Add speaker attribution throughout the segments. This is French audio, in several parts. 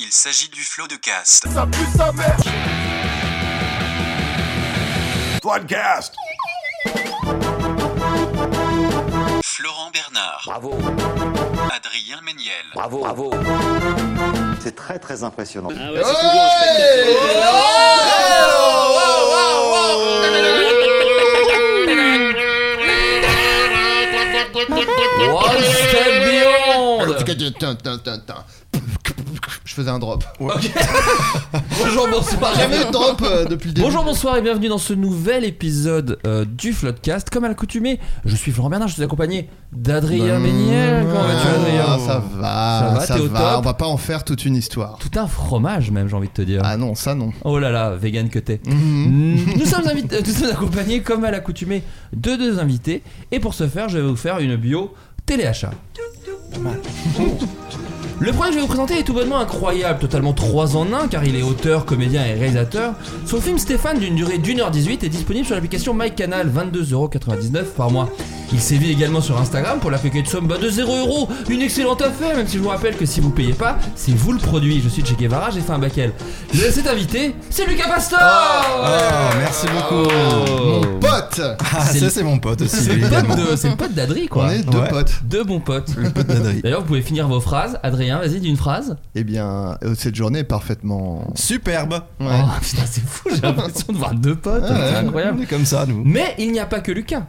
Speaker 1: Il s'agit du flot de cast.
Speaker 2: Floodcast.
Speaker 1: Florent Bernard,
Speaker 3: Bravo,
Speaker 1: Adrien Méniel,
Speaker 3: bravo, bravo. Ah
Speaker 4: C'est très très impressionnant.
Speaker 3: One step beyond
Speaker 5: Je faisais un drop.
Speaker 3: Bonjour, bonsoir.
Speaker 5: Jamais de drop euh, depuis le début.
Speaker 3: Bonjour, bonsoir et bienvenue dans ce nouvel épisode euh, du Floodcast. Comme à l'accoutumée, je suis Florent Bernard, je suis accompagné d'Adrien Méniel. Comment vas-tu,
Speaker 5: Ah,
Speaker 3: Adrien
Speaker 5: Mmh, ça va,
Speaker 3: Ça va,
Speaker 5: ça
Speaker 3: t'es au
Speaker 5: va.
Speaker 3: top
Speaker 5: On va pas en faire toute une histoire.
Speaker 3: Tout un fromage, même, j'ai envie de te dire.
Speaker 5: Ah Mmh. non, ça non.
Speaker 3: Oh là là, vegan que t'es. Mmh. Nous sommes, invités, euh, nous sommes accompagnés, comme à l'accoutumée, de deux invités. Et pour ce faire, je vais vous faire une bio téléachat. Le premier que je vais vous présenter est tout bonnement incroyable, totalement 3 en 1 car il est auteur, comédien et réalisateur. Son film Stéphane d'une durée d'1h18 est disponible sur l'application MyCanal 22,99€ par mois. Il sévit également sur Instagram pour la de somme bah, de 0€, une excellente affaire même si je vous rappelle que si vous payez pas, c'est vous le produit. Je suis Che Guevara, j'ai fait un bac L. Le- Cet invité, c'est Lucas Pastor
Speaker 5: Oh, merci beaucoup.
Speaker 3: Oh.
Speaker 5: Mon pote.
Speaker 2: Ah,
Speaker 3: C'est
Speaker 2: ça,
Speaker 3: le-
Speaker 2: c'est mon pote aussi.
Speaker 3: C'est le
Speaker 2: évidemment.
Speaker 3: pote de- c'est le pote d'Adri quoi.
Speaker 5: On est deux
Speaker 2: Ouais.
Speaker 5: potes.
Speaker 3: Deux bons potes.
Speaker 2: Le pote d'Adri.
Speaker 3: D'ailleurs, vous pouvez finir vos phrases. Adrien, vas-y, dis une phrase.
Speaker 5: Eh bien, euh, cette journée est parfaitement.
Speaker 2: Superbe.
Speaker 5: Ouais.
Speaker 3: Oh putain, c'est fou, j'ai l'impression de voir deux potes.
Speaker 5: Ah ouais,
Speaker 3: c'est incroyable.
Speaker 2: On est comme ça,
Speaker 5: Mmh.
Speaker 2: nous.
Speaker 3: Mais il n'y a pas que Lucas.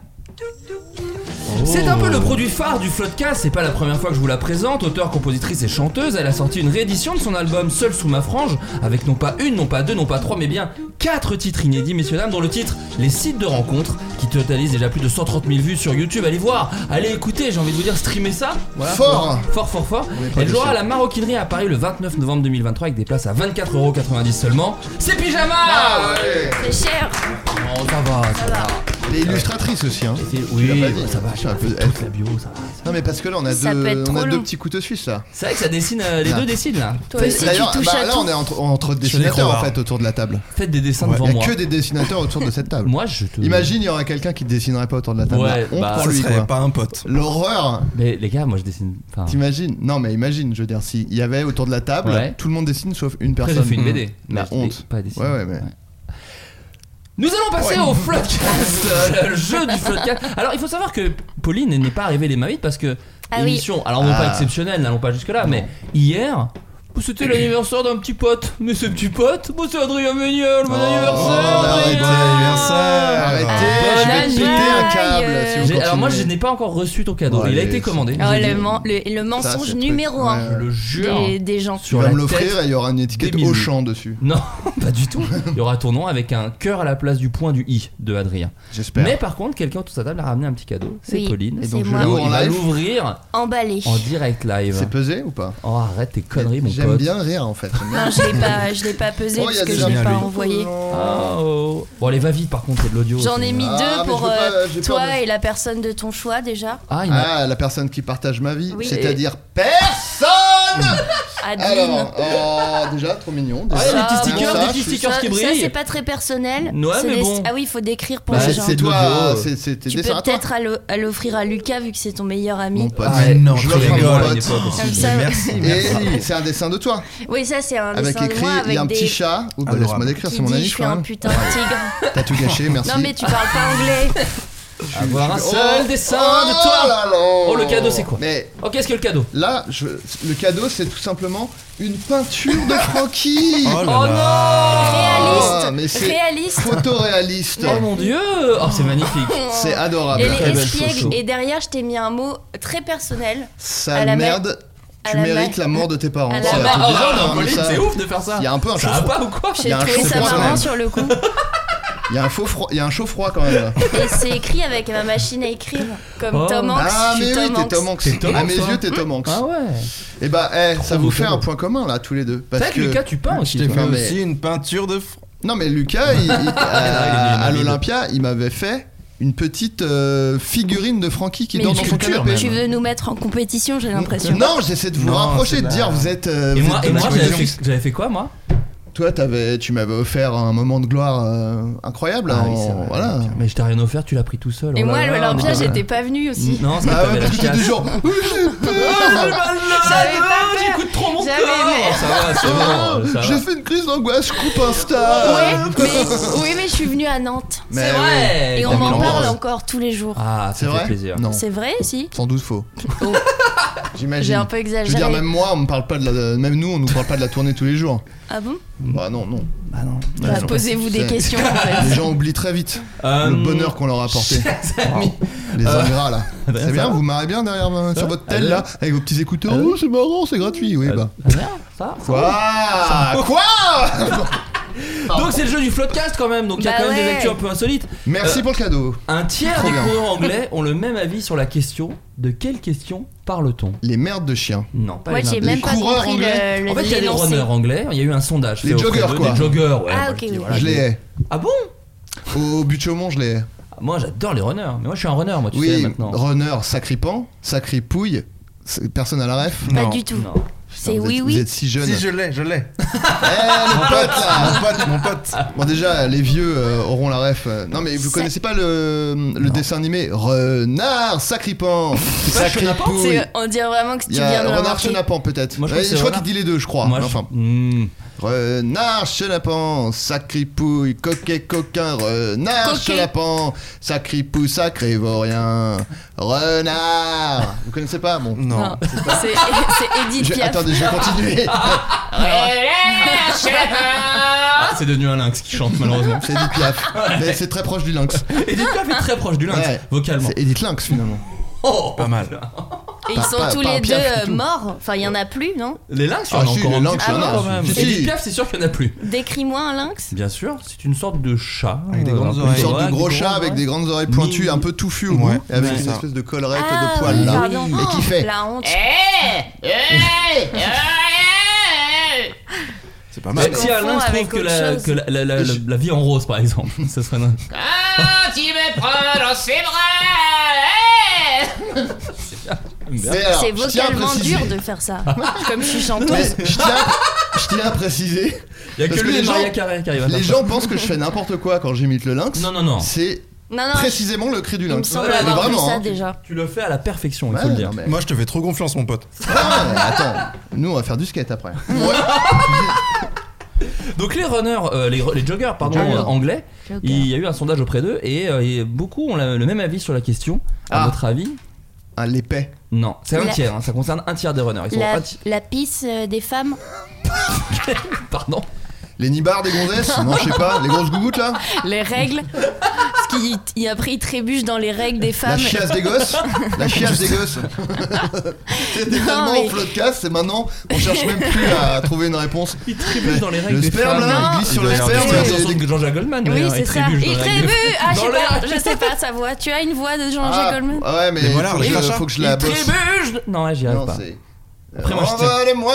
Speaker 3: C'est un peu le produit phare du Floodcast, c'est pas la première fois que je vous la présente. Auteure, compositrice et chanteuse, elle a sorti une réédition de son album Seul sous ma frange, avec non pas une, non pas deux, non pas trois, mais bien quatre titres inédits, messieurs dames, dont le titre Les sites de rencontres, qui totalise déjà plus de 130 000 vues sur YouTube. Allez voir, allez écouter, j'ai envie de vous dire, streamer ça. Voilà.
Speaker 5: Fort.
Speaker 3: Fort, fort, fort.
Speaker 5: On est pas
Speaker 3: Elle jouera à
Speaker 5: déçus.
Speaker 3: la maroquinerie à Paris le 29 novembre 2023 avec des places à 24,90€ seulement. C'est Pyjama
Speaker 5: Ah
Speaker 6: C'est cher.
Speaker 3: Oh, ça va, ça va.
Speaker 5: Les illustratrices aussi. Hein.
Speaker 3: C'est-
Speaker 5: Tu
Speaker 3: Oui,
Speaker 5: l'as pas dit.
Speaker 3: bah, ça va,
Speaker 5: Tu
Speaker 3: j'ai
Speaker 5: l'as
Speaker 3: pas
Speaker 5: pas
Speaker 3: fait
Speaker 5: dit.
Speaker 3: toute la bio, ça va. ça va.
Speaker 5: Non mais parce que là on a
Speaker 6: Ça peut
Speaker 5: deux,
Speaker 6: être
Speaker 5: on a
Speaker 6: trop
Speaker 5: deux
Speaker 6: long.
Speaker 5: petits couteaux suisses là.
Speaker 3: C'est vrai que ça dessine, euh, les
Speaker 5: Ah.
Speaker 3: deux dessinent là.
Speaker 6: Toi aussi, tu
Speaker 5: D'ailleurs,
Speaker 6: touches
Speaker 5: bah,
Speaker 6: à
Speaker 5: là
Speaker 6: tout.
Speaker 5: on est entre, entre dessinateurs en
Speaker 2: crevards.
Speaker 5: fait autour de la table.
Speaker 3: Faites des dessins
Speaker 5: Il
Speaker 3: devant
Speaker 5: y a
Speaker 3: moi.
Speaker 5: que des dessinateurs autour de cette table.
Speaker 3: Moi, je te.
Speaker 5: Imagine il y aurait quelqu'un qui dessinerait pas autour de la table.
Speaker 3: Ouais,
Speaker 5: La honte
Speaker 3: bah,
Speaker 5: pour
Speaker 2: Ça
Speaker 5: lui
Speaker 2: serait
Speaker 5: quoi.
Speaker 2: pas un pote.
Speaker 5: L'horreur.
Speaker 3: Mais les gars, moi je dessine. Enfin,
Speaker 5: T'imagines Non, mais imagine, je veux dire, s'il y avait autour de la table,
Speaker 3: Ouais.
Speaker 5: tout le monde dessine sauf une
Speaker 3: après
Speaker 5: personne. Hmm.
Speaker 3: j'ai fait une BD.
Speaker 5: La
Speaker 3: mais je
Speaker 5: honte.
Speaker 3: dé- Pas dessiner.
Speaker 5: Ouais, ouais, mais.
Speaker 6: Oh,
Speaker 3: Nous allons passer au Floodcast, euh, le jeu du Floodcast. Alors, il faut savoir que Pauline n'est pas arrivée les mains vides parce que
Speaker 6: Ah oui.
Speaker 3: émission. Alors, on n'est pas
Speaker 5: Ah.
Speaker 3: exceptionnelle, n'allons pas jusque là, mais hier. C'était l'anniversaire d'un petit pote. Mais ce petit pote, moi c'est Adrien Méniel.
Speaker 5: Oh,
Speaker 3: Bon anniversaire,
Speaker 2: arrêtez,
Speaker 3: Adrien.
Speaker 2: anniversaire.
Speaker 5: Arrêtez,
Speaker 3: Ah,
Speaker 5: je vais
Speaker 6: bon
Speaker 5: péter un câble
Speaker 6: anniversaire.
Speaker 5: si vous
Speaker 3: J'ai- Alors moi je
Speaker 5: continuez.
Speaker 3: n'ai pas encore reçu ton cadeau.
Speaker 5: Ouais,
Speaker 3: Il a
Speaker 5: allez,
Speaker 3: été commandé.
Speaker 6: Oh,
Speaker 3: J'ai dit-
Speaker 6: le, men- le- le
Speaker 5: c'est
Speaker 6: mensonge
Speaker 5: le
Speaker 6: numéro
Speaker 5: truc,
Speaker 6: 1
Speaker 3: Je le jure.
Speaker 6: des, des gens.
Speaker 5: Tu
Speaker 3: Sur
Speaker 5: vas
Speaker 3: la
Speaker 5: me l'offrir
Speaker 3: tête.
Speaker 5: et il y aura une étiquette
Speaker 3: des mille.
Speaker 5: Auchan dessus.
Speaker 3: Non, pas du tout. Il y aura ton nom avec un cœur à la place du point du i de Adrien.
Speaker 5: J'espère.
Speaker 3: Mais par contre, quelqu'un autour de sa table a ramené un petit cadeau. C'est
Speaker 6: Oui,
Speaker 3: Pauline.
Speaker 6: c'est
Speaker 3: Et donc je
Speaker 6: moi.
Speaker 3: vais-
Speaker 5: Ou en
Speaker 3: il va
Speaker 5: live.
Speaker 3: l'ouvrir
Speaker 6: Emballé.
Speaker 3: en direct live.
Speaker 5: C'est pesé ou pas
Speaker 3: Oh arrête tes conneries mon
Speaker 5: J'aime
Speaker 3: pote.
Speaker 5: bien rire en fait. j'aime bien.
Speaker 6: Non, je l'ai pas, je l'ai pas pesé
Speaker 5: Oh, il y
Speaker 6: parce
Speaker 5: a
Speaker 6: que
Speaker 5: des
Speaker 6: je l'ai
Speaker 2: gens
Speaker 6: pas
Speaker 2: qui-
Speaker 6: envoyé.
Speaker 5: euh,
Speaker 3: Ah, oh. Bon allez va vite par contre, c'est de l'audio.
Speaker 6: J'en
Speaker 3: c'est-
Speaker 6: ai mis
Speaker 5: Ah, mais
Speaker 6: deux
Speaker 5: je
Speaker 6: pour
Speaker 5: veux pas,
Speaker 6: euh,
Speaker 5: j'ai peur
Speaker 6: toi
Speaker 5: de-
Speaker 6: et la personne de ton choix déjà.
Speaker 3: Ah il m'a-
Speaker 5: Ah, la personne qui partage ma vie,
Speaker 6: Oui.
Speaker 5: c'est-à-dire personne
Speaker 6: Adeline.
Speaker 5: Alors, oh, déjà, trop mignon.
Speaker 3: Ah,
Speaker 5: déjà.
Speaker 3: il y a des petits
Speaker 6: Ça,
Speaker 3: stickers,
Speaker 5: ça,
Speaker 3: des petits
Speaker 5: je suis-
Speaker 3: stickers
Speaker 6: Ça,
Speaker 3: qui
Speaker 6: ça,
Speaker 3: brillent.
Speaker 6: c'est pas très personnel.
Speaker 3: Ouais,
Speaker 6: C'est
Speaker 3: mais
Speaker 6: des-
Speaker 3: bon.
Speaker 6: Ah oui, il faut décrire pour
Speaker 5: Bah,
Speaker 6: les
Speaker 5: c'est-
Speaker 6: gens.
Speaker 5: c'est toi,
Speaker 3: l'audio.
Speaker 5: c'est- c'est tes
Speaker 6: Tu
Speaker 5: dessins
Speaker 6: peux
Speaker 5: à toi.
Speaker 6: peut-être à le- à l'offrir à Lucas vu que c'est ton meilleur ami.
Speaker 5: Mon pote.
Speaker 3: Ah, ouais.
Speaker 2: non,
Speaker 5: je
Speaker 2: tu
Speaker 5: l'offre à mon
Speaker 2: rigoles.
Speaker 5: pote.
Speaker 3: Pas
Speaker 6: Comme
Speaker 3: possible.
Speaker 6: ça-
Speaker 2: Merci,
Speaker 5: Et c'est un dessin de toi.
Speaker 6: Oui, ça c'est un
Speaker 5: avec
Speaker 6: dessin de
Speaker 5: écrit,
Speaker 6: moi
Speaker 5: il y
Speaker 6: avec
Speaker 5: a un
Speaker 6: des
Speaker 5: petit chat. Oh, bah,
Speaker 2: Adorable.
Speaker 5: laisse-moi décrire,
Speaker 6: qui
Speaker 5: c'est mon
Speaker 6: dit
Speaker 5: ami,
Speaker 6: je
Speaker 5: je
Speaker 6: suis
Speaker 5: crois.
Speaker 6: un putain de tigre.
Speaker 5: T'as tout gâché, merci.
Speaker 6: Non mais tu parles pas anglais.
Speaker 3: Avoir un
Speaker 5: Oh,
Speaker 3: seul dessin de
Speaker 5: oh
Speaker 3: toi.
Speaker 5: là là.
Speaker 3: Oh, le cadeau, c'est quoi
Speaker 5: Mais
Speaker 3: Oh, qu'est-ce que le cadeau
Speaker 5: là, je- le cadeau, c'est tout simplement une peinture de Francky.
Speaker 3: Oh non
Speaker 5: Ah, mais
Speaker 7: Réaliste.
Speaker 5: c'est
Speaker 7: Réaliste.
Speaker 5: photoréaliste.
Speaker 3: Oh mon dieu Oh, c'est magnifique
Speaker 5: C'est adorable.
Speaker 7: Et
Speaker 3: très
Speaker 7: les
Speaker 3: belle photo.
Speaker 7: espiègles. Et derrière, je t'ais mis un mot très personnel.
Speaker 5: Sale
Speaker 7: à la
Speaker 5: merde,
Speaker 7: à
Speaker 5: tu
Speaker 7: la
Speaker 5: mérites
Speaker 7: ma-
Speaker 5: la mort de tes parents.
Speaker 7: à la
Speaker 5: C'est
Speaker 3: Oh,
Speaker 5: un
Speaker 7: ma-
Speaker 5: peu
Speaker 3: bah,
Speaker 5: bizarre,
Speaker 3: oh, non,
Speaker 5: hein, mais
Speaker 3: Pauline,
Speaker 5: ça-
Speaker 3: c'est ouf de faire ça
Speaker 5: Il y a un peu un
Speaker 3: Ça va
Speaker 5: chaud-froid.
Speaker 3: pas ou quoi
Speaker 5: Il y
Speaker 7: J'ai
Speaker 5: a un
Speaker 7: trouvé
Speaker 5: chaud
Speaker 7: ça
Speaker 5: froid,
Speaker 7: marrant
Speaker 5: même.
Speaker 7: sur le coup.
Speaker 5: Il y a un faux froid, il y a un chaud froid quand même. là.
Speaker 7: Et c'est écrit avec ma machine à écrire. Comme
Speaker 3: Oh.
Speaker 7: Tom Hanks.
Speaker 5: Ah
Speaker 7: je suis
Speaker 5: mais oui,
Speaker 7: Tom
Speaker 5: t'es
Speaker 7: Hanks.
Speaker 5: Tom Hanks.
Speaker 3: T'es Tom
Speaker 5: à
Speaker 3: Hanks,
Speaker 5: mes
Speaker 3: toi.
Speaker 5: yeux, t'es Tom Hanks.
Speaker 3: Ah ouais
Speaker 5: Et bah, eh, ça
Speaker 3: Trop
Speaker 5: vous fait
Speaker 3: beau.
Speaker 5: un point commun là, tous les deux. Parce
Speaker 3: T'as
Speaker 5: que
Speaker 3: Lucas, tu peins
Speaker 2: Je
Speaker 3: aussi
Speaker 2: t'ai
Speaker 3: toi.
Speaker 2: fait
Speaker 5: Non, mais-
Speaker 2: aussi une peinture de. fr-
Speaker 5: non mais Lucas, il- il-
Speaker 3: Ah,
Speaker 5: à, à l'Olympia, il m'avait fait une petite euh, figurine de Francky qui
Speaker 7: Mais
Speaker 5: dort
Speaker 7: tu-
Speaker 5: dans son
Speaker 2: tu-
Speaker 5: canapé.
Speaker 7: Tu veux nous mettre en compétition, j'ai l'impression.
Speaker 5: Non, j'essaie de vous
Speaker 2: Non,
Speaker 5: rapprocher,
Speaker 2: c'est
Speaker 5: de
Speaker 2: là.
Speaker 5: dire vous êtes. euh,
Speaker 3: Et
Speaker 5: vous
Speaker 3: moi,
Speaker 5: êtes
Speaker 3: et
Speaker 5: dans
Speaker 3: moi
Speaker 5: une
Speaker 3: j'avais,
Speaker 5: position-
Speaker 3: fait, j'avais fait quoi moi
Speaker 5: Toi, t'avais, tu m'avais offert un moment de gloire euh, incroyable.
Speaker 3: Ah oui,
Speaker 5: en-
Speaker 3: c'est vrai.
Speaker 5: voilà.
Speaker 3: Mais je t'ai rien offert, tu l'as pris tout seul.
Speaker 7: Et
Speaker 3: Oh là
Speaker 7: moi, à
Speaker 3: là,
Speaker 7: l'Olympia,
Speaker 3: mais-
Speaker 7: j'étais pas venue aussi.
Speaker 3: Non, c'est que
Speaker 5: Ah
Speaker 3: t'avais
Speaker 5: ouais,
Speaker 3: la
Speaker 5: parce que t'es
Speaker 3: chiasse. Oh,
Speaker 5: toujours. Oui, j'ai peur.
Speaker 7: J'avais pas peur.
Speaker 3: J'écoute trop mon
Speaker 7: J'avais
Speaker 3: corps
Speaker 7: peur.
Speaker 3: Ça va, c'est bon, ça
Speaker 5: ah, J'ai
Speaker 3: va.
Speaker 5: fait une crise d'angoisse, je coupe Insta.
Speaker 7: Ouais, mais, oui, mais je suis venue à Nantes.
Speaker 5: Mais
Speaker 3: C'est
Speaker 5: oui.
Speaker 3: vrai
Speaker 7: Et on
Speaker 5: t'as
Speaker 7: m'en
Speaker 5: mis
Speaker 7: parle
Speaker 5: l'ambiance.
Speaker 7: encore tous les jours.
Speaker 3: Ah,
Speaker 5: C'est
Speaker 3: ça fait
Speaker 5: vrai
Speaker 3: plaisir.
Speaker 5: Non,
Speaker 7: C'est vrai, si.
Speaker 5: sans doute faux.
Speaker 7: Oh.
Speaker 5: J'imagine.
Speaker 7: J'ai un peu
Speaker 5: Je veux dire,
Speaker 7: exagéré.
Speaker 5: même moi, on me parle pas de la, même nous, on nous parle pas de la tournée tous les jours.
Speaker 7: Ah bon
Speaker 5: Bah non, non.
Speaker 3: Bah non. Euh,
Speaker 7: Bah, Posez-vous des
Speaker 5: C'est-
Speaker 7: questions, en fait.
Speaker 5: Les gens oublient très vite le bonheur qu'on leur a apporté.
Speaker 3: Chers amis,
Speaker 5: Les ingrats là.
Speaker 3: Euh, ça
Speaker 5: C'est bien,
Speaker 3: va
Speaker 5: vous marrez bien derrière euh, sur votre tel là, avec vos petits écouteurs. Oh, c'est marrant, c'est gratuit. Oui, bah.
Speaker 3: ça
Speaker 5: Quoi Quoi
Speaker 3: Donc c'est le jeu du floodcast quand même, donc il y a
Speaker 7: Bah
Speaker 3: quand même des
Speaker 7: ouais.
Speaker 3: actus un peu insolites.
Speaker 5: Merci
Speaker 3: Euh,
Speaker 5: pour le cadeau.
Speaker 3: Un tiers
Speaker 5: Trop
Speaker 3: des
Speaker 5: bien.
Speaker 3: coureurs anglais ont le même avis sur la question de quelle question parle-t-on
Speaker 5: Les merdes de chiens.
Speaker 3: Non, pas
Speaker 7: Moi,
Speaker 3: les
Speaker 7: j'ai
Speaker 3: Indiens.
Speaker 7: même pas
Speaker 5: coureurs
Speaker 7: compris
Speaker 5: anglais.
Speaker 7: le, le
Speaker 3: En fait, il y a des
Speaker 7: l'énoncé.
Speaker 3: runners anglais, il y a eu un sondage.
Speaker 5: Les
Speaker 3: fait auprès
Speaker 5: joggers,
Speaker 3: d'eux,
Speaker 5: quoi.
Speaker 3: Des joggers, ouais.
Speaker 7: Ah,
Speaker 3: moi,
Speaker 7: ok,
Speaker 3: je dis,
Speaker 7: oui.
Speaker 3: voilà,
Speaker 5: Je les
Speaker 3: des-
Speaker 5: hais.
Speaker 3: Ah bon
Speaker 5: Au but de Chaumont, je les hais.
Speaker 3: Moi j'adore les runners, mais moi je suis un runner, moi tu sais
Speaker 5: Oui,
Speaker 3: maintenant.
Speaker 5: runner, sacripant, sacripouille. c'est- Personne à la ref.
Speaker 7: Pas
Speaker 2: Non.
Speaker 7: du tout.
Speaker 3: Non.
Speaker 7: Bah, C'est
Speaker 5: Vous
Speaker 7: oui,
Speaker 5: êtes-
Speaker 7: oui.
Speaker 5: Vous êtes si jeune.
Speaker 2: Si, je l'ai, je l'ai.
Speaker 5: mon pote là
Speaker 2: Mon pote, mon pote.
Speaker 5: Bon déjà les vieux euh, auront la ref. Euh, Non mais vous
Speaker 7: Ça-
Speaker 5: connaissez pas le, le dessin animé Renard sacripant Sacripouille
Speaker 7: C'est- On dirait vraiment que tu
Speaker 5: Il y
Speaker 7: viens de
Speaker 5: a
Speaker 7: le
Speaker 5: Renard chenapan peut-être.
Speaker 3: Moi, je crois
Speaker 5: Ouais,
Speaker 3: que c'est
Speaker 5: crois
Speaker 3: Renard.
Speaker 5: qu'il dit les deux je crois.
Speaker 3: Moi, je-
Speaker 5: enfin.
Speaker 3: Hmm.
Speaker 5: Renard chenapan, sacripouille, coquet coquin, renard
Speaker 7: Coquet.
Speaker 5: chenapan, sacripouille, sacré vaurien, renard. Vous connaissez pas bon.
Speaker 2: Non.
Speaker 7: C'est c'est Edith
Speaker 5: Je-
Speaker 7: Piaf.
Speaker 5: attendez, je vais continuer.
Speaker 3: Ah, c'est devenu un lynx qui chante malheureusement.
Speaker 5: c'est Edith Piaf. Mais c'est très proche du lynx.
Speaker 3: Edith Piaf est très proche du lynx,
Speaker 5: Ouais.
Speaker 3: vocalement.
Speaker 5: C'est Edith Lynx finalement.
Speaker 3: Oh
Speaker 2: Pas mal.
Speaker 7: Et ils
Speaker 5: pas-
Speaker 7: sont
Speaker 5: pas-
Speaker 7: tous
Speaker 5: pas un
Speaker 7: les deux
Speaker 5: Piaf du
Speaker 7: euh,
Speaker 5: tout.
Speaker 7: morts. Enfin, il y en a plus, non
Speaker 3: Les lynx, il y en
Speaker 5: Ah,
Speaker 3: a
Speaker 5: si,
Speaker 3: encore
Speaker 5: les
Speaker 3: un
Speaker 5: lynx,
Speaker 3: petit
Speaker 7: il y en
Speaker 3: peu,
Speaker 7: a,
Speaker 3: quand
Speaker 5: si,
Speaker 3: même.
Speaker 5: si.
Speaker 3: Edith Piaf, c'est sûr qu'il n'y en a plus.
Speaker 7: Décris-moi un lynx.
Speaker 3: Bien sûr, c'est une sorte de chat.
Speaker 2: Avec des
Speaker 3: euh,
Speaker 2: grandes
Speaker 3: un peu
Speaker 2: oreilles.
Speaker 5: Une sorte
Speaker 3: ouais,
Speaker 5: de gros
Speaker 3: des
Speaker 5: chat
Speaker 3: grandes
Speaker 5: avec des
Speaker 3: oreilles.
Speaker 5: grandes oreilles pointues,
Speaker 3: Mi-
Speaker 5: un peu touffues au
Speaker 2: Ouais,
Speaker 5: bout, et avec
Speaker 2: c'est
Speaker 5: une
Speaker 2: ça.
Speaker 5: espèce de collerette
Speaker 7: Ah
Speaker 5: de poils
Speaker 7: oui,
Speaker 5: là.
Speaker 7: pardon. Oh,
Speaker 5: Et qui fait Eh,
Speaker 7: La honte.
Speaker 2: C'est pas
Speaker 3: Même
Speaker 2: mal.
Speaker 3: si un
Speaker 7: confonds
Speaker 3: lynx trouve
Speaker 7: avec
Speaker 3: que,
Speaker 7: autre
Speaker 3: la,
Speaker 7: chose.
Speaker 3: que la, la- la- la- la vie en rose, par exemple, ça serait un-
Speaker 5: Mais alors,
Speaker 7: C'est
Speaker 5: je tiens à
Speaker 7: vocalement
Speaker 5: préciser-
Speaker 7: dur de faire ça. Comme je suis chanteuse.
Speaker 5: Mais je tiens à- je tiens à préciser,
Speaker 3: Il y a que
Speaker 5: Parce que
Speaker 3: lui et
Speaker 5: les gens-
Speaker 3: Maria Carré qui arrivent à
Speaker 5: les
Speaker 3: faire
Speaker 5: gens pensent que je fais n'importe quoi quand j'imite le lynx.
Speaker 3: Non, non, non.
Speaker 5: C'est
Speaker 7: Ah Non, non,
Speaker 5: précisément le cri du
Speaker 7: il me
Speaker 5: lynx.
Speaker 7: semble
Speaker 5: Mais
Speaker 7: avoir vu
Speaker 5: vraiment.
Speaker 7: ça
Speaker 5: hein.
Speaker 7: déjà.
Speaker 3: ça. Tu le fais à la perfection, il
Speaker 5: Ouais,
Speaker 3: faut le dire.
Speaker 5: non, mais-
Speaker 2: Moi, je te fais trop confiance, mon pote.
Speaker 5: Ah, mais attends, nous on va faire du skate après.
Speaker 3: Donc les runners, euh, les, les joggers, pardon,
Speaker 5: Joggers.
Speaker 3: euh, anglais,
Speaker 7: Joggers.
Speaker 3: il y a eu un sondage auprès d'eux et, euh, et beaucoup ont la- le même avis sur la question. À
Speaker 5: Ah.
Speaker 3: votre avis
Speaker 5: Ah, l'épais.
Speaker 3: Non, c'est un
Speaker 7: La-
Speaker 3: tiers, hein, ça concerne un tiers des runners. Ils sont
Speaker 7: La,
Speaker 3: un ti-
Speaker 7: la pisse euh, des femmes.
Speaker 3: Pardon
Speaker 5: Les nibards des gonzesses Non, je sais pas. Les grosses gougoutes là
Speaker 7: Les règles. Parce qu'il il- après il trébuche dans les règles des
Speaker 5: La
Speaker 7: femmes.
Speaker 5: chiasse des gosses La chiasse des gosses C'était
Speaker 7: Non,
Speaker 5: tellement
Speaker 7: mais-
Speaker 5: au flot de casse, c'est maintenant, on cherche même plus à trouver une réponse.
Speaker 3: Il trébuche dans les règles
Speaker 5: Le
Speaker 3: des
Speaker 5: sperme
Speaker 3: femmes.
Speaker 5: là, il glisse sur le
Speaker 7: Non,
Speaker 3: C'est
Speaker 5: sperme. euh,
Speaker 3: la
Speaker 7: des-
Speaker 3: chanson
Speaker 5: et-
Speaker 3: de Jean-Jacques Goldman,
Speaker 7: Oui,
Speaker 3: d'ailleurs,
Speaker 7: c'est
Speaker 3: hein, il
Speaker 7: ça.
Speaker 3: trébuche dans
Speaker 7: Il
Speaker 3: les règles des
Speaker 7: trébuche. Ah, je
Speaker 3: Dans
Speaker 7: sais
Speaker 3: les
Speaker 7: pas,
Speaker 3: règles.
Speaker 7: je sais pas sa voix. Tu as une voix de Jean-Jacques
Speaker 5: Ah,
Speaker 7: Goldman
Speaker 5: Ouais, mais
Speaker 2: Les molars,
Speaker 5: faut, que
Speaker 2: les
Speaker 5: je,
Speaker 2: crachats.
Speaker 5: faut que je
Speaker 3: Il
Speaker 5: la bosse.
Speaker 3: trébuche Non, j'y arrive
Speaker 5: Non,
Speaker 3: pas.
Speaker 5: c'est. euh,
Speaker 3: Après, moi, je tiens.
Speaker 5: Envolez-moi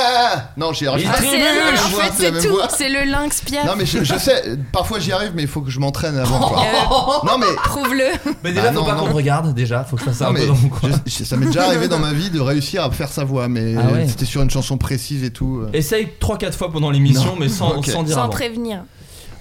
Speaker 5: Non, j'y arrive
Speaker 3: Il
Speaker 7: Ah,
Speaker 5: pas.
Speaker 7: c'est
Speaker 3: trébuche,
Speaker 7: le-
Speaker 5: je
Speaker 7: En
Speaker 5: vois,
Speaker 7: fait,
Speaker 5: c'est la
Speaker 7: c'est
Speaker 5: même
Speaker 7: tout.
Speaker 5: voix.
Speaker 7: C'est le lynx Piaf.
Speaker 5: Non, mais je, je sais, parfois j'y arrive, mais il faut que je m'entraîne avant quoi.
Speaker 7: Oh.
Speaker 5: Non, mais.
Speaker 7: Prouve-le.
Speaker 3: Mais déjà,
Speaker 5: Ah,
Speaker 3: faut
Speaker 5: non,
Speaker 3: pas
Speaker 5: non.
Speaker 3: qu'on me regarde, déjà, faut que je fasse ça
Speaker 5: Non,
Speaker 3: un peu
Speaker 5: mais
Speaker 3: dans mon coin.
Speaker 5: je- je- ça m'est déjà arrivé dans ma vie de réussir à faire sa voix, mais
Speaker 3: Ah ouais.
Speaker 5: c'était sur une chanson précise et tout. euh.
Speaker 3: Essaye 3-4 fois pendant l'émission,
Speaker 5: Non.
Speaker 3: mais sans,
Speaker 5: Ok.
Speaker 3: sans dire
Speaker 7: Sans
Speaker 3: avant.
Speaker 7: prévenir.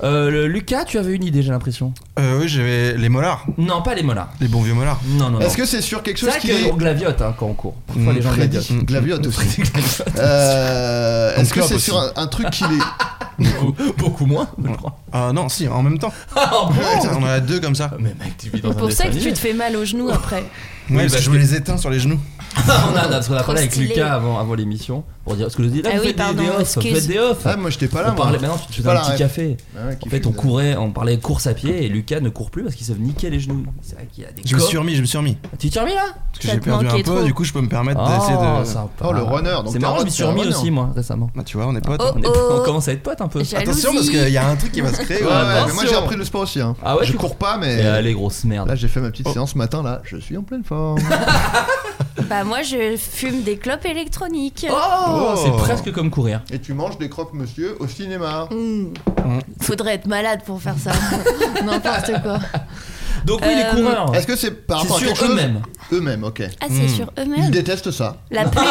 Speaker 3: Euh, le- Lucas, tu avais une idée, j'ai l'impression.
Speaker 2: Euh, oui, j'avais les molars.
Speaker 3: Non, pas les molars.
Speaker 2: Les bons vieux molars.
Speaker 3: Non, non, non.
Speaker 5: Est-ce que c'est sur quelque
Speaker 3: C'est
Speaker 5: chose
Speaker 3: vrai
Speaker 5: qui
Speaker 3: que
Speaker 5: est
Speaker 3: on glaviote hein, quand on court. Parfois,
Speaker 2: Mm,
Speaker 3: les gens
Speaker 5: Freddy, Hmm,
Speaker 3: glaviotent.
Speaker 5: glaviote aussi.
Speaker 3: Glaviote.
Speaker 5: Euh,
Speaker 2: Donc
Speaker 5: Est-ce que
Speaker 2: club
Speaker 5: c'est
Speaker 2: aussi.
Speaker 5: sur un, un truc qui est
Speaker 3: beaucoup, beaucoup moins, je crois.
Speaker 2: Ah non, si, en même temps.
Speaker 3: Ah, bon
Speaker 2: Ouais, ça, on en a deux comme ça.
Speaker 3: Mais mec, tu vis dans
Speaker 7: C'est
Speaker 3: un
Speaker 7: pour ça
Speaker 3: dessin
Speaker 7: que tu
Speaker 3: animé.
Speaker 7: te fais mal aux genoux après.
Speaker 2: Ouais,
Speaker 3: Oui,
Speaker 2: parce
Speaker 3: bah,
Speaker 2: que je me les éteins sur les genoux.
Speaker 3: on a, on a- on a parlé avec
Speaker 7: stylé.
Speaker 3: Lucas avant, avant l'émission pour dire ce que je dis là.
Speaker 7: Ah
Speaker 3: vous
Speaker 7: oui,
Speaker 3: faites des-
Speaker 7: pardon,
Speaker 3: des off, vous
Speaker 7: excuse.
Speaker 3: faites des off.
Speaker 5: Ah moi j'étais pas là.
Speaker 3: on
Speaker 5: moi.
Speaker 3: parlais maintenant, tu te faisais
Speaker 5: Pas
Speaker 3: un
Speaker 5: la
Speaker 3: petit
Speaker 5: rêve.
Speaker 3: café.
Speaker 5: Ah ouais, qui
Speaker 3: En fait,
Speaker 5: fait
Speaker 3: on
Speaker 5: ça.
Speaker 3: courait, on parlait course à pied et Lucas ne court plus parce qu'ils savent niquer les genoux. C'est vrai qu'il y a des
Speaker 2: Je me
Speaker 3: corps.
Speaker 2: suis remis, je me suis remis.
Speaker 3: Tu t'es remis là
Speaker 2: Parce que
Speaker 7: Ça
Speaker 2: j'ai
Speaker 7: te
Speaker 2: perdu un peu,
Speaker 7: manquait trop.
Speaker 2: du coup, je peux me permettre d'essayer
Speaker 3: Ah,
Speaker 2: de.
Speaker 3: sympa.
Speaker 5: Oh, le runner, donc
Speaker 3: C'est
Speaker 5: t'es un
Speaker 3: marrant, je me
Speaker 5: runner,
Speaker 3: suis
Speaker 5: t'es un
Speaker 3: remis
Speaker 5: runner.
Speaker 3: aussi moi récemment.
Speaker 2: Ah, tu vois, on est potes.
Speaker 7: Oh,
Speaker 3: On, est-
Speaker 7: oh.
Speaker 3: on commence à être potes un peu.
Speaker 7: Jalousie.
Speaker 2: Attention, parce qu'il y a un truc qui va se créer.
Speaker 5: Ouais,
Speaker 2: ouais.
Speaker 5: ouais, mais moi
Speaker 3: attention.
Speaker 5: j'ai appris le sport aussi. Hein.
Speaker 3: Ah ouais,
Speaker 5: je
Speaker 3: tu-
Speaker 5: cours pas mais
Speaker 3: Et ah, les grosses merdes.
Speaker 5: là j'ai fait ma petite
Speaker 2: Oh.
Speaker 5: séance ce matin là. Je suis en pleine forme.
Speaker 7: Bah moi je fume des clopes électroniques.
Speaker 3: Oh,
Speaker 2: Oh.
Speaker 3: c'est presque comme courir.
Speaker 5: Et tu manges des croque monsieur au cinéma.
Speaker 7: Mmh. Faudrait être malade pour faire ça. N'importe quoi.
Speaker 3: Donc oui, les
Speaker 7: Euh,
Speaker 3: coureurs.
Speaker 5: Est-ce que c'est par
Speaker 3: C'est
Speaker 5: rapport à
Speaker 3: sur
Speaker 5: quelque chose
Speaker 3: eux-mêmes. Hmm.
Speaker 5: Eux-mêmes, ok.
Speaker 7: Ah c'est
Speaker 2: Mmh.
Speaker 7: sur
Speaker 5: Ils
Speaker 7: eux-mêmes.
Speaker 5: détestent ça.
Speaker 7: La pluie.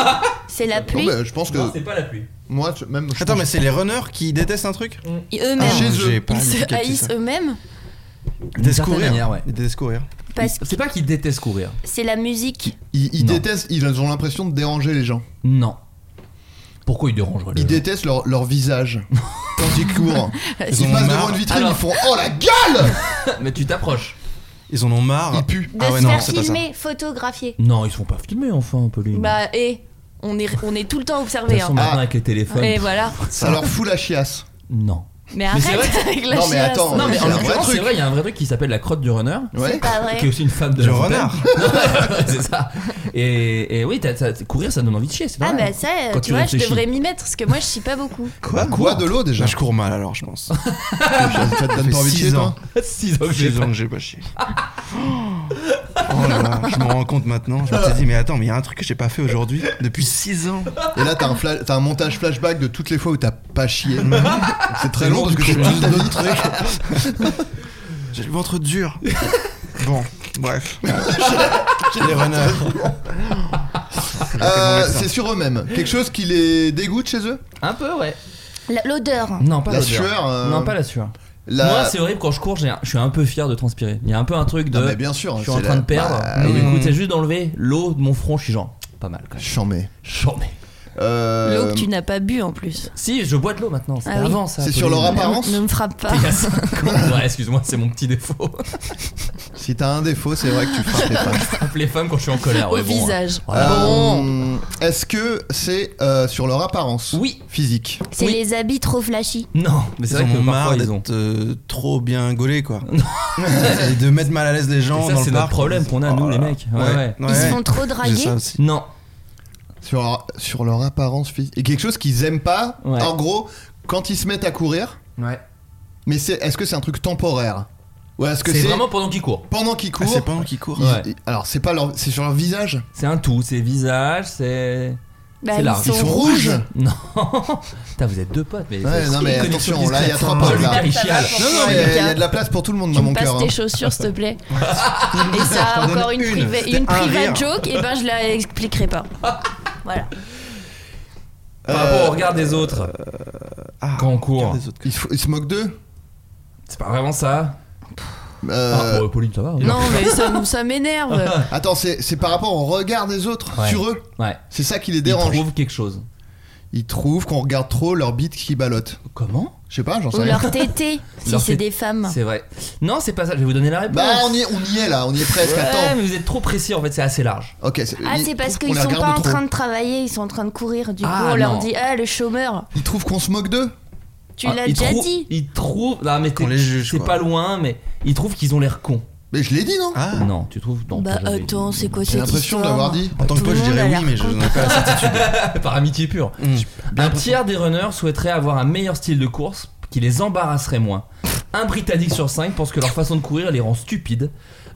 Speaker 7: C'est la
Speaker 5: Non,
Speaker 7: pluie.
Speaker 5: mais je pense que
Speaker 3: Non, c'est pas la pluie.
Speaker 5: moi je- même. je
Speaker 2: Attends,
Speaker 5: pense-
Speaker 2: mais c'est les runners qui détestent un truc
Speaker 7: Ils-
Speaker 5: Ah,
Speaker 7: Eux-mêmes.
Speaker 5: chez eux.
Speaker 2: J'ai pas
Speaker 7: Ils
Speaker 2: du tout
Speaker 7: se
Speaker 2: capté
Speaker 7: haïssent
Speaker 2: ça.
Speaker 7: eux-mêmes
Speaker 2: Ils détestent
Speaker 3: certaine
Speaker 2: courir.
Speaker 3: manière, ouais.
Speaker 2: Ils détestent courir.
Speaker 7: parce que
Speaker 3: C'est pas qu'ils détestent courir.
Speaker 7: c'est la musique.
Speaker 5: Ils, ils
Speaker 3: Non.
Speaker 5: détestent. Ils ont l'impression de déranger les gens.
Speaker 3: Non. Pourquoi ils dérangeraient les
Speaker 5: Ils
Speaker 3: gens
Speaker 5: détestent leur, leur visage quand ils courent.
Speaker 2: Ils en
Speaker 5: Ils
Speaker 2: ont
Speaker 5: passent
Speaker 2: marre.
Speaker 5: devant une vitrine,
Speaker 3: Alors-
Speaker 5: ils font oh la gueule
Speaker 3: Mais tu t'approches.
Speaker 2: Ils en ont marre.
Speaker 5: Ils puent.
Speaker 7: De
Speaker 2: Ah ouais,
Speaker 7: se
Speaker 2: non,
Speaker 7: faire
Speaker 2: c'est pas ça.
Speaker 7: filmer, photographier.
Speaker 3: Non, ils sont pas filmés enfin, un peu lui.
Speaker 7: Bah et on est on est tout le temps
Speaker 3: De toute
Speaker 7: observé.
Speaker 3: façon,
Speaker 7: Hein.
Speaker 3: maintenant
Speaker 5: Ah.
Speaker 3: avec les téléphones.
Speaker 7: Et voilà.
Speaker 5: Ça leur fout la chiasse.
Speaker 3: Non.
Speaker 7: Mais
Speaker 3: Mais c'est
Speaker 7: arrête
Speaker 3: vrai
Speaker 7: avec la
Speaker 5: Non, mais
Speaker 7: chiasse.
Speaker 5: attends,
Speaker 3: Non, mais
Speaker 5: c'est
Speaker 3: en
Speaker 5: un vrai
Speaker 3: l'occurrence,
Speaker 5: truc.
Speaker 3: c'est vrai, il y a un vrai truc qui s'appelle la crotte du runner.
Speaker 7: C'est
Speaker 5: Ouais.
Speaker 7: pas
Speaker 3: Qui est
Speaker 7: vrai.
Speaker 3: aussi une femme de
Speaker 2: Du
Speaker 3: la montagne.
Speaker 2: renard.
Speaker 3: c'est ça. Et, et oui, t'as- t'as- courir, ça donne envie de chier, c'est
Speaker 7: Ah
Speaker 3: normal.
Speaker 7: bah ça,
Speaker 3: Quand
Speaker 7: tu
Speaker 3: tu
Speaker 7: vois, je
Speaker 3: réfléchis.
Speaker 7: devrais m'y mettre parce que moi je chie pas beaucoup.
Speaker 5: Quoi
Speaker 3: Bah,
Speaker 5: Bois de l'eau déjà.
Speaker 3: Ah,
Speaker 2: Là, je cours mal alors, je pense.
Speaker 5: Ça te donne pas envie de
Speaker 2: six
Speaker 5: chier, toi
Speaker 2: ans.
Speaker 3: Six ans que j'ai
Speaker 2: J'ai ans
Speaker 3: pas-
Speaker 2: que j'ai pas chié. Oh là là, je me rends compte maintenant. Je me suis dit, mais attends, mais il y a un truc que j'ai pas fait aujourd'hui depuis 6 ans.
Speaker 5: Et là, t'as un, fla- t'as un montage flashback de toutes les fois où t'as pas chié. C'est très
Speaker 2: C'est
Speaker 5: long
Speaker 2: long
Speaker 5: parce
Speaker 2: parce
Speaker 5: que je
Speaker 2: que
Speaker 5: fais
Speaker 2: je
Speaker 5: juste
Speaker 2: suis
Speaker 5: d'autres trucs.
Speaker 2: J'ai le ventre dur. Bon, bref. J'ai les runners.
Speaker 5: Euh, c'est sur eux-mêmes. Quelque chose qui les dégoûte chez eux
Speaker 3: Un peu, ouais.
Speaker 7: La- L'odeur.
Speaker 3: Non, pas
Speaker 5: La
Speaker 3: l'odeur.
Speaker 5: sueur, euh,
Speaker 3: Non, pas la sueur.
Speaker 5: la-
Speaker 3: Moi, c'est horrible quand je cours, j'ai un- je suis un peu fier de transpirer. Il y a un peu un truc de.
Speaker 5: Non, Ah, mais bien sûr,
Speaker 3: Je suis en
Speaker 5: c'est
Speaker 3: train
Speaker 5: la-
Speaker 3: de perdre.
Speaker 5: Bah,
Speaker 3: mais du
Speaker 2: oui.
Speaker 3: coup, c'est juste d'enlever l'eau de mon front, je suis genre. Pas mal, quand même.
Speaker 5: J'en mets.
Speaker 3: J'en mets.
Speaker 5: Euh,
Speaker 7: L'eau que tu n'as pas bu en plus.
Speaker 3: Si, je bois de l'eau maintenant. C'était
Speaker 7: Ah oui.
Speaker 3: avant, ça.
Speaker 5: C'est sur leur
Speaker 3: Pauline.
Speaker 5: apparence
Speaker 7: Ne me frappe pas.
Speaker 3: Il y a cinq ans. Ouais, excuse-moi, c'est mon petit défaut.
Speaker 5: Si t'as un défaut, c'est vrai que tu frappes les femmes.
Speaker 3: Tape les femmes quand je suis en colère.
Speaker 7: Au
Speaker 3: ouais, bon,
Speaker 7: visage.
Speaker 3: hein. Voilà.
Speaker 5: Euh, Est-ce que c'est euh, sur leur apparence
Speaker 3: Oui.
Speaker 5: Physique.
Speaker 7: C'est
Speaker 3: Oui.
Speaker 7: les habits trop flashy.
Speaker 3: Non, mais c'est
Speaker 2: Ils
Speaker 3: vrai
Speaker 2: en
Speaker 3: que
Speaker 2: ont
Speaker 3: parfois
Speaker 2: marre
Speaker 3: ils ont.
Speaker 2: d'être euh, trop bien gaulés, quoi. Et de mettre mal à l'aise les gens
Speaker 3: Et ça,
Speaker 2: dans le
Speaker 3: c'est notre
Speaker 2: parc.
Speaker 3: problème qu'on a, nous,
Speaker 2: Oh là
Speaker 3: les
Speaker 2: là.
Speaker 3: mecs. Ouais, ouais.
Speaker 7: Ils se font trop
Speaker 2: J'ai
Speaker 7: draguer.
Speaker 2: ça aussi.
Speaker 3: Non.
Speaker 5: Sur leur, sur leur apparence physique. Et quelque chose qu'ils aiment pas.
Speaker 3: Ouais.
Speaker 5: En gros, quand ils se mettent à courir,
Speaker 3: Ouais.
Speaker 5: mais c'est est-ce que c'est un truc temporaire Ou est-ce que
Speaker 3: C'est
Speaker 5: c'est
Speaker 3: vraiment pendant qu'ils courent.
Speaker 5: pendant qu'ils
Speaker 2: Ah,
Speaker 5: courent
Speaker 2: c'est pendant qu'ils courent.
Speaker 5: ils-
Speaker 3: Ouais.
Speaker 5: ils- Alors, c'est pas leur, c'est sur leur visage.
Speaker 3: C'est un tout. C'est visage, c'est.
Speaker 7: Bah,
Speaker 3: C'est large.
Speaker 7: ils
Speaker 5: Ils
Speaker 7: sont
Speaker 5: sont rouges.
Speaker 3: Non. Putain, vous êtes deux potes, mais.
Speaker 5: Ouais,
Speaker 3: c'est-
Speaker 5: non, mais
Speaker 3: une connexion
Speaker 5: attention, là, il y a
Speaker 3: discrète,
Speaker 5: trois
Speaker 3: hein.
Speaker 5: potes,
Speaker 3: Lucas,
Speaker 5: là.
Speaker 3: il chiale.
Speaker 7: Ça va,
Speaker 5: Non, non,
Speaker 7: Ouais,
Speaker 5: mais il y
Speaker 7: Lucas.
Speaker 5: a de la place pour tout le monde
Speaker 7: Tu
Speaker 5: dans
Speaker 7: me
Speaker 5: mon
Speaker 7: passes
Speaker 5: cœur.
Speaker 7: tes
Speaker 5: hein.
Speaker 7: chaussures, s'il te plaît. Et ça,
Speaker 2: t'en
Speaker 7: encore
Speaker 2: donne
Speaker 7: une,
Speaker 2: une.
Speaker 7: privée-
Speaker 2: C'était
Speaker 7: une
Speaker 2: un
Speaker 7: private
Speaker 2: rire.
Speaker 7: joke, et ben je la expliquerai pas. Voilà.
Speaker 3: Par rapport
Speaker 5: euh,
Speaker 3: au regard des autres.
Speaker 2: Ah,
Speaker 3: Quand on court.
Speaker 2: regarde les autres.
Speaker 5: Ils se, ils se moquent d'eux
Speaker 3: C'est pas vraiment ça. Ah,
Speaker 5: Euh,
Speaker 3: bon, Pauline, ça va. hein.
Speaker 7: Non, mais ça, m- ça m'énerve.
Speaker 5: Attends, c'est c'est par rapport au regard des autres
Speaker 3: Ouais.
Speaker 5: sur eux.
Speaker 3: Ouais.
Speaker 5: C'est ça qui les
Speaker 3: Ils
Speaker 5: dérange.
Speaker 3: trouvent quelque chose.
Speaker 5: Ils trouvent qu'on regarde trop leur bite qui ballotte.
Speaker 3: Comment
Speaker 5: Je sais pas, j'en sais
Speaker 7: Ou
Speaker 5: rien.
Speaker 7: leur tété, si
Speaker 3: Leur
Speaker 7: c'est
Speaker 3: tété.
Speaker 7: des femmes.
Speaker 3: C'est vrai. Non, c'est pas ça. Je vais vous donner la réponse.
Speaker 5: Bah, on y, est, on y est là, on y est presque.
Speaker 3: Ouais,
Speaker 5: Attends.
Speaker 3: mais vous êtes trop précis en fait, c'est assez large.
Speaker 5: Ok.
Speaker 7: Ah,
Speaker 5: ils
Speaker 7: c'est parce
Speaker 5: trouvent qu'on
Speaker 7: qu'ils
Speaker 5: les
Speaker 7: sont
Speaker 5: regarde
Speaker 7: pas en
Speaker 5: trop.
Speaker 7: train de travailler, ils sont en train de courir. Du coup,
Speaker 3: Ah,
Speaker 7: on leur
Speaker 3: non.
Speaker 7: dit Ah, le chômeur,
Speaker 5: Ils trouvent qu'on se moque d'eux
Speaker 7: tu
Speaker 3: Ah,
Speaker 7: l'as
Speaker 3: ils
Speaker 7: déjà
Speaker 3: trouvent-
Speaker 7: dit.
Speaker 3: Ils trouvent. Non, mais t'es-
Speaker 2: les juge,
Speaker 3: c'est
Speaker 2: quoi.
Speaker 3: pas loin, mais ils trouvent qu'ils ont l'air cons.
Speaker 5: Mais je l'ai dit, non
Speaker 2: Ah,
Speaker 3: Non, tu trouves non,
Speaker 7: Bah,
Speaker 3: t'as jamais-
Speaker 7: attends, c'est quoi cette
Speaker 5: J'ai
Speaker 7: histoire
Speaker 5: l'impression d'avoir dit.
Speaker 2: en tant que
Speaker 7: Tout le
Speaker 2: pote, je
Speaker 7: monde
Speaker 2: dirais
Speaker 7: a
Speaker 2: oui,
Speaker 7: l'air
Speaker 2: mais je
Speaker 7: con.
Speaker 2: n'en ai pas la certitude.
Speaker 3: Par amitié pure.
Speaker 2: Mm.
Speaker 3: Un tiers des runners souhaiterait avoir un meilleur style de course qui les embarrasserait moins. Un Britannique sur cinq pense que leur façon de courir les rend stupides.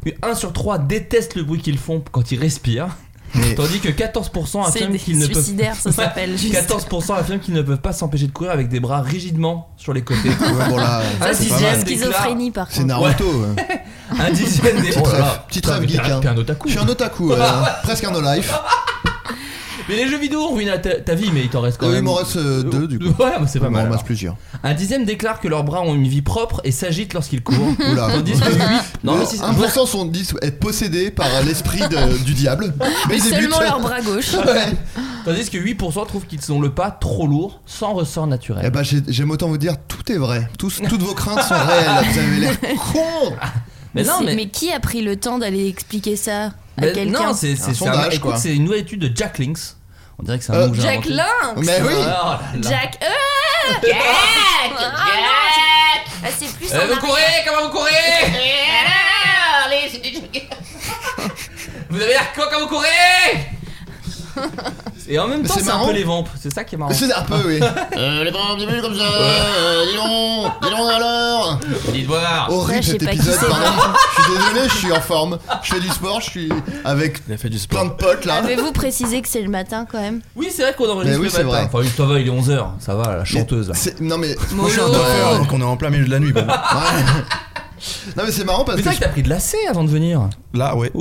Speaker 3: Mais Un sur trois déteste le bruit qu'ils font quand ils respirent.
Speaker 5: Mais-
Speaker 3: Tandis que 14%
Speaker 7: C'est
Speaker 3: affirment
Speaker 7: des
Speaker 3: qu'ils ne peuvent
Speaker 7: suicidaires, ça s'appelle juste.
Speaker 3: 14% affirment qu'ils ne peuvent pas s'empêcher de courir avec des bras rigidement sur les côtés.
Speaker 5: Ouais, bon, là,
Speaker 3: Un
Speaker 7: Ça, c'est
Speaker 3: dixième
Speaker 7: de la
Speaker 3: déclare-
Speaker 7: schizophrénie, par
Speaker 5: c'est
Speaker 7: contre.
Speaker 5: Naruto. ouais.
Speaker 3: Un dixième des.
Speaker 5: Oh Petite rêve- petite
Speaker 3: Putain,
Speaker 5: rêve
Speaker 3: mais
Speaker 5: geek,
Speaker 3: t'es un-
Speaker 5: hein.
Speaker 3: t'es un otaku.
Speaker 5: Je suis un otaku, ouais, hein. presque un no life.
Speaker 3: Mais les jeux vidéo ont ruiné ta, ta vie, mais il t'en reste quand
Speaker 5: Euh,
Speaker 3: même.
Speaker 5: il m'en reste euh, deux du coup.
Speaker 3: Ouais, mais c'est pas
Speaker 5: Il m'en
Speaker 3: mal.
Speaker 5: reste
Speaker 3: alors.
Speaker 5: plusieurs.
Speaker 3: Un dixième déclare que leurs bras ont une vie propre et s'agitent lorsqu'ils courent.
Speaker 5: Oula.
Speaker 3: Tandis que huit- Non, mais si, c'est-
Speaker 5: 1% sont dit être possédés par l'esprit de- du diable.
Speaker 7: Mais
Speaker 5: ils
Speaker 7: seulement
Speaker 5: débutent.
Speaker 7: leur bras gauche.
Speaker 5: Ouais.
Speaker 3: Tandis que 8% trouvent qu'ils ont le pas trop lourd, sans ressort naturel.
Speaker 5: Eh ben, j'ai- j'aime autant vous dire, tout est vrai. Tous- toutes vos craintes sont réelles. Vous avez l'air con.
Speaker 3: Mais non,
Speaker 7: C'est-
Speaker 3: mais.
Speaker 7: qui a pris le temps d'aller expliquer ça à
Speaker 3: mais
Speaker 7: quelqu'un
Speaker 3: non, c'est
Speaker 5: Un
Speaker 3: c'est- c'est
Speaker 5: sondage,
Speaker 3: écoute,
Speaker 5: quoi.
Speaker 3: c'est une nouvelle étude de Jack Links. On dirait que c'est un
Speaker 5: Euh,
Speaker 3: nom que j'ai
Speaker 7: Jack
Speaker 3: inventé.
Speaker 7: Lynx
Speaker 5: Mais oui.
Speaker 3: Oh là là.
Speaker 7: Jack Ah Jack
Speaker 8: Ah, c'est plus
Speaker 3: Eh,
Speaker 8: en
Speaker 3: vous courez Comment vous courez Vous avez l'air con quand vous courez Et en même
Speaker 5: Mais
Speaker 3: temps,
Speaker 5: c'est
Speaker 3: c'est un
Speaker 5: marrant.
Speaker 3: peu les vampes, c'est ça qui est marrant.
Speaker 5: C'est un peu, oui. euh, les bras un petit peu comme ça. euh, dis donc, dis donc alors.
Speaker 3: Dites voir
Speaker 7: Ouais,
Speaker 5: Horrible
Speaker 7: je sais
Speaker 5: cet
Speaker 7: pas qui
Speaker 5: épisode,
Speaker 7: c'est.
Speaker 5: pardon. Je suis désolé, je suis en forme. Je fais du sport, je suis avec
Speaker 2: Il a fait du sport.
Speaker 5: plein de potes là.
Speaker 7: Avez-vous précisé que c'est le matin quand même
Speaker 3: Oui, c'est vrai qu'on enregistre
Speaker 5: Mais oui,
Speaker 3: le
Speaker 5: c'est
Speaker 3: matin.
Speaker 5: vrai.
Speaker 3: Enfin, oui, ça va, il est 11h, ça va, la chanteuse là.
Speaker 5: C'est- Non mais.
Speaker 2: Moi je suis un taffeur alors qu'on est en plein milieu de la nuit. bon.
Speaker 5: Ouais. Non mais c'est marrant parce
Speaker 3: Putain,
Speaker 5: que
Speaker 3: que t'as pris de l'AC avant de venir
Speaker 2: Là, ouais.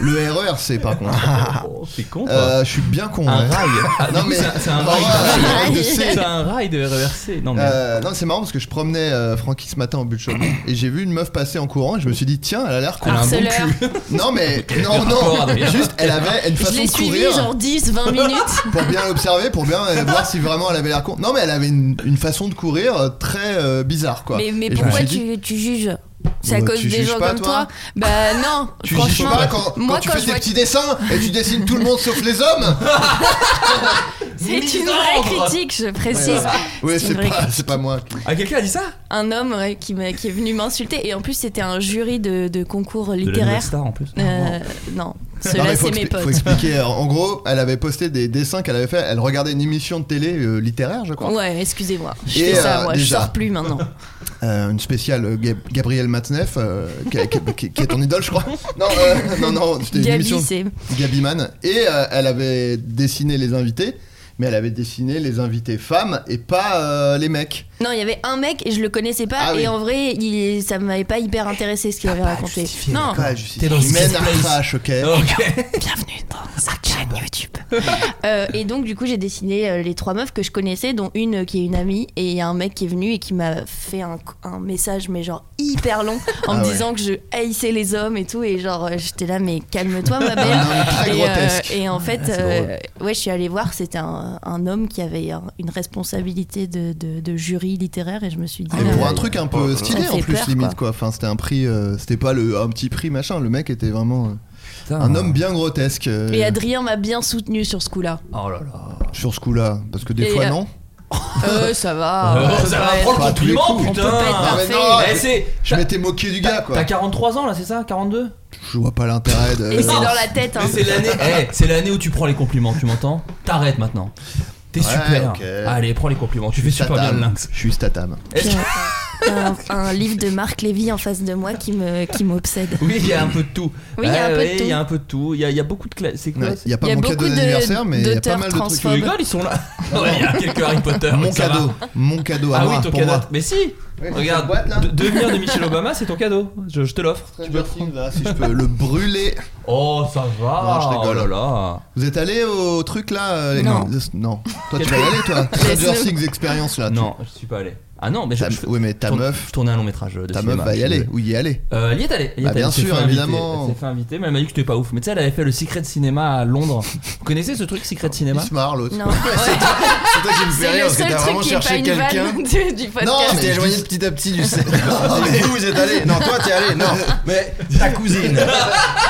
Speaker 5: le RERC par contre.
Speaker 3: Oh, C'est con toi
Speaker 5: Ah. Euh, je suis bien con.
Speaker 3: Un
Speaker 5: ouais.
Speaker 3: rail Ah, du
Speaker 5: Non,
Speaker 3: coup,
Speaker 5: mais-
Speaker 3: c'est c'est un
Speaker 5: Oh,
Speaker 3: rail
Speaker 5: ouais,
Speaker 7: un rail de
Speaker 3: C'est
Speaker 7: C.
Speaker 3: un rail de RERC Non mais.
Speaker 5: Euh, non, mais c'est marrant parce que je promenais euh, Francky ce matin en but de chaudron et j'ai vu une meuf passer en courant et je me suis dit tiens elle a l'air con.
Speaker 7: Ah.
Speaker 3: Elle a un bon
Speaker 7: Harceleur.
Speaker 3: cul.
Speaker 5: Non mais non
Speaker 3: rapport,
Speaker 5: non
Speaker 3: Adrien
Speaker 5: juste elle avait une
Speaker 7: Je
Speaker 5: façon
Speaker 7: l'ai
Speaker 5: de
Speaker 7: suivi
Speaker 5: courir
Speaker 7: genre 10, 20 minutes.
Speaker 5: pour bien l'observer pour bien euh, voir si vraiment elle avait l'air con. Non mais elle avait une, une façon de courir euh, très euh, bizarre quoi.
Speaker 7: mais mais
Speaker 5: Et je me
Speaker 7: pourquoi
Speaker 5: suis dit,
Speaker 7: tu, tu juges c'est à
Speaker 5: Bah,
Speaker 7: cause
Speaker 5: tu
Speaker 7: des
Speaker 5: juges
Speaker 7: gens
Speaker 5: pas,
Speaker 7: comme
Speaker 5: toi
Speaker 7: toi, Bah non,
Speaker 5: Tu juges
Speaker 7: franchement,
Speaker 5: pas quand,
Speaker 7: moi
Speaker 5: quand tu
Speaker 7: quand
Speaker 5: fais
Speaker 7: je
Speaker 5: des
Speaker 7: vois
Speaker 5: petits dessins et tu dessines tout le monde sauf les hommes
Speaker 7: C'est une vraie
Speaker 3: Misandre.
Speaker 7: critique, je précise.
Speaker 5: Oui,
Speaker 7: C'est
Speaker 5: c'est
Speaker 7: une vraie
Speaker 5: pas, c'est pas moi.
Speaker 3: Ah, quelqu'un a dit ça
Speaker 7: Un homme ouais, qui, m'a- qui est venu m'insulter et en plus c'était un jury de, de concours
Speaker 3: De la nouvelle
Speaker 7: littéraire.
Speaker 3: star en plus.
Speaker 7: Euh, non,
Speaker 5: Non, mais
Speaker 7: ceux-là
Speaker 5: faut,
Speaker 7: c'est mes
Speaker 5: expli-
Speaker 7: potes.
Speaker 5: faut expliquer. Alors, En gros, elle avait posté des dessins qu'elle avait fait. Elle regardait une émission de télé euh, littéraire, je crois.
Speaker 7: Ouais, excusez-moi. Je
Speaker 5: Et,
Speaker 7: fais ça,
Speaker 5: euh,
Speaker 7: moi. Je
Speaker 5: déjà.
Speaker 7: sors plus maintenant.
Speaker 5: Euh, une spéciale euh, Gab- Gabriel Matneff, euh, qui, qui- qui- qui est ton idole, je crois. Non, euh, non, non, c'était une
Speaker 7: Gabi,
Speaker 5: émission
Speaker 7: c'est.
Speaker 5: Gabi Man. Et euh, elle avait dessiné les invités, mais elle avait dessiné les invités femmes et pas euh, les mecs.
Speaker 7: Non, il y avait un mec et je le connaissais pas.
Speaker 5: Ah
Speaker 7: et
Speaker 5: oui. Ah bah,
Speaker 7: en vrai, il, ça m'avait pas hyper intéressé ce qu'il avait raconté.
Speaker 3: justifié,
Speaker 7: Non,
Speaker 5: Pas juste
Speaker 3: T'es Ah, dans une
Speaker 5: Men
Speaker 3: safe
Speaker 5: are
Speaker 3: place.
Speaker 5: trash, ok.
Speaker 3: Ok.
Speaker 7: bienvenue dans cette chaîne YouTube. Euh, et donc, du coup, j'ai dessiné euh, les trois meufs que je connaissais, dont une euh, qui est une amie. Et il y a un mec qui est venu et qui m'a fait un, un message, mais genre hyper long, en
Speaker 5: Ah
Speaker 7: me
Speaker 5: ouais.
Speaker 7: disant que je haïssais les hommes et tout. Et genre, euh, j'étais là, mais calme-toi, ma belle.
Speaker 5: Un homme très
Speaker 7: Et, euh,
Speaker 5: grotesque.
Speaker 7: et en fait,
Speaker 3: Ah, c'est
Speaker 7: euh, ouais, je suis allée voir, c'était un, un homme qui avait un- une responsabilité de, de- de jury littéraire et je me suis dit.
Speaker 5: Et
Speaker 7: euh,
Speaker 5: pour un truc un peu stylé
Speaker 7: Ça
Speaker 5: en
Speaker 7: fait
Speaker 5: plus
Speaker 7: peur,
Speaker 5: limite
Speaker 7: quoi.
Speaker 5: quoi. Enfin c'était un prix, euh, c'était pas le un petit prix machin. Le mec était vraiment euh,
Speaker 3: Putain.
Speaker 5: un homme bien grotesque euh,
Speaker 7: Et Adrien m'a bien soutenu sur ce coup-là.
Speaker 3: Oh là là.
Speaker 5: sur ce coup-là. Parce que des
Speaker 7: Et,
Speaker 5: fois
Speaker 7: euh,
Speaker 5: non.
Speaker 7: Euh, ça va.
Speaker 3: Oh, ça va
Speaker 7: Ouais.
Speaker 3: prendre
Speaker 5: Pas
Speaker 3: le
Speaker 5: à tous les
Speaker 3: compliment,
Speaker 5: coups.
Speaker 7: On peut pas être
Speaker 3: putain.
Speaker 5: Non, Ah, mais
Speaker 7: parfait.
Speaker 5: non,
Speaker 3: Eh, c'est-
Speaker 5: Je
Speaker 3: t'as-
Speaker 5: m'étais moqué du gars
Speaker 3: T'as
Speaker 5: quoi.
Speaker 3: 43 ans là, c'est ça 42
Speaker 5: Je vois pas l'intérêt de.
Speaker 7: Et c'est dans la tête. Hein.
Speaker 3: Mais c'est l'année. Eh, c'est l'année où tu prends les compliments, tu m'entends T'arrêtes maintenant. T'es
Speaker 5: Ouais,
Speaker 3: super.
Speaker 5: ok.
Speaker 3: Allez, prends les compliments. Tu fais super bien
Speaker 5: Statam.
Speaker 3: le lynx.
Speaker 5: Je suis statam.
Speaker 3: Est-ce que-
Speaker 7: un, un livre de Marc Lévy en face de moi qui me qui m'obsède.
Speaker 3: Oui, il y a un peu de tout. Eh
Speaker 7: Oui, il y a un peu de
Speaker 3: oui,
Speaker 7: tout.
Speaker 3: Il y a un peu de tout. Il y a, il y a beaucoup de cla- C'est quoi
Speaker 5: Ouais,
Speaker 3: c'est-
Speaker 5: y a pas
Speaker 7: y a
Speaker 5: mon cadeau
Speaker 7: beaucoup de-
Speaker 5: d'anniversaire, mais y a pas
Speaker 7: d'auteurs
Speaker 5: mal de trucs.
Speaker 3: Tu rigoles, ils sont là. Ouais, Il y a quelques Harry Potter.
Speaker 5: Mon
Speaker 3: ça va.
Speaker 5: cadeau, mon cadeau à
Speaker 3: Ah
Speaker 5: moi,
Speaker 3: oui, ton
Speaker 5: pour
Speaker 3: cadeau.
Speaker 5: moi.
Speaker 3: Mais si
Speaker 5: Oui, c'est
Speaker 3: Regarde,
Speaker 5: cette boîte, là.
Speaker 3: de- devenir de Michelle Obama, c'est ton cadeau. Je, je te l'offre.
Speaker 5: Tu peux prendre, là, si je peux le brûler.
Speaker 3: Oh, ça va.
Speaker 5: Non, je rigole.
Speaker 3: Oh là là.
Speaker 5: Vous êtes allé au truc là euh, les-
Speaker 7: Non.
Speaker 5: non. Toi tu vas y aller toi. Stranger Things expérience là. tu-
Speaker 3: Non, je suis pas allé. Ah non, mais je,
Speaker 5: Ta-
Speaker 3: je-
Speaker 5: oui, mais ta
Speaker 3: je tourne-
Speaker 5: meuf-
Speaker 3: Je tournais un long métrage euh, de
Speaker 5: Ta
Speaker 3: cinéma,
Speaker 5: meuf va y
Speaker 3: je-
Speaker 5: aller, oui y aller.
Speaker 3: Euh, elle y est allée. elle y est
Speaker 5: Bah,
Speaker 3: allée,
Speaker 5: bien
Speaker 3: elle s'est
Speaker 5: sûr,
Speaker 3: fait inviter,
Speaker 5: évidemment.
Speaker 3: Elle s'est fait inviter, mais elle m'a dit que j'étais pas ouf. Mais tu sais, elle avait fait le Secret Cinéma à Londres. Vous connaissez ce truc, Secret Cinéma
Speaker 5: Il se marre l'autre.
Speaker 7: Non.
Speaker 2: C'est toi qui me fais
Speaker 7: C'est
Speaker 2: rire
Speaker 7: le
Speaker 2: parce que
Speaker 7: seul
Speaker 2: t'as
Speaker 7: truc
Speaker 2: vraiment
Speaker 7: qui est pas
Speaker 2: cherché
Speaker 7: une
Speaker 2: quelqu'un.
Speaker 7: vanne de- du podcast.
Speaker 5: Non,
Speaker 2: Tu
Speaker 5: mais
Speaker 2: t'es éloigné
Speaker 5: je-
Speaker 2: petit à petit du cercle. Ah, mais vous vous êtes allé Non, toi t'es allé. Non, mais ta cousine.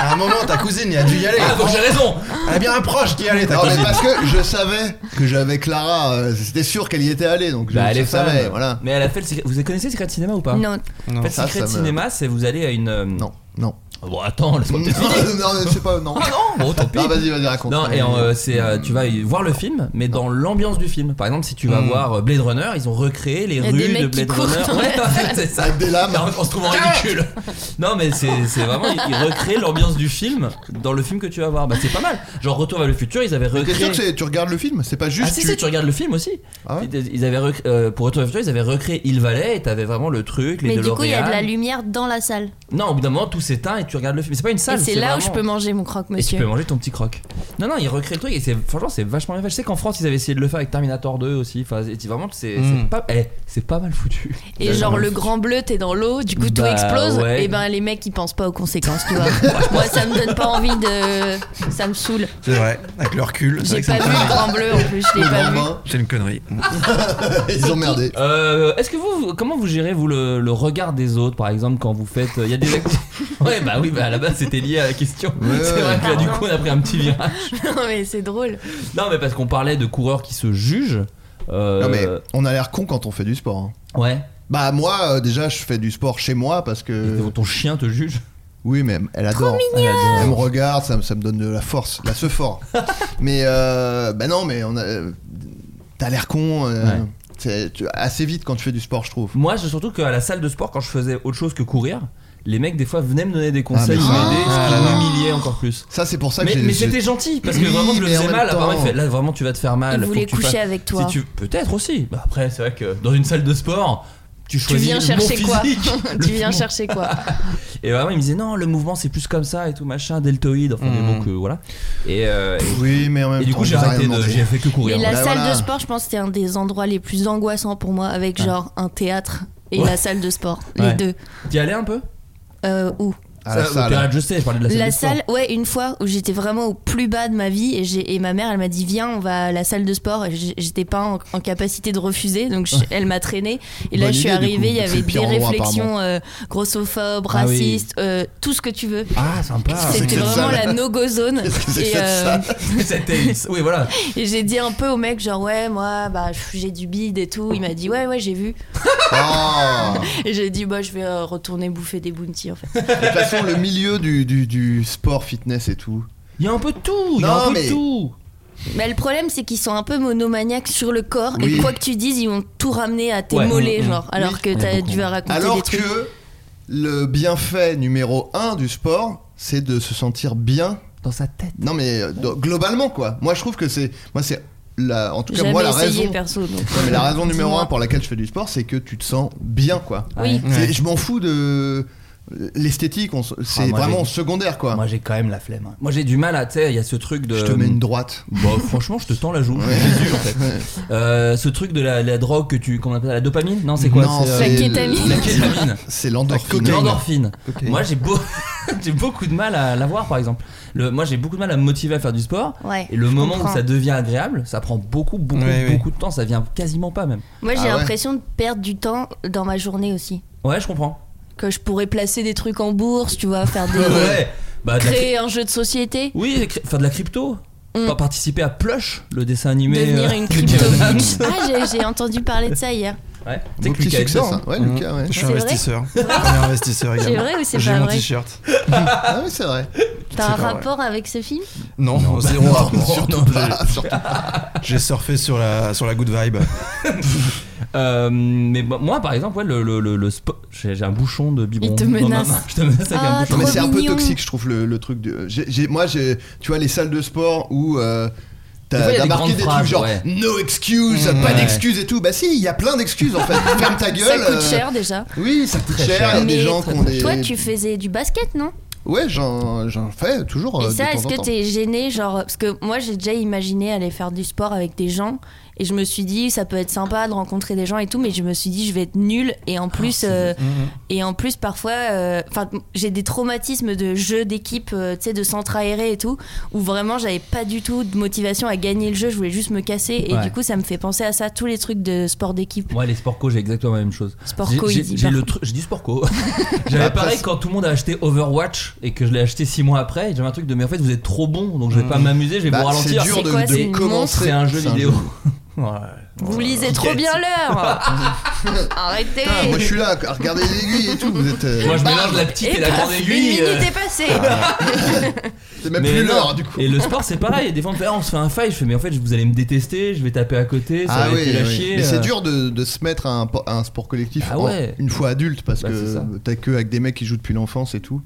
Speaker 2: À un moment, ta cousine, il a dû y aller.
Speaker 3: Ah, donc j'ai raison
Speaker 2: Elle a bien un proche qui y allait, ta
Speaker 5: Non, mais
Speaker 2: cousine.
Speaker 5: parce que je savais que j'avais Clara, euh, c'était sûr qu'elle y était allée, donc je,
Speaker 3: Bah,
Speaker 5: je
Speaker 3: elle est
Speaker 5: savais,
Speaker 3: fan.
Speaker 5: voilà.
Speaker 3: Mais elle a fait le Secret. Vous connaissez le Secret Cinéma ou pas
Speaker 7: Non,
Speaker 3: En fait,
Speaker 5: ça,
Speaker 3: Secret
Speaker 5: ça me-
Speaker 3: Cinéma, c'est vous allez à une. euh,
Speaker 5: Non, non.
Speaker 3: Bon, attends, laisse-moi
Speaker 5: Non,
Speaker 3: te dire.
Speaker 5: non, c'est pas, non.
Speaker 3: Ah non, bon, tant pis.
Speaker 5: Non, vas-y, vas-y, raconte.
Speaker 3: Non, et en, euh, c'est, euh, tu vas y voir le film, mais dans l'ambiance du film. Par exemple, si tu vas voir euh, Blade Runner, ils ont recréé les
Speaker 7: y a
Speaker 3: rues
Speaker 7: des mecs
Speaker 3: de
Speaker 7: qui
Speaker 3: Blade
Speaker 7: courent
Speaker 3: Runner.
Speaker 7: dans
Speaker 3: Ouais, en fait, c'est ça.
Speaker 5: Avec des lames.
Speaker 3: On, se trouve en ridicule. non, mais c'est, c'est vraiment, ils, ils recréent l'ambiance du film dans le film que tu vas voir. Bah, c'est pas mal. Genre, Retour vers le futur, ils avaient
Speaker 5: Mais T'es sûr
Speaker 3: recréé.
Speaker 5: que c'est- tu regardes le film C'est pas
Speaker 3: Ah
Speaker 5: juste.
Speaker 3: si, si, tu regardes le film aussi.
Speaker 5: Ah ouais
Speaker 3: ils, ils avaient recré- euh, pour Retour vers le futur, ils avaient recréé Il Valais et t'avais vraiment le truc, les
Speaker 7: mais du coup, il y a de la
Speaker 3: DeLorean.
Speaker 7: lumière dans la salle.
Speaker 3: Non, au bout d'un moment, tout s'éteint et tu regardes le film. C'est pas une
Speaker 5: Et
Speaker 3: salle.
Speaker 5: c'est là où je
Speaker 3: vraiment-
Speaker 5: peux manger mon croque
Speaker 3: Et
Speaker 5: monsieur.
Speaker 3: tu peux manger ton petit croc. Non, non, ils recréent le truc et c'est franchement c'est vachement bien fait. Je sais qu'en France ils avaient essayé de le faire avec Terminator 2 aussi. Enfin, c'est- vraiment c'est
Speaker 5: Mm.
Speaker 3: c'est pas, eh, c'est pas mal foutu.
Speaker 5: Et
Speaker 3: C'est
Speaker 5: genre
Speaker 3: pas mal
Speaker 5: le
Speaker 3: foutu.
Speaker 5: grand bleu, t'es dans l'eau, du coup tout
Speaker 3: Bah,
Speaker 5: explose.
Speaker 3: ouais.
Speaker 5: Et ben les mecs ils pensent pas aux conséquences, tu vois. Moi ça me donne pas envie de, ça me saoule.
Speaker 1: C'est vrai, avec le recul. c'est
Speaker 5: J'ai
Speaker 1: vrai que ça
Speaker 5: pas
Speaker 1: me
Speaker 5: vu
Speaker 1: fait
Speaker 5: le grand bleu en plus, je l'ai pas vu.
Speaker 1: C'est une connerie.
Speaker 2: Ils ont merdé.
Speaker 3: Euh, Est-ce que vous, vous- comment vous gérez vous le, le regard des autres par exemple quand vous faites, euh, il y a des acti- ouais bah oui bah à la base c'était lié à la question. c'est vrai que là du coup on a pris un petit virage.
Speaker 5: Non mais c'est drôle.
Speaker 3: Non mais parce qu'on parlait de coureurs qui se jugent. euh,
Speaker 2: Non mais on a l'air con quand on fait du sport. hein.
Speaker 3: Ouais.
Speaker 2: Bah moi euh, déjà je fais du sport chez moi parce que.
Speaker 3: Ton chien te juge
Speaker 2: Oui mais elle adore. Elle me regarde, ça, me- ça me donne de la force, la ce fort. mais euh, bah non mais on a. euh, T'as l'air con. euh,
Speaker 3: Ouais.
Speaker 2: c'est- tu- assez vite quand tu fais du sport je trouve.
Speaker 3: Moi, c'est surtout qu'à la salle de sport, quand je faisais autre chose que courir, les mecs des fois venaient me donner des conseils,
Speaker 2: mais
Speaker 3: ils
Speaker 2: ça-
Speaker 3: m'aidaient,
Speaker 2: Ah
Speaker 3: ce
Speaker 2: là
Speaker 3: qui
Speaker 2: là.
Speaker 3: m'humiliait encore plus.
Speaker 2: Ça c'est pour ça que
Speaker 3: Mais,
Speaker 2: j'ai-
Speaker 3: mais
Speaker 2: j'ai-
Speaker 3: c'était gentil parce que
Speaker 2: Oui,
Speaker 3: vraiment je le
Speaker 2: mais en
Speaker 3: faisais
Speaker 2: même
Speaker 3: mal. Apparemment, il
Speaker 2: temps-
Speaker 3: fait, là vraiment tu vas te faire mal.
Speaker 5: Il
Speaker 3: faut
Speaker 5: voulait
Speaker 3: que tu
Speaker 5: coucher
Speaker 3: fasses-
Speaker 5: avec toi.
Speaker 3: Si tu... Peut-être aussi. Bah, après c'est vrai que dans une salle de sport, tu
Speaker 5: Tu
Speaker 3: choisis
Speaker 5: viens
Speaker 3: mon
Speaker 5: chercher quoi
Speaker 3: physique.
Speaker 5: Tu viens chercher quoi
Speaker 3: Et vraiment il me disait non le mouvement c'est plus comme ça et tout machin deltoïde enfin des mots que voilà. Et euh, et-
Speaker 2: Hmm. Oui mais en même
Speaker 3: et du
Speaker 2: temps,
Speaker 3: coup j'ai
Speaker 2: on nous a
Speaker 3: arrêté
Speaker 2: rien
Speaker 3: de
Speaker 2: demandé.
Speaker 3: j'ai fait que courir.
Speaker 5: Mais la
Speaker 3: Bah,
Speaker 5: salle
Speaker 3: voilà.
Speaker 5: de sport, je pense que c'était un des endroits les plus angoissants pour moi, avec genre un théâtre et
Speaker 3: Ouais.
Speaker 5: la salle de sport,
Speaker 3: Ouais.
Speaker 5: les deux.
Speaker 3: T'y allais un peu
Speaker 5: Euh, où
Speaker 2: À la
Speaker 3: Ça, au
Speaker 2: salle.
Speaker 3: théâtre, je sais, je parlais
Speaker 2: Ah,
Speaker 3: de la salle.
Speaker 5: La
Speaker 3: de sport.
Speaker 5: salle, ouais, une fois où j'étais vraiment au plus bas de ma vie et, j'ai- et ma mère, elle m'a dit viens, on va à la salle de sport. Et j'- J'étais pas en, en capacité de refuser, donc je- elle m'a traînée. Et là,
Speaker 2: Bonne
Speaker 5: je suis
Speaker 2: idée, du coup.
Speaker 5: arrivée, il y
Speaker 2: C'est
Speaker 5: avait
Speaker 2: le
Speaker 5: des
Speaker 2: pire endroit,
Speaker 5: réflexions
Speaker 2: apparemment.
Speaker 5: euh, grossophobes,
Speaker 2: Ah oui.
Speaker 5: racistes, euh, tout ce que tu veux.
Speaker 3: Ah sympa.
Speaker 5: C'était vraiment la no-go zone.
Speaker 3: c'est
Speaker 5: Et,
Speaker 3: que cette
Speaker 5: euh,
Speaker 3: salle C'était une- oui voilà.
Speaker 5: et j'ai dit un peu au mec genre ouais moi bah pff, j'ai du bide et tout. Il m'a dit ouais ouais j'ai vu.
Speaker 2: Ah.
Speaker 5: Et j'ai dit, bah, je vais euh, retourner bouffer des bounties en fait.
Speaker 2: De toute façon, le milieu du, du, du sport, fitness et tout.
Speaker 3: Il y a un peu de tout,
Speaker 2: il y a Non, un peu de mais-
Speaker 3: tout.
Speaker 5: Mais Bah, le problème, c'est qu'ils sont un peu monomaniaques sur le corps.
Speaker 2: Oui.
Speaker 5: Et quoi que tu dises, ils vont tout ramener à tes
Speaker 2: Ouais.
Speaker 5: mollets,
Speaker 2: Mm, mm.
Speaker 5: genre. Alors que
Speaker 2: Il y en a
Speaker 5: t'as-
Speaker 2: beaucoup.
Speaker 5: tu vas raconter des
Speaker 2: Alors
Speaker 5: trucs.
Speaker 2: que le bienfait numéro 1 du sport, c'est de se sentir bien.
Speaker 3: Dans sa tête.
Speaker 2: Non, mais euh, dans- globalement, quoi. Moi, je trouve que c'est. Moi, c'est. La, en tout cas,
Speaker 5: Jamais
Speaker 2: moi, la
Speaker 5: essayé,
Speaker 2: raison.
Speaker 5: perso. donc,
Speaker 2: Non, mais la
Speaker 5: euh,
Speaker 2: raison numéro
Speaker 5: dis-moi.
Speaker 2: 1 pour laquelle je fais du sport, c'est que tu te sens bien, quoi.
Speaker 5: Oui.
Speaker 2: C'est- Je m'en fous de. L'esthétique, on s- c'est
Speaker 3: Ah, moi,
Speaker 2: vraiment
Speaker 3: j'ai-
Speaker 2: secondaire, quoi.
Speaker 3: Moi, j'ai quand même la flemme. hein. Moi j'ai du mal à, tu sais, il y a ce truc de.
Speaker 2: Ah. Je te mets une droite.
Speaker 3: Bah franchement, je te tends la joue. J'ai dû, en fait. Euh, ce truc de la, la drogue que tu, qu'on appelle la dopamine Non, c'est quoi
Speaker 2: Non,
Speaker 3: c'est,
Speaker 2: c'est
Speaker 3: euh,
Speaker 2: La kétamine.
Speaker 3: La kétamine.
Speaker 2: C'est l'endorphine.
Speaker 3: L'endorphine. Moi j'ai beau- j'ai beaucoup de mal à l'avoir par exemple. Le, moi j'ai beaucoup de mal à me motiver à faire du sport.
Speaker 5: Ouais,
Speaker 3: et le
Speaker 5: je
Speaker 3: moment
Speaker 5: comprends.
Speaker 3: où ça devient agréable, ça prend beaucoup, beaucoup,
Speaker 1: Ouais, ouais.
Speaker 3: beaucoup de temps. Ça vient quasiment pas même.
Speaker 5: Moi,
Speaker 2: Ah
Speaker 5: j'ai l'impression de perdre du temps dans ma journée aussi.
Speaker 3: Ouais, je comprends.
Speaker 5: Que je pourrais placer des trucs en bourse, tu vois, faire des.
Speaker 3: ouais. Bah, de la
Speaker 5: Créer un jeu de société.
Speaker 3: Oui, et cr- faire de la crypto.
Speaker 5: Mm.
Speaker 3: Pas participer à Plush, le dessin animé.
Speaker 5: Devenir
Speaker 3: euh,
Speaker 5: une
Speaker 3: de
Speaker 5: crypto.
Speaker 3: Kevin Adams.
Speaker 5: ah, j'ai- j'ai entendu parler de ça hier.
Speaker 3: Ouais.
Speaker 2: Beau
Speaker 3: T'es
Speaker 2: petit
Speaker 3: Lucas est
Speaker 2: succès,
Speaker 3: dedans,
Speaker 2: ça.
Speaker 3: hein.
Speaker 2: Ouais, Lucas, ouais.
Speaker 1: Je suis
Speaker 5: C'est vrai
Speaker 1: investisseur. Je suis investisseur également.
Speaker 5: C'est vrai ou c'est
Speaker 1: J'ai
Speaker 5: pas
Speaker 1: mon
Speaker 5: vrai
Speaker 1: t-shirt.
Speaker 2: Ah, oui, c'est vrai.
Speaker 5: T'as un
Speaker 1: pas vrai.
Speaker 5: rapport avec ce film
Speaker 1: Non, zéro
Speaker 2: non,
Speaker 1: rapport.
Speaker 2: surtout
Speaker 1: Non,
Speaker 2: pas,
Speaker 1: j'ai- J'ai surfé sur la, sur la good vibe.
Speaker 3: Euh, mais bon, moi, par exemple, ouais, le, le, le, le spo- j'ai j'ai un bouchon de biberon.
Speaker 5: Il te
Speaker 3: dans ma main.
Speaker 5: menace.
Speaker 3: Je te menace avec
Speaker 5: Ah,
Speaker 3: un
Speaker 5: trop
Speaker 3: bouchon.
Speaker 2: mais c'est un peu
Speaker 5: mignon.
Speaker 2: toxique, je trouve, le, le truc. De, j'ai- j'ai- moi, j'ai, tu vois, les salles de sport où euh,
Speaker 3: Des fois,
Speaker 2: t'as,
Speaker 3: il y a
Speaker 2: t'as
Speaker 3: des
Speaker 2: marqué
Speaker 3: grandes
Speaker 2: des
Speaker 3: phrases,
Speaker 2: trucs genre
Speaker 3: ouais. Mmh.
Speaker 2: no excuse, pas
Speaker 3: ouais.
Speaker 2: d'excuses et tout. Bah, si, il y a plein d'excuses en fait. Ferme ta gueule.
Speaker 5: Ça coûte
Speaker 2: euh,
Speaker 5: cher déjà.
Speaker 2: Oui, ça coûte cher. Il y a des gens qui ont des.
Speaker 5: toi, tu faisais du basket, non
Speaker 2: Ouais, j'en, j'en fais toujours.
Speaker 5: Et
Speaker 2: euh, de
Speaker 5: ça,
Speaker 2: temps
Speaker 5: est-ce
Speaker 2: en
Speaker 5: que
Speaker 2: temps.
Speaker 5: t'es gêné genre parce que moi j'ai déjà imaginé aller faire du sport avec des gens et je me suis dit ça peut être sympa de rencontrer des gens et tout mais je me suis dit je vais être nulle et en
Speaker 2: Ah,
Speaker 5: plus euh,
Speaker 2: Mm-hmm.
Speaker 5: et en plus parfois euh, enfin j'ai des traumatismes de jeu d'équipe euh, tu sais de centre aéré et tout où vraiment j'avais pas du tout de motivation à gagner le jeu je voulais juste me casser et
Speaker 3: Ouais.
Speaker 5: du coup ça me fait penser à ça tous les trucs de sport d'équipe.
Speaker 3: Moi, les sport co, j'ai exactement la même chose.
Speaker 5: Sport
Speaker 3: J'ai-
Speaker 5: co, il
Speaker 3: j'ai-
Speaker 5: dit,
Speaker 3: J'ai
Speaker 5: par
Speaker 3: le
Speaker 5: contre.
Speaker 3: truc, j'ai dit sport co. J'avais
Speaker 2: Bah,
Speaker 3: pareil quand tout le monde a acheté Overwatch et que je l'ai acheté 6 mois après. J'avais un truc de mais en fait vous êtes trop bon donc je vais pas m'amuser, je vais
Speaker 2: Bah,
Speaker 3: vous
Speaker 2: c'est
Speaker 3: ralentir.
Speaker 2: dur
Speaker 5: C'est
Speaker 2: de,
Speaker 5: quoi,
Speaker 2: de
Speaker 5: c'est une
Speaker 2: commencer.
Speaker 3: C'est un jeu
Speaker 2: C'est
Speaker 3: vidéo.
Speaker 2: jeu.
Speaker 3: Ouais.
Speaker 5: Vous lisez trop bien l'heure. Arrêtez.
Speaker 2: Putain, moi, je suis là. Regardez l'aiguille et tout. Vous êtes. euh,
Speaker 3: Moi je mélange la petite et, la
Speaker 5: paf,
Speaker 3: grande aiguille. euh,
Speaker 5: bah, Eh ben, Une minute est passée.
Speaker 2: c'est même
Speaker 3: mais
Speaker 2: plus
Speaker 3: non.
Speaker 2: l'heure du coup.
Speaker 3: Et le sport c'est pareil, des fois on me fait, Ah, on se fait un fight, je fais mais en fait vous allez me détester, je vais taper à côté, ça
Speaker 2: Ah
Speaker 3: va
Speaker 2: oui,
Speaker 3: être nul à
Speaker 2: oui.
Speaker 3: chier,
Speaker 2: mais c'est
Speaker 3: euh.
Speaker 2: dur de, de se mettre à un, po- à un sport collectif
Speaker 3: Ah
Speaker 2: en-
Speaker 3: ouais.
Speaker 2: une fois adulte parce
Speaker 3: Bah, c'est
Speaker 2: que
Speaker 3: ça.
Speaker 2: t'as que avec des mecs qui jouent depuis l'enfance et tout.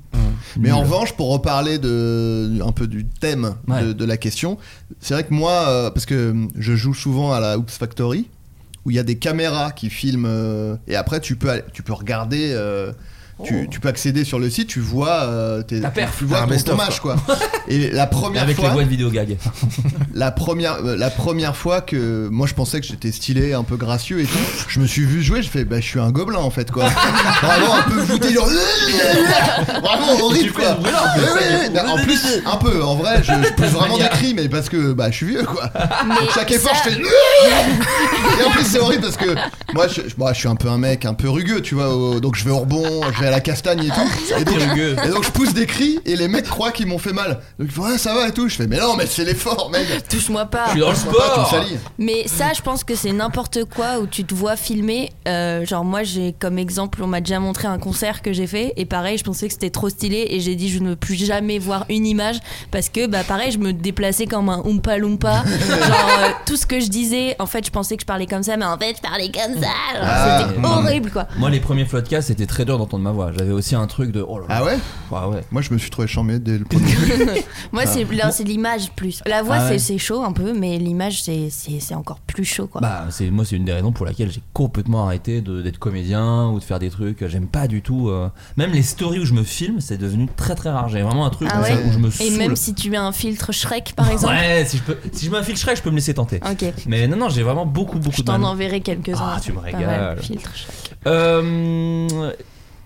Speaker 2: Mais en
Speaker 3: Nul.
Speaker 2: revanche, pour reparler de, un peu du thème
Speaker 3: Ouais.
Speaker 2: de, de la question, c'est vrai que moi, euh, parce que je joue souvent à la Hoops Factory, où il y a des caméras qui filment, euh, et après tu peux, aller- tu peux regarder euh, tu, tu peux accéder sur le site, tu vois euh, tes,
Speaker 3: Oh. Ta perf.
Speaker 2: tu vois
Speaker 3: Un
Speaker 2: ton,
Speaker 3: best-of,
Speaker 2: ton match, quoi. Et la première
Speaker 3: Ah, Avec
Speaker 2: fois,
Speaker 3: les voix de vidéo gag.
Speaker 2: la première, euh, la première fois que moi je pensais que j'étais stylé, un peu gracieux et tout, je me suis vu jouer, je fais bah je suis un gobelin en fait quoi. Vraiment un peu voûté, genre vraiment horrible
Speaker 3: fais
Speaker 2: quoi.
Speaker 3: le bruit, en plus.
Speaker 2: Ouais, ouais, ouais. En plus un peu, en vrai, je, je pousse vraiment des cris, mais parce que bah je suis vieux quoi. Donc, chaque effort
Speaker 5: ça-
Speaker 2: je fais. Et en plus, c'est horrible parce que moi je, je- moi, je suis un peu un mec un peu rugueux, tu vois. au- donc, je vais au rebond, je vais à la castagne et tout. Et donc,
Speaker 3: rugueux.
Speaker 2: et donc, je pousse des cris et les mecs croient qu'ils m'ont fait mal. Donc, ils font, ouais, ça va et tout. Je fais, mais non, mais c'est l'effort, mec.
Speaker 5: Touche-moi pas.
Speaker 3: Je suis dans le
Speaker 2: Sois pas tout
Speaker 3: sport.
Speaker 2: sali.
Speaker 5: Mais ça, je pense que c'est n'importe quoi où tu te vois filmer. Euh, genre, moi, j'ai comme exemple, on m'a déjà montré un concert que j'ai fait. Et pareil, je pensais que c'était trop stylé. Et j'ai dit, je ne veux plus jamais voir une image. Parce que, bah, pareil, je me déplaçais comme un Oompa Loompa. genre, euh, tout ce que je disais, en fait, je pensais que je parlais comme ça. Mais en fait, je parlais comme ça. Genre,
Speaker 2: Ah.
Speaker 5: c'était horrible, quoi.
Speaker 3: Moi, les premiers floodcasts, c'était très dur d'entendre ma voix. J'avais aussi un truc de. Oh là là.
Speaker 2: Ah ouais
Speaker 3: Ah ouais.
Speaker 2: Moi, je me suis trouvé chambé dès le premier jour.
Speaker 5: Moi, c'est là, c'est l'image plus. La voix,
Speaker 3: Ah ouais.
Speaker 5: c'est- c'est chaud un peu. Mais l'image, c'est- c'est c'est encore plus chaud, quoi.
Speaker 3: Bah, c'est moi, c'est une des raisons pour laquelle j'ai complètement arrêté de- d'être comédien ou de faire des trucs. J'aime pas du tout. euh, Même les stories où je me filme, c'est devenu très très rare. J'ai vraiment un truc
Speaker 5: Ah
Speaker 3: comme ça
Speaker 5: ouais
Speaker 3: où je me
Speaker 5: Et
Speaker 3: saoule.
Speaker 5: même si tu mets un filtre Shrek, par exemple.
Speaker 3: Ouais, si je peux, si je m'infiltrerais, je peux me laisser tenter.
Speaker 5: Ok.
Speaker 3: Mais non, non, j'ai vraiment beaucoup beaucoup
Speaker 5: Je
Speaker 3: de mal.
Speaker 5: t'en enverrai quelques-uns.
Speaker 3: Ah, tu me
Speaker 5: Pas mal,
Speaker 3: régales.
Speaker 5: filtre.
Speaker 3: Euh,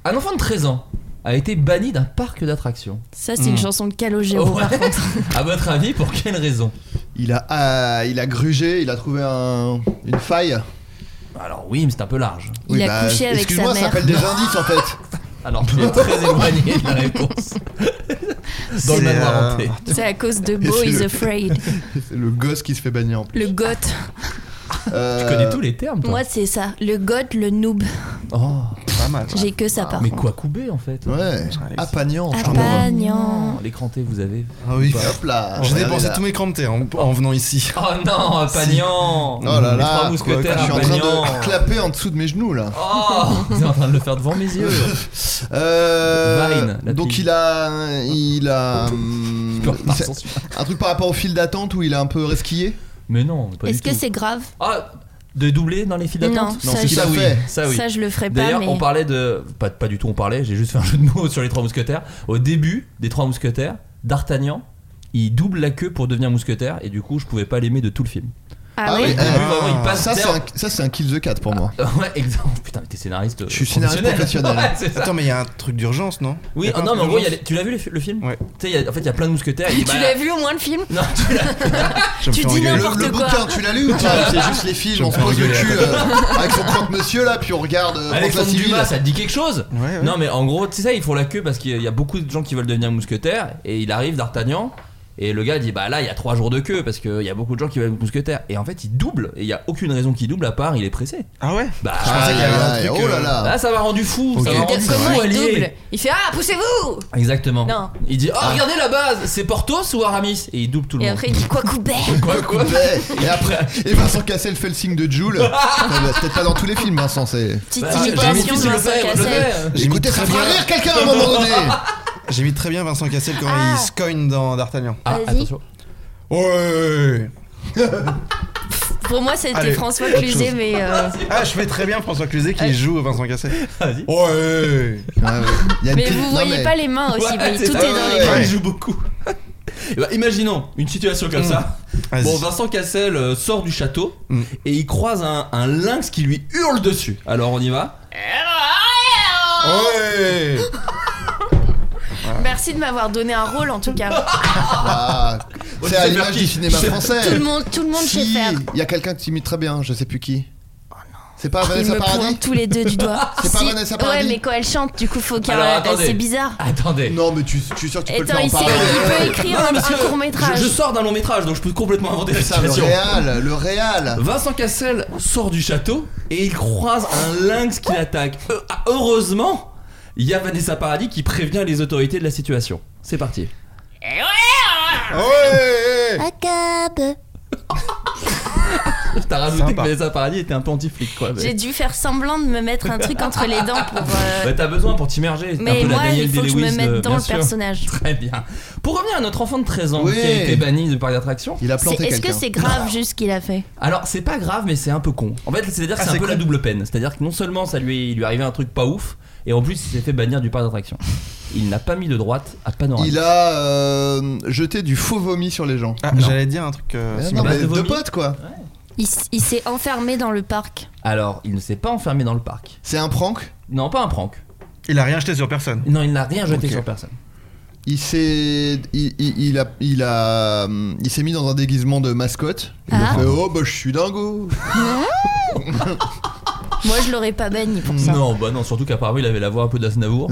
Speaker 3: un enfant de 13 ans a été banni d'un parc d'attractions.
Speaker 5: Ça, c'est une chanson de Calogero,
Speaker 3: Hmm. Oh, Ouais.
Speaker 5: par contre.
Speaker 3: À votre avis, pour quelle raison
Speaker 2: Il a, ah, il a grugé, il a trouvé un- une faille.
Speaker 3: Alors oui, mais c'est un peu large.
Speaker 5: Il a couché avec
Speaker 2: bah,
Speaker 5: sa
Speaker 2: Excuse-moi, ça
Speaker 5: mère.
Speaker 2: s'appelle des indices en fait.
Speaker 3: Alors tu es très éloigné de la réponse. Dans le
Speaker 1: C'est,
Speaker 3: manoir
Speaker 1: euh,
Speaker 3: hanté.
Speaker 5: C'est à cause de
Speaker 2: Et
Speaker 5: Bo
Speaker 2: c'est
Speaker 5: is
Speaker 2: le-
Speaker 5: Afraid.
Speaker 2: C'est le gosse qui se fait bannir en plus.
Speaker 5: Le goth.
Speaker 2: Euh,
Speaker 3: Tu connais tous les termes, toi.
Speaker 5: Moi, c'est ça. Le goth, le noob.
Speaker 3: Oh,
Speaker 1: Pas mal.
Speaker 5: J'ai que ça, par
Speaker 3: mais
Speaker 5: contre.
Speaker 3: quoi couper en fait
Speaker 2: Ouais, apagnant.
Speaker 5: Apagnant.
Speaker 3: L'écran T, vous avez
Speaker 1: Ah oui.
Speaker 2: Hop là.
Speaker 1: J'ai
Speaker 2: regardez
Speaker 1: dépensé
Speaker 2: là.
Speaker 1: tous mes crampes en, en venant ici.
Speaker 3: Oh non, un Pagnan
Speaker 2: Oh là
Speaker 1: Les
Speaker 2: là,
Speaker 3: trois mousquetaires,
Speaker 2: je suis en train
Speaker 3: Pagnan.
Speaker 2: de clapper en dessous de mes genoux là.
Speaker 3: Oh Vous êtes en train de le faire devant mes yeux
Speaker 2: Euh,
Speaker 3: Vine, la
Speaker 2: donc
Speaker 3: fille.
Speaker 2: il a, il a hum,
Speaker 3: Tu peux repartir
Speaker 2: c'est-
Speaker 3: sans suite.
Speaker 2: un truc par rapport au fil d'attente où il a un peu resquillé.
Speaker 3: Mais non, pas du
Speaker 5: Est-ce que
Speaker 3: tout.
Speaker 5: c'est grave
Speaker 3: Ah De doubler dans les files d'attente
Speaker 5: Non, ça,
Speaker 2: je-
Speaker 3: oui.
Speaker 2: fait.
Speaker 3: Ça oui.
Speaker 5: Ça, je le ferai pas,
Speaker 3: D'ailleurs,
Speaker 5: mais-
Speaker 3: on parlait de. Pas, pas du tout, on parlait, j'ai juste fait un jeu de mots sur les trois mousquetaires. Au début des trois mousquetaires, D'Artagnan, il double la queue pour devenir mousquetaire, et du coup, je pouvais pas l'aimer de tout le film.
Speaker 5: Ah,
Speaker 2: oui.
Speaker 5: oui
Speaker 3: Au début, vraiment, il passe
Speaker 2: Ça c'est
Speaker 3: terre-
Speaker 2: un, ça c'est un kill the cat pour moi.
Speaker 3: Ouais, exact. Putain, mais t'es scénariste.
Speaker 2: Je suis scénariste
Speaker 3: Ouais,
Speaker 2: professionnel.
Speaker 3: c'est ça.
Speaker 1: Attends, mais il y a un truc d'urgence, non
Speaker 3: Oui,
Speaker 1: Y a pas
Speaker 3: non,
Speaker 1: un
Speaker 3: mais en
Speaker 1: truc
Speaker 3: gros, il y a
Speaker 1: d'urgence
Speaker 3: les- tu l'as vu le, fi- le film
Speaker 1: Ouais.
Speaker 3: Tu sais, il y a- en fait, il y a plein de mousquetaires. il dit,
Speaker 5: Tu
Speaker 3: bah,
Speaker 5: l'as vu au moins le film
Speaker 3: Non, tu l'as.
Speaker 1: Je me
Speaker 5: Tu
Speaker 1: fais
Speaker 5: dis
Speaker 1: engueuler.
Speaker 5: n'importe
Speaker 2: Le, le
Speaker 5: quoi.
Speaker 2: bouquin, tu l'as lu ou pas C'est juste les films, on se pose le cul euh, avec son croque monsieur là, puis on regarde euh, François
Speaker 3: Alexandre
Speaker 2: Civil.
Speaker 3: Dumas, ça te dit quelque chose
Speaker 1: Ouais, ouais.
Speaker 3: Non, mais en gros, tu sais, ça, ils font la queue parce qu'il y a beaucoup de gens qui veulent devenir mousquetaires. Et il arrive d'Artagnan. Et le gars dit Bah là, il y a trois jours de queue parce qu'il y a beaucoup de gens qui veulent être mousquetaires. Et en fait, il double. Et il y a aucune raison qu'il double à part, il est pressé.
Speaker 1: Ah ouais
Speaker 3: Bah,
Speaker 1: Je pensais qu'il y avait un
Speaker 2: Aïe,
Speaker 1: truc,
Speaker 2: Oh là
Speaker 1: euh,
Speaker 2: là.
Speaker 3: là, Ah, ça m'a rendu fou.
Speaker 1: Ok.
Speaker 3: Ça m'a
Speaker 5: Il-
Speaker 3: rendu
Speaker 5: Comment
Speaker 3: fou,
Speaker 5: il
Speaker 3: allié.
Speaker 5: double Il fait Ah, poussez-vous
Speaker 3: Exactement.
Speaker 5: Non.
Speaker 3: Il dit Oh, regardez la base C'est Portos ou Aramis Et il double tout le
Speaker 5: Et
Speaker 3: monde.
Speaker 5: après, il dit Quoi couper
Speaker 3: Quoi, quoi
Speaker 2: Ouais, Eh, Et après, et Vincent Cassel fait le signe de Jules. C'est peut-être pas dans tous les films, Vincent. C'est.
Speaker 5: Petite
Speaker 3: Bah, j'ai mis
Speaker 5: imitation de
Speaker 3: difficile le
Speaker 5: Vincent
Speaker 3: faire, je le
Speaker 5: Cassel.
Speaker 3: fais.
Speaker 1: J'ai mis
Speaker 2: Écoutez, ça
Speaker 1: très
Speaker 2: fera
Speaker 1: bien-
Speaker 2: rire quelqu'un à un moment donné.
Speaker 1: J'ai mis très bien Vincent Cassel quand
Speaker 5: Ah.
Speaker 1: il se cogne dans D'Artagnan.
Speaker 3: Ah,
Speaker 5: Vas-y.
Speaker 3: attention.
Speaker 1: Ouais
Speaker 5: Pour moi, c'était
Speaker 1: Allez,
Speaker 5: François
Speaker 1: autre
Speaker 5: Cluzet,
Speaker 1: chose.
Speaker 5: mais. euh,
Speaker 1: Ah, je fais très bien François Cluzet qui joue Vincent Cassel.
Speaker 3: Vas-y.
Speaker 1: Ouais
Speaker 2: Ouais, ouais. Il y a une
Speaker 5: Mais
Speaker 2: petite-
Speaker 5: vous
Speaker 2: non,
Speaker 5: voyez
Speaker 2: mais-
Speaker 5: pas les mains aussi,
Speaker 3: Ouais,
Speaker 5: mais
Speaker 3: c'est
Speaker 5: tout est
Speaker 3: ça.
Speaker 5: dans
Speaker 2: Ouais,
Speaker 5: les
Speaker 2: ouais.
Speaker 5: mains.
Speaker 3: Il joue beaucoup. Mm. Eh ben, imaginons une situation comme ça.
Speaker 1: Vas-y.
Speaker 3: Bon, Vincent Cassel euh, sort du château et il croise un, un lynx qui lui hurle dessus. Alors on y va.
Speaker 1: Ouais
Speaker 5: Merci de m'avoir donné un rôle en tout cas.
Speaker 2: Ah,
Speaker 3: je
Speaker 2: c'est
Speaker 3: sais
Speaker 2: à
Speaker 3: faire
Speaker 2: l'image
Speaker 3: qui.
Speaker 2: du cinéma
Speaker 3: Je sais-
Speaker 2: français.
Speaker 5: tout le monde, tout le monde sait
Speaker 2: Si,
Speaker 5: faire.
Speaker 2: Il y a quelqu'un qui t'imite très bien, je sais plus qui. C'est pas
Speaker 5: Ils
Speaker 2: Vanessa
Speaker 5: me
Speaker 2: Paradis
Speaker 5: pointent tous les deux du doigt.
Speaker 2: C'est pas
Speaker 5: Si-
Speaker 2: Vanessa Paradis
Speaker 5: Ouais, mais quand elle chante, du coup, faut qu'elle.
Speaker 3: Alors,
Speaker 5: euh,
Speaker 3: attendez.
Speaker 5: C'est bizarre.
Speaker 3: Attendez.
Speaker 2: Non, mais tu, tu es sûr que tu peux
Speaker 5: Attends,
Speaker 2: le
Speaker 5: il,
Speaker 2: faire
Speaker 5: sait,
Speaker 2: en parler.
Speaker 5: il peut écrire un,
Speaker 3: parce
Speaker 5: un
Speaker 3: que
Speaker 5: court métrage.
Speaker 3: Je, je sors d'un long métrage donc je peux complètement inventer la
Speaker 2: Putain, le
Speaker 3: situation.
Speaker 2: réal, le réal.
Speaker 3: Vincent Cassel sort du château et il croise un lynx qui l'attaque. Euh, ah, heureusement, il y a Vanessa Paradis qui prévient les autorités de la situation. C'est parti.
Speaker 1: Ouais
Speaker 5: Acab.
Speaker 3: T'as rajouté
Speaker 1: Sympa.
Speaker 3: que Vanessa Paradis était un peu anti-flic, quoi. mais-
Speaker 5: J'ai dû faire semblant de me mettre un truc entre les dents pour. euh,
Speaker 3: Bah, t'as besoin pour t'immerger. t'es un
Speaker 5: Mais
Speaker 3: peu la
Speaker 5: moi,
Speaker 3: Danielle
Speaker 5: il faut que je me
Speaker 3: Day-Lewis de-
Speaker 5: mette dans
Speaker 3: bien
Speaker 5: le
Speaker 3: sûr.
Speaker 5: personnage.
Speaker 3: Très bien. Pour revenir à notre enfant de 13 ans
Speaker 2: Oui.
Speaker 3: qui a été banni du parc d'attractions.
Speaker 2: Il a
Speaker 5: c'est-
Speaker 2: planté
Speaker 5: Est-ce que
Speaker 2: quelqu'un.
Speaker 5: c'est grave juste ce qu'il a fait
Speaker 3: Alors c'est pas grave mais c'est un peu con. En fait c'est-à-dire que
Speaker 1: Ah,
Speaker 3: c'est un
Speaker 1: c'est
Speaker 3: peu
Speaker 1: con.
Speaker 3: la double peine. C'est-à-dire que non seulement ça lui est, il lui est arrivé un truc pas ouf et en plus il s'est fait bannir du parc d'attractions. Il n'a pas mis de droite à Panorama.
Speaker 2: Il a euh, jeté du faux vomi sur les gens.
Speaker 1: Ah,
Speaker 3: Non.
Speaker 1: J'allais dire un truc. euh,
Speaker 2: Ah, non,
Speaker 1: similaire.
Speaker 3: base
Speaker 2: mais
Speaker 3: de
Speaker 2: deux
Speaker 3: vomi.
Speaker 2: potes quoi.
Speaker 5: Il, s- il s'est enfermé dans le parc.
Speaker 3: Alors il ne s'est pas enfermé dans le parc.
Speaker 2: C'est un prank.
Speaker 3: Non pas un prank.
Speaker 1: Il a rien acheté sur personne.
Speaker 3: Non il n'a rien jeté
Speaker 1: Ok.
Speaker 3: sur personne.
Speaker 2: Il s'est, il, il- il a, il a, euh, il s'est mis dans un déguisement de mascotte. Il a
Speaker 5: Ah.
Speaker 2: fait oh bah je suis dingo.
Speaker 5: Moi, je l'aurais pas banni pour ça.
Speaker 3: Non bah non surtout qu'apparemment il avait la voix un peu d'Aznavour.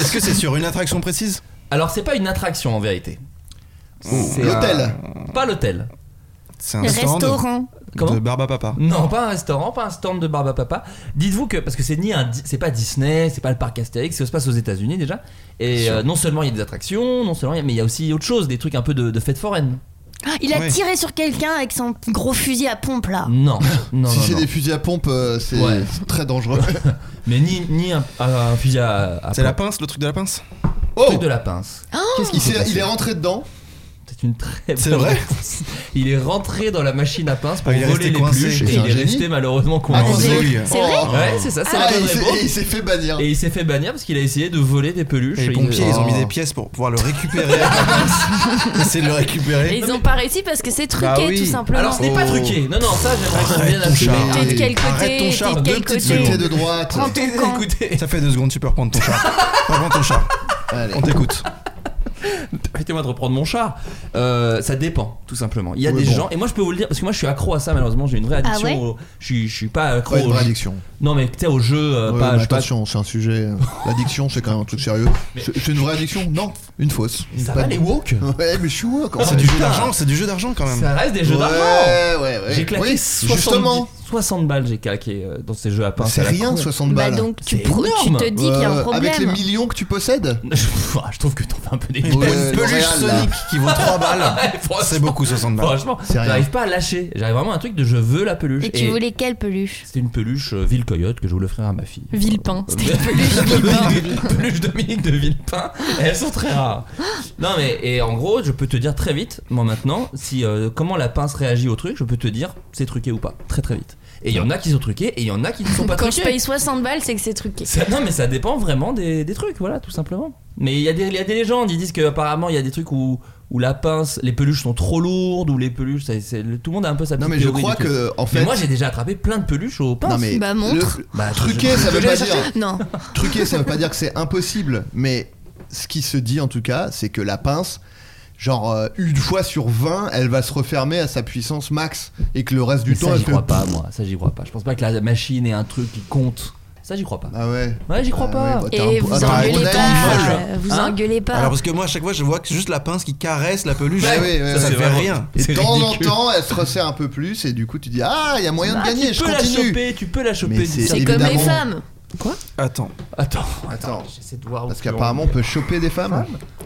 Speaker 1: Est-ce que c'est sur une attraction précise
Speaker 3: Alors c'est pas une attraction en vérité. C'est
Speaker 2: L'hôtel.
Speaker 3: un- Pas l'hôtel.
Speaker 1: C'est un stand
Speaker 5: Restaurant.
Speaker 3: Comment
Speaker 1: de Barba Papa.
Speaker 3: Non, pas un restaurant, pas un stand de barbe à papa. Dites-vous que parce que c'est ni un, Di- c'est pas Disney, c'est pas le parc Astérix, ça se passe aux États-Unis déjà. Et euh, non seulement il y a des attractions, non seulement il y a- mais il y a aussi autre chose, des trucs un peu de, de fête foraine.
Speaker 5: Ah, Il a
Speaker 1: Ouais.
Speaker 5: tiré sur quelqu'un avec son gros fusil à pompe
Speaker 1: Ah.
Speaker 5: là.
Speaker 3: Non, non,
Speaker 2: si
Speaker 3: non,
Speaker 2: c'est
Speaker 3: non.
Speaker 2: des fusils à pompe, euh, c'est
Speaker 3: Ouais.
Speaker 2: c'est très dangereux.
Speaker 3: Mais ni ni un, un- un fusil à, à
Speaker 1: C'est la
Speaker 3: pompe,
Speaker 1: pince, le truc de la pince
Speaker 3: un
Speaker 2: Oh,
Speaker 3: truc de la pince.
Speaker 2: qu'est-ce qu'il s'est- il est rentré dedans.
Speaker 3: C'est une très.
Speaker 1: C'est
Speaker 3: bonne
Speaker 1: vrai
Speaker 3: réponse. Il est rentré dans la machine à pince pour
Speaker 1: Ah, il est
Speaker 3: voler
Speaker 1: resté
Speaker 3: les
Speaker 1: coincé.
Speaker 3: pluches et
Speaker 2: C'est
Speaker 3: il
Speaker 2: un
Speaker 3: est
Speaker 2: génie.
Speaker 3: resté malheureusement
Speaker 2: Ah,
Speaker 3: coincé.
Speaker 2: c'est-
Speaker 1: zouille.
Speaker 5: C'est vrai
Speaker 2: Oh.
Speaker 3: ouais, c'est ça, c'est
Speaker 2: Ah,
Speaker 3: la bonne
Speaker 2: il s'est-
Speaker 3: réponse.
Speaker 2: et il s'est fait bannir.
Speaker 3: Et il s'est fait bannir parce qu'il a essayé de voler des peluches.
Speaker 1: Et les
Speaker 3: Il-
Speaker 1: pompiers, ils ont mis
Speaker 2: Oh.
Speaker 1: des pièces pour pouvoir le récupérer. à la pince. Essayer de le
Speaker 5: Et
Speaker 1: récupérer.
Speaker 5: ils ont pas réussi parce que c'est truqué
Speaker 1: Bah oui.
Speaker 5: tout simplement.
Speaker 3: Alors ce n'est pas
Speaker 1: Oh.
Speaker 3: truqué. Non, non, ça j'aimerais qu'on
Speaker 1: ton
Speaker 3: revienne là-dessus.
Speaker 1: char.
Speaker 5: T'es de quel
Speaker 1: Arrête ton
Speaker 5: côté
Speaker 1: char,
Speaker 5: T'es de
Speaker 1: deux
Speaker 5: quel
Speaker 1: petites
Speaker 5: côté
Speaker 2: Côté de Bah, droite.
Speaker 3: Écoutez,
Speaker 1: Ça fait deux secondes, tu peux reprendre ton char. Reprends ton char.
Speaker 2: Allez.
Speaker 1: On t'écoute.
Speaker 3: permettez-moi de reprendre mon char. Euh, ça dépend, tout simplement. Il y a
Speaker 2: Oui,
Speaker 3: des
Speaker 2: bon.
Speaker 3: gens, et moi je peux vous le dire, parce que moi je suis accro à ça, malheureusement, j'ai une vraie
Speaker 5: Ah
Speaker 3: addiction.
Speaker 5: ouais
Speaker 3: au- je, suis, je suis pas accro
Speaker 2: Ouais, une
Speaker 3: au
Speaker 2: vraie
Speaker 3: jeu.
Speaker 2: addiction.
Speaker 3: Non, mais tu sais, au jeu, euh,
Speaker 2: Ouais,
Speaker 3: pas,
Speaker 2: mais
Speaker 3: je sais pas-
Speaker 2: attention, c'est un sujet. euh, L'addiction, c'est quand même un truc sérieux. C'est c'est une vraie addiction Non, une fausse.
Speaker 3: Ça
Speaker 2: Pas
Speaker 3: va
Speaker 2: de-
Speaker 3: les woke Ah,
Speaker 2: Ouais, mais je suis woke. en
Speaker 1: C'est
Speaker 2: fait.
Speaker 1: du jeu d'argent, c'est du jeu d'argent quand même.
Speaker 3: Ça reste des jeux d'argent.
Speaker 2: Ouais, ouais, ouais.
Speaker 3: J'ai claqué
Speaker 2: Oui,
Speaker 3: 70
Speaker 2: justement.
Speaker 3: 60 balles, j'ai claqué euh, dans ces jeux à pince.
Speaker 2: C'est
Speaker 3: à la
Speaker 2: rien,
Speaker 3: con.
Speaker 2: 60
Speaker 5: Bah
Speaker 2: balles.
Speaker 5: donc tu,
Speaker 3: C'est
Speaker 5: pro- tu
Speaker 3: énorme.
Speaker 5: te dis qu'il y a un
Speaker 2: Euh, Avec les
Speaker 5: problème.
Speaker 2: millions que tu possèdes
Speaker 3: je trouve que t'en fais un peu des
Speaker 1: Une
Speaker 2: Ouais,
Speaker 1: bonne
Speaker 2: L'Oréal,
Speaker 1: peluche
Speaker 2: là.
Speaker 1: Sonic qui vaut 3 balles. C'est beaucoup 60 balles.
Speaker 3: Franchement,
Speaker 2: C'est rien.
Speaker 3: j'arrive pas à lâcher. J'arrive vraiment à un truc de je veux la peluche.
Speaker 5: Et tu voulais quelle peluche
Speaker 3: C'était une peluche euh, Ville Coyote que je voulais offrir à ma fille.
Speaker 5: Villepin.
Speaker 3: C'était une peluche Villepin. peluche Dominique de Villepin. Elles sont très rares. Non mais et en gros, je peux te dire très vite, moi maintenant, si euh, comment la pince réagit au truc, je peux te dire c'est truqué ou pas, très très vite. Et il y en a qui sont truqués et il y en a qui ne sont pas
Speaker 5: Quand je
Speaker 3: truqués.
Speaker 5: paye 60 balles, c'est que c'est truqué.
Speaker 3: Ça- non mais ça dépend vraiment des, des trucs, voilà, tout simplement. Mais il y, a des- il y a des légendes, ils disent qu'apparemment il y a des trucs où, où la pince, les peluches sont trop lourdes, ou les peluches, ça- c'est- le- tout le monde a un peu sa petite
Speaker 2: Non, mais je
Speaker 3: théorie
Speaker 2: crois
Speaker 3: du truc.
Speaker 2: que, en
Speaker 3: Mais
Speaker 2: fait.
Speaker 3: moi j'ai déjà attrapé plein de peluches aux pinces.
Speaker 2: Non, mais.
Speaker 5: Bah, montre.
Speaker 2: le-
Speaker 3: Bah, je-
Speaker 2: Truqué,
Speaker 3: je-
Speaker 2: ça
Speaker 3: je
Speaker 2: veut
Speaker 3: l'ai
Speaker 2: pas
Speaker 3: cherché.
Speaker 2: dire.
Speaker 5: Non.
Speaker 2: Truqué, ça veut pas dire que c'est impossible, mais ce qui se dit en tout cas, c'est que la pince, genre euh, une fois sur 20, elle va se refermer à sa puissance max et que le reste du
Speaker 3: Mais
Speaker 2: temps,
Speaker 3: ça
Speaker 2: elle
Speaker 3: j'y
Speaker 2: fait-
Speaker 3: crois pas moi, ça j'y crois pas. Je pense pas que la machine est un truc qui compte. Ça j'y crois pas.
Speaker 2: Ah ouais.
Speaker 3: Ouais j'y crois
Speaker 2: Ah
Speaker 3: pas.
Speaker 2: ouais, bah, t'es
Speaker 5: Et
Speaker 2: un-
Speaker 5: vous
Speaker 2: attends, on a
Speaker 5: engueulez
Speaker 2: une
Speaker 5: pas.
Speaker 2: folle.
Speaker 5: euh, Vous
Speaker 3: Hein
Speaker 5: engueulez pas.
Speaker 1: Alors parce que moi à chaque fois je vois que c'est juste la pince qui caresse la peluche.
Speaker 2: Ah Ouais, ouais, ouais,
Speaker 1: ça, ça
Speaker 2: ouais.
Speaker 1: fait rien.
Speaker 2: Et de
Speaker 3: C'est
Speaker 2: temps en
Speaker 3: ridicule.
Speaker 2: temps, elle se resserre un peu plus et du coup tu dis ah, il y a moyen de
Speaker 3: Ah,
Speaker 2: gagner,
Speaker 3: tu
Speaker 2: je
Speaker 3: peux la
Speaker 2: continue.
Speaker 3: choper, tu peux la choper.
Speaker 2: Mais c'est-
Speaker 5: C'est comme les
Speaker 2: évidemment.
Speaker 5: femmes.
Speaker 1: Attends.
Speaker 3: Attends, attends,
Speaker 2: Attends.
Speaker 3: j'essaie de voir. où
Speaker 2: Parce
Speaker 3: tu en-
Speaker 2: qu'apparemment, on peut choper des femmes.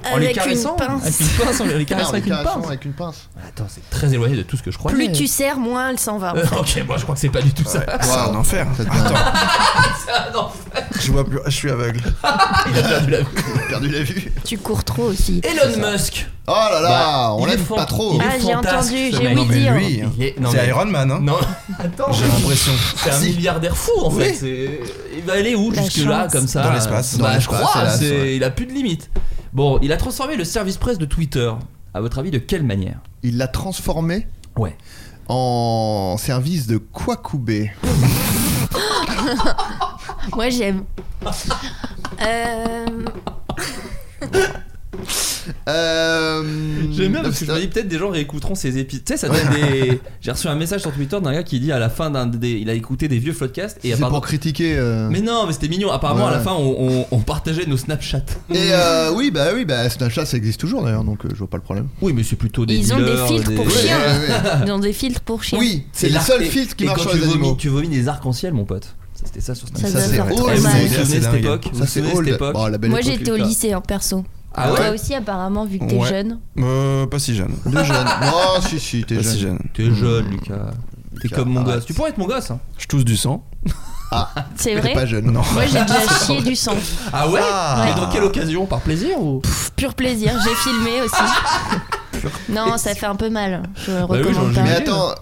Speaker 3: en les
Speaker 5: Avec une
Speaker 3: caressant, hein.
Speaker 5: pince.
Speaker 3: Avec une pince, on les
Speaker 2: Ah,
Speaker 3: caresse
Speaker 2: en
Speaker 3: avec
Speaker 2: les
Speaker 3: une
Speaker 2: caressant
Speaker 3: pince.
Speaker 2: avec une pince.
Speaker 3: Attends, c'est très éloigné de tout ce que je crois.
Speaker 5: Plus tu serres, moins elle s'en va.
Speaker 3: ok, moi je crois que Ah, c'est pas du tout ça.
Speaker 1: C'est un enfer.
Speaker 2: Ça devient-
Speaker 1: Attends,
Speaker 3: Ah non,
Speaker 1: je vois plus, je suis aveugle.
Speaker 3: il a perdu la vue.
Speaker 2: J'ai perdu la vue.
Speaker 5: Tu cours trop aussi.
Speaker 3: Elon Musk.
Speaker 2: Oh là là,
Speaker 3: Bah,
Speaker 2: on
Speaker 3: il est
Speaker 2: l'aime
Speaker 3: fan-
Speaker 2: pas trop.
Speaker 3: il est
Speaker 5: Ah, j'ai
Speaker 3: fantasque,
Speaker 5: entendu,
Speaker 3: ce
Speaker 5: j'ai
Speaker 3: mec.
Speaker 5: oui
Speaker 1: mais
Speaker 5: dire.
Speaker 1: lui, hein.
Speaker 3: Il est- non,
Speaker 1: c'est
Speaker 3: mais-
Speaker 1: Iron Man, hein
Speaker 3: Non, attends,
Speaker 1: J'ai l'impression.
Speaker 3: c'est un milliardaire fou en fait. C'est- Il va aller où
Speaker 5: La
Speaker 3: jusque là
Speaker 5: chance.
Speaker 3: comme ça
Speaker 1: Dans l'espace.
Speaker 3: Bah,
Speaker 1: Dans
Speaker 3: je
Speaker 1: l'espace,
Speaker 3: crois.
Speaker 2: hélas,
Speaker 3: c'est-
Speaker 2: ouais.
Speaker 3: Il a plus de limite. Bon, il a transformé le service presse de Twitter. À votre avis, de quelle manière
Speaker 2: Il l'a transformé
Speaker 3: Ouais.
Speaker 2: en service de Kwakubé.
Speaker 5: Moi j'aime. Euh,
Speaker 2: Euh...
Speaker 3: J'aime bien parce que je me
Speaker 2: euh,
Speaker 3: dis peut-être des gens réécouteront ces épisodes. Tu sais, ça donne des. J'ai reçu un message sur Twitter d'un gars qui dit à la fin d'un des. Il a écouté des vieux podcasts et
Speaker 2: C'est
Speaker 3: apparemment.
Speaker 2: pour critiquer. euh,
Speaker 3: Mais non, mais c'était mignon. Apparemment,
Speaker 2: Ouais.
Speaker 3: à la fin, on, on- on partageait nos Snapchats.
Speaker 2: Et euh, oui, bah oui, bah Snapchat ça existe toujours d'ailleurs, donc euh, je vois pas le problème.
Speaker 3: Oui, mais c'est plutôt des.
Speaker 5: Ils ont des
Speaker 3: dealers,
Speaker 5: filtres pour
Speaker 2: Oui,
Speaker 5: chiens.
Speaker 2: oui, oui.
Speaker 5: Ils ont des filtres pour chiens.
Speaker 2: Oui, c'est les
Speaker 3: l'arc-
Speaker 2: seuls
Speaker 3: et-
Speaker 2: filtres qui
Speaker 3: et
Speaker 2: marchent
Speaker 3: quand
Speaker 2: sur
Speaker 3: tu
Speaker 2: les
Speaker 3: vomis,
Speaker 2: animaux.
Speaker 3: Tu vomis des arcs-en-ciel, mon pote. Ça, C'était ça sur Snapchat.
Speaker 5: Ça doit
Speaker 2: c'est
Speaker 5: faire
Speaker 2: vrai.
Speaker 5: trop
Speaker 2: Ouais,
Speaker 5: mal.
Speaker 3: Vous vous
Speaker 1: Ça, c'est
Speaker 3: souvenez de cette
Speaker 1: dingue.
Speaker 3: époque Vous vous
Speaker 2: Ça c'est
Speaker 3: souvenez de cette
Speaker 2: old.
Speaker 3: époque
Speaker 2: Bon, la belle
Speaker 5: Moi
Speaker 2: époque.
Speaker 5: j'étais au
Speaker 3: Putain.
Speaker 5: lycée en perso.
Speaker 2: ben, Ah
Speaker 5: Toi
Speaker 2: ouais
Speaker 5: aussi, apparemment, vu que t'es
Speaker 1: Ouais.
Speaker 5: jeune.
Speaker 1: Euh, pas si jeune.
Speaker 2: De jeune. Oh, si, si, t'es
Speaker 3: Bah,
Speaker 1: Pas
Speaker 2: jeune.
Speaker 1: si jeune.
Speaker 3: T'es jeune,
Speaker 5: Ah,
Speaker 3: Lucas. T'es
Speaker 2: Lucas, Ah
Speaker 3: comme mon
Speaker 2: arrête.
Speaker 3: gosse. Tu pourrais être mon gosse. hein.
Speaker 1: Je tousse du sang.
Speaker 5: C'est
Speaker 2: T'es
Speaker 5: vrai
Speaker 2: pas jeune.
Speaker 1: Non.
Speaker 5: Moi, j'ai déjà chié du sang.
Speaker 3: Ah ouais
Speaker 1: Ah.
Speaker 3: Mais dans quelle occasion Par plaisir ou
Speaker 5: Pff, Pur plaisir, j'ai filmé aussi. non, ça fait un peu mal. Je
Speaker 2: Bah
Speaker 3: oui,
Speaker 5: recommande
Speaker 3: j'en-
Speaker 5: pas.
Speaker 2: Mais
Speaker 3: Imagine.
Speaker 2: attends,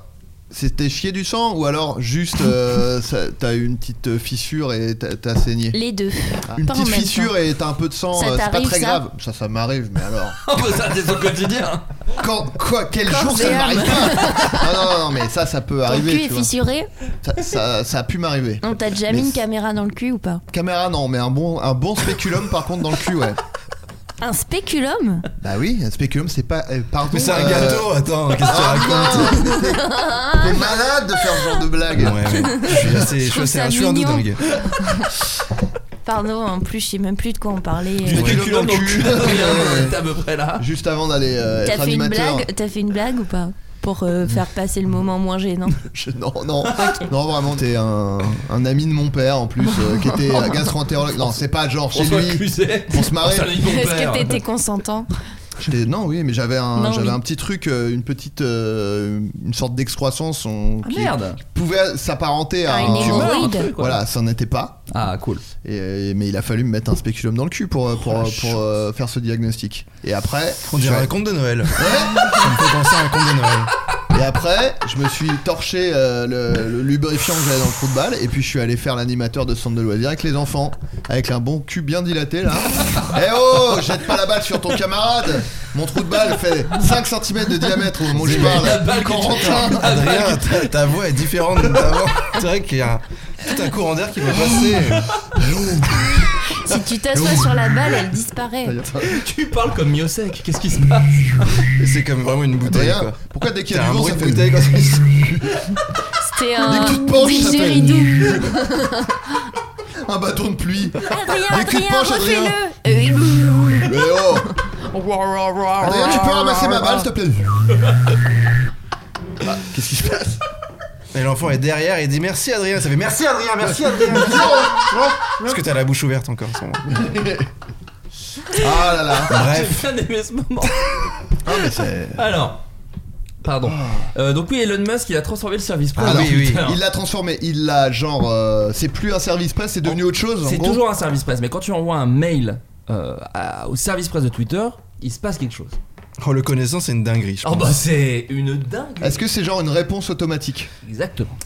Speaker 2: c'était chier du sang ou alors juste euh, ça- t'as eu une petite euh, fissure et t'as t'as saigné
Speaker 5: Les deux.
Speaker 2: Une
Speaker 5: Ah. Pas en
Speaker 2: petite
Speaker 5: même
Speaker 2: fissure et t'as un peu de sang,
Speaker 5: Ça
Speaker 2: euh, c'est pas
Speaker 5: t'arrive,
Speaker 2: très
Speaker 5: ça
Speaker 2: grave. Ça, ça m'arrive, mais alors.
Speaker 3: Oh, bah, ça, c'est son quotidien.
Speaker 2: Quand, quoi, quel
Speaker 5: Corps
Speaker 2: jour ça
Speaker 5: et
Speaker 2: ne
Speaker 5: âme.
Speaker 2: m'arrive pas Ah non, non, non, mais ça, ça peut
Speaker 5: Ton cul
Speaker 2: arriver.
Speaker 5: est Hein.
Speaker 2: Tu vois.
Speaker 5: fissuré
Speaker 2: Ça, ça, ça a pu m'arriver.
Speaker 5: On t'a déjà
Speaker 2: Mais
Speaker 5: mis une
Speaker 2: c'est-
Speaker 5: caméra dans le cul ou pas
Speaker 2: Caméra, non, mais un bon, un bon spéculum par contre dans le cul, ouais.
Speaker 5: Un spéculum
Speaker 2: Bah oui, un spéculum, c'est pas. euh, pardon.
Speaker 1: Mais c'est un
Speaker 2: euh,
Speaker 1: gâteau, attends, qu'est-ce que tu
Speaker 2: Ah
Speaker 1: racontes
Speaker 2: non, t'es- T'es malade de faire ce genre de blague.
Speaker 1: Ouais, ouais. Je suis assez, je suis
Speaker 5: trouve
Speaker 1: assez-
Speaker 5: ça
Speaker 1: je suis un
Speaker 5: mignon.
Speaker 1: dingue.
Speaker 5: Pardon, en plus, je sais même plus de quoi on parlait.
Speaker 2: Du
Speaker 5: Euh,
Speaker 2: spéculum dans le cul.
Speaker 3: T'es à peu près là.
Speaker 2: Juste avant d'aller euh,
Speaker 5: T'as
Speaker 2: être
Speaker 5: fait, une
Speaker 2: animateur.
Speaker 5: blague T'as fait une blague ou pas Pour euh, faire passer le moment moins gênant.
Speaker 2: Je- non, non, non, vraiment, t'es un, un ami de mon père en plus, euh, qui était euh, gastro-entérologue. Non, c'est pas genre chez
Speaker 3: François
Speaker 2: lui.
Speaker 3: Cluzet.
Speaker 2: Pour se marrer.
Speaker 3: Salut, mon
Speaker 5: Est-ce
Speaker 3: père.
Speaker 5: que t'étais consentant
Speaker 2: J'étais- non, oui, mais j'avais un,
Speaker 5: Non,
Speaker 2: j'avais
Speaker 5: oui.
Speaker 2: un petit truc, euh, une petite, euh, une sorte d'excroissance on-
Speaker 3: Ah,
Speaker 2: qui
Speaker 3: Merde.
Speaker 2: pouvait s'apparenter à
Speaker 5: Ah,
Speaker 2: un
Speaker 5: une
Speaker 2: tumeur.
Speaker 3: Un
Speaker 5: hémorroïde
Speaker 3: truc, quoi.
Speaker 2: Voilà, ça n'était pas.
Speaker 3: Ah cool.
Speaker 2: Et, euh, mais il a fallu me mettre un spéculum dans le cul pour, euh, pour,
Speaker 1: Oh, la
Speaker 2: pour, euh, faire ce diagnostic. Et après,
Speaker 1: On dirait un conte de Noël. Ça me fait penser à un conte de Noël.
Speaker 2: Et après, je me suis torché euh, le, le lubrifiant que j'avais dans le trou de balle, et puis je suis allé faire l'animateur de centre de loisirs avec les enfants, avec un bon cul bien dilaté là. Eh oh, jette pas la balle sur ton camarade Mon trou de balle fait 5 cm de diamètre au moment où je parle.
Speaker 3: la balle que tu
Speaker 2: Corentin
Speaker 1: Adrien, Ah, ta, ta voix est différente d'avant. C'est vrai qu'il y a tout un courant d'air qui va passer.
Speaker 5: Si tu t'assois sur la balle, elle disparaît.
Speaker 3: Tu parles comme Miosek. Qu'est-ce qui se passe
Speaker 1: C'est comme vraiment une bouteille.
Speaker 2: Adrien,
Speaker 1: Quoi.
Speaker 2: pourquoi dès qu'il y
Speaker 1: T'as
Speaker 2: a
Speaker 1: un
Speaker 2: du vent,
Speaker 1: bruit
Speaker 2: ça
Speaker 1: de
Speaker 2: fait
Speaker 1: bouteille quand tu-
Speaker 5: C'était
Speaker 2: Dès que tu te
Speaker 5: un
Speaker 2: penches, ça fait-
Speaker 5: didgeridoo.
Speaker 2: un bâton de pluie
Speaker 5: Adrien,
Speaker 2: Dès que tu te
Speaker 5: Adrien,
Speaker 2: penches, Adrien.
Speaker 5: refais-le
Speaker 2: Mais oh Adrien,
Speaker 5: Adrien,
Speaker 2: tu peux ramasser ma balle s'il te plaît Ah, Qu'est-ce qui se passe
Speaker 1: Et l'enfant est derrière et il dit merci Adrien. Ça fait merci Adrien, merci Adrien. Parce que t'as la bouche ouverte encore. en ce moment.
Speaker 2: Ah là là
Speaker 3: J'ai
Speaker 1: Bref,
Speaker 3: bien aimé ce moment.
Speaker 2: Ah, mais c'est-
Speaker 3: Alors. Pardon. Euh, donc oui, Elon Musk, il a transformé le service. pro
Speaker 1: Ah
Speaker 3: dans
Speaker 1: oui, oui.
Speaker 3: Twitter.
Speaker 2: Il l'a transformé, il l'a genre. euh, c'est plus un service presse, c'est devenu autre chose. en
Speaker 3: C'est
Speaker 2: gros.
Speaker 3: toujours un service presse, mais quand tu envoies un mail euh, à- au service presse de Twitter, il se passe quelque chose.
Speaker 1: oh, le connaissant c'est une dinguerie. je
Speaker 3: Oh
Speaker 1: pense.
Speaker 3: bah c'est une dingue.
Speaker 2: Est-ce que c'est genre une réponse automatique
Speaker 1: Ah.
Speaker 3: Exactement.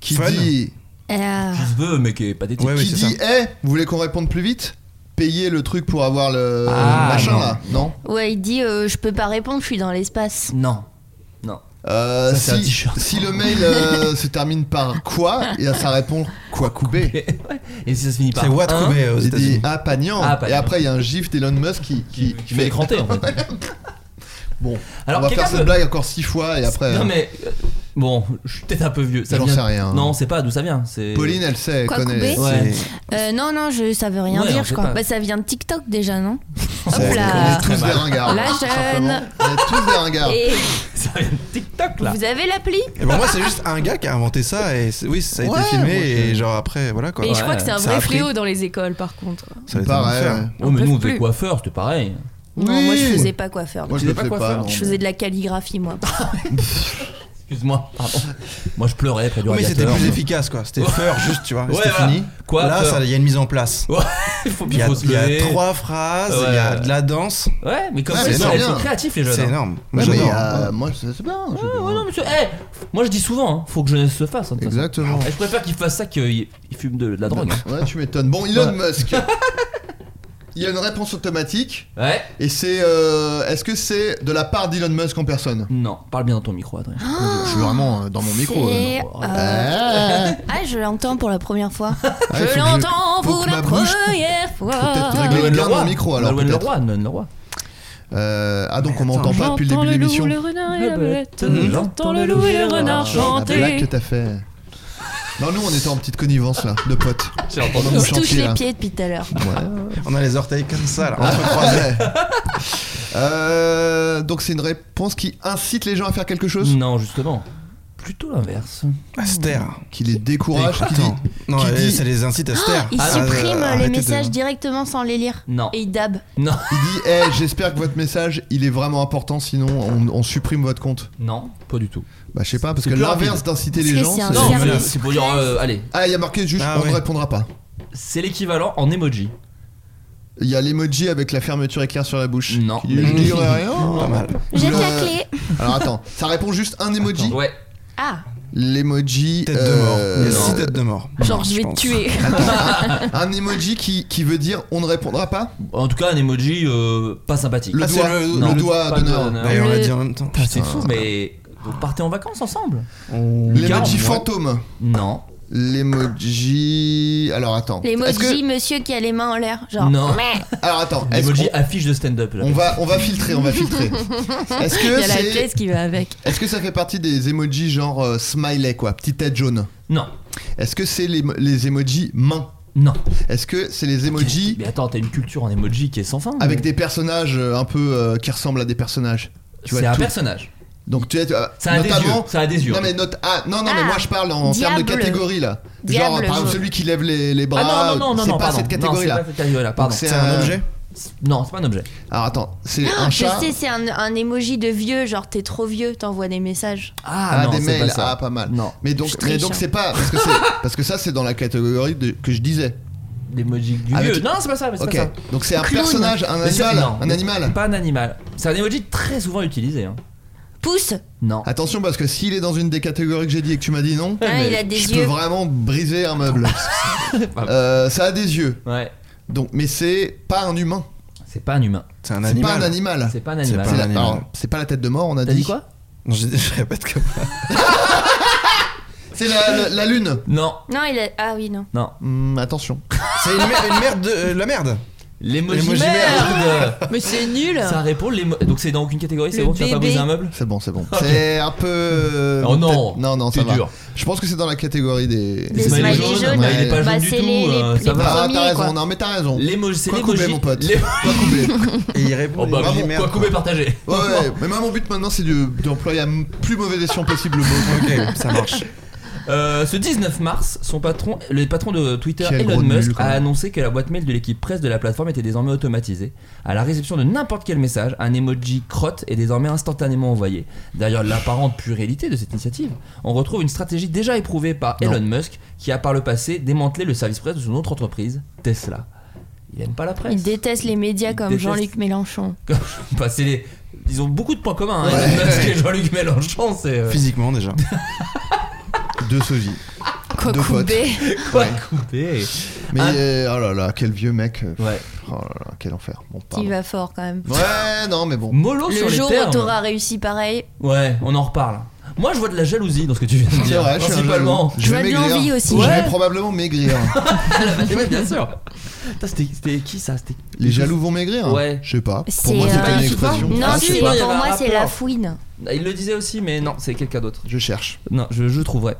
Speaker 2: qui
Speaker 1: Fun.
Speaker 2: dit
Speaker 5: Euh,
Speaker 3: Qui se veut, mais qui est pathétique.
Speaker 1: Ouais, oui,
Speaker 2: qui
Speaker 1: c'est
Speaker 2: dit Eh, vous voulez qu'on réponde plus vite Payez le truc pour avoir le
Speaker 3: Ah,
Speaker 2: machin
Speaker 3: non.
Speaker 2: là, non
Speaker 5: Ouais, il dit euh, je peux pas répondre, je suis dans l'espace.
Speaker 3: Non. Non.
Speaker 2: Euh,
Speaker 3: Ça, c'est un
Speaker 2: si,
Speaker 3: t-shirt.
Speaker 2: si le mail euh, se termine par quoi, et ça répond quoi couper.
Speaker 3: Et, ouais, et ça se finit par.
Speaker 1: C'est Watt euh,
Speaker 3: un,
Speaker 1: Roubaix aux
Speaker 2: Il dit
Speaker 1: États-Unis.
Speaker 2: ah pagnant.
Speaker 3: Ah, pagnant.
Speaker 2: Et après il y a un gif d'Elon Musk qui,
Speaker 3: qui,
Speaker 2: qui,
Speaker 3: qui fait écranter en fait.
Speaker 2: Bon,
Speaker 3: Alors,
Speaker 2: on va
Speaker 3: quelqu'un
Speaker 2: faire cette
Speaker 3: peut-
Speaker 2: blague encore six fois et après.
Speaker 3: Non mais euh, bon, je suis peut-être un peu vieux. Ça
Speaker 2: J'en
Speaker 3: vient-
Speaker 2: sais rien.
Speaker 3: Non, c'est pas d'où ça vient. C'est
Speaker 2: Pauline elle sait, elle
Speaker 5: Quoi
Speaker 2: connaît.
Speaker 5: couper
Speaker 3: Ouais.
Speaker 5: Euh, non, non, je, ça veut rien
Speaker 3: Ouais, on
Speaker 5: dire,
Speaker 3: sait
Speaker 5: je crois.
Speaker 3: pas.
Speaker 5: Bah, ça vient de TikTok déjà, non Hop
Speaker 2: On
Speaker 5: là
Speaker 2: est tous des ringards.
Speaker 5: Euh, La
Speaker 2: tout simplement.
Speaker 5: jeune.
Speaker 2: On est tous des ringards.
Speaker 5: Et
Speaker 3: Ça vient de TikTok là.
Speaker 5: vous avez l'appli
Speaker 1: Et pour moi c'est juste un gars qui a inventé ça et c'est- oui ça a
Speaker 2: Ouais,
Speaker 1: été filmé
Speaker 2: moi, je-
Speaker 1: et genre après voilà quoi.
Speaker 5: Mais je
Speaker 3: Ouais,
Speaker 5: crois que c'est un
Speaker 1: ça a
Speaker 5: vrai
Speaker 1: pris.
Speaker 5: fléau dans les écoles, par contre.
Speaker 1: Ça a été
Speaker 2: Pareil,
Speaker 1: l'enfer.
Speaker 2: ouais.
Speaker 3: Oh mais
Speaker 5: On
Speaker 3: nous on
Speaker 5: peut
Speaker 3: faisait
Speaker 5: plus.
Speaker 3: coiffeur, c'était pareil.
Speaker 5: Non, moi je
Speaker 2: Oui.
Speaker 5: faisais pas quoi faire.
Speaker 2: Moi je le fais
Speaker 3: quoi
Speaker 2: pas.
Speaker 3: faire.
Speaker 2: non.
Speaker 5: Je faisais de la calligraphie, moi.
Speaker 3: Excuse-moi. pardon. Moi je pleurais près du
Speaker 1: Oui, mais c'était
Speaker 3: radiateur.
Speaker 1: plus efficace quoi. C'était faire juste, tu vois.
Speaker 3: Ouais,
Speaker 1: c'était
Speaker 3: voilà.
Speaker 1: fini.
Speaker 3: Quoi,
Speaker 1: Là,
Speaker 3: faire
Speaker 1: ça- il y a une mise en place.
Speaker 3: Ouais, il faut,
Speaker 1: Il y, a,
Speaker 3: faut se
Speaker 1: il y a
Speaker 3: lever.
Speaker 1: trois phrases, il
Speaker 3: Ouais.
Speaker 1: y a de la danse.
Speaker 3: Ouais, mais comme
Speaker 2: Ouais,
Speaker 3: ça,
Speaker 2: mais
Speaker 3: ils
Speaker 2: c'est
Speaker 3: sont, ils
Speaker 2: bien.
Speaker 3: sont créatifs les jeunes.
Speaker 1: C'est
Speaker 3: hein.
Speaker 1: énorme. Moi,
Speaker 2: Ouais, mais euh, il y
Speaker 1: j'adore.
Speaker 2: a- moi, hein. je- c'est bien. je- hein.
Speaker 3: Ouais, ouais, non, monsieur. Eh, moi je dis souvent, hein, faut que jeunesse se fasse. hein, de toute façon.
Speaker 2: Exactement.
Speaker 3: Eh, Je préfère qu'ils fassent ça qu'ils fument de, de la drogue. hein.
Speaker 2: Ouais, tu m'étonnes. Bon, Elon Musk. Il y a une réponse automatique.
Speaker 3: Ouais.
Speaker 2: Et c'est. euh, Est-ce que c'est de la part d'Elon Musk en personne
Speaker 3: Non, parle bien dans ton micro, Adrien.
Speaker 2: Je suis vraiment euh, dans mon micro. euh,
Speaker 5: Ah, C'est,
Speaker 2: non.
Speaker 5: euh,
Speaker 2: Ah,
Speaker 5: Ah, je l'entends pour la première fois.
Speaker 2: il faut que
Speaker 5: je l'entends
Speaker 2: faut
Speaker 5: pour
Speaker 2: que
Speaker 5: la
Speaker 2: ma bouche-
Speaker 5: première
Speaker 2: peut-être
Speaker 5: fois.
Speaker 2: régler- Nolwenn Leroy. Dans le micro, alors,
Speaker 3: Nolwenn
Speaker 2: peut-être.
Speaker 3: Leroy, Nolwenn Leroy.
Speaker 2: euh, ah, donc on m'entend
Speaker 1: Attends,
Speaker 2: pas depuis le début de l'émission. Ah,
Speaker 5: le renard et la belette.
Speaker 3: Mhm.
Speaker 5: J'entends le loup et le renard
Speaker 2: La blague que
Speaker 5: chanter.
Speaker 2: t'as fait. Non, nous on était en petite connivence là, de potes.
Speaker 3: J'ai
Speaker 2: Pendant
Speaker 3: entendu.
Speaker 2: le
Speaker 5: On se touche
Speaker 2: chantier,
Speaker 5: les
Speaker 2: là.
Speaker 5: pieds depuis tout à l'heure.
Speaker 2: Ouais.
Speaker 1: On a les orteils comme ça, là,
Speaker 2: Ah,
Speaker 1: entrecroisés.
Speaker 2: ouais. Euh, donc c'est une réponse qui incite les gens à faire quelque chose
Speaker 3: Non, justement. plutôt l'inverse.
Speaker 1: Aster.
Speaker 2: Qui les décourage. qui
Speaker 1: Attends.
Speaker 2: dit-
Speaker 1: Non,
Speaker 2: qui
Speaker 1: elle-
Speaker 2: dit-
Speaker 1: ça les incite à se taire.
Speaker 5: Ils
Speaker 1: Ah,
Speaker 5: suppriment
Speaker 1: arrêtez
Speaker 5: les
Speaker 1: de-
Speaker 5: messages directement sans les lire.
Speaker 3: Non.
Speaker 5: Et ils dabent.
Speaker 3: Non.
Speaker 2: Il dit Eh, j'espère que votre message il est vraiment important, sinon on, on supprime votre compte.
Speaker 3: Non, pas du tout.
Speaker 2: Bah, je sais pas, parce
Speaker 3: C'est
Speaker 2: que
Speaker 3: plus
Speaker 2: l'inverse
Speaker 3: rapide.
Speaker 2: d'inciter
Speaker 5: Parce
Speaker 2: les
Speaker 5: que
Speaker 2: gens.
Speaker 5: c'est un
Speaker 2: c'est-
Speaker 5: Non,
Speaker 3: Non,
Speaker 5: service.
Speaker 3: mais là, c'est pour dire, euh, allez,
Speaker 2: Ah, il y a marqué juste
Speaker 1: Ah
Speaker 2: on ne
Speaker 1: ouais.
Speaker 2: répondra pas.
Speaker 3: c'est l'équivalent en emoji.
Speaker 2: Il y a l'emoji avec la fermeture éclair sur la bouche.
Speaker 3: Non.
Speaker 2: Qui dit, je dirai euh, rien.
Speaker 1: Pas mal.
Speaker 5: Jette la
Speaker 2: Le-
Speaker 5: clé.
Speaker 2: Alors attends, ça répond juste un emoji.
Speaker 3: Ouais.
Speaker 5: Ah,
Speaker 2: L'emoji.
Speaker 1: Tête de mort.
Speaker 2: euh,
Speaker 1: Il y a six têtes de mort.
Speaker 5: genre je vais
Speaker 1: pense.
Speaker 5: te tuer.
Speaker 2: Un emoji qui, qui veut dire on ne répondra pas.
Speaker 3: En tout cas, un emoji euh, pas sympathique.
Speaker 2: Le
Speaker 1: Ah, c'est
Speaker 2: doigt,
Speaker 1: le-
Speaker 2: le
Speaker 3: Non,
Speaker 2: doigt
Speaker 3: pas le doigt
Speaker 2: d'honneur.
Speaker 3: d'honneur.
Speaker 1: D'ailleurs, on l'a
Speaker 5: Le-
Speaker 1: dit en même temps.
Speaker 3: Putain, c'est fou, mais vous partez en vacances ensemble
Speaker 1: On-
Speaker 3: Lucas,
Speaker 2: L'emoji
Speaker 3: ouais.
Speaker 2: fantôme.
Speaker 3: Non.
Speaker 2: L'emoji. Alors attends. Est-ce
Speaker 5: L'emoji
Speaker 2: que-
Speaker 5: monsieur qui a les mains en l'air. Genre.
Speaker 3: Non.
Speaker 2: Alors attends. est-ce
Speaker 3: Emoji
Speaker 2: qu'on-
Speaker 3: affiche de stand-up. là.
Speaker 2: on va, on va filtrer, on va filtrer. Est-ce
Speaker 5: Il
Speaker 2: que,
Speaker 5: y a la
Speaker 2: c'est-
Speaker 5: pièce qui va avec.
Speaker 2: est-ce que ça fait partie des emojis genre euh, smiley quoi, petite tête jaune
Speaker 3: Non.
Speaker 2: Est-ce que c'est les, les emojis mains
Speaker 3: Non.
Speaker 2: Est-ce que c'est les emojis
Speaker 3: Mais attends, t'as une culture en emoji qui est sans fin.
Speaker 2: avec
Speaker 3: mais-
Speaker 2: des personnages euh, un peu euh, qui ressemblent à des personnages tu vois
Speaker 3: C'est un
Speaker 2: tout.
Speaker 3: personnage.
Speaker 2: Donc tu es tu-
Speaker 3: Ça a des
Speaker 2: notamment
Speaker 3: yeux. Ça a des yeux.
Speaker 2: Non mais note ah non non mais
Speaker 5: Ah,
Speaker 2: moi je parle en termes de
Speaker 5: diable.
Speaker 2: catégorie là. Genre
Speaker 5: Diable,
Speaker 2: par exemple
Speaker 5: je-
Speaker 2: celui qui lève les, les bras.
Speaker 3: Ah non, non, non, non,
Speaker 2: c'est
Speaker 3: non,
Speaker 2: pas
Speaker 3: pardon.
Speaker 2: cette catégorie
Speaker 3: Non,
Speaker 2: là.
Speaker 3: c'est pas cette catégorie-là, pardon.
Speaker 2: c'est
Speaker 1: C'est un
Speaker 2: un-
Speaker 1: objet
Speaker 3: Non, c'est pas un objet.
Speaker 2: Alors attends c'est
Speaker 5: Ah,
Speaker 2: un
Speaker 5: je
Speaker 2: chat.
Speaker 5: sais, c'est un, un emoji de vieux, genre t'es trop vieux, t'envoies des messages.
Speaker 2: Ah,
Speaker 3: non,
Speaker 2: des
Speaker 3: c'est
Speaker 2: mails,
Speaker 3: pas ça.
Speaker 2: ah pas mal.
Speaker 3: Non.
Speaker 2: Mais donc,
Speaker 5: Je
Speaker 2: mais
Speaker 5: triche,
Speaker 2: donc
Speaker 5: hein.
Speaker 2: c'est pas parce que c'est parce que ça c'est dans la catégorie de- que je disais.
Speaker 3: L'emoji du
Speaker 2: Avec-
Speaker 3: vieux. Non, c'est pas ça, mais c'est
Speaker 2: Ok.
Speaker 3: pas ça.
Speaker 2: Donc c'est un
Speaker 5: Clown.
Speaker 2: personnage, un
Speaker 3: Mais c'est-
Speaker 2: animal,
Speaker 3: non,
Speaker 2: un
Speaker 3: mais
Speaker 2: animal.
Speaker 3: Pas un animal. C'est un emoji très souvent utilisé. hein.
Speaker 5: Pousse
Speaker 3: Non.
Speaker 2: Attention parce que s'il est dans une des catégories que j'ai dit et que tu m'as dit non,
Speaker 5: Ah,
Speaker 3: mais
Speaker 5: Il a des
Speaker 2: je
Speaker 5: yeux.
Speaker 2: peux vraiment briser un meuble.
Speaker 3: Ah.
Speaker 2: Euh, ça a des yeux.
Speaker 3: Ouais.
Speaker 2: Donc mais c'est pas un humain.
Speaker 3: C'est pas un humain.
Speaker 1: C'est un
Speaker 2: C'est pas un
Speaker 1: animal.
Speaker 2: animal.
Speaker 3: C'est pas un
Speaker 1: C'est pas
Speaker 3: animal.
Speaker 2: Ah, C'est la-
Speaker 1: un animal.
Speaker 2: alors, c'est pas la tête de mort, on a
Speaker 3: T'as dit quoi
Speaker 1: Non, je, je répète que.
Speaker 2: C'est la, la- la lune.
Speaker 3: Non.
Speaker 5: Non, il a. Ah oui, non.
Speaker 3: Non.
Speaker 2: Hmm, attention.
Speaker 1: C'est une, mer- une merde de euh, la merde.
Speaker 3: L'emoji
Speaker 1: L'emoji
Speaker 3: merde.
Speaker 5: Mais c'est nul
Speaker 3: Ça répond l'emo- Donc c'est dans aucune catégorie, c'est
Speaker 5: Le
Speaker 3: bon, tu vas pas
Speaker 5: bébé.
Speaker 3: briser un meuble
Speaker 2: C'est bon, c'est bon. C'est un peu.
Speaker 3: Oh non.
Speaker 2: peut-être- Non, non, ça
Speaker 3: C'est
Speaker 2: va.
Speaker 3: dur.
Speaker 2: Je pense que c'est dans la catégorie des.
Speaker 5: Des
Speaker 3: smileys
Speaker 5: smileys
Speaker 3: jaunes,
Speaker 5: jaunes,
Speaker 3: bah, il est pas
Speaker 5: bah,
Speaker 3: jaune du
Speaker 5: c'est
Speaker 3: tout,
Speaker 5: les-
Speaker 3: euh,
Speaker 5: les-
Speaker 3: ça
Speaker 5: les
Speaker 3: va.
Speaker 2: Ah, t'as
Speaker 5: premiers,
Speaker 2: raison,
Speaker 5: quoi.
Speaker 2: non, mais t'as raison.
Speaker 3: L'emoji, c'est
Speaker 2: Quoi couper,
Speaker 3: l'emoji.
Speaker 2: mon pote.
Speaker 3: l'emo-
Speaker 2: Quoi couper.
Speaker 1: Et il répond.
Speaker 3: Oh bah,
Speaker 1: vraiment,
Speaker 3: oui,
Speaker 1: merde,
Speaker 3: quoi couper, partager.
Speaker 2: Ouais, ouais, mais moi, mon but maintenant, c'est de- d'employer la m- plus mauvaise version possible le mot.
Speaker 1: Ok, ça marche.
Speaker 3: Euh, ce 19 mars, son patron, le patron de Twitter
Speaker 2: Quel
Speaker 3: Elon
Speaker 2: gros nul,
Speaker 3: Musk
Speaker 2: quand
Speaker 3: a
Speaker 2: même.
Speaker 3: annoncé que la boîte mail de l'équipe presse de la plateforme était désormais automatisée. À la réception de n'importe quel message, un emoji crotte est désormais instantanément envoyé. D'ailleurs, l'apparente puérilité de cette initiative, on retrouve une stratégie déjà éprouvée par
Speaker 2: Non.
Speaker 3: Elon Musk, qui a par le passé démantelé le service presse de son autre entreprise, Tesla. Il aime pas la presse.
Speaker 5: Il déteste les médias
Speaker 3: Il
Speaker 5: comme
Speaker 3: déteste.
Speaker 5: Jean-Luc Mélenchon.
Speaker 3: Enfin, c'est les- Ils ont beaucoup de points communs. hein, Elon Musk et Jean-Luc Mélenchon, c'est euh,
Speaker 1: Physiquement déjà.
Speaker 2: Deux sosies.
Speaker 5: Quoi
Speaker 2: Deux potes.
Speaker 5: couper
Speaker 3: quoi couper.
Speaker 2: Mais
Speaker 3: Ah.
Speaker 2: euh, oh là là, quel vieux mec.
Speaker 3: Ouais.
Speaker 2: Oh là là, quel enfer. Bon,
Speaker 5: Il
Speaker 2: pardon.
Speaker 5: va fort quand même.
Speaker 2: Ouais, non, mais bon.
Speaker 3: Mollo sur
Speaker 5: Le
Speaker 3: les
Speaker 5: jour où
Speaker 3: termes.
Speaker 5: t'auras réussi pareil,
Speaker 3: Ouais, on en reparle. Moi, je vois de la jalousie dans ce que tu viens de
Speaker 2: C'est
Speaker 3: dire.
Speaker 2: vrai, je suis un
Speaker 3: principalement.
Speaker 2: jaloux.
Speaker 5: Je vois de
Speaker 2: maigrir.
Speaker 5: l'envie aussi.
Speaker 2: Je vais
Speaker 3: Ouais.
Speaker 2: probablement maigrir.
Speaker 3: Ouais, bien sûr. Putain, C'était c'était qui ça C'était
Speaker 2: Les jaloux vont maigrir
Speaker 3: Ouais.
Speaker 2: Je sais pas.
Speaker 5: c'est.
Speaker 2: Pour moi,
Speaker 5: euh,
Speaker 2: c'était une
Speaker 3: pas-
Speaker 2: expression.
Speaker 5: Non,
Speaker 3: Ah,
Speaker 5: si,
Speaker 3: c'est
Speaker 5: pour
Speaker 3: pas- il y avait un
Speaker 5: moi, c'est la
Speaker 3: rapport.
Speaker 5: fouine.
Speaker 3: Ah, Il le disait aussi, mais non, c'est quelqu'un d'autre.
Speaker 2: Je cherche.
Speaker 3: Non, je, je trouverai.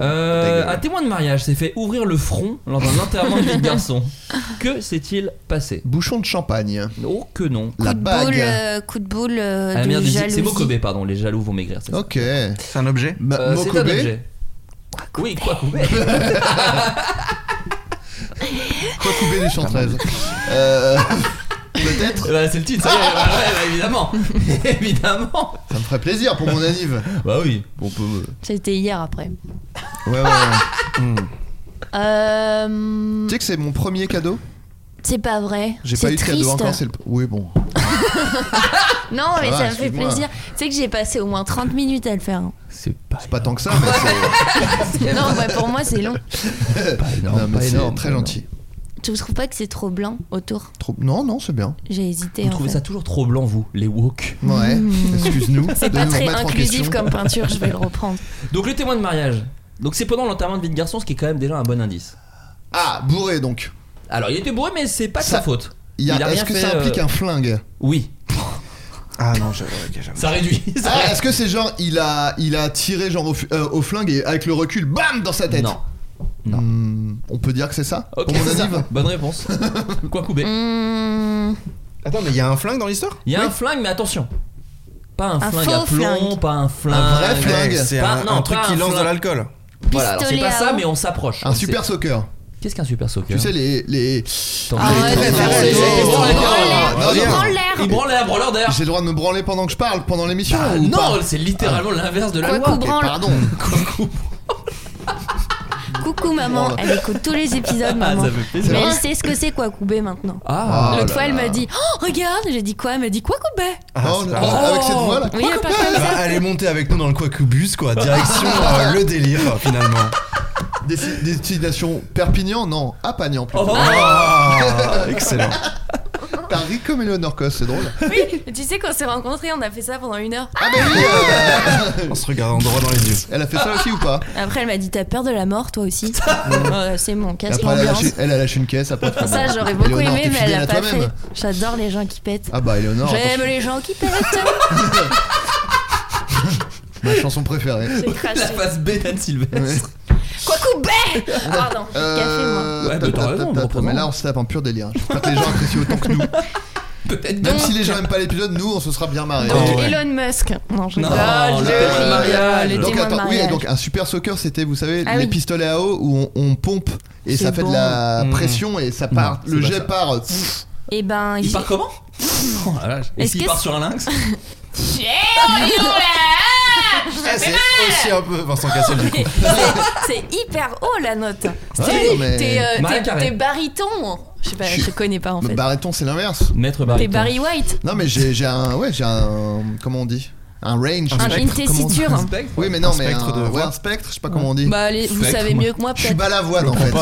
Speaker 3: Euh, un témoin de mariage s'est fait ouvrir le front lors d'un enterrement de vie de garçon. Que s'est-il passé
Speaker 2: Bouchon de champagne.
Speaker 3: Oh que non.
Speaker 2: La
Speaker 5: coup de boule,
Speaker 2: bague.
Speaker 5: euh, coup de boule euh,
Speaker 3: Ah, la
Speaker 5: de
Speaker 3: merde, c'est
Speaker 5: jalousie.
Speaker 3: Mokobé, pardon, les jaloux vont maigrir. c'est ça.
Speaker 2: Ok.
Speaker 1: C'est un objet.
Speaker 2: Ma-
Speaker 3: Euh, c'est un
Speaker 2: Mokobé.
Speaker 3: objet. Oui, quoi couper
Speaker 2: Quoi couper du 113 Euh, Peut-être
Speaker 3: Bah, C'est le titre, ça y est, bah, ouais, bah, évidemment. évidemment.
Speaker 2: Ça me ferait plaisir pour mon anniv.
Speaker 3: Bah oui.
Speaker 2: On peut.
Speaker 5: C'était hier après.
Speaker 2: Ouais, ouais, ouais.
Speaker 5: Euh,
Speaker 2: tu sais que c'est mon premier cadeau
Speaker 5: c'est pas vrai.
Speaker 2: J'ai pas
Speaker 5: C'est
Speaker 2: eu de cadeau
Speaker 5: triste.
Speaker 2: encore, c'est le. Oui, bon.
Speaker 5: Non, mais
Speaker 2: va,
Speaker 5: ça me fait
Speaker 2: excuse-moi.
Speaker 5: plaisir. Tu sais que j'ai passé au moins 30 minutes à le faire. hein.
Speaker 3: C'est pas,
Speaker 2: Pas tant que ça, mais c'est.
Speaker 5: non, bah, pour moi, c'est long.
Speaker 3: énorme,
Speaker 2: non, mais
Speaker 3: pas
Speaker 2: c'est
Speaker 3: énorme,
Speaker 2: très
Speaker 3: pas
Speaker 2: gentil.
Speaker 5: Tu trouves pas que c'est trop blanc autour
Speaker 2: Trop- Non, non, c'est bien.
Speaker 5: J'ai hésité.
Speaker 3: Vous
Speaker 5: en
Speaker 3: trouvez
Speaker 5: fait.
Speaker 3: ça toujours trop blanc, vous, les woke
Speaker 2: Ouais, excuse-nous.
Speaker 5: Mm. C'est
Speaker 2: de
Speaker 5: pas
Speaker 2: nous
Speaker 5: très
Speaker 2: remettre en
Speaker 5: inclusif
Speaker 2: question.
Speaker 5: comme peinture, je vais le reprendre.
Speaker 3: Donc le témoin de mariage. Donc c'est pendant l'enterrement de vie de garçon, ce qui est quand même déjà un bon indice.
Speaker 2: Ah, bourré donc.
Speaker 3: Alors il était bourré, mais c'est pas de
Speaker 2: Ça-
Speaker 3: sa faute.
Speaker 2: Il y a-
Speaker 3: Il a rien
Speaker 2: Est-ce que
Speaker 3: fait,
Speaker 2: ça
Speaker 3: euh,
Speaker 2: implique un flingue
Speaker 3: Oui,
Speaker 1: Ah non, je. ok, j'avoue.
Speaker 3: ça réduit. ça
Speaker 2: Ah,
Speaker 3: réduit.
Speaker 2: Est-ce que c'est genre il a il a tiré genre au, fu- euh, au flingue et avec le recul bam dans sa tête
Speaker 3: Non. Non.
Speaker 2: Hmm, on peut dire que c'est ça
Speaker 3: Ok,
Speaker 2: pour mon
Speaker 3: c'est ça.
Speaker 2: anniv
Speaker 3: Bonne réponse. Quoi couper
Speaker 5: Mmh,
Speaker 1: Mmh. Attends, mais il y a un flingue dans l'histoire
Speaker 3: Il y a un flingue, mais attention. Pas un,
Speaker 5: Un
Speaker 3: flingue à
Speaker 5: faux
Speaker 3: plomb,
Speaker 5: flingue.
Speaker 3: pas un flingue.
Speaker 2: Un vrai flingue.
Speaker 1: C'est
Speaker 3: Pas-
Speaker 1: un,
Speaker 3: non,
Speaker 1: un truc
Speaker 3: pas
Speaker 1: qui
Speaker 3: un
Speaker 1: lance de
Speaker 3: flingue.
Speaker 1: l'alcool.
Speaker 3: Voilà, alors c'est
Speaker 5: Pistolet
Speaker 3: pas
Speaker 5: à
Speaker 3: ça,
Speaker 5: eau.
Speaker 3: mais on s'approche.
Speaker 2: Un
Speaker 3: On
Speaker 2: super
Speaker 3: soccer.
Speaker 2: soccer.
Speaker 3: Qu'est-ce qu'un super soccer
Speaker 1: Hein.
Speaker 2: Tu sais, les. les...
Speaker 3: Attends,
Speaker 5: Ah ouais,
Speaker 2: les-
Speaker 5: mais
Speaker 2: les-
Speaker 5: arrête,
Speaker 2: les-
Speaker 5: j'ai-
Speaker 2: les-
Speaker 5: prends
Speaker 2: les-
Speaker 5: l'air,
Speaker 2: Non, non,
Speaker 5: prends l'air.
Speaker 3: Il branle la branleur d'ailleurs.
Speaker 2: J'ai le droit de me branler pendant que je parle, pendant l'émission
Speaker 1: Bah
Speaker 3: Ah,
Speaker 2: ou
Speaker 3: non,
Speaker 2: pas
Speaker 3: c'est littéralement l'inverse de la
Speaker 5: Quoi
Speaker 3: loi.
Speaker 5: qu'on branle.
Speaker 2: Pardon.
Speaker 5: Coucou maman, elle écoute tous les épisodes
Speaker 3: Ah,
Speaker 5: maman.
Speaker 3: ça fait plaisir.
Speaker 5: Mais elle sait ce que c'est quoi couper maintenant.
Speaker 3: Ah,
Speaker 2: Oh
Speaker 5: L'autre
Speaker 2: là
Speaker 5: fois elle
Speaker 2: là.
Speaker 5: m'a dit Oh regarde J'ai dit quoi Elle m'a dit quoi couper
Speaker 1: Ah,
Speaker 2: Oh,
Speaker 1: c'est
Speaker 2: là,
Speaker 1: pas-
Speaker 2: Avec cette Ah, voix là.
Speaker 5: Oui, elle parle comme
Speaker 1: Bah,
Speaker 5: ça.
Speaker 1: elle est montée avec nous dans le Quacubus,
Speaker 3: Ah,
Speaker 1: quoi. Direction euh, le délire, finalement.
Speaker 2: Desti- Destination Perpignan, non, à Pagnan plutôt.
Speaker 3: Oh.
Speaker 1: Ah, excellent.
Speaker 2: Paris comme Eleonore Cos, c'est drôle.
Speaker 5: Oui, tu sais qu'on s'est rencontrés, on a fait ça pendant une heure.
Speaker 2: Ah bah oui euh,
Speaker 1: On se regarde en droit dans les yeux.
Speaker 2: Elle a fait ça aussi ou pas
Speaker 5: Après elle m'a dit T'as peur de la mort toi aussi Euh, C'est mon
Speaker 2: Et
Speaker 5: casse
Speaker 2: Après elle a,
Speaker 5: l'ambiance.
Speaker 2: lâché, elle a lâché une caisse après.
Speaker 5: Enfin, Ça j'aurais beaucoup aimé mais elle l'a pas fait. J'adore les gens qui pètent.
Speaker 2: Ah bah Eleonore,
Speaker 5: J'aime
Speaker 2: attention.
Speaker 5: les gens qui pètent.
Speaker 2: ma chanson préférée.
Speaker 5: J'ai
Speaker 3: la
Speaker 5: craché.
Speaker 3: face B d'Anne Sylvestre.
Speaker 5: Quoi couper Pardon, café moi.
Speaker 2: Euh,
Speaker 3: Ouais, mais t'as raison,
Speaker 2: ta- ta- ta-
Speaker 3: représente.
Speaker 2: Mais là on se tape un pur délire. J'espère que les gens apprécient autant que nous.
Speaker 3: Peut-être
Speaker 2: Même
Speaker 3: donc.
Speaker 2: si les gens aiment pas l'épisode, nous on se sera bien marrés.
Speaker 5: Donc
Speaker 1: Oh, ouais.
Speaker 5: Elon Musk. Non, je
Speaker 3: Non, le
Speaker 5: rigole, je
Speaker 3: témoin de
Speaker 5: rigole,
Speaker 3: mariage.
Speaker 5: le
Speaker 3: Donc,
Speaker 2: Donc
Speaker 5: témoin de
Speaker 2: attends, oui,
Speaker 5: mariage.
Speaker 2: donc un super soccer, c'était, vous savez,
Speaker 5: Ah
Speaker 2: les
Speaker 5: oui.
Speaker 2: pistolets à eau où on, on pompe et
Speaker 5: C'est
Speaker 2: ça fait
Speaker 5: bon. Mmh.
Speaker 2: de la
Speaker 1: Mmh.
Speaker 2: pression et ça part,
Speaker 3: c'est
Speaker 2: le
Speaker 3: pas
Speaker 2: jet
Speaker 3: ça.
Speaker 2: part. euh, pff,
Speaker 5: Et ben,
Speaker 3: Il
Speaker 5: j'ai-
Speaker 3: part comment Oh la vache.
Speaker 5: Est-ce
Speaker 3: Est-ce qu'il
Speaker 5: que
Speaker 3: part
Speaker 5: c'est-
Speaker 3: sur un lynx
Speaker 5: Eh,
Speaker 2: Eh,
Speaker 1: Ah, c'est aussi un peu Vincent Cassel, du coup.
Speaker 5: c'est hyper haut la note.
Speaker 2: ouais, non, mais-
Speaker 5: T'es euh,
Speaker 3: Maria
Speaker 5: t'es-
Speaker 3: Carré.
Speaker 5: t'es bariton. Je sais pas,
Speaker 2: Je suis-
Speaker 5: je connais pas en
Speaker 2: Bah,
Speaker 5: fait.
Speaker 2: Barreton, c'est l'inverse.
Speaker 3: Maître
Speaker 5: T'es
Speaker 3: Barry.
Speaker 5: Barry White,
Speaker 2: Non, mais j'ai j'ai un. Ouais, j'ai un. Comment on dit Un range.
Speaker 5: un, une tessiture.
Speaker 2: Oui, mais non,
Speaker 1: Un
Speaker 2: mais.
Speaker 1: spectre
Speaker 2: un,
Speaker 1: de
Speaker 2: ouais,
Speaker 1: voix.
Speaker 2: un spectre, je sais pas comment on dit.
Speaker 5: Bah allez, vous
Speaker 3: Spectre,
Speaker 5: savez
Speaker 3: moi.
Speaker 5: mieux que moi
Speaker 2: je suis
Speaker 5: peut-être.
Speaker 2: balavoine en fait.
Speaker 5: Euh,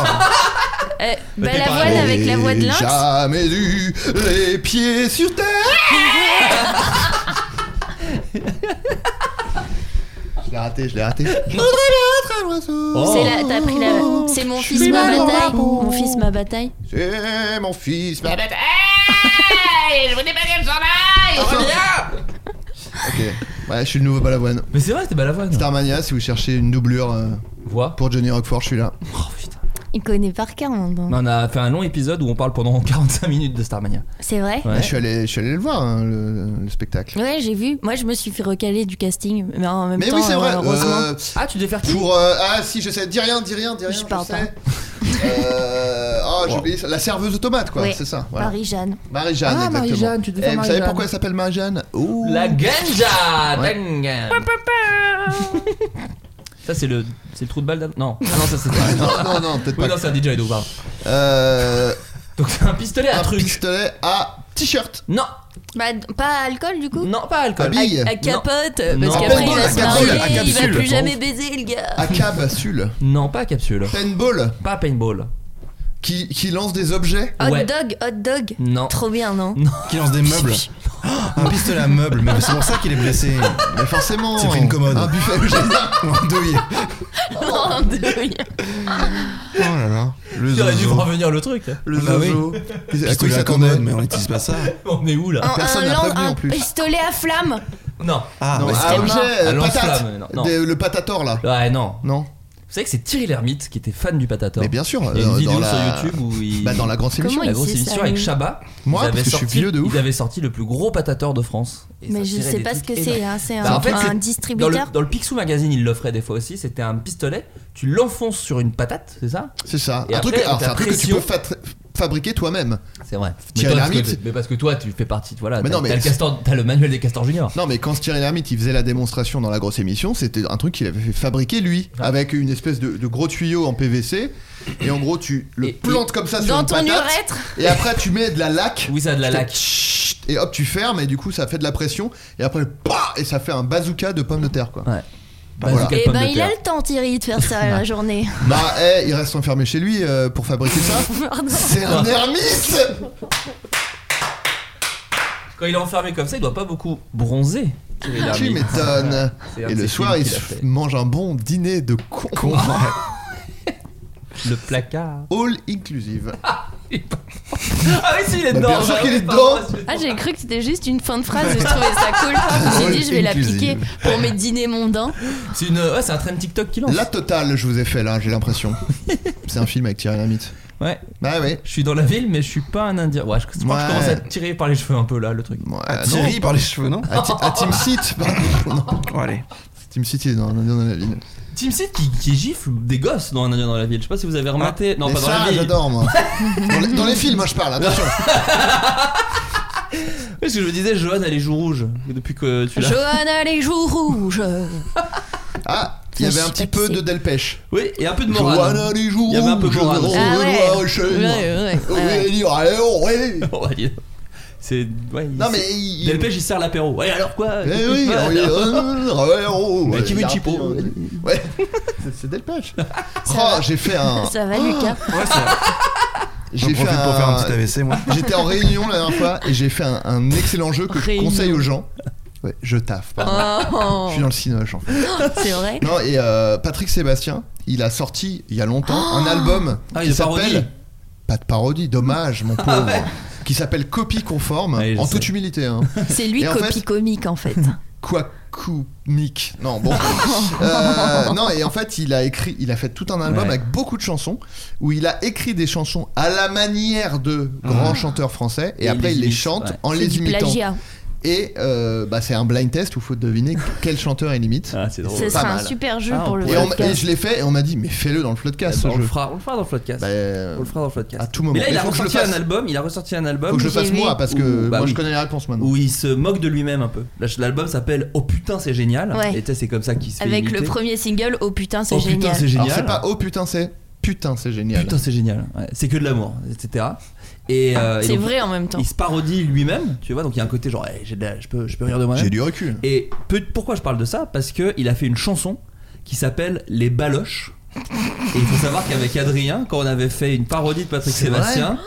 Speaker 5: bah,
Speaker 3: t'es
Speaker 5: la
Speaker 3: pas
Speaker 5: voile
Speaker 3: allé.
Speaker 5: avec la voix de
Speaker 2: J'ai
Speaker 5: lynx.
Speaker 2: Jamais eu les pieds sur terre. je l'ai raté, je l'ai raté. Je voudrais bien être un oiseau. Oh.
Speaker 3: Oh.
Speaker 5: C'est la- t'as pris la- C'est mon
Speaker 2: Je
Speaker 5: fils
Speaker 2: suis
Speaker 5: ma
Speaker 2: dans la
Speaker 5: bataille.
Speaker 2: peau.
Speaker 5: Mon fils ma bataille.
Speaker 2: C'est mon fils. ma- Ok. Ouais, je suis le nouveau balavoine.
Speaker 3: Mais c'est vrai, t'es balavoine.
Speaker 2: Starmania, si vous cherchez une doublure euh,
Speaker 3: Voix.
Speaker 2: pour Johnny Rockford, je suis là.
Speaker 3: Oh putain.
Speaker 5: Il connaît par cœur hein, maintenant.
Speaker 3: On a fait un long épisode où on parle pendant 45 minutes de Starmania.
Speaker 5: C'est vrai.
Speaker 3: Ouais.
Speaker 2: Je, suis allé, je suis allé le voir, hein, le, le spectacle.
Speaker 5: Ouais, j'ai vu. Moi, je me suis fait recaler du casting, mais en même
Speaker 2: Mais
Speaker 5: temps,
Speaker 2: oui, c'est vrai.
Speaker 5: euh, heureusement.
Speaker 2: euh,
Speaker 3: Ah, tu devais faire qui
Speaker 2: pour. euh, ah, si, je sais. Dis rien, dis rien, dis rien.
Speaker 5: Je parle
Speaker 2: sais. Euh, oh, j'ai oublié ça. La serveuse automate, quoi.
Speaker 5: Ouais.
Speaker 2: C'est ça. Voilà.
Speaker 5: Marie-Jeanne.
Speaker 2: Marie-Jeanne,
Speaker 3: Ah,
Speaker 2: exactement.
Speaker 3: Marie-Jeanne, tu devais
Speaker 2: Eh,
Speaker 3: faire
Speaker 2: Vous savez
Speaker 3: Marie-Jeanne.
Speaker 2: pourquoi elle s'appelle Marie-Jeanne Ouh.
Speaker 3: La ganja
Speaker 2: Ouais.
Speaker 3: Dang. Ça, c'est le, c'est le trou de balle d'Ad- Non, ah, non, ça c'est pas.
Speaker 2: Non, non, non, peut-être
Speaker 3: Oui,
Speaker 2: pas.
Speaker 3: non, c'est un DJ, pardon.
Speaker 2: Euh,
Speaker 3: Donc c'est un pistolet à
Speaker 2: un
Speaker 3: truc.
Speaker 2: pistolet à t-shirt.
Speaker 3: Non,
Speaker 5: Bah, d- pas alcool du coup
Speaker 3: non, pas alcool.
Speaker 2: Ah, bille.
Speaker 5: À capote,
Speaker 3: Non.
Speaker 5: parce
Speaker 3: Non.
Speaker 5: qu'après il
Speaker 2: Paintball,
Speaker 5: va se
Speaker 2: à capsule,
Speaker 5: marier,
Speaker 2: à
Speaker 5: il va
Speaker 2: capsule.
Speaker 5: plus jamais baiser le gars.
Speaker 2: À cabasule.
Speaker 3: Non, pas capsule.
Speaker 2: Paintball.
Speaker 3: Pas paintball.
Speaker 2: Qui, qui lance des objets.
Speaker 5: Hot
Speaker 3: Ouais.
Speaker 5: dog, hot dog.
Speaker 3: Non.
Speaker 5: Trop bien, non
Speaker 1: Qui lance des meubles. Un pistolet à meubles, mais c'est pour ça qu'il est blessé.
Speaker 2: Mais forcément.
Speaker 1: C'est pris une commode.
Speaker 2: Un buffet eugénien.
Speaker 1: En douille.
Speaker 5: Non, oui.
Speaker 1: Oh là là. Le
Speaker 3: J'aurais dû voir
Speaker 1: zozo.
Speaker 3: venir le truc.
Speaker 2: Le
Speaker 1: Ah bah oui.
Speaker 2: zozo. À quoi il
Speaker 1: Pistolet à
Speaker 2: s'attendait
Speaker 1: commode, mais on n'utilise pas ça.
Speaker 3: On est où là
Speaker 5: Un-
Speaker 2: personne
Speaker 5: un
Speaker 2: n'a
Speaker 5: lan-
Speaker 2: prévenu, en
Speaker 5: un
Speaker 2: plus.
Speaker 5: pistolet à flamme.
Speaker 3: Non.
Speaker 1: Ah,
Speaker 2: Non,
Speaker 1: ouais,
Speaker 2: à
Speaker 1: c'est-
Speaker 2: objet,
Speaker 3: À
Speaker 2: euh, patate.
Speaker 3: lance-flamme, non, non.
Speaker 2: Des- le patator là.
Speaker 3: Ouais, non.
Speaker 2: Non.
Speaker 3: Vous savez que c'est Thierry Lhermitte qui était fan du Patator.
Speaker 2: Mais bien sûr.
Speaker 3: Il y a une
Speaker 2: euh,
Speaker 3: vidéo
Speaker 2: dans la...
Speaker 3: sur YouTube où il.
Speaker 2: Bah, dans la grande émission.
Speaker 5: Comment
Speaker 3: la
Speaker 5: il
Speaker 3: grosse
Speaker 5: sait ça,
Speaker 3: émission avec
Speaker 5: lui
Speaker 3: Chabat.
Speaker 2: Moi,
Speaker 3: ils avaient
Speaker 2: parce que je suis
Speaker 3: sorti-
Speaker 2: vieux de ouf.
Speaker 3: Ils avaient sorti le plus gros patateur de France. Et ça
Speaker 5: Mais je
Speaker 3: tirait
Speaker 5: sais
Speaker 3: des
Speaker 5: pas ce que
Speaker 3: trucs
Speaker 5: c'est,
Speaker 3: énormes.
Speaker 5: hein, c'est
Speaker 3: Bah,
Speaker 5: un,
Speaker 3: en fait,
Speaker 5: un
Speaker 3: c'est- Dans
Speaker 5: distributeur.
Speaker 3: le, dans le Picsou Magazine, il l'offrait des fois aussi. C'était un pistolet. Tu l'enfonces sur une patate, c'est ça
Speaker 2: C'est ça.
Speaker 3: Et
Speaker 2: un
Speaker 3: après,
Speaker 2: truc, alors,
Speaker 3: t'as
Speaker 2: c'est un truc que tu peux
Speaker 3: pression.
Speaker 2: fa- fabriquer toi-même.
Speaker 3: C'est vrai.
Speaker 2: Thierry
Speaker 3: toi, parce que-
Speaker 2: Lhermitte.
Speaker 3: mais parce que toi, tu fais partie. de- Voilà.
Speaker 2: Mais
Speaker 3: t'as-
Speaker 2: non, mais
Speaker 3: T'as le
Speaker 2: c'est-
Speaker 3: castor- t'as le manuel des castors juniors.
Speaker 2: Non, mais quand Thierry Lhermitte il faisait la démonstration dans la grosse émission, c'était un truc qu'il avait fait fabriquer lui, avec une espèce de, de gros tuyau en PVC. Et en gros, tu le
Speaker 3: Et-
Speaker 2: plantes comme ça sur
Speaker 5: Dans
Speaker 2: une
Speaker 5: ton
Speaker 2: patate.
Speaker 5: urètre
Speaker 2: Et après, tu mets de la laque.
Speaker 3: Oui, ça a de la
Speaker 2: Putain,
Speaker 3: laque.
Speaker 2: chut, Et hop, tu fermes, et du coup, ça fait de la pression. Et après, bah, et ça fait un bazooka de pommes de terre, quoi.
Speaker 3: Ouais.
Speaker 2: Bah, voilà.
Speaker 3: Bazooka de
Speaker 5: Eh
Speaker 3: pommes
Speaker 5: ben,
Speaker 3: de
Speaker 5: il
Speaker 3: terre.
Speaker 5: a le temps, Thierry, de faire ça la journée.
Speaker 2: Bah, eh, il reste enfermé chez lui euh, pour fabriquer ça.
Speaker 5: Pardon.
Speaker 2: C'est un ermite
Speaker 3: Quand il est enfermé comme ça, il doit pas beaucoup bronzer. Thierry
Speaker 2: Tu
Speaker 3: Lhermitte.
Speaker 2: m'étonnes.
Speaker 3: C'est un
Speaker 2: Et
Speaker 3: de
Speaker 2: le
Speaker 3: ses
Speaker 2: soir,
Speaker 3: films
Speaker 2: il
Speaker 3: qu'il a
Speaker 2: se
Speaker 3: fait.
Speaker 2: mange un bon dîner de con.
Speaker 3: Le placard.
Speaker 2: All inclusive.
Speaker 3: Ah, mais si, il
Speaker 2: Mais
Speaker 3: est dedans.
Speaker 2: bien
Speaker 3: bah
Speaker 2: sûr
Speaker 3: oui,
Speaker 2: qu'il est
Speaker 3: pardon,
Speaker 2: dedans.
Speaker 3: excuse-moi.
Speaker 5: Ah, j'ai cru que c'était juste une fin de phrase, je trouvais ça cool. Je me suis dit, je vais la piquer
Speaker 2: Inclusive.
Speaker 5: pour mes dîners mondains.
Speaker 3: C'est une- ouais, c'est un trend TikTok qui lance.
Speaker 2: La totale, je vous ai fait là, j'ai l'impression. C'est un film avec Thierry Lhermitte.
Speaker 3: Ouais.
Speaker 2: Bah ouais.
Speaker 3: Je suis dans la ville, mais je suis pas un indien. Ouais, je, je crois que je
Speaker 2: Ouais.
Speaker 3: commence à tirer par les cheveux un peu là, le truc.
Speaker 2: Ah, Thierry non. par les cheveux, non Oh, À Ti- à Team Seat,
Speaker 1: allez.
Speaker 2: Team City, non, non, non, non, la ville.
Speaker 3: Team Seed qui, qui gifle des gosses dans un indien dans la ville. Je sais pas si vous avez rematé.
Speaker 2: Ah,
Speaker 3: non,
Speaker 2: Mais
Speaker 3: pas dans
Speaker 2: ça,
Speaker 3: la ville.
Speaker 2: j'adore, moi. dans, les, dans les films, moi, je parle, attention.
Speaker 3: Parce que je me disais, Johan a les joues rouges depuis que tu l'as.
Speaker 5: Johan a les joues rouges.
Speaker 2: Ah, il y avait un petit peu de Delpêche.
Speaker 3: Oui, et un peu de morale.
Speaker 2: Johanna, les jours
Speaker 3: Il y avait un peu de
Speaker 2: rouges,
Speaker 3: morale.
Speaker 2: je Ah ouais. dois rechercher. Ouais, ouais, ouais. Oui, allez, oh, allez.
Speaker 3: C'est. Ouais,
Speaker 2: Non, mais
Speaker 3: Il...
Speaker 2: il-
Speaker 3: Delpech, il sert l'apéro. Ouais, alors quoi
Speaker 2: Eh oui,
Speaker 3: Ouais,
Speaker 2: on y est, euh, ouais, oh,
Speaker 3: Mais
Speaker 2: ouais,
Speaker 3: qui veut
Speaker 2: il a
Speaker 3: le chipo
Speaker 2: un peu, euh, Ouais,
Speaker 1: hein.
Speaker 2: C'est- c'est Delpech. Oh, j'ai fait un. Oh.
Speaker 5: Ça va, Lucas
Speaker 2: J'ai
Speaker 1: profite pour faire un petit AVC, moi.
Speaker 2: J'étais en réunion la dernière fois et j'ai fait un, un excellent jeu que je
Speaker 5: Réunion.
Speaker 2: conseille aux gens. Ouais, je taffe, pardon.
Speaker 5: Oh.
Speaker 3: Ah.
Speaker 2: Je suis dans le cinoche en fait.
Speaker 5: C'est vrai
Speaker 2: Non, et euh, Patrick Sébastien, il a sorti il y a longtemps
Speaker 5: Oh.
Speaker 2: un album
Speaker 5: Ah, il
Speaker 2: qui
Speaker 5: est parodie.
Speaker 2: s'appelle. Pas de parodie, dommage, mon pauvre. Qui s'appelle Copie conforme,
Speaker 5: Ah
Speaker 2: en toute humilité. hein.
Speaker 5: C'est lui
Speaker 2: Et en
Speaker 5: copie
Speaker 2: fait-
Speaker 5: comique en fait.
Speaker 2: Quacoumic. Non, bon. Euh, non, et en fait, il a écrit, il a fait tout un album
Speaker 3: Ouais.
Speaker 2: avec beaucoup de chansons où il a écrit des chansons à la manière de grands
Speaker 3: Ah.
Speaker 2: chanteurs français et,
Speaker 3: Et il
Speaker 2: après
Speaker 3: les
Speaker 2: il les
Speaker 3: imite,
Speaker 2: chante
Speaker 3: ouais.
Speaker 2: en
Speaker 5: C'est
Speaker 2: les
Speaker 5: du
Speaker 2: imitant.
Speaker 5: plagiat.
Speaker 2: Et euh, bah, c'est un blind test où faut deviner quel chanteur il imite.
Speaker 3: Ah, c'est
Speaker 5: Ce
Speaker 2: Pas
Speaker 5: sera un
Speaker 2: mal.
Speaker 5: super jeu
Speaker 3: Ah,
Speaker 5: pour
Speaker 3: on
Speaker 5: le
Speaker 2: Et, on- et
Speaker 5: podcast.
Speaker 2: je l'ai fait et on m'a dit mais fais-le dans le
Speaker 3: Ah,
Speaker 2: floodcast
Speaker 3: bah,
Speaker 2: ce
Speaker 3: on, le
Speaker 2: jeu.
Speaker 3: fera, on le fera dans le podcast.
Speaker 2: Bah,
Speaker 3: on le fera dans le podcast.
Speaker 2: à tout moment.
Speaker 3: Mais là, il
Speaker 2: Mais
Speaker 3: a
Speaker 2: faut que je le
Speaker 3: ressorti un
Speaker 2: fasse.
Speaker 3: album. Il a ressorti un album.
Speaker 2: Faut que je le fasse
Speaker 5: J'ai vu.
Speaker 2: moi parce que
Speaker 3: Ou- bah
Speaker 2: moi je
Speaker 3: oui.
Speaker 2: connais la réponse maintenant.
Speaker 3: Où il se moque de lui-même un peu. Là, L'album s'appelle Oh putain, c'est génial.
Speaker 5: Ouais.
Speaker 3: Et tu sais, c'est comme ça qu'il se fait.
Speaker 5: Avec le
Speaker 3: imiter.
Speaker 5: premier single, oh putain, c'est
Speaker 3: Oh putain,
Speaker 5: génial.
Speaker 3: c'est
Speaker 2: Alors
Speaker 3: génial.
Speaker 2: c'est pas oh putain c'est putain c'est génial.
Speaker 3: Oh Putain, c'est génial. Ouais, c'est que de l'amour, etc. Et, euh, et
Speaker 5: C'est
Speaker 3: donc,
Speaker 5: vrai en même temps.
Speaker 3: Il se parodie lui-même, tu vois. Donc il y a un côté genre, Eh, j'ai de la- je peux, je peux rire de moi-même.
Speaker 2: J'ai du recul.
Speaker 3: Et peu- pourquoi je parle de ça Parce que il a fait une chanson qui s'appelle Les Baloches. Et il faut savoir qu'avec Adrien, quand on avait fait une parodie de Patrick
Speaker 2: C'est vrai
Speaker 3: Sébastien.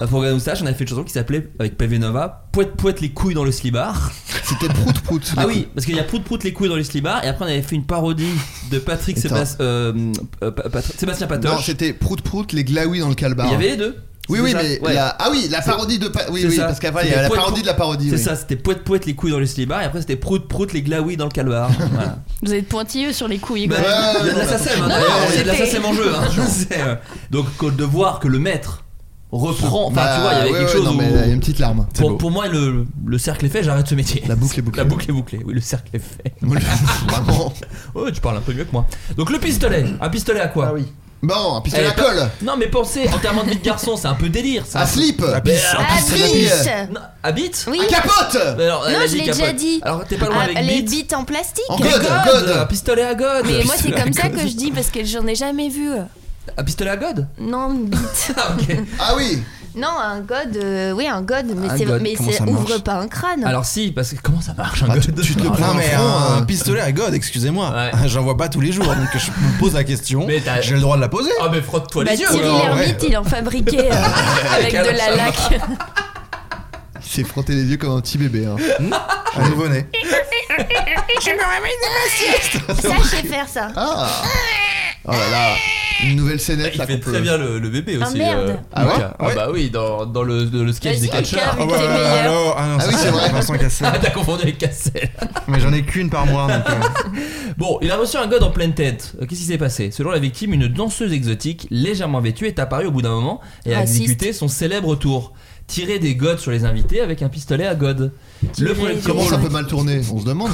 Speaker 3: euh, Pour Regarde Moustache, on avait fait une chanson qui s'appelait avec Pavé Nova Poète Poète les couilles dans le slibard.
Speaker 2: C'était prout prout.
Speaker 3: Ah oui, parce qu'il y a Prout Prout les couilles dans le slibard. Et après, on avait fait une parodie de Patrick
Speaker 2: Attends.
Speaker 3: Sébastien, euh, euh, Pa- Pat- Sébastien
Speaker 2: Non,
Speaker 3: Patoche.
Speaker 2: c'était prout prout les glaouis dans le calbar.
Speaker 3: Il y avait les deux.
Speaker 2: Oui,
Speaker 3: C'était
Speaker 2: oui,
Speaker 3: ça
Speaker 2: mais
Speaker 3: Ouais.
Speaker 2: la... ah oui, la parodie de pa- oui,
Speaker 3: C'est
Speaker 2: oui,
Speaker 3: ça.
Speaker 2: parce qu'avant il y
Speaker 3: C'était
Speaker 2: a la
Speaker 3: poète-
Speaker 2: parodie de la parodie.
Speaker 3: C'est
Speaker 2: oui.
Speaker 3: ça, c'était poète poète les couilles dans le slibar et après c'était prout prout les glaouis dans le calbar. Voilà.
Speaker 5: Vous êtes pointilleux sur les couilles.
Speaker 3: Bah,
Speaker 5: quoi.
Speaker 3: il y a de
Speaker 2: ouais,
Speaker 3: l'assassin, hein,
Speaker 5: non,
Speaker 3: d'ailleurs, il y a
Speaker 5: c'était-
Speaker 3: de l'assassin en jeu. hein. C'est, euh, donc que de voir que le maître reprend, enfin
Speaker 2: Bah,
Speaker 3: tu vois, il y avait
Speaker 2: ouais,
Speaker 3: quelque
Speaker 2: ouais,
Speaker 3: chose
Speaker 2: non,
Speaker 3: où-
Speaker 2: mais il y a une petite larme. C'est
Speaker 3: Pour,
Speaker 2: beau.
Speaker 3: pour moi, le, le cercle est fait, j'arrête ce métier.
Speaker 2: La boucle est bouclée.
Speaker 3: La boucle est bouclée, oui, le cercle est fait.
Speaker 2: Moi, je- Vraiment.
Speaker 3: Oh, tu parles un peu mieux que moi. Donc le pistolet, un pistolet à
Speaker 2: Ah
Speaker 3: quoi
Speaker 2: Bon, un pistolet
Speaker 3: Eh,
Speaker 2: à colle,
Speaker 3: Non, mais pensez, en termes de vie de garçon, c'est un peu délire. c'est
Speaker 2: à
Speaker 3: un peu-
Speaker 2: slip, à
Speaker 3: Mais alors,
Speaker 5: Ah,
Speaker 2: pistolet à
Speaker 5: biche.
Speaker 2: bille,
Speaker 3: non, à bite
Speaker 5: Oui.
Speaker 2: à capote,
Speaker 3: Mais alors, elle
Speaker 5: Non,
Speaker 3: a
Speaker 5: je
Speaker 3: dit
Speaker 5: l'ai
Speaker 3: capote.
Speaker 5: déjà dit.
Speaker 3: Alors t'es pas loin
Speaker 5: Ah,
Speaker 3: avec
Speaker 5: les
Speaker 3: bite.
Speaker 5: bites en plastique.
Speaker 2: En gode,
Speaker 3: God,
Speaker 2: gode.
Speaker 3: Un pistolet à god
Speaker 5: Mais moi, c'est
Speaker 3: Pistolet à
Speaker 5: comme ça
Speaker 3: God.
Speaker 5: que je dis parce que j'en ai jamais vu. euh,
Speaker 3: Un pistolet à god
Speaker 5: Non, une bite.
Speaker 3: Ah, ok.
Speaker 2: Ah oui,
Speaker 5: Non, un god, euh, oui, un god, mais
Speaker 3: Un
Speaker 5: c'est-
Speaker 3: god,
Speaker 5: mais
Speaker 1: comment
Speaker 5: c'est-
Speaker 1: ça marche
Speaker 5: ouvre pas un crâne.
Speaker 3: Alors si, parce que comment ça marche un
Speaker 1: Bah,
Speaker 2: Ah,
Speaker 3: god
Speaker 2: tu- tu te le
Speaker 3: Ah,
Speaker 2: prends
Speaker 1: Non,
Speaker 2: un
Speaker 1: mais
Speaker 2: franc,
Speaker 1: un,
Speaker 2: euh.
Speaker 1: pistolet à God, excusez-moi.
Speaker 3: Ouais.
Speaker 1: J'en vois pas tous les jours, donc je me pose la question.
Speaker 3: Mais t'as-
Speaker 1: J'ai le droit de la poser.
Speaker 3: Ah mais frotte-toi
Speaker 5: bah,
Speaker 3: les yeux
Speaker 5: Thierry
Speaker 3: alors. Ah,
Speaker 2: ouais.
Speaker 5: l'ermite, il en fabriquait euh, avec
Speaker 3: Alors,
Speaker 5: de la
Speaker 3: ça
Speaker 5: laque.
Speaker 2: il s'est frotté les yeux comme un petit bébé. hein.
Speaker 1: Un nouveau-né.
Speaker 5: Ça, je sais faire ça.
Speaker 2: Ah, oh là là, une nouvelle scénette
Speaker 3: Il
Speaker 2: là
Speaker 3: fait
Speaker 2: qu'on peut.
Speaker 3: très bien le, le bébé
Speaker 5: Ah,
Speaker 3: aussi.
Speaker 5: merde.
Speaker 2: Ah ouais
Speaker 3: Lucas.
Speaker 1: Ouais.
Speaker 3: bah oui, dans, dans le, dans le sketch
Speaker 5: Vas-y,
Speaker 3: des
Speaker 5: Lucas,
Speaker 3: catcheurs.
Speaker 5: vu que t'es meilleur.
Speaker 1: alors, ah non,
Speaker 2: Ah oui,
Speaker 1: ça,
Speaker 2: c'est vrai.
Speaker 1: Vincent Cassel.
Speaker 3: Ah, t'as confondu avec Cassel.
Speaker 1: Mais j'en ai qu'une par mois. donc, euh,
Speaker 3: Bon, il a reçu un god en pleine tête. Euh, Qu'est-ce qui s'est passé Selon la victime, une danseuse exotique, légèrement vêtue, est apparue au bout d'un moment et a
Speaker 5: Raciste.
Speaker 3: exécuté son célèbre tour. Tirer des godes sur les invités avec un pistolet à god. Le
Speaker 5: Tirer
Speaker 3: projectile,
Speaker 2: Comment ça
Speaker 3: rose,
Speaker 2: peut mal tourner On se demande.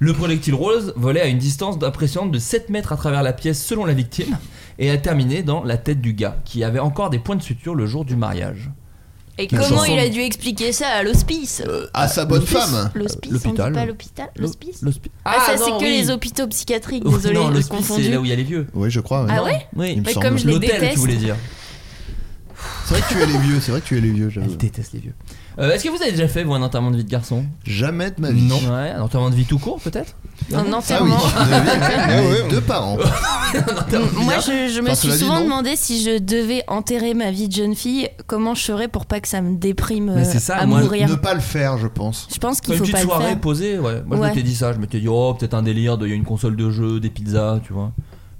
Speaker 3: le projectile rose volait à une distance impressionnante de 7 mètres à travers la pièce selon la victime et a terminé dans la tête du gars qui avait encore des points de suture le jour du mariage.
Speaker 5: Et
Speaker 3: La
Speaker 5: comment
Speaker 3: chanson.
Speaker 5: il a dû expliquer ça à l'hospice
Speaker 3: Euh,
Speaker 2: À Ah, sa bonne
Speaker 3: l'office.
Speaker 2: femme.
Speaker 5: L'hospice, on dit
Speaker 3: l'hôpital.
Speaker 5: pas l'hôpital L'hospice
Speaker 3: L'hospi-
Speaker 5: Ah, ça, c'est
Speaker 3: non,
Speaker 5: que
Speaker 3: oui.
Speaker 5: les hôpitaux psychiatriques,
Speaker 3: Oui,
Speaker 5: désolé,
Speaker 3: non,
Speaker 5: j'ai
Speaker 3: l'hospice, c'est
Speaker 5: confondu.
Speaker 3: là où il y a les vieux.
Speaker 2: Oui, je crois. ouais.
Speaker 5: Ah ouais
Speaker 3: Oui.
Speaker 2: Il me
Speaker 5: Mais
Speaker 2: semble.
Speaker 5: comme je les
Speaker 3: L'hôtel, tu voulais
Speaker 5: déteste.
Speaker 3: dire.
Speaker 2: C'est vrai que tu es les vieux. C'est vrai que tu es les vieux.
Speaker 5: Hmm.
Speaker 2: j'avoue.
Speaker 3: Elle déteste les vieux. Euh, Est-ce que vous avez déjà fait vous, un enterrement de vie de garçon
Speaker 2: Jamais de ma vie.
Speaker 3: Ouais, un enterrement de vie tout court peut-être
Speaker 5: Un
Speaker 2: Ah oui.
Speaker 5: enterrement.
Speaker 2: de vie, mais Deux parents.
Speaker 5: Moi, je, je me
Speaker 2: Enfin,
Speaker 5: suis
Speaker 2: cela dit,
Speaker 5: souvent
Speaker 2: non.
Speaker 5: demandé si je devais enterrer ma vie de jeune fille, comment je ferais pour pas que ça me déprime
Speaker 3: Mais
Speaker 5: euh,
Speaker 3: c'est ça,
Speaker 5: à
Speaker 3: moi,
Speaker 5: mourir.
Speaker 2: Ne pas le faire, je pense.
Speaker 5: Je pense qu'il
Speaker 3: Une
Speaker 5: faut
Speaker 3: petite
Speaker 5: pas le
Speaker 3: soirée
Speaker 5: faire.
Speaker 3: posée, ouais. Moi je
Speaker 5: Ouais.
Speaker 3: m'étais dit ça, je m'étais dit oh peut-être un délire, de- il y a une console de jeu, des pizzas, tu vois.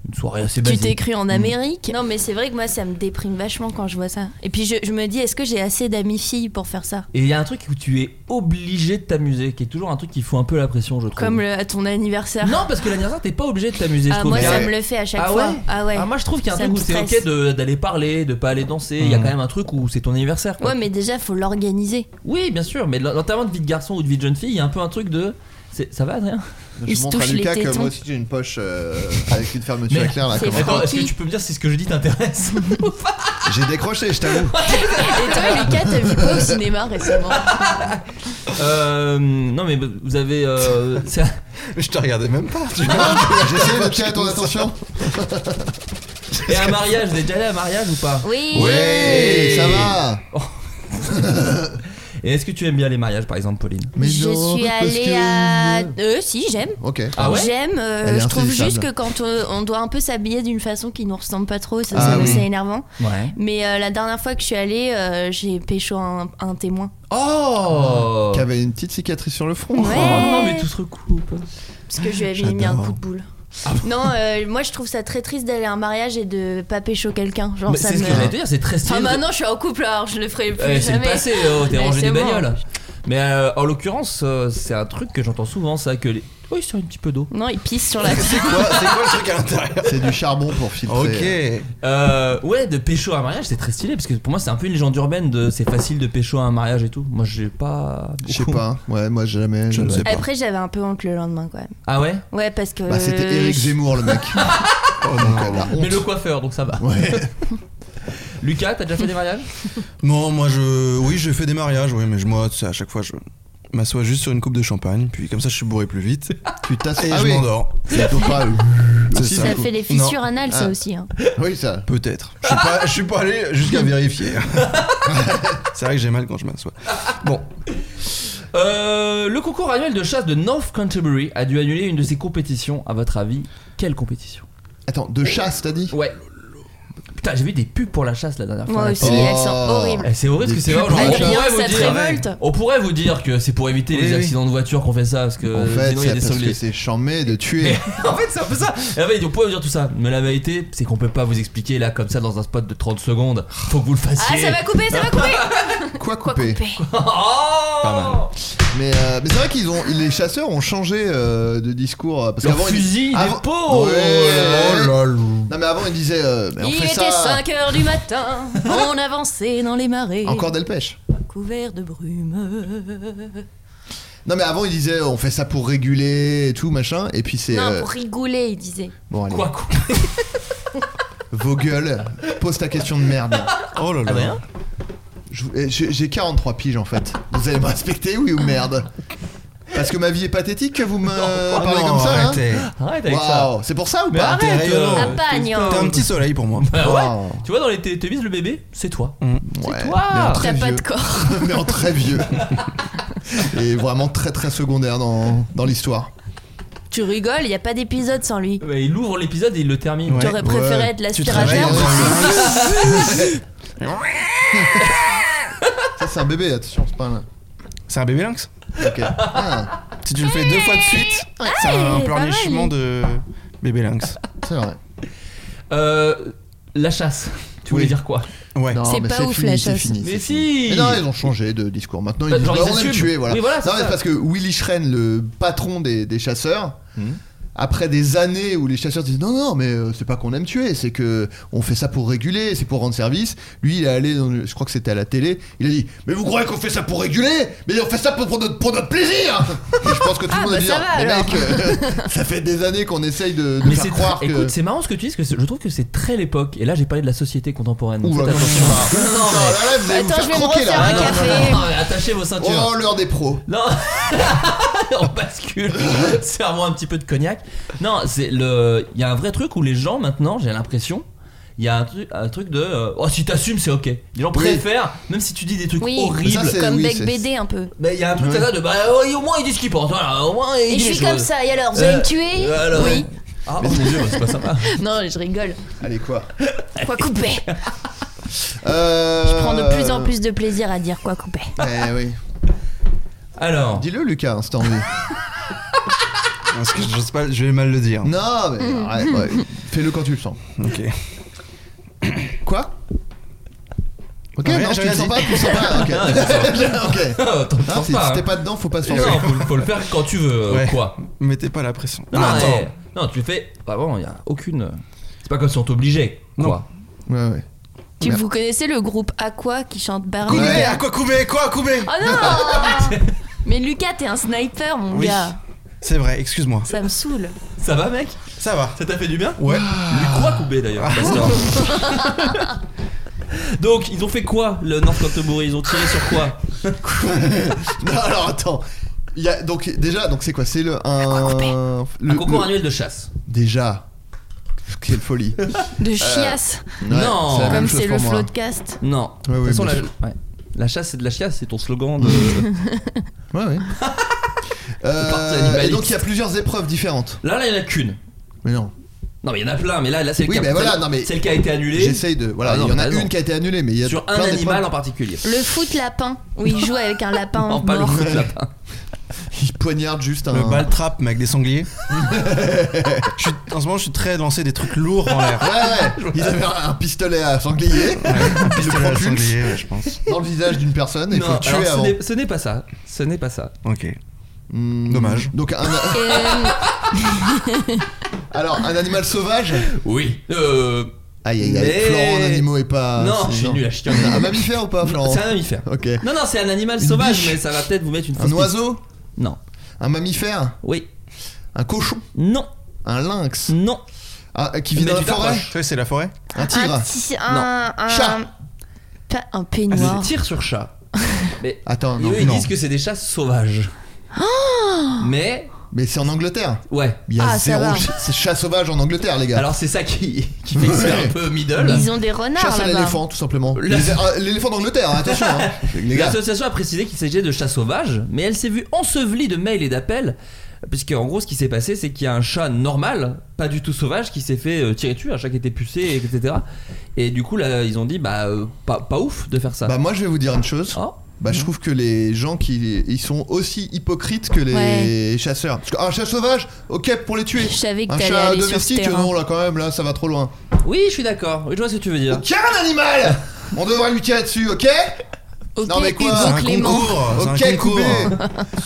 Speaker 3: une soirée assez
Speaker 5: Tu
Speaker 3: basique.
Speaker 5: t'es cru en
Speaker 3: Mm.
Speaker 5: Amérique Non, mais c'est vrai que moi, ça me déprime vachement quand je vois ça. Et puis, je, je me dis, est-ce que j'ai assez d'amis filles pour faire ça
Speaker 3: Et il y a un truc où tu es obligé de t'amuser, qui est toujours un truc qui fout un peu la pression, je trouve.
Speaker 5: Comme le- à ton anniversaire.
Speaker 3: Non, parce que l'anniversaire, t'es pas obligé de t'amuser, je
Speaker 5: Ah,
Speaker 3: trouve.
Speaker 5: moi,
Speaker 3: Mais-
Speaker 5: ça me le fait à chaque
Speaker 3: Ah
Speaker 5: fois.
Speaker 3: ouais
Speaker 5: ah ouais.
Speaker 3: Ah, moi, je trouve qu'il y a un
Speaker 5: Ça
Speaker 3: truc où
Speaker 5: me
Speaker 3: c'est ok
Speaker 5: stresse. Hmm.
Speaker 3: de- d'aller parler, de pas aller danser. Il y a quand même un truc où c'est ton anniversaire. quoi.
Speaker 5: Ouais, mais déjà, faut l'organiser.
Speaker 3: Oui, bien sûr, mais dans- notamment de vie de garçon ou de vie de jeune fille, il y a un peu un truc de. c'est- Ça va, Adrien
Speaker 2: Je montre à Lucas que moi aussi j'ai une poche euh, avec une fermeture
Speaker 3: Mais-
Speaker 2: éclair là. comme un-
Speaker 3: Attends, est-ce que tu peux me dire si ce que je dis t'intéresse
Speaker 2: J'ai décroché, je t'avoue.
Speaker 5: Et toi, Lucas, t'as vu quoi au cinéma récemment
Speaker 3: Euh, Non, mais vous avez. euh, c'est-
Speaker 1: Je te regardais même pas. tu vois.
Speaker 2: J'essaie de tirer ton attention.
Speaker 3: Et un mariage, vous êtes déjà allé à un mariage ou pas
Speaker 5: Oui.
Speaker 2: Ouais, ça va.
Speaker 3: Et est-ce que tu aimes bien les mariages, par exemple, Pauline
Speaker 2: Mais
Speaker 5: je
Speaker 2: non,
Speaker 5: suis
Speaker 2: parce
Speaker 5: allée
Speaker 2: que-
Speaker 5: à. Euh, si, j'aime.
Speaker 2: Ok.
Speaker 3: Ah ouais
Speaker 5: J'aime, euh,
Speaker 2: Elle est
Speaker 5: je trouve
Speaker 2: insaisissable.
Speaker 5: juste que quand euh, on doit un peu s'habiller d'une façon qui nous ressemble pas trop, ça,
Speaker 2: Ah
Speaker 5: c'est-
Speaker 2: oui.
Speaker 5: c'est énervant.
Speaker 3: Ouais.
Speaker 5: Mais euh, la dernière fois que je suis allée, euh, j'ai pécho un, un témoin.
Speaker 3: Oh
Speaker 2: Qui avait une petite cicatrice sur le front.
Speaker 5: Ouais.
Speaker 3: Oh non, mais tout se recoupe.
Speaker 5: Parce que je lui avais mis un
Speaker 2: J'adore.
Speaker 5: coup de boule. Non, euh, moi je trouve ça très triste d'aller à un mariage et de pas pécho quelqu'un. Genre
Speaker 3: Mais
Speaker 5: ça
Speaker 3: Bah, C'est
Speaker 5: me.
Speaker 3: ce que j'allais te dire, c'est très stylé.
Speaker 5: Enfin, maintenant je suis en couple alors je le ferai plus
Speaker 3: Ouais, c'est le
Speaker 5: jamais.
Speaker 3: passé, oh, t'es
Speaker 5: Mais
Speaker 3: rangé
Speaker 5: c'est
Speaker 3: des
Speaker 5: bon.
Speaker 3: bagnoles. Mais euh, en l'occurrence, euh, c'est un truc que j'entends souvent, ça, que les. Oh, il sort un petit peu d'eau.
Speaker 5: Non, il pisse sur la
Speaker 1: C'est quoi, Ah, c'est quoi le truc à l'intérieur
Speaker 2: C'est du charbon pour filtrer.
Speaker 1: Ok.
Speaker 3: Euh, ouais, de pécho à un mariage, c'est très stylé parce que pour moi, c'est un peu une légende urbaine de c'est facile de pécho à un mariage et tout. Moi, j'ai pas.
Speaker 2: Je sais
Speaker 3: beaucoup.
Speaker 2: pas. Ouais, moi jamais.
Speaker 1: Je ne
Speaker 2: jamais.
Speaker 1: sais pas.
Speaker 5: Après, j'avais un peu honte le lendemain quand même.
Speaker 3: Ah ouais
Speaker 5: Ouais, parce que.
Speaker 2: Bah, c'était Eric Zemmour le mec. euh,
Speaker 1: Oh non.
Speaker 2: La honte.
Speaker 3: Mais le coiffeur, donc ça va.
Speaker 2: Ouais.
Speaker 3: Lucas, t'as déjà fait des mariages
Speaker 1: Non, moi je. Oui, j'ai fait des mariages, oui, mais je, moi, tu sais, à chaque fois, je m'assois juste sur une coupe de champagne, puis comme ça, je suis bourré plus vite.
Speaker 2: Tu t'assois.
Speaker 1: Et
Speaker 2: Ah
Speaker 1: je
Speaker 2: oui.
Speaker 1: m'endors.
Speaker 2: C'est plutôt pas.
Speaker 1: C'est
Speaker 5: Ça,
Speaker 1: ça.
Speaker 5: fait des fissures
Speaker 1: Non.
Speaker 5: anales,
Speaker 2: Ah.
Speaker 5: ça aussi. hein.
Speaker 2: Oui, ça.
Speaker 1: Peut-être. Je suis pas, je suis pas allé jusqu'à vérifier. c'est vrai que j'ai mal quand je m'assois. Bon,
Speaker 3: Euh, Le concours annuel de chasse de North Canterbury a dû annuler une de ses compétitions. À votre avis, quelle compétition
Speaker 2: Attends, de chasse, t'as dit
Speaker 3: Ouais. Putain, j'ai vu des pubs pour la chasse la dernière fois.
Speaker 5: Moi aussi,
Speaker 2: Oh.
Speaker 5: elles sont horribles.
Speaker 3: Eh, C'est horrible
Speaker 2: Des
Speaker 3: parce que c'est vrai.
Speaker 2: pubs pour
Speaker 3: on
Speaker 2: la
Speaker 3: pourrait
Speaker 5: chasse.
Speaker 3: vous
Speaker 5: Ça
Speaker 3: dire- euh,
Speaker 5: révolte.
Speaker 3: On pourrait vous dire que c'est pour éviter
Speaker 1: Oui,
Speaker 3: les
Speaker 1: oui.
Speaker 3: accidents de voiture qu'on fait ça parce que
Speaker 2: En fait,
Speaker 3: Euh, sinon il y
Speaker 2: c'est
Speaker 3: a des
Speaker 2: parce que
Speaker 3: sangliers.
Speaker 2: c'est chambé de tuer.
Speaker 3: Mais en fait, c'est un peu ça. Et en fait, on pourrait vous dire tout ça. Mais la vérité, c'est qu'on peut pas vous expliquer là comme ça dans un spot de 30 secondes. Faut que vous le fassiez.
Speaker 5: Ah, ça va couper, ça va couper
Speaker 2: Quoi
Speaker 5: Quoi
Speaker 2: couper
Speaker 5: couper
Speaker 3: Oh
Speaker 1: Pas mal.
Speaker 2: Mais, euh, mais c'est vrai qu'ils ont les chasseurs ont changé euh, de discours euh, parce
Speaker 3: Leur
Speaker 2: qu'avant ils-
Speaker 3: fusil,
Speaker 2: avant-
Speaker 3: des peaux
Speaker 2: Ouais.
Speaker 1: Oh là là.
Speaker 2: Non mais avant ils disaient euh, mais on
Speaker 5: Il
Speaker 2: fait
Speaker 5: était
Speaker 2: ça.
Speaker 5: 5h du matin, on avançait dans les marées,
Speaker 2: Encore d'elle pêche.
Speaker 5: couvert de brume.
Speaker 2: Non mais avant ils disaient on fait ça pour réguler et tout machin et puis c'est
Speaker 5: Non,
Speaker 2: euh,
Speaker 5: pour rigoler, il disait.
Speaker 2: bon allez
Speaker 3: Quoi quoi
Speaker 2: vos gueules pose ta question de merde.
Speaker 1: Oh là là.
Speaker 3: Adrien
Speaker 2: Je vous- eh, J'ai j'ai 43 piges en fait. Vous allez me respecter oui ou merde Parce que ma vie est pathétique que vous me
Speaker 1: Ah
Speaker 2: parlez
Speaker 1: non,
Speaker 2: comme ça. hein
Speaker 1: arrêtez.
Speaker 3: Arrête avec ça.
Speaker 2: Waouh, c'est pour ça ou
Speaker 3: Mais
Speaker 2: pas
Speaker 1: t'es
Speaker 3: arrête
Speaker 1: rayonnant.
Speaker 3: euh,
Speaker 5: Ah, pas,
Speaker 3: t'es-
Speaker 5: Agnan.
Speaker 1: T'es un petit soleil pour moi.
Speaker 3: Bah ouais.
Speaker 2: Waouh.
Speaker 3: Tu vois, dans les t- témis, le bébé, c'est toi.
Speaker 2: Ouais,
Speaker 3: toi.
Speaker 2: mais en
Speaker 5: Ah, T'as
Speaker 2: très
Speaker 5: pas
Speaker 2: vieux.
Speaker 5: de corps.
Speaker 2: mais en très vieux. Et vraiment très très secondaire dans, dans l'histoire.
Speaker 5: Tu rigoles, il y a pas d'épisode sans lui.
Speaker 3: Ouais, il ouvre l'épisode et il le termine.
Speaker 1: Ouais.
Speaker 5: T'aurais préféré être
Speaker 1: Tu travailles
Speaker 5: l'aspirateur
Speaker 1: dans
Speaker 2: hein. Ça c'est un bébé, attention, c'est pas un.
Speaker 1: C'est un bébé lynx
Speaker 2: Ok. Ah,
Speaker 1: Si tu le fais deux fois de suite, c'est un
Speaker 5: pas
Speaker 1: pleurnichement
Speaker 5: mal.
Speaker 1: de bébé lynx.
Speaker 2: c'est vrai.
Speaker 3: Euh, la chasse. Tu voulais
Speaker 2: Oui.
Speaker 3: dire quoi
Speaker 1: Ouais.
Speaker 2: Non,
Speaker 5: C'est
Speaker 2: mais
Speaker 5: pas
Speaker 2: c'est
Speaker 5: ouf,
Speaker 2: fini,
Speaker 5: la
Speaker 2: c'est
Speaker 5: chasse.
Speaker 2: fini,
Speaker 3: Mais
Speaker 2: c'est
Speaker 3: si.
Speaker 2: fini. Mais non, ils ont changé de discours. Maintenant, ils
Speaker 3: Bah,
Speaker 2: disent
Speaker 3: genre,
Speaker 2: bah,
Speaker 3: ils
Speaker 2: on aime
Speaker 3: assument.
Speaker 2: tuer, voilà.
Speaker 3: Oui, voilà, c'est
Speaker 2: non, mais
Speaker 3: ça.
Speaker 2: parce que Willy Schren, le patron des, des chasseurs,
Speaker 3: Hmm.
Speaker 2: après des années où les chasseurs disent non, non, mais euh, c'est pas qu'on aime tuer, c'est que on fait ça pour réguler, c'est pour rendre service. Lui, il est allé, dans, je crois que c'était à la télé, il a dit Mais vous croyez qu'on fait ça pour réguler Mais on fait ça pour, pour notre, pour notre plaisir Et Je pense que tout le
Speaker 5: Ah,
Speaker 2: monde a
Speaker 5: bah,
Speaker 2: dit
Speaker 5: ça va,
Speaker 2: Les
Speaker 5: alors.
Speaker 2: mecs, euh, ça fait des années qu'on essaye de, de
Speaker 3: Mais c'est
Speaker 2: faire croire
Speaker 3: très-
Speaker 2: que.
Speaker 3: écoute, c'est marrant ce que tu dis, parce que c'est- je trouve que c'est très l'époque. Et là, j'ai parlé de la société contemporaine.
Speaker 2: Ouh,
Speaker 3: Faites
Speaker 2: là,
Speaker 3: attention.
Speaker 2: non, non, là, là, vous allez vous
Speaker 5: Attends,
Speaker 2: faire
Speaker 5: je vais me
Speaker 2: croquer, là.
Speaker 5: refaire
Speaker 3: Ah,
Speaker 5: Un
Speaker 3: non,
Speaker 5: café.
Speaker 3: non, non, non, mais attachez vos ceintures.
Speaker 2: Oh, l'heure des pros.
Speaker 3: Non, on bascule. Servons un petit peu de cognac. Non, c'est le. Il y a un vrai truc où les gens maintenant, j'ai l'impression, il y a un truc, un truc de. euh, oh, si t'assumes, c'est ok. Les gens
Speaker 2: Oui.
Speaker 3: préfèrent, même si tu dis des trucs
Speaker 5: Oui,
Speaker 3: horribles.
Speaker 2: Ça, c'est-
Speaker 5: comme
Speaker 2: oui,
Speaker 5: Beck
Speaker 2: c'est-
Speaker 5: BD un peu.
Speaker 3: Mais il y a un truc comme ça de. Bah, oh, au moins ils disent ce qu'ils pensent. Voilà, au moins ils
Speaker 5: Et
Speaker 3: disent
Speaker 5: je
Speaker 3: les
Speaker 5: suis comme
Speaker 3: choses.
Speaker 5: ça, et alors, vous
Speaker 3: Euh,
Speaker 5: allez me tuer
Speaker 3: voilà,
Speaker 5: Oui.
Speaker 3: ouais. Ah, mon dieu, c'est pas sympa.
Speaker 5: Non, je rigole.
Speaker 2: Allez, quoi
Speaker 5: Quoi couper
Speaker 2: Euh,
Speaker 5: Je prends de plus en plus de plaisir à dire quoi couper.
Speaker 2: Eh oui.
Speaker 3: Alors.
Speaker 2: Dis-le, Lucas, hein, si t'as envie.
Speaker 1: Parce que j'ose pas, je vais mal le dire.
Speaker 2: Non, mais arrête, ouais. fais-le quand tu le sens.
Speaker 1: Ok.
Speaker 2: Quoi Ok,
Speaker 1: Ouais,
Speaker 2: non,
Speaker 1: j'ai
Speaker 2: tu le
Speaker 1: rien
Speaker 2: sens
Speaker 1: dit.
Speaker 2: pas, tu le sens pas. Ok. ok.
Speaker 3: Ah, t'en
Speaker 2: Hein,
Speaker 3: forces
Speaker 2: si
Speaker 3: pas,
Speaker 2: si
Speaker 3: hein.
Speaker 2: t'es pas dedans, faut pas se forcer.
Speaker 3: Non, faut, faut le faire quand tu veux, euh,
Speaker 1: Ouais.
Speaker 3: quoi.
Speaker 1: Mettez pas la pression.
Speaker 3: Non,
Speaker 1: Ah,
Speaker 3: mais- non, tu le fais. Vraiment, il y a aucune. C'est pas comme si on t'obligeait, quoi.
Speaker 2: Ouais, ouais.
Speaker 5: Tu,
Speaker 2: Merde.
Speaker 5: vous connaissez le groupe Aqua qui chante Berlin
Speaker 1: Coubé, à quoi couper Quoi couper
Speaker 5: Oh non Mais Lucas, t'es un sniper, mon
Speaker 1: Oui.
Speaker 5: gars.
Speaker 1: C'est vrai, excuse-moi.
Speaker 5: Ça me saoule.
Speaker 3: Ça va, mec
Speaker 1: Ça va.
Speaker 3: Ça t'a fait du bien
Speaker 1: Ouais.
Speaker 3: Lui croit coupé d'ailleurs. Pastor.
Speaker 2: Ah.
Speaker 3: Donc, ils ont fait quoi le North Canterbury Ils ont tiré sur quoi
Speaker 2: Non, alors attends. Il y a, donc déjà, donc c'est quoi C'est le un, le-
Speaker 3: Un concours
Speaker 2: le-
Speaker 3: annuel de chasse.
Speaker 2: Déjà, quelle folie.
Speaker 5: De chiasse,
Speaker 3: Non.
Speaker 2: Euh, la même
Speaker 5: comme
Speaker 2: chose
Speaker 5: c'est
Speaker 2: pour
Speaker 5: le
Speaker 2: moi.
Speaker 5: floodcast.
Speaker 3: Non.
Speaker 2: Ouais,
Speaker 3: de
Speaker 2: ouais,
Speaker 3: toute façon,
Speaker 2: bien
Speaker 3: la,
Speaker 2: sûr.
Speaker 3: ouais. La chasse, c'est de la chiasse, c'est ton slogan de.
Speaker 2: Ouais, ouais.
Speaker 3: On part, c'est
Speaker 2: Euh,
Speaker 3: animaliste.
Speaker 2: et donc il y a plusieurs épreuves différentes.
Speaker 3: là, là, il y en a qu'une.
Speaker 2: Mais non.
Speaker 3: Non, mais il y en a plein, mais là, là c'est le
Speaker 2: Oui,
Speaker 3: cas-
Speaker 2: mais voilà, non, mais-
Speaker 3: Celle qui a été annulée.
Speaker 2: J'essaye de. Voilà,
Speaker 3: Ah,
Speaker 2: il
Speaker 3: non,
Speaker 2: y en a
Speaker 3: bah, non.
Speaker 2: une qui a été annulée, mais il y a
Speaker 3: Sur
Speaker 2: plein
Speaker 3: un
Speaker 2: d'épreuves.
Speaker 3: animal en particulier.
Speaker 5: Le foot lapin, où il joue avec un lapin
Speaker 3: Non, pas le
Speaker 5: mort.
Speaker 3: coup de lapin.
Speaker 2: Il poignarde juste un.
Speaker 1: Le ball trap, mec, des sangliers. je suis, en ce moment, je suis très à lancer des trucs lourds en l'air.
Speaker 2: Ouais, ouais. Ils avaient un pistolet à sanglier
Speaker 1: Un pistolet à
Speaker 2: propulse.
Speaker 1: sanglier, ouais, je pense.
Speaker 2: dans le visage d'une personne et il faut
Speaker 3: Non,
Speaker 2: le tuer
Speaker 3: alors,
Speaker 2: avant.
Speaker 3: ce n'est- ce n'est pas ça. Ce n'est pas ça.
Speaker 1: Ok.
Speaker 2: Hmm.
Speaker 1: Dommage.
Speaker 2: Donc un.
Speaker 5: euh,
Speaker 2: Alors un animal sauvage.
Speaker 3: Oui. Euh.
Speaker 2: Aïe aïe aïe.
Speaker 3: Mais-
Speaker 2: Florent en animaux est pas.
Speaker 3: Non,
Speaker 2: Ah, c'est-
Speaker 3: je suis nul à chier.
Speaker 2: Un mammifère ou pas, Florent
Speaker 3: C'est un mammifère.
Speaker 2: Ok.
Speaker 3: Non, non, c'est un animal
Speaker 2: Une
Speaker 3: sauvage,
Speaker 2: biche.
Speaker 3: mais ça va peut-être vous mettre une fausse
Speaker 2: Un
Speaker 3: piste.
Speaker 2: oiseau
Speaker 3: Non.
Speaker 2: Un mammifère
Speaker 3: Oui.
Speaker 2: Un cochon
Speaker 3: Non.
Speaker 2: Un lynx
Speaker 3: Non.
Speaker 2: Ah, Qui vit
Speaker 3: Mais
Speaker 2: dans la
Speaker 3: tu
Speaker 2: forêt
Speaker 3: t'approches.
Speaker 1: Toi, c'est la forêt
Speaker 2: Un tigre
Speaker 5: Un, petit- un, un,
Speaker 2: Chat.
Speaker 5: pas-
Speaker 3: Ah,
Speaker 5: un
Speaker 3: c'est des
Speaker 5: peignoir.
Speaker 3: tirs sur chat. Mais
Speaker 2: Attends, Ah, non,
Speaker 3: eux, ils
Speaker 2: non.
Speaker 3: disent que c'est des chats sauvages. mais
Speaker 2: Mais c'est en Angleterre
Speaker 3: ouais.
Speaker 2: Il y a
Speaker 5: Ah, ça
Speaker 2: zéro
Speaker 5: va.
Speaker 2: ch- c'est chat sauvage en Angleterre, les gars.
Speaker 3: Alors c'est ça qui, qui fait que c'est
Speaker 2: Ouais.
Speaker 3: un peu middle.
Speaker 5: Ils ont des renards
Speaker 2: Chasse à
Speaker 5: là-bas.
Speaker 2: l'éléphant, tout simplement.
Speaker 3: La-
Speaker 2: Les- ah, L'éléphant d'Angleterre, hein, attention. hein. Les gars.
Speaker 3: L'association a précisé qu'il s'agit de chats sauvages, mais elle s'est vue ensevelie de mails et d'appels. Puisque en gros, ce qui s'est passé, c'est qu'il y a un chat normal, pas du tout sauvage, qui s'est fait euh, tirer dessus, un chat qui était pucé, etc. Et du coup, là, ils ont dit, bah, euh, pas, pas ouf de faire ça.
Speaker 2: Bah, moi, je vais vous dire une chose.
Speaker 3: Oh.
Speaker 2: Bah,
Speaker 5: Mhm.
Speaker 2: je trouve que les gens qui ils sont aussi hypocrites que les
Speaker 5: Ouais.
Speaker 2: chasseurs. Parce qu'un chat sauvage, ok pour les tuer.
Speaker 5: Je savais que
Speaker 2: Un
Speaker 5: t'allais
Speaker 2: chat
Speaker 5: aller sur ce
Speaker 2: domestique,
Speaker 5: terrain.
Speaker 2: non là quand même là ça va trop loin.
Speaker 3: Oui, je suis d'accord. Oui, Je vois ce que tu veux dire.
Speaker 2: Aucun animal, on devrait lutter là-dessus, ok
Speaker 5: Ok,
Speaker 2: Non, mais quoi,
Speaker 5: Hugo
Speaker 1: C'est un
Speaker 5: Clément.
Speaker 1: concours c'est un
Speaker 2: Ok,
Speaker 1: concours.
Speaker 2: coupé.
Speaker 1: Je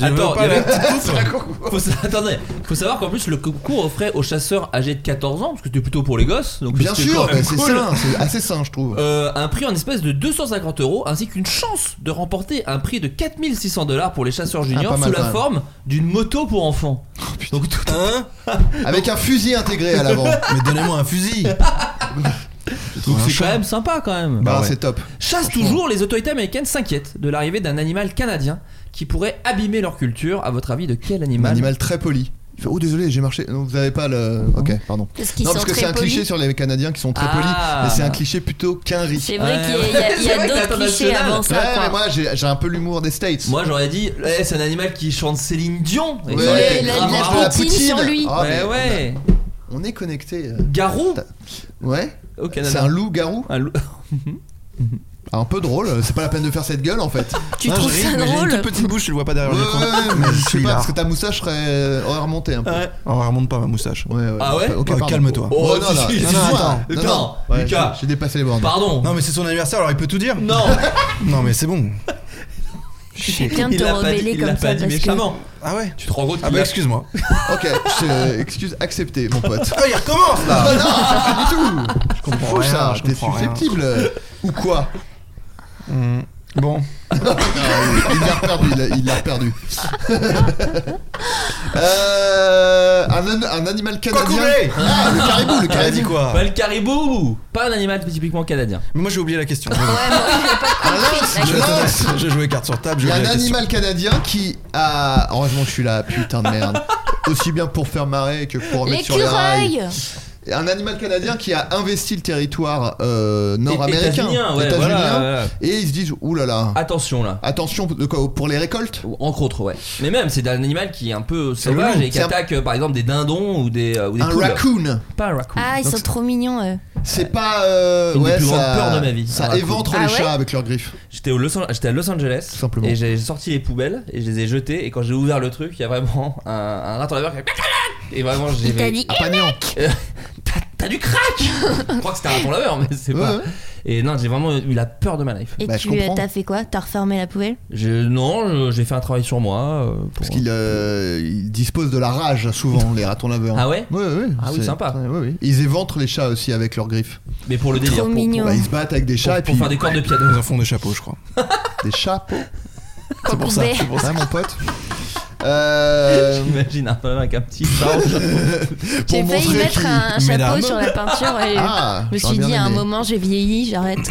Speaker 1: veux
Speaker 3: Attends,
Speaker 1: pas
Speaker 3: il y
Speaker 1: la
Speaker 3: avait-
Speaker 1: petite coupe.
Speaker 3: Faut sa- Attendez, faut savoir qu'en plus le concours offrait aux chasseurs âgés de 14 ans, parce que c'était plutôt pour les gosses, donc
Speaker 2: Bien
Speaker 3: c'était
Speaker 2: sûr,
Speaker 3: quand même
Speaker 2: bah, c'est
Speaker 3: cool.
Speaker 2: sain, c'est assez sain je trouve.
Speaker 3: Euh, un prix en espèces de 250 euros ainsi qu'une chance de remporter un prix de 4600 dollars pour les chasseurs juniors
Speaker 2: Ah, pas mal,
Speaker 3: sous
Speaker 2: quand
Speaker 3: la
Speaker 2: même.
Speaker 3: forme d'une moto pour enfants.
Speaker 1: Oh,
Speaker 3: Donc tout hein
Speaker 2: Avec un fusil intégré à l'avant.
Speaker 1: Mais donnez-moi un fusil.
Speaker 3: Donc
Speaker 1: un
Speaker 3: c'est
Speaker 1: chat.
Speaker 3: quand même sympa quand même.
Speaker 2: Bah
Speaker 1: ouais.
Speaker 2: c'est top.
Speaker 3: Chasse toujours, les autorités américaines s'inquiètent de l'arrivée d'un animal canadien qui pourrait abîmer leur culture. À votre avis, de quel
Speaker 2: Un
Speaker 3: animal
Speaker 2: animal très poli. Il fait, oh désolé j'ai marché. Non, vous avez pas le. Ok pardon.
Speaker 5: Parce qu'ils
Speaker 2: non
Speaker 5: sont
Speaker 2: parce que
Speaker 5: très
Speaker 2: c'est un
Speaker 5: polis.
Speaker 2: cliché sur les Canadiens qui sont très
Speaker 3: Ah.
Speaker 2: polis, mais c'est un cliché plutôt qu'un riz.
Speaker 5: C'est vrai
Speaker 3: Ouais,
Speaker 5: qu'il y a-
Speaker 3: ouais.
Speaker 5: il y a, il y a
Speaker 3: C'est vrai que
Speaker 5: d'autres clichés
Speaker 3: l'international.
Speaker 2: Ouais,
Speaker 5: avant ça.
Speaker 2: mais
Speaker 5: quoi.
Speaker 2: moi j'ai j'ai un peu l'humour des States.
Speaker 3: Moi j'aurais dit, eh, c'est un animal qui chante Céline Dion. Et
Speaker 2: Ouais,
Speaker 3: ça aurait
Speaker 5: Et
Speaker 3: été
Speaker 5: la-
Speaker 3: grave
Speaker 5: la
Speaker 3: marrant.
Speaker 5: poutine. sur lui.
Speaker 2: Ah, mais
Speaker 3: ouais, ouais.
Speaker 2: On est connecté.
Speaker 3: Garou
Speaker 2: Ouais.
Speaker 3: au Canada.
Speaker 2: C'est un Ah loup garou.
Speaker 3: Un loup.
Speaker 2: Un peu drôle. euh, C'est pas la peine de faire cette gueule en fait.
Speaker 5: Tu
Speaker 1: Non,
Speaker 5: trouves
Speaker 1: je ris,
Speaker 5: ça
Speaker 1: mais J'ai une
Speaker 5: drôle
Speaker 1: toute petite bouche, je le vois pas derrière
Speaker 2: Ouais,
Speaker 1: le
Speaker 2: ouais,
Speaker 1: l'écran.
Speaker 2: ouais, mais
Speaker 1: je
Speaker 2: je sais
Speaker 1: suis
Speaker 2: pas,
Speaker 1: là.
Speaker 2: parce que ta moustache serait, euh, aurait remonté un peu.
Speaker 3: Ouais.
Speaker 1: Oh, remonte pas ma moustache.
Speaker 2: Ouais, ouais.
Speaker 3: Ah ouais
Speaker 2: Ok,
Speaker 1: Bah,
Speaker 2: pardon.
Speaker 1: calme-toi.
Speaker 2: Oh,
Speaker 3: Oh,
Speaker 2: non, non,
Speaker 3: si, si,
Speaker 2: non,
Speaker 3: si,
Speaker 2: non,
Speaker 3: si,
Speaker 2: attends,
Speaker 3: attends,
Speaker 2: non, non. Ouais,
Speaker 3: Lucas.
Speaker 2: j'ai- J'ai dépassé les bornes.
Speaker 3: Pardon.
Speaker 1: Non, mais c'est son anniversaire, alors il peut tout dire.
Speaker 3: Non.
Speaker 1: Non, mais c'est bon.
Speaker 5: C'est bien de
Speaker 3: Il
Speaker 5: te
Speaker 3: l'a pas dit-
Speaker 5: rebeller
Speaker 3: il l'a
Speaker 5: comme
Speaker 3: pas
Speaker 5: ça
Speaker 3: dit
Speaker 5: parce que
Speaker 3: méchamment.
Speaker 1: Ah ouais
Speaker 3: Tu te rends compte
Speaker 1: Ah
Speaker 3: qu'il
Speaker 1: bah
Speaker 3: a-
Speaker 1: excuse-moi.
Speaker 2: Ok, je- euh, excuse acceptée, mon pote.
Speaker 1: Ah, il recommence là
Speaker 2: Ah non, pas du tout. Je comprends
Speaker 1: rien,
Speaker 2: ça.
Speaker 1: je
Speaker 2: T'es
Speaker 1: comprends rien.
Speaker 2: susceptible euh, ou quoi
Speaker 1: Bon,
Speaker 2: Il l'a perdu. Il l'a- il l'a perdu. euh, un, an- un animal canadien.
Speaker 1: Cocoulé
Speaker 2: Ah, le caribou,
Speaker 1: elle
Speaker 2: le
Speaker 1: a dit
Speaker 2: caribou.
Speaker 1: quoi
Speaker 3: Pas le caribou Pas un animal typiquement canadien.
Speaker 1: Mais moi j'ai oublié la question.
Speaker 2: Un lynx,
Speaker 1: Ah, Je-
Speaker 2: Ah, le lynx.
Speaker 1: J'ai joué carte sur table, j'ai
Speaker 2: Il y a
Speaker 1: oublié
Speaker 2: un
Speaker 1: la question.
Speaker 2: animal canadien qui a. Heureusement, je suis là, putain de merde. Aussi bien pour faire marrer que pour remettre sur les rails.
Speaker 5: L'écureuil
Speaker 2: Et Un animal canadien qui a investi le territoire euh, nord-américain, hein.
Speaker 3: États-unien, hein, ouais,
Speaker 2: états-unien,
Speaker 3: voilà, voilà.
Speaker 2: et ils se disent oulala, là là,
Speaker 3: Attention là.
Speaker 2: attention de quoi, pour les récoltes.
Speaker 3: Entre autres, ouais. Mais même, c'est un animal qui est un peu
Speaker 2: le
Speaker 3: sauvage
Speaker 2: loup.
Speaker 3: et qui
Speaker 2: C'est un-
Speaker 3: attaque euh, par exemple des dindons ou des, euh, ou des
Speaker 2: Un
Speaker 3: poules.
Speaker 2: raccoon.
Speaker 3: Pas un raccoon.
Speaker 5: Ah, ils
Speaker 3: Donc,
Speaker 5: sont trop mignons, eux.
Speaker 2: C'est pas. euh,
Speaker 3: Une des
Speaker 2: ouais,
Speaker 3: plus
Speaker 2: ça,
Speaker 3: grandes peurs de ma vie.
Speaker 2: Ça
Speaker 3: Ah, cool.
Speaker 2: éventre
Speaker 3: Ah
Speaker 2: les
Speaker 3: ouais
Speaker 2: chats avec leurs griffes.
Speaker 3: J'étais au Los An- j'étais à Los Angeles
Speaker 2: simplement.
Speaker 3: et j'ai sorti les poubelles et je les ai jetées et quand j'ai ouvert le truc, il y a vraiment un, un rat en laveur qui a fait et vraiment j'ai
Speaker 5: Il t'a dit,
Speaker 3: Ah, pas
Speaker 5: Eh,
Speaker 3: non. Euh, T'as t'as du crack Je crois que c'était un raton laveur mais c'est pas. Et non, j'ai vraiment eu la peur de ma life.
Speaker 2: Bah,
Speaker 5: Et tu euh, t'as fait quoi T'as refermé la poubelle
Speaker 3: Je- non, je- j'ai fait un travail sur moi euh, pour-
Speaker 2: Parce qu'ils euh, ils disposent de la rage souvent, les ratons laveurs.
Speaker 3: Ah ouais
Speaker 2: Ouais, ouais.
Speaker 3: Ah oui,
Speaker 2: c'est-
Speaker 3: sympa.
Speaker 2: ouais, ouais. Ils éventrent les chats aussi avec leurs griffes.
Speaker 3: mais pour le délire. pour-
Speaker 5: mignon.
Speaker 2: Bah, ils se battent avec des chats
Speaker 3: Pour-
Speaker 2: et
Speaker 3: pour
Speaker 2: puis.
Speaker 3: faire des cordes de piano.
Speaker 1: Ils en font des chapeaux, je crois.
Speaker 2: Des chapeaux.
Speaker 5: Quand on baie.
Speaker 2: pour ça, mon pote. Euh,
Speaker 3: J'imagine un peu avec un petit charge.
Speaker 5: J'ai
Speaker 2: pour
Speaker 5: failli
Speaker 2: montrer
Speaker 5: mettre
Speaker 2: qu'il-
Speaker 5: un
Speaker 1: Mesdames.
Speaker 5: chapeau sur la peinture et
Speaker 2: Ah,
Speaker 5: je me
Speaker 2: j'aurais
Speaker 5: suis
Speaker 2: bien
Speaker 5: dit à un
Speaker 2: aimé.
Speaker 5: moment j'ai vieilli, j'arrête.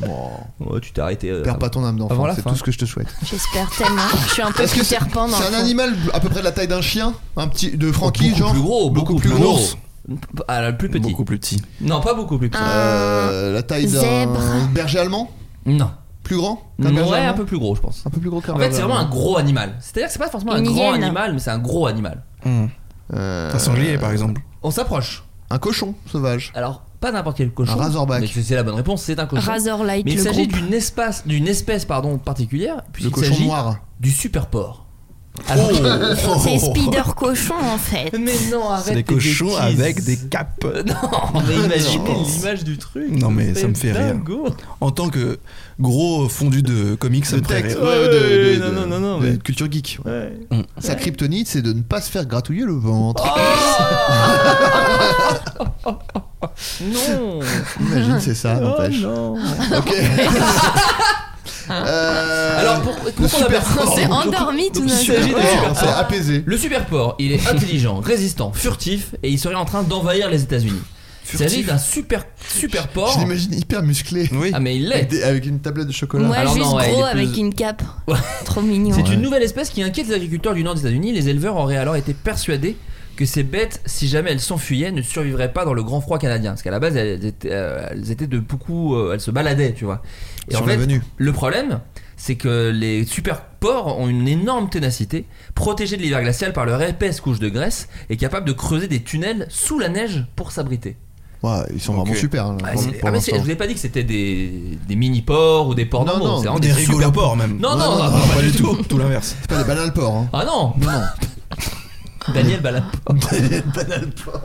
Speaker 2: Bon,
Speaker 3: Oh, tu t'es arrêté. euh,
Speaker 2: perds pas ton âme
Speaker 3: Avant
Speaker 2: d'enfant,
Speaker 3: la
Speaker 2: c'est
Speaker 3: fin.
Speaker 2: tout ce que je te souhaite.
Speaker 5: J'espère tellement. Je suis un peu
Speaker 2: Est-ce que
Speaker 5: Peter
Speaker 2: c'est
Speaker 5: Pan dans
Speaker 2: c'est
Speaker 5: le
Speaker 2: un
Speaker 5: fond.
Speaker 2: animal à peu près de la taille d'un chien Un petit de Frankie,
Speaker 3: beaucoup
Speaker 2: genre
Speaker 3: plus gros, beaucoup
Speaker 2: plus
Speaker 3: plus
Speaker 2: gros.
Speaker 3: gros. à la plus petite.
Speaker 1: Beaucoup plus petit.
Speaker 3: Non, pas beaucoup plus petit.
Speaker 5: Ah.
Speaker 2: Euh, la taille d'un
Speaker 5: Zèbre.
Speaker 2: berger allemand
Speaker 3: Non.
Speaker 2: Plus grand qu'un berger
Speaker 3: Ouais, un
Speaker 2: allemand
Speaker 3: peu plus gros, je pense.
Speaker 2: Un peu plus gros qu'un
Speaker 3: En fait,
Speaker 2: berger
Speaker 3: c'est vraiment un
Speaker 2: allemand.
Speaker 3: gros animal. C'est-à-dire que c'est pas forcément un
Speaker 5: Une
Speaker 3: grand
Speaker 5: hyène.
Speaker 3: animal, mais c'est un gros animal.
Speaker 1: Hum.
Speaker 2: Euh,
Speaker 1: Un sanglier, par exemple.
Speaker 3: On s'approche.
Speaker 2: Un cochon sauvage.
Speaker 3: Alors, pas n'importe quel cochon.
Speaker 2: Un razorback.
Speaker 3: Mais c'est c'est la bonne réponse, c'est un cochon.
Speaker 5: Razorlight,
Speaker 3: mais il
Speaker 5: le
Speaker 3: s'agit
Speaker 5: groupe.
Speaker 3: d'une espace, d'une espèce pardon particulière,
Speaker 2: Le
Speaker 3: puisqu'il
Speaker 2: cochon
Speaker 3: s'agit
Speaker 2: noir. Oh.
Speaker 3: du super porc. Alors-
Speaker 5: C'est Spider Cochon en fait.
Speaker 3: Mais non, arrête.
Speaker 1: C'est des
Speaker 3: tes
Speaker 1: cochons
Speaker 3: bêtises.
Speaker 1: avec des capes.
Speaker 3: Non, Euh, mais imaginez
Speaker 2: Non.
Speaker 3: l'image du truc.
Speaker 1: Non, mais ça me fait rire.
Speaker 3: dingo.
Speaker 1: En tant que gros fondu de comics, ça me ferait
Speaker 2: Texte,
Speaker 1: rire.
Speaker 2: ouais,
Speaker 3: Ouais,
Speaker 2: de- de-
Speaker 3: non,
Speaker 2: de-
Speaker 3: non, non, non,
Speaker 2: de
Speaker 3: mais-
Speaker 2: culture geek. Mm.
Speaker 3: Ouais.
Speaker 2: Sa kryptonite, c'est de ne pas se faire gratouiller le ventre.
Speaker 5: Oh
Speaker 3: Non.
Speaker 2: Imagine, c'est ça,
Speaker 3: Oh
Speaker 2: n'empêche.
Speaker 3: non.
Speaker 2: Ok. Euh,
Speaker 3: Alors pour,
Speaker 2: le
Speaker 3: pourquoi on
Speaker 2: super
Speaker 3: appelle-
Speaker 2: fort.
Speaker 5: C'est endormi tout
Speaker 3: donc,
Speaker 5: d'un
Speaker 3: il
Speaker 5: coup.
Speaker 3: s'agit
Speaker 2: Super fort,
Speaker 3: d'un super
Speaker 2: Oh, c'est
Speaker 3: fort.
Speaker 2: apaisé.
Speaker 3: Le super porc, il est intelligent, résistant, furtif et il serait en train d'envahir les États-Unis. Il s'agit d'un super super
Speaker 2: Je
Speaker 3: porc.
Speaker 2: l'imagine hyper musclé.
Speaker 1: Oui.
Speaker 3: Ah mais il
Speaker 2: Avec
Speaker 3: l'est.
Speaker 2: des- Avec une tablette de chocolat.
Speaker 5: Moi
Speaker 3: Alors
Speaker 5: juste
Speaker 3: non, ouais, il
Speaker 5: gros
Speaker 3: est plus-
Speaker 5: avec une cape.
Speaker 3: Ouais.
Speaker 5: Trop mignon.
Speaker 3: C'est
Speaker 2: Ouais.
Speaker 3: une nouvelle espèce qui inquiète les agriculteurs du nord des États-Unis. Les éleveurs auraient alors été persuadés que ces bêtes, si jamais elles s'enfuyaient, ne survivraient pas dans le grand froid canadien. Parce qu'à la base, elles étaient, euh, elles étaient de beaucoup, euh, elles se baladaient, tu vois. Et
Speaker 2: Sur
Speaker 3: en fait,
Speaker 2: l'avenue.
Speaker 3: le problème, c'est que les super porcs ont une énorme ténacité, protégés de l'hiver glacial par leur épaisse couche de graisse et capables de creuser des tunnels sous la neige pour s'abriter.
Speaker 2: Ouais, ils sont
Speaker 1: Ok.
Speaker 2: vraiment super. hein,
Speaker 3: Ah,
Speaker 2: pour-
Speaker 3: c'est-
Speaker 2: pour
Speaker 3: ah, mais c'est- je
Speaker 2: l'instant.
Speaker 3: vous ai pas dit que c'était des, des mini porcs ou des porcs
Speaker 2: Non,
Speaker 3: normaux,
Speaker 2: non,
Speaker 3: c'est vraiment
Speaker 1: Des
Speaker 3: super
Speaker 1: rigolos
Speaker 3: porcs.
Speaker 1: porcs, même.
Speaker 3: Non,
Speaker 2: Ouais,
Speaker 3: non,
Speaker 2: non,
Speaker 3: non,
Speaker 2: non,
Speaker 3: pas du tout.
Speaker 1: Tout l'inverse.
Speaker 2: C'est pas des bananes porc. Hein.
Speaker 3: Ah non,
Speaker 2: Non, non.
Speaker 3: Daniel Balap.
Speaker 2: Des bananes porc.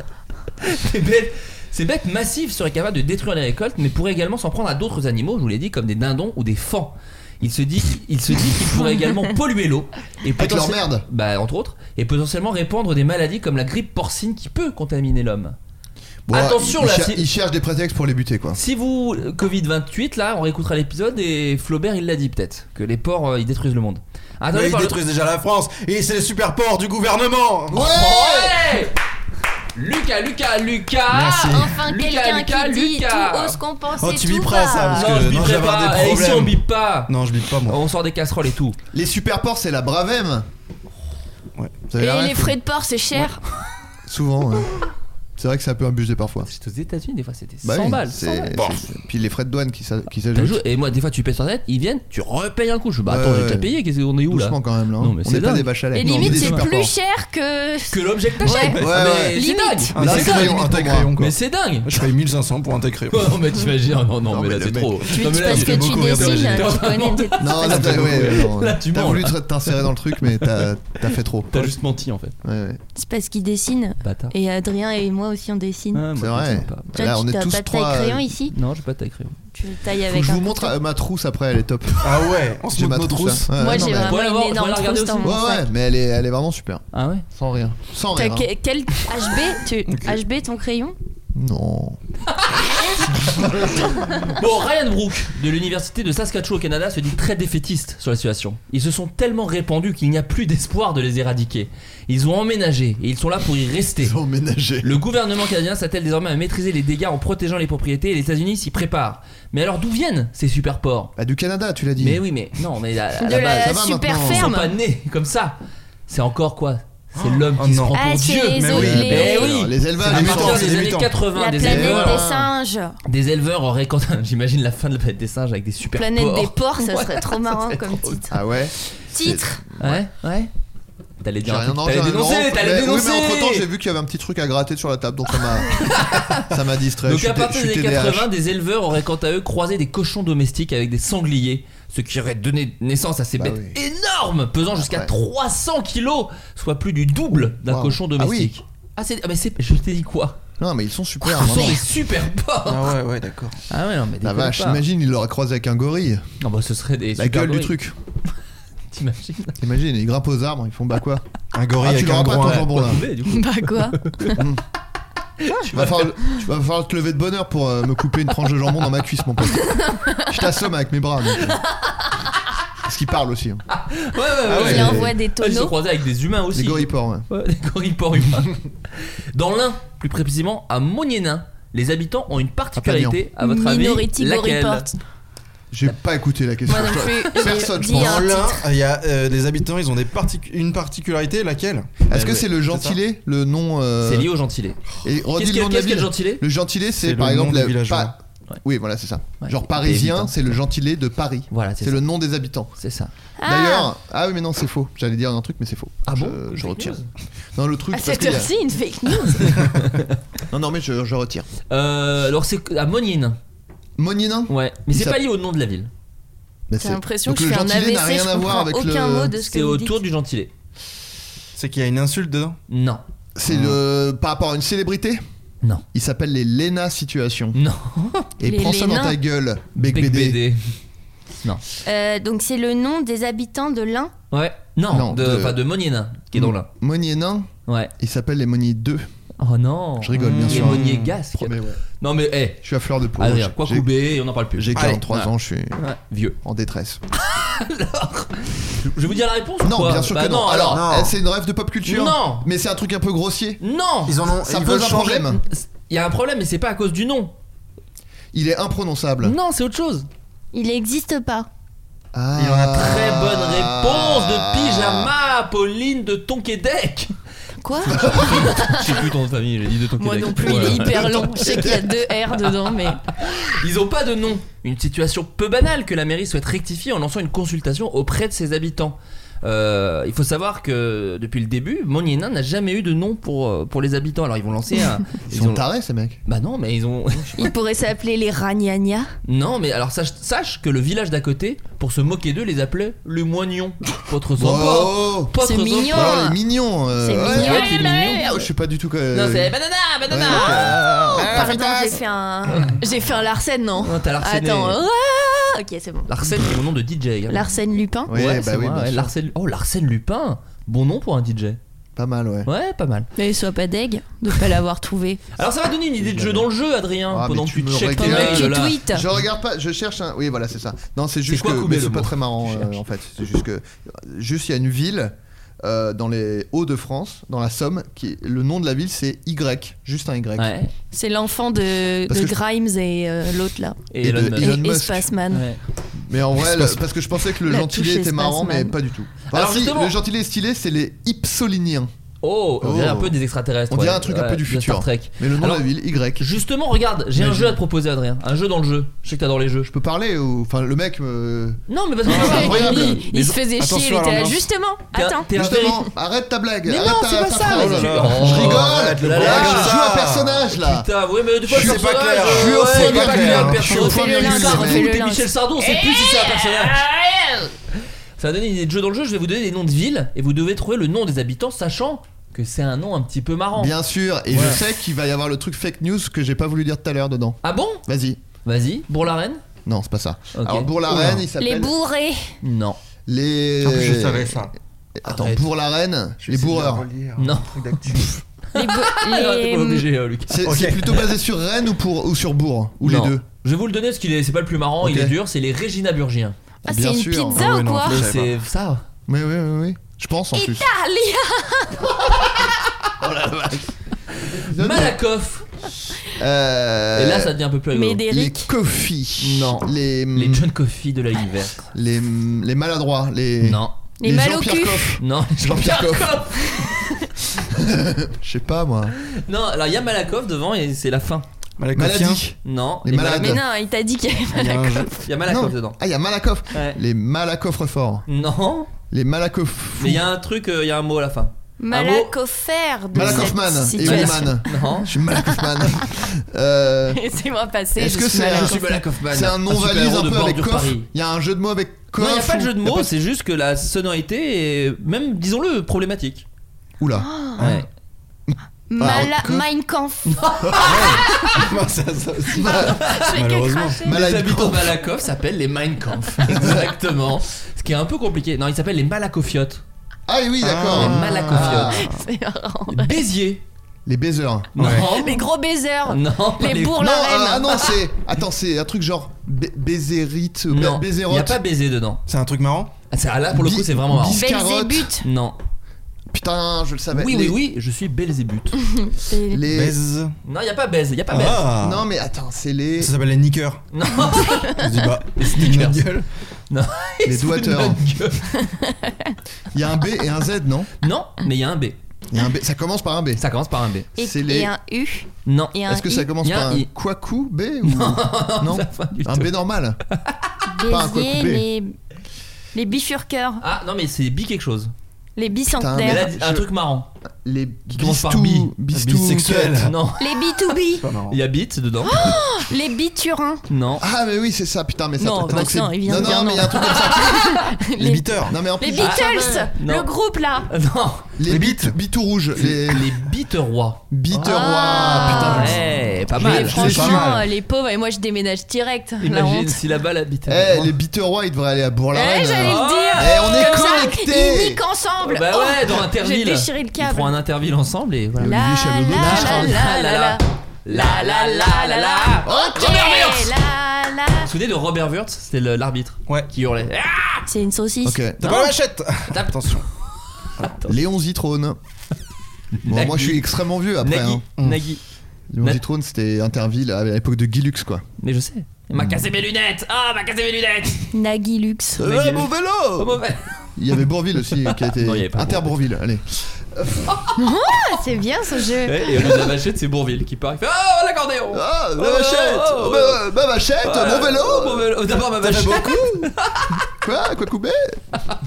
Speaker 3: Ces bêtes, ces bêtes massives seraient capables de détruire les récoltes, mais pourraient également s'en prendre à d'autres animaux, je vous l'ai dit, comme des dindons ou des fans. Il se dit, il se dit qu'ils pourraient également polluer l'eau et
Speaker 2: Avec leur
Speaker 3: potentiel-
Speaker 2: merde.
Speaker 3: Bah entre autres, et potentiellement répandre des maladies comme la grippe porcine qui peut contaminer l'homme.
Speaker 2: Bon,
Speaker 3: Attention,
Speaker 2: ils,
Speaker 3: là,
Speaker 2: cher-
Speaker 3: si-
Speaker 2: ils cherchent des prétextes pour les buter, quoi.
Speaker 3: Si vous euh, Covid 28 là, on réécoutera l'épisode et Flaubert il l'a dit peut-être que les porcs euh, ils détruisent le monde. Attendez
Speaker 1: Mais ils
Speaker 3: par le-
Speaker 1: détruisent déjà la France et c'est le super port du gouvernement.
Speaker 3: Oh, Ouais Lucas, Lucas, Lucas.
Speaker 1: Merci.
Speaker 5: Enfin
Speaker 3: Lucas, Lucas,
Speaker 5: quelqu'un qui dit
Speaker 3: Lucas.
Speaker 5: tout haut ce qu'on pense
Speaker 1: Oh,
Speaker 5: et
Speaker 1: tu
Speaker 5: tout
Speaker 1: biperas
Speaker 5: bas.
Speaker 1: ça, parce que-
Speaker 3: Non, je
Speaker 1: non, j'ai
Speaker 3: biperai
Speaker 1: avoir
Speaker 3: pas.
Speaker 1: des
Speaker 3: Eh, Ici
Speaker 1: problèmes.
Speaker 3: on bip pas.
Speaker 1: Non, je bip pas moi.
Speaker 3: On sort des casseroles et tout.
Speaker 2: Oh. Les super porcs, c'est la Bravem.
Speaker 1: Ouais.
Speaker 2: Vous avez la
Speaker 5: Et
Speaker 2: ref
Speaker 5: les frais de port c'est cher.
Speaker 2: Souvent, ouais. C'est vrai que c'est un peu abusé parfois.
Speaker 3: C'était aux États-Unis, des fois c'était 100
Speaker 2: Bah oui,
Speaker 3: balles. 100
Speaker 2: c'est-
Speaker 3: balles.
Speaker 2: c'est- Puis les frais de douane qui s'a- qui
Speaker 3: T'as
Speaker 2: s'ajoutent.
Speaker 3: joué- Et moi, des fois, tu payes sur net, ils viennent, tu repayes un coup. Je dis, bah
Speaker 2: Ouais,
Speaker 3: attends, j'ai
Speaker 2: ouais.
Speaker 3: déjà payé, qu'est-ce qu'on est où là
Speaker 2: Doucement quand même là. hein.
Speaker 3: Non, mais
Speaker 2: on
Speaker 3: c'est
Speaker 2: n'est pas
Speaker 3: dingue.
Speaker 2: des vaches à lait.
Speaker 5: Et
Speaker 2: Non, on est
Speaker 5: limite
Speaker 2: des
Speaker 5: c'est
Speaker 2: super
Speaker 5: plus
Speaker 2: porcs.
Speaker 5: cher que.
Speaker 3: Que l'objet que t'achètes.
Speaker 5: Ouais.
Speaker 3: Non,
Speaker 2: Ouais,
Speaker 3: mais
Speaker 2: ouais.
Speaker 3: c'est
Speaker 5: Limite.
Speaker 3: dingue.
Speaker 1: Ah,
Speaker 3: Mais
Speaker 2: Là,
Speaker 3: c'est
Speaker 2: c'est
Speaker 3: dingue.
Speaker 2: limite
Speaker 1: un
Speaker 2: pour
Speaker 1: taille
Speaker 2: moi.
Speaker 1: crayon quoi.
Speaker 3: Mais c'est dingue.
Speaker 1: Je paye 1500 pour un taille crayon.
Speaker 3: Oh, mais t'imagines, oh, non, non,
Speaker 2: Non,
Speaker 3: mais
Speaker 2: mais
Speaker 3: là
Speaker 2: le
Speaker 3: c'est
Speaker 2: mec.
Speaker 3: trop.
Speaker 5: Tu
Speaker 3: Non, mais là, tu- hein,
Speaker 5: parce que
Speaker 1: fais
Speaker 5: tu
Speaker 1: beaucoup rire,
Speaker 5: dessines,
Speaker 3: Brigitte.
Speaker 5: tu connais tes
Speaker 2: Non, là,
Speaker 3: fait
Speaker 2: t'as
Speaker 3: beaucoup,
Speaker 2: ouais,
Speaker 3: là.
Speaker 2: non,
Speaker 3: Là, tu
Speaker 2: t'as
Speaker 3: mens,
Speaker 2: voulu
Speaker 3: là.
Speaker 2: te- t'insérer dans le truc, mais t'as t'as fait trop.
Speaker 3: T'as juste menti en fait.
Speaker 2: Ouais, ouais.
Speaker 5: C'est parce qu'il dessine.
Speaker 3: Bâtard.
Speaker 5: Et Adrien et moi aussi on dessine.
Speaker 3: Ah, moi,
Speaker 2: C'est
Speaker 3: je
Speaker 2: vrai.
Speaker 3: dessine pas.
Speaker 5: Toi,
Speaker 2: Là,
Speaker 5: tu
Speaker 2: on est
Speaker 5: t'as
Speaker 2: tous
Speaker 5: pas de
Speaker 2: trois.
Speaker 5: taille crayon
Speaker 2: euh,
Speaker 5: ici
Speaker 3: Non, j'ai pas de taille crayon.
Speaker 5: Tu le tailles
Speaker 2: faut que
Speaker 5: avec
Speaker 2: je
Speaker 5: un
Speaker 2: vous montre euh, ma trousse après, elle est top.
Speaker 1: Ah ouais, on se
Speaker 2: J'ai
Speaker 1: moque
Speaker 2: ma
Speaker 1: de nos
Speaker 2: trousse.
Speaker 1: trousses.
Speaker 2: là. Ouais,
Speaker 5: Moi
Speaker 2: non,
Speaker 5: j'ai
Speaker 2: mais-
Speaker 5: vraiment
Speaker 3: Ouais,
Speaker 5: une
Speaker 3: ouais, ouais,
Speaker 5: énorme
Speaker 3: regardez
Speaker 5: trousse dans
Speaker 3: aussi.
Speaker 5: mon
Speaker 2: Ouais,
Speaker 5: sac.
Speaker 2: ouais, mais elle est, elle est vraiment super.
Speaker 3: Ah ouais
Speaker 2: Sans rire. Sans
Speaker 5: T'as
Speaker 2: rire. hein.
Speaker 5: que- quel HB tu... HB ton crayon
Speaker 2: Non.
Speaker 3: Bon, Ryan Brooke de l'université de Saskatchewan au Canada se dit très défaitiste sur la situation. Ils se sont tellement répandus qu'il n'y a plus d'espoir de les éradiquer. Ils ont emménagé et ils sont là pour y rester.
Speaker 2: Ils ont ménagé.
Speaker 3: Le gouvernement canadien s'attelle désormais à maîtriser les dégâts en protégeant les propriétés et les États-Unis s'y préparent. Mais alors d'où viennent ces super porcs
Speaker 2: Bah, du Canada, tu l'as dit.
Speaker 3: Mais oui, mais non, mais à, à
Speaker 5: De
Speaker 3: la base,
Speaker 5: la
Speaker 2: ça va
Speaker 5: super
Speaker 2: maintenant.
Speaker 3: ils sont pas
Speaker 5: ferme
Speaker 3: nés comme ça. C'est encore quoi C'est l'homme qui se
Speaker 1: non.
Speaker 3: prend pour
Speaker 5: Ah, c'est
Speaker 3: Dieu.
Speaker 5: les
Speaker 1: mais
Speaker 5: autres,
Speaker 1: oui.
Speaker 5: les-
Speaker 3: Mais oui.
Speaker 2: Alors, les élevages,
Speaker 3: À
Speaker 2: Oh Ah, les
Speaker 3: partir
Speaker 2: mutants,
Speaker 1: c'est
Speaker 3: des années
Speaker 1: mutants.
Speaker 3: 80,
Speaker 5: La
Speaker 3: des
Speaker 5: planète
Speaker 3: éleveurs,
Speaker 5: des singes
Speaker 3: des éleveurs auraient quand j'imagine la fin de la planète des singes avec des super
Speaker 5: Planète
Speaker 3: porcs.
Speaker 5: des porcs, ça serait trop marrant
Speaker 3: serait
Speaker 5: comme
Speaker 3: trop
Speaker 5: titre.
Speaker 2: Ah ouais
Speaker 5: Titre
Speaker 3: Ouais, ouais. T'allais
Speaker 2: J'ai
Speaker 3: dire un
Speaker 2: rien
Speaker 3: truc,
Speaker 2: non, j'ai
Speaker 3: t'allais
Speaker 2: rien-
Speaker 3: dénoncer,
Speaker 2: non,
Speaker 3: t'allais
Speaker 2: mais- oui,
Speaker 3: dénoncer
Speaker 2: mais entre temps, j'ai vu qu'il y avait un petit truc à gratter sur la table, donc ça m'a, ça m'a distrait.
Speaker 3: Donc
Speaker 2: je suis
Speaker 3: à
Speaker 2: dé-
Speaker 3: partir
Speaker 2: je
Speaker 3: des
Speaker 2: suis
Speaker 3: années
Speaker 2: TDAH.
Speaker 3: 80, des éleveurs auraient quant à eux croisé des cochons domestiques avec des sangliers, ce qui aurait donné naissance à ces
Speaker 2: Bah
Speaker 3: bêtes
Speaker 2: oui. Ah
Speaker 3: énormes, pesant jusqu'à
Speaker 2: ouais.
Speaker 3: 300 kilos, soit plus du double d'un
Speaker 2: Wow.
Speaker 3: cochon
Speaker 2: Ah oui.
Speaker 3: domestique. Ah, c'est, ah, mais c'est, je t'ai dit quoi
Speaker 2: Non, mais ils sont super.
Speaker 3: Ce sont
Speaker 2: vraiment.
Speaker 3: des super porcs.
Speaker 1: Ah ouais, ouais, d'accord.
Speaker 3: Ah ouais, non mais
Speaker 2: La
Speaker 3: déconne
Speaker 2: vache,
Speaker 3: pas.
Speaker 2: imagine, il l'aurait croisé avec un gorille.
Speaker 3: Non bah ce serait des
Speaker 2: La
Speaker 3: super
Speaker 2: gueule du
Speaker 3: gorilles.
Speaker 2: truc.
Speaker 3: T'imagines
Speaker 2: Imagine, ils grimpent aux arbres, ils font bah quoi
Speaker 1: Un gorille
Speaker 2: Ah,
Speaker 1: avec
Speaker 2: tu l'auras
Speaker 1: un
Speaker 2: pas
Speaker 1: gros.
Speaker 2: ton jambon là.
Speaker 3: Trouver, du coup.
Speaker 5: Bah quoi
Speaker 2: Tu vas, falloir, tu vas falloir te lever de bonne heure pour euh, me couper une tranche de jambon dans ma cuisse, mon pote. Je t'assomme avec mes bras. donc. Parce qu'ils parlent aussi. hein.
Speaker 3: Ouais ouais ouais.
Speaker 2: Ah
Speaker 3: ouais.
Speaker 2: ouais.
Speaker 5: Il envoie des
Speaker 3: Ah, Ils se sont
Speaker 5: tonneaux.
Speaker 3: croisés avec des humains aussi.
Speaker 2: Les gorilles porcs, ouais.
Speaker 3: Ouais, Euh, des gorilles-porcs humains. Dans l'un, plus précisément à Monienin, les habitants ont une particularité, à votre avis,
Speaker 5: Minority
Speaker 3: laquelle
Speaker 5: Report.
Speaker 2: J'ai pas écouté la question.
Speaker 5: Moi non
Speaker 2: je-
Speaker 5: plus.
Speaker 2: Personne, je
Speaker 5: Dis
Speaker 2: pense.
Speaker 1: Dans
Speaker 5: un
Speaker 1: l'un,
Speaker 5: titre.
Speaker 3: Ah,
Speaker 1: il y a euh, les habitants, ils ont des particu- une particularité, laquelle
Speaker 2: Est-ce que
Speaker 3: ouais,
Speaker 2: c'est le gentilé, le nom euh,
Speaker 3: C'est lié au gentilé.
Speaker 2: Et redis
Speaker 3: Qu'est-ce
Speaker 2: le nom
Speaker 3: que-
Speaker 2: de la
Speaker 3: qu'est-ce qu'est
Speaker 2: ville.
Speaker 3: le gentilé
Speaker 2: Le gentilé,
Speaker 1: C'est
Speaker 2: c'est
Speaker 1: le
Speaker 2: par exemple
Speaker 1: nom des
Speaker 2: la-
Speaker 1: villageois.
Speaker 2: pas-
Speaker 3: Ouais.
Speaker 2: Oui, voilà, c'est ça.
Speaker 3: Ouais,
Speaker 2: Genre
Speaker 3: t'es évident.
Speaker 2: parisien, c'est le gentilé de Paris.
Speaker 3: Voilà, c'est
Speaker 2: C'est
Speaker 3: ça.
Speaker 2: le nom des habitants.
Speaker 3: C'est ça.
Speaker 2: D'ailleurs, ah oui, mais non, c'est faux. J'allais dire un truc, mais c'est faux.
Speaker 3: Ah
Speaker 2: Je-
Speaker 3: bon
Speaker 2: Je,
Speaker 3: Fake
Speaker 2: retire.
Speaker 3: news
Speaker 2: Non, le truc.
Speaker 5: À
Speaker 2: parce
Speaker 5: Ah, cette
Speaker 2: qu'il y a-
Speaker 5: heure-ci, une fake news.
Speaker 2: Non, non, mais je, je retire.
Speaker 3: Euh, alors c'est à Monienin.
Speaker 2: Moninin
Speaker 3: Ouais,
Speaker 2: Il
Speaker 3: mais c'est pas
Speaker 2: s'appelle-
Speaker 3: lié au nom de la ville.
Speaker 2: Bah,
Speaker 5: J'ai
Speaker 2: c'est-
Speaker 5: l'impression
Speaker 2: Donc
Speaker 5: que je
Speaker 2: le
Speaker 5: fais un
Speaker 2: gentilé n'a
Speaker 5: AVC,
Speaker 2: rien
Speaker 5: je
Speaker 2: à voir
Speaker 5: comprends
Speaker 2: avec
Speaker 5: aucun
Speaker 2: le-
Speaker 5: mot de ce que
Speaker 3: C'est
Speaker 5: vous
Speaker 3: autour
Speaker 5: dites.
Speaker 3: du gentilé.
Speaker 1: C'est qu'il y a une insulte dedans
Speaker 3: Non,
Speaker 2: C'est le par rapport à une célébrité
Speaker 3: non,
Speaker 2: Il s'appelle les Lena Situation.
Speaker 3: non.
Speaker 2: Et
Speaker 5: Les
Speaker 2: prends ça dans
Speaker 5: Léna.
Speaker 2: ta gueule, Big
Speaker 3: Bec
Speaker 2: BD.
Speaker 3: BD.
Speaker 5: Euh, donc c'est le nom des habitants de l'un.
Speaker 3: Ouais, non,
Speaker 2: Non,
Speaker 3: de,
Speaker 2: de- Hmm.
Speaker 3: enfin, de Monienin, qui est dans l'un.
Speaker 2: Monnier nain,
Speaker 3: Ouais.
Speaker 2: il s'appelle les Monnier 2.
Speaker 3: Oh non.
Speaker 2: Je rigole, bien
Speaker 3: Il est
Speaker 2: sûr.
Speaker 3: monégasque.
Speaker 2: Premier, ouais.
Speaker 3: Non mais, hé,
Speaker 2: Je suis à fleur de peau.
Speaker 3: Adrien,
Speaker 2: J'ai-
Speaker 3: quoi
Speaker 2: j'ai-
Speaker 3: couper, Ah, on en parle plus.
Speaker 2: J'ai
Speaker 3: Allez,
Speaker 2: 43
Speaker 3: voilà.
Speaker 2: ans, je suis
Speaker 3: Ouais, vieux.
Speaker 2: en détresse.
Speaker 3: Je vais vous dire la réponse ou
Speaker 2: Non,
Speaker 3: quoi
Speaker 2: bien sûr
Speaker 3: Bah
Speaker 2: que non.
Speaker 3: alors.
Speaker 2: Alors, eh, c'est une rêve de pop culture.
Speaker 3: Non.
Speaker 2: Mais c'est un truc un peu grossier.
Speaker 3: Non
Speaker 1: Ils en ont.
Speaker 2: Ça
Speaker 1: ils
Speaker 2: pose
Speaker 1: veulent
Speaker 2: un
Speaker 1: changer.
Speaker 2: problème.
Speaker 3: Il y a un problème, mais c'est pas à cause du nom.
Speaker 2: Il est imprononçable.
Speaker 3: Non, c'est autre chose.
Speaker 5: Il n'existe pas.
Speaker 2: Ah.
Speaker 1: Il en a
Speaker 3: Très bonne réponse de Pyjama, Pauline de Tonquédec.
Speaker 5: Quoi
Speaker 3: Je sais plus ton nom de famille, j'ai dit de Tonquédec.
Speaker 5: Moi non plus, il est hyper long. Je sais qu'il y a deux R dedans, mais
Speaker 3: Ils ont pas de nom. Une situation peu banale que la mairie souhaite rectifier en lançant une consultation auprès de ses habitants. Euh, il faut savoir que depuis le début, Monienin n'a jamais eu de nom pour, euh, pour les habitants. Alors ils vont lancer un.
Speaker 2: Ils sont
Speaker 3: ont-
Speaker 2: tarés, ces mecs.
Speaker 3: Bah non, mais ils ont.
Speaker 5: il pourrait s'appeler les Ragnagna.
Speaker 3: Non, mais alors sache, sache que le village d'à côté, pour se moquer d'eux, les appelait le moignon. Pas trop sympa.
Speaker 2: Oh.
Speaker 3: Pas
Speaker 5: C'est
Speaker 3: trop Ah,
Speaker 5: mignon.
Speaker 3: sympa.
Speaker 2: Alors, les mignons. euh,
Speaker 5: C'est
Speaker 2: ouais.
Speaker 5: mignon.
Speaker 3: Ouais, c'est mignon.
Speaker 2: Ah, Je sais pas du tout. quoi-
Speaker 3: Non, c'est banana,
Speaker 2: Ouais,
Speaker 3: banana.
Speaker 2: ok. Ah,
Speaker 5: Pardon, j'ai fait un, j'ai fait un Larsen, non
Speaker 3: Non, t'as Larsené.
Speaker 5: Attends, ah, ok, c'est bon.
Speaker 3: Larsen, c'est mon nom de DJ. hein.
Speaker 5: Larsen Lupin.
Speaker 2: Ouais,
Speaker 3: ouais,
Speaker 2: bah
Speaker 3: c'est
Speaker 2: Ah oui,
Speaker 3: moi,
Speaker 2: bien
Speaker 3: ouais,
Speaker 2: sûr.
Speaker 3: Larsen- Oh, Larsen Lupin. Bon nom pour un DJ.
Speaker 2: Pas mal, ouais.
Speaker 3: Ouais, pas mal.
Speaker 5: Mais sois pas deg de pas l'avoir trouvé.
Speaker 3: Alors ça va donner une idée de jeu dans le jeu, Adrien,
Speaker 2: Ah, mais
Speaker 3: pendant que
Speaker 2: tu
Speaker 3: tu
Speaker 2: me
Speaker 3: checkes tes
Speaker 2: régales.
Speaker 5: Pendant que
Speaker 3: mails,
Speaker 5: tu
Speaker 3: là.
Speaker 5: tweets.
Speaker 2: Je regarde pas, je cherche un. Oui, voilà, c'est ça. Non, c'est juste
Speaker 3: quoi,
Speaker 2: que.
Speaker 3: Koubé,
Speaker 2: mais
Speaker 3: le
Speaker 2: c'est pas
Speaker 3: mot
Speaker 2: très marrant
Speaker 3: Tu
Speaker 2: euh,
Speaker 3: cherches.
Speaker 2: en fait. C'est juste que. Juste, il y a une ville euh, dans les Hauts-de-France, dans la Somme, qui le nom de la ville c'est Y, juste un Y.
Speaker 3: Ouais.
Speaker 5: C'est l'enfant de,
Speaker 2: Parce
Speaker 5: de
Speaker 2: que je-
Speaker 5: Grimes et euh, l'autre là.
Speaker 3: Et
Speaker 2: Et de-
Speaker 3: Elon Musk.
Speaker 5: Et
Speaker 2: Elon Musk.
Speaker 5: Espaceman.
Speaker 3: Ouais.
Speaker 2: Mais en vrai, le- parce que je pensais que le
Speaker 5: La
Speaker 2: gentilé
Speaker 5: touche
Speaker 2: était marrant,
Speaker 5: Spaceman.
Speaker 2: mais pas du tout. Enfin,
Speaker 3: Alors,
Speaker 2: si,
Speaker 3: justement-
Speaker 2: le gentilé est stylé, c'est les Ipsoliniens.
Speaker 3: Oh, on dirait
Speaker 2: Oh.
Speaker 3: un peu des extraterrestres.
Speaker 2: On dirait
Speaker 3: ouais.
Speaker 2: un truc un peu
Speaker 3: Ouais,
Speaker 2: du
Speaker 3: de
Speaker 2: futur.
Speaker 3: Star Trek.
Speaker 2: Mais le nom
Speaker 3: Alors-
Speaker 2: de la ville, Y. Je
Speaker 3: Justement, regarde, j'ai un jeu à te proposer, Adrien. Un jeu dans le jeu. Je sais que t'adores les jeux.
Speaker 2: peux parler ou. Enfin, le mec. me-
Speaker 3: Non, mais parce que
Speaker 2: Ah,
Speaker 3: tu
Speaker 2: c'est
Speaker 3: sais,
Speaker 2: incroyable.
Speaker 3: Camille,
Speaker 5: Il, il se faisait
Speaker 1: Attention
Speaker 5: chier, il
Speaker 1: à
Speaker 5: était là.
Speaker 1: l'ambiance.
Speaker 5: Justement,
Speaker 3: t'es un-
Speaker 5: attends.
Speaker 3: t'es un
Speaker 2: Justement,
Speaker 3: véritable-
Speaker 2: arrête ta blague.
Speaker 3: Mais
Speaker 2: arrête
Speaker 3: non,
Speaker 2: ta-
Speaker 3: c'est pas
Speaker 2: ta
Speaker 3: ça.
Speaker 2: phrase.
Speaker 3: mais
Speaker 1: là
Speaker 3: tu-
Speaker 1: là.
Speaker 3: Oh.
Speaker 2: Je rigole.
Speaker 1: arrête le
Speaker 2: Là,
Speaker 1: blague.
Speaker 2: je joue un personnage là.
Speaker 3: Putain, ouais, mais des fois,
Speaker 1: Je
Speaker 3: le
Speaker 1: suis pas
Speaker 3: personnage,
Speaker 1: clair.
Speaker 3: euh,
Speaker 1: Je suis au
Speaker 3: ouais,
Speaker 1: fond
Speaker 3: il est
Speaker 1: pas
Speaker 3: pas
Speaker 1: clair.
Speaker 3: clair, le
Speaker 2: Je suis au
Speaker 3: personnage.
Speaker 2: fond
Speaker 3: Fais-le
Speaker 2: du
Speaker 3: lynx,
Speaker 2: lynx,
Speaker 3: Sardo,
Speaker 2: fais-le
Speaker 3: t'es
Speaker 5: lynx.
Speaker 3: Michel Sardou, on sait plus si c'est un personnage. Ça va donner une idée de jeu dans le jeu. Je vais vous donner des noms de villes et vous devez trouver le nom des habitants, sachant que c'est un nom un petit peu marrant.
Speaker 2: Bien sûr, et
Speaker 3: Ouais.
Speaker 2: je sais qu'il va y avoir le truc fake news que j'ai pas voulu dire tout à l'heure dedans.
Speaker 3: Ah bon
Speaker 2: Vas-y.
Speaker 3: Vas-y, Bourg-la-Reine
Speaker 2: Non, c'est pas ça.
Speaker 3: Ok.
Speaker 2: Alors pour la
Speaker 3: Oula.
Speaker 2: reine, il
Speaker 5: Les
Speaker 2: s'appelle
Speaker 5: bourrés.
Speaker 3: Non.
Speaker 2: les.
Speaker 1: En plus, je savais ça.
Speaker 2: Attends,
Speaker 3: Arrête.
Speaker 2: pour la reine,
Speaker 1: Je vais
Speaker 2: les
Speaker 1: essayer de
Speaker 2: bourreurs.
Speaker 1: relire.
Speaker 3: Non.
Speaker 1: Truc d'actu.
Speaker 5: Les bo-
Speaker 2: Ah,
Speaker 3: Alors, t'es pas
Speaker 5: les-
Speaker 3: obligé, euh, Lucas.
Speaker 2: C'est
Speaker 1: Ok.
Speaker 2: c'est plutôt basé sur reine ou pour ou sur bourg ou
Speaker 3: Non.
Speaker 2: les deux.
Speaker 3: Je vais vous le donner parce qu'il est, c'est pas le plus marrant, il
Speaker 2: Ok.
Speaker 3: est dur, c'est les Regina Burgiens.
Speaker 5: Ah, c'est
Speaker 2: Bien
Speaker 5: une
Speaker 2: sûr.
Speaker 5: pizza
Speaker 1: Ah ouais,
Speaker 5: ou
Speaker 1: non,
Speaker 5: quoi
Speaker 1: je
Speaker 3: Mais
Speaker 1: savais
Speaker 3: c'est ça.
Speaker 2: Oui, oui, oui, oui. Je pense en plus.
Speaker 5: Italia
Speaker 3: Malakoff.
Speaker 2: Euh,
Speaker 3: Et là, ça devient un peu plus rigolo.
Speaker 2: les
Speaker 5: Médéric.
Speaker 2: coffee.
Speaker 3: Non.
Speaker 2: Les
Speaker 3: Les John Coffee de l'univers.
Speaker 2: les, les maladroits. Les
Speaker 3: Non.
Speaker 5: Les mal au
Speaker 2: Jean-Pierre
Speaker 5: cul.
Speaker 2: Coff.
Speaker 3: Non,
Speaker 2: Jean-Pierre Coff.
Speaker 3: Malakoff.
Speaker 2: Je sais pas moi.
Speaker 3: Non, alors il y a Malakoff devant et c'est la fin.
Speaker 1: Malakoffien.
Speaker 2: Maladie.
Speaker 3: Non.
Speaker 2: Les
Speaker 3: les
Speaker 2: malades.
Speaker 5: Mais non, il t'a dit qu'il y avait
Speaker 1: Il y a un jeu.
Speaker 3: Il y a Malakoff
Speaker 2: Non.
Speaker 3: dedans.
Speaker 2: Ah, il y a Malakoff.
Speaker 3: Ouais.
Speaker 2: Les Malakoff forts.
Speaker 3: Non.
Speaker 2: Les Malakoff.
Speaker 3: Mais il y a un truc, euh, il y a un mot à la fin.
Speaker 5: Malakoffère de
Speaker 2: Ah Malakoffman et
Speaker 5: cette situation.
Speaker 2: Wellman.
Speaker 3: Non.
Speaker 2: Je suis Malakoffman. Euh,
Speaker 5: Laissez-moi passer.
Speaker 2: Est-ce
Speaker 5: je
Speaker 2: que
Speaker 5: suis
Speaker 2: c'est un-
Speaker 5: Malakoff.
Speaker 3: Je suis Malakoff Man.
Speaker 2: c'est un nom valise
Speaker 3: super-héros
Speaker 2: un
Speaker 3: de
Speaker 2: peu avec
Speaker 3: bordure
Speaker 2: coff
Speaker 3: Paris.
Speaker 2: Il y a un jeu de mots avec coff
Speaker 3: Non, il n'y a pas de
Speaker 2: ou-
Speaker 3: jeu de
Speaker 2: y a
Speaker 3: mots,
Speaker 2: pas-
Speaker 3: c'est juste que la sonorité est même, disons-le, problématique.
Speaker 2: Oula.
Speaker 3: Ouais.
Speaker 5: Mala-
Speaker 2: Malakoff.
Speaker 5: Mein Kampf.
Speaker 1: Ça, ça,
Speaker 5: Malheureusement.
Speaker 3: Les
Speaker 2: Malakoff.
Speaker 3: habitants de Malakoff s'appellent les Mein Kampf. Exactement. Ce qui est un peu compliqué. Non, ils s'appellent les Malakofiotes.
Speaker 2: Ah oui, d'accord.
Speaker 3: Les Malakofiotes.
Speaker 5: C'est marrant.
Speaker 3: Béziers.
Speaker 2: Les baisers.
Speaker 3: Non.
Speaker 5: Les gros baisers.
Speaker 3: Non,
Speaker 5: Les bourgs
Speaker 2: Oh. Non,
Speaker 5: la
Speaker 2: euh,
Speaker 5: reine.
Speaker 2: ah non, c'est. Attends, c'est un truc genre ba- baisérite, euh, ba-
Speaker 3: Non, il
Speaker 2: baisérote.
Speaker 3: n'y a pas baiser dedans.
Speaker 1: C'est un truc marrant
Speaker 3: Ah, c'est- ah, Là, pour le coup,
Speaker 2: Bi-
Speaker 3: c'est vraiment marrant.
Speaker 2: bis- Carotte.
Speaker 5: Belzébuth.
Speaker 3: Non.
Speaker 2: Putain, je le savais.
Speaker 3: Oui,
Speaker 2: Les-
Speaker 3: oui, oui, je suis Belzébuth.
Speaker 5: Et-
Speaker 2: Les.
Speaker 1: Baise.
Speaker 3: Non, il n'y a pas baise, il n'y a pas baise.
Speaker 1: Ah.
Speaker 2: Non, mais attends, c'est les.
Speaker 1: Ça s'appelle les niqueurs.
Speaker 3: Non,
Speaker 1: Je dis bah,
Speaker 3: les
Speaker 1: notre
Speaker 3: sneakers.
Speaker 1: gueule.
Speaker 3: Non,
Speaker 2: Les
Speaker 3: c'est
Speaker 2: doigteurs.
Speaker 3: notre gueule.
Speaker 2: Il y a un B et un Z, non
Speaker 3: Non, mais il y a un B.
Speaker 2: Il y a un B. Ça commence par un B.
Speaker 3: Ça commence par un B.
Speaker 5: Et,
Speaker 2: C'est les-
Speaker 5: et un U.
Speaker 3: Non.
Speaker 5: Et un
Speaker 2: Est-ce que ça
Speaker 5: U.
Speaker 2: commence
Speaker 3: Il y a
Speaker 2: par
Speaker 3: un
Speaker 2: un
Speaker 3: I.
Speaker 2: Kwaku B ou non
Speaker 3: ça va du
Speaker 2: Un
Speaker 3: tout.
Speaker 2: B normal. pas un
Speaker 5: Béziers,
Speaker 2: coupé.
Speaker 5: les... les bifurqueurs.
Speaker 3: Ah non, mais c'est bi quelque chose.
Speaker 5: Les
Speaker 2: Putain,
Speaker 3: Mais
Speaker 5: bicentenaires.
Speaker 3: là, un truc marrant.
Speaker 2: Les
Speaker 3: Qui commence par
Speaker 2: bistou-
Speaker 3: bi.
Speaker 2: bistou-
Speaker 1: Bisexuel.
Speaker 3: Non.
Speaker 5: Les B2B.
Speaker 2: Oh,
Speaker 1: Pas marrant.
Speaker 3: Il y a bit dedans.
Speaker 5: les biturins.
Speaker 3: Non.
Speaker 2: Ah mais oui c'est ça putain mais ça
Speaker 5: Non,
Speaker 2: attends,
Speaker 5: bah
Speaker 2: que c'est-
Speaker 5: non, il vient
Speaker 2: non,
Speaker 5: de dire
Speaker 2: non, mais il y a un truc comme ça
Speaker 1: Les biteurs.
Speaker 2: non mais en
Speaker 5: Les
Speaker 2: plus Ah,
Speaker 5: Beatles.
Speaker 3: Non.
Speaker 5: Le groupe là.
Speaker 2: Euh,
Speaker 3: Non.
Speaker 2: les bites bites tout rouges les
Speaker 3: Les bites rois.
Speaker 2: bites
Speaker 5: Ah.
Speaker 2: rois putain
Speaker 3: Ouais, pas
Speaker 2: Mais
Speaker 5: Mais
Speaker 3: mal.
Speaker 2: franchement,
Speaker 1: c'est
Speaker 5: franchement, euh,
Speaker 1: pas
Speaker 5: les pauvres, et moi je déménage direct. La
Speaker 3: Imagine
Speaker 5: honte.
Speaker 3: si la balle habitait.
Speaker 2: Eh, les Bitterrois, ils devraient aller à bourg la
Speaker 5: Eh, j'allais le dire.
Speaker 2: Eh, on est
Speaker 5: Comme ça,
Speaker 2: connectés.
Speaker 5: Ils niquent ensemble.
Speaker 3: Bah
Speaker 5: Oh,
Speaker 3: ouais, dans Interville.
Speaker 5: J'ai déchiré le
Speaker 3: Ils
Speaker 5: câble.
Speaker 3: font un Interville ensemble et voilà.
Speaker 5: La la
Speaker 2: Ah
Speaker 5: la la la.
Speaker 3: La la la la la.
Speaker 5: Ok.
Speaker 3: Robert Wirtz.
Speaker 5: La la.
Speaker 3: Vous vous souvenez de Robert Wurtz C'était le- l'arbitre
Speaker 1: Ouais.
Speaker 3: qui hurlait. Ah,
Speaker 5: C'est une saucisse.
Speaker 2: Ok.
Speaker 1: T'as pas la machette
Speaker 3: tape.
Speaker 1: Attention.
Speaker 2: Léon Zitrone. Bon,
Speaker 3: Nagui.
Speaker 2: moi je suis extrêmement vieux après.
Speaker 3: Nagui.
Speaker 2: hein.
Speaker 3: Nagui.
Speaker 2: Léon
Speaker 3: Na-
Speaker 2: Zitrone, c'était Interville à l'époque de Guilux quoi.
Speaker 3: Mais je sais. Il
Speaker 2: Hmm.
Speaker 3: m'a cassé mes lunettes. Ah, il m'a cassé mes lunettes.
Speaker 5: Nagui Lux.
Speaker 3: Nagui.
Speaker 2: Ouais, Euh, mon
Speaker 3: Oh,
Speaker 2: vélo
Speaker 3: mauvais.
Speaker 2: Il y avait Bourville aussi qui a été.
Speaker 3: Non, il y avait pas
Speaker 2: Inter-Bourville, allez.
Speaker 5: Ah, c'est bien ce jeu.
Speaker 3: Ouais, Et au lieu de la machette, c'est Bourville qui part. Il fait Oh, l'accordéon
Speaker 2: Ah, ma
Speaker 3: Oh,
Speaker 2: machette
Speaker 3: oh, oh,
Speaker 2: ma, ma machette Mon vélo
Speaker 3: Oh, Mon vélo D'abord ma
Speaker 2: T'en as
Speaker 3: machette
Speaker 2: beaucoup Quoi Quoi couper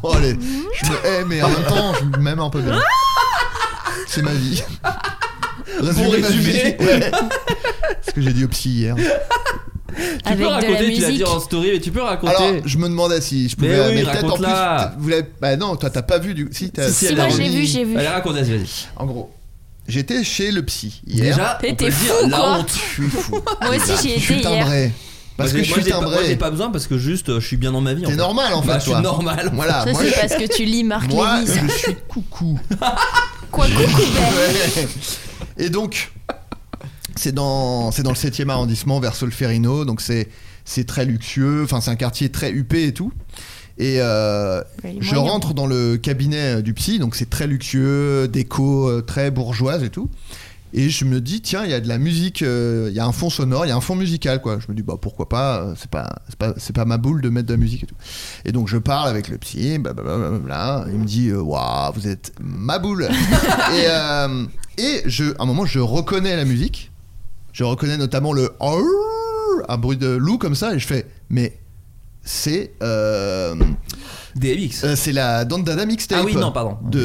Speaker 2: Bon, allez. Je me hais, mais en même temps, je m'aime un peu bien. C'est ma vie. Résumer
Speaker 3: Pour
Speaker 2: ma
Speaker 3: résumer.
Speaker 2: vie. Ouais. Ce que j'ai dit au psy hier.
Speaker 3: Tu peux
Speaker 5: Avec de la
Speaker 3: raconter, tu l'as
Speaker 5: musique.
Speaker 3: dit en story, mais tu peux raconter.
Speaker 2: Alors, je me demandais si je pouvais.
Speaker 3: Mais oui,
Speaker 2: peut-être en plus.
Speaker 3: raconte-la.
Speaker 2: t- Vous l'avez- bah non, toi t'as pas vu du. Si, t'as-
Speaker 3: Si,
Speaker 2: t'as
Speaker 3: si,
Speaker 5: Si, moi
Speaker 3: elle a
Speaker 5: je l'ai
Speaker 2: remis.
Speaker 5: vu, j'ai vu.
Speaker 3: Allez, raconte, vas-y, vas-y.
Speaker 2: En gros, j'étais chez le psy hier.
Speaker 3: Déjà,
Speaker 5: Mais
Speaker 3: on
Speaker 5: t'es
Speaker 3: peut
Speaker 5: fou,
Speaker 3: dire la
Speaker 5: quoi.
Speaker 3: honte.
Speaker 2: je suis fou.
Speaker 5: Moi aussi j'y
Speaker 2: Je suis
Speaker 5: étais hier.
Speaker 2: timbré. Parce
Speaker 3: Moi,
Speaker 2: que
Speaker 3: j'ai-
Speaker 2: je
Speaker 3: moi,
Speaker 2: suis
Speaker 3: j'ai pas- Moi, j'ai
Speaker 2: timbré.
Speaker 3: pas besoin parce que juste, euh, je suis bien dans ma vie. en
Speaker 2: T'es
Speaker 3: fait.
Speaker 2: normal en fait,
Speaker 3: Bah, je
Speaker 2: toi.
Speaker 3: suis normal.
Speaker 2: Voilà,
Speaker 5: Ça
Speaker 2: moi
Speaker 5: c'est
Speaker 2: je
Speaker 5: parce que tu lis Marc
Speaker 2: Moi,
Speaker 5: Lévis.
Speaker 2: je suis coucou.
Speaker 5: Quoi coucou belle.
Speaker 2: Ouais. Et donc, c'est dans, c'est dans le 7e arrondissement, vers Solferino. Donc, c'est, c'est très luxueux. Enfin, c'est un quartier très huppé et tout. Et euh,
Speaker 5: Ouais, les
Speaker 2: je
Speaker 5: moyens.
Speaker 2: rentre dans le cabinet euh, du psy. Donc, c'est très luxueux, déco, euh, très bourgeoise et tout. Et je me dis, tiens, il y a de la musique, euh, il y a un fond sonore, il y a un fond musical, quoi. Je me dis, bah pourquoi pas, euh, c'est pas, c'est pas, c'est pas ma boule de mettre de la musique et tout. Et donc je parle avec le psy, blablabla. Il me dit, euh, waouh, vous êtes ma boule. et euh, et je, à un moment, je reconnais la musique. Je reconnais notamment le Arrrr un bruit de loup comme ça, et je fais, mais c'est euh,
Speaker 3: DMX.
Speaker 2: euh, c'est la Dandada mixtape
Speaker 3: Ah oui, non, pardon.
Speaker 2: de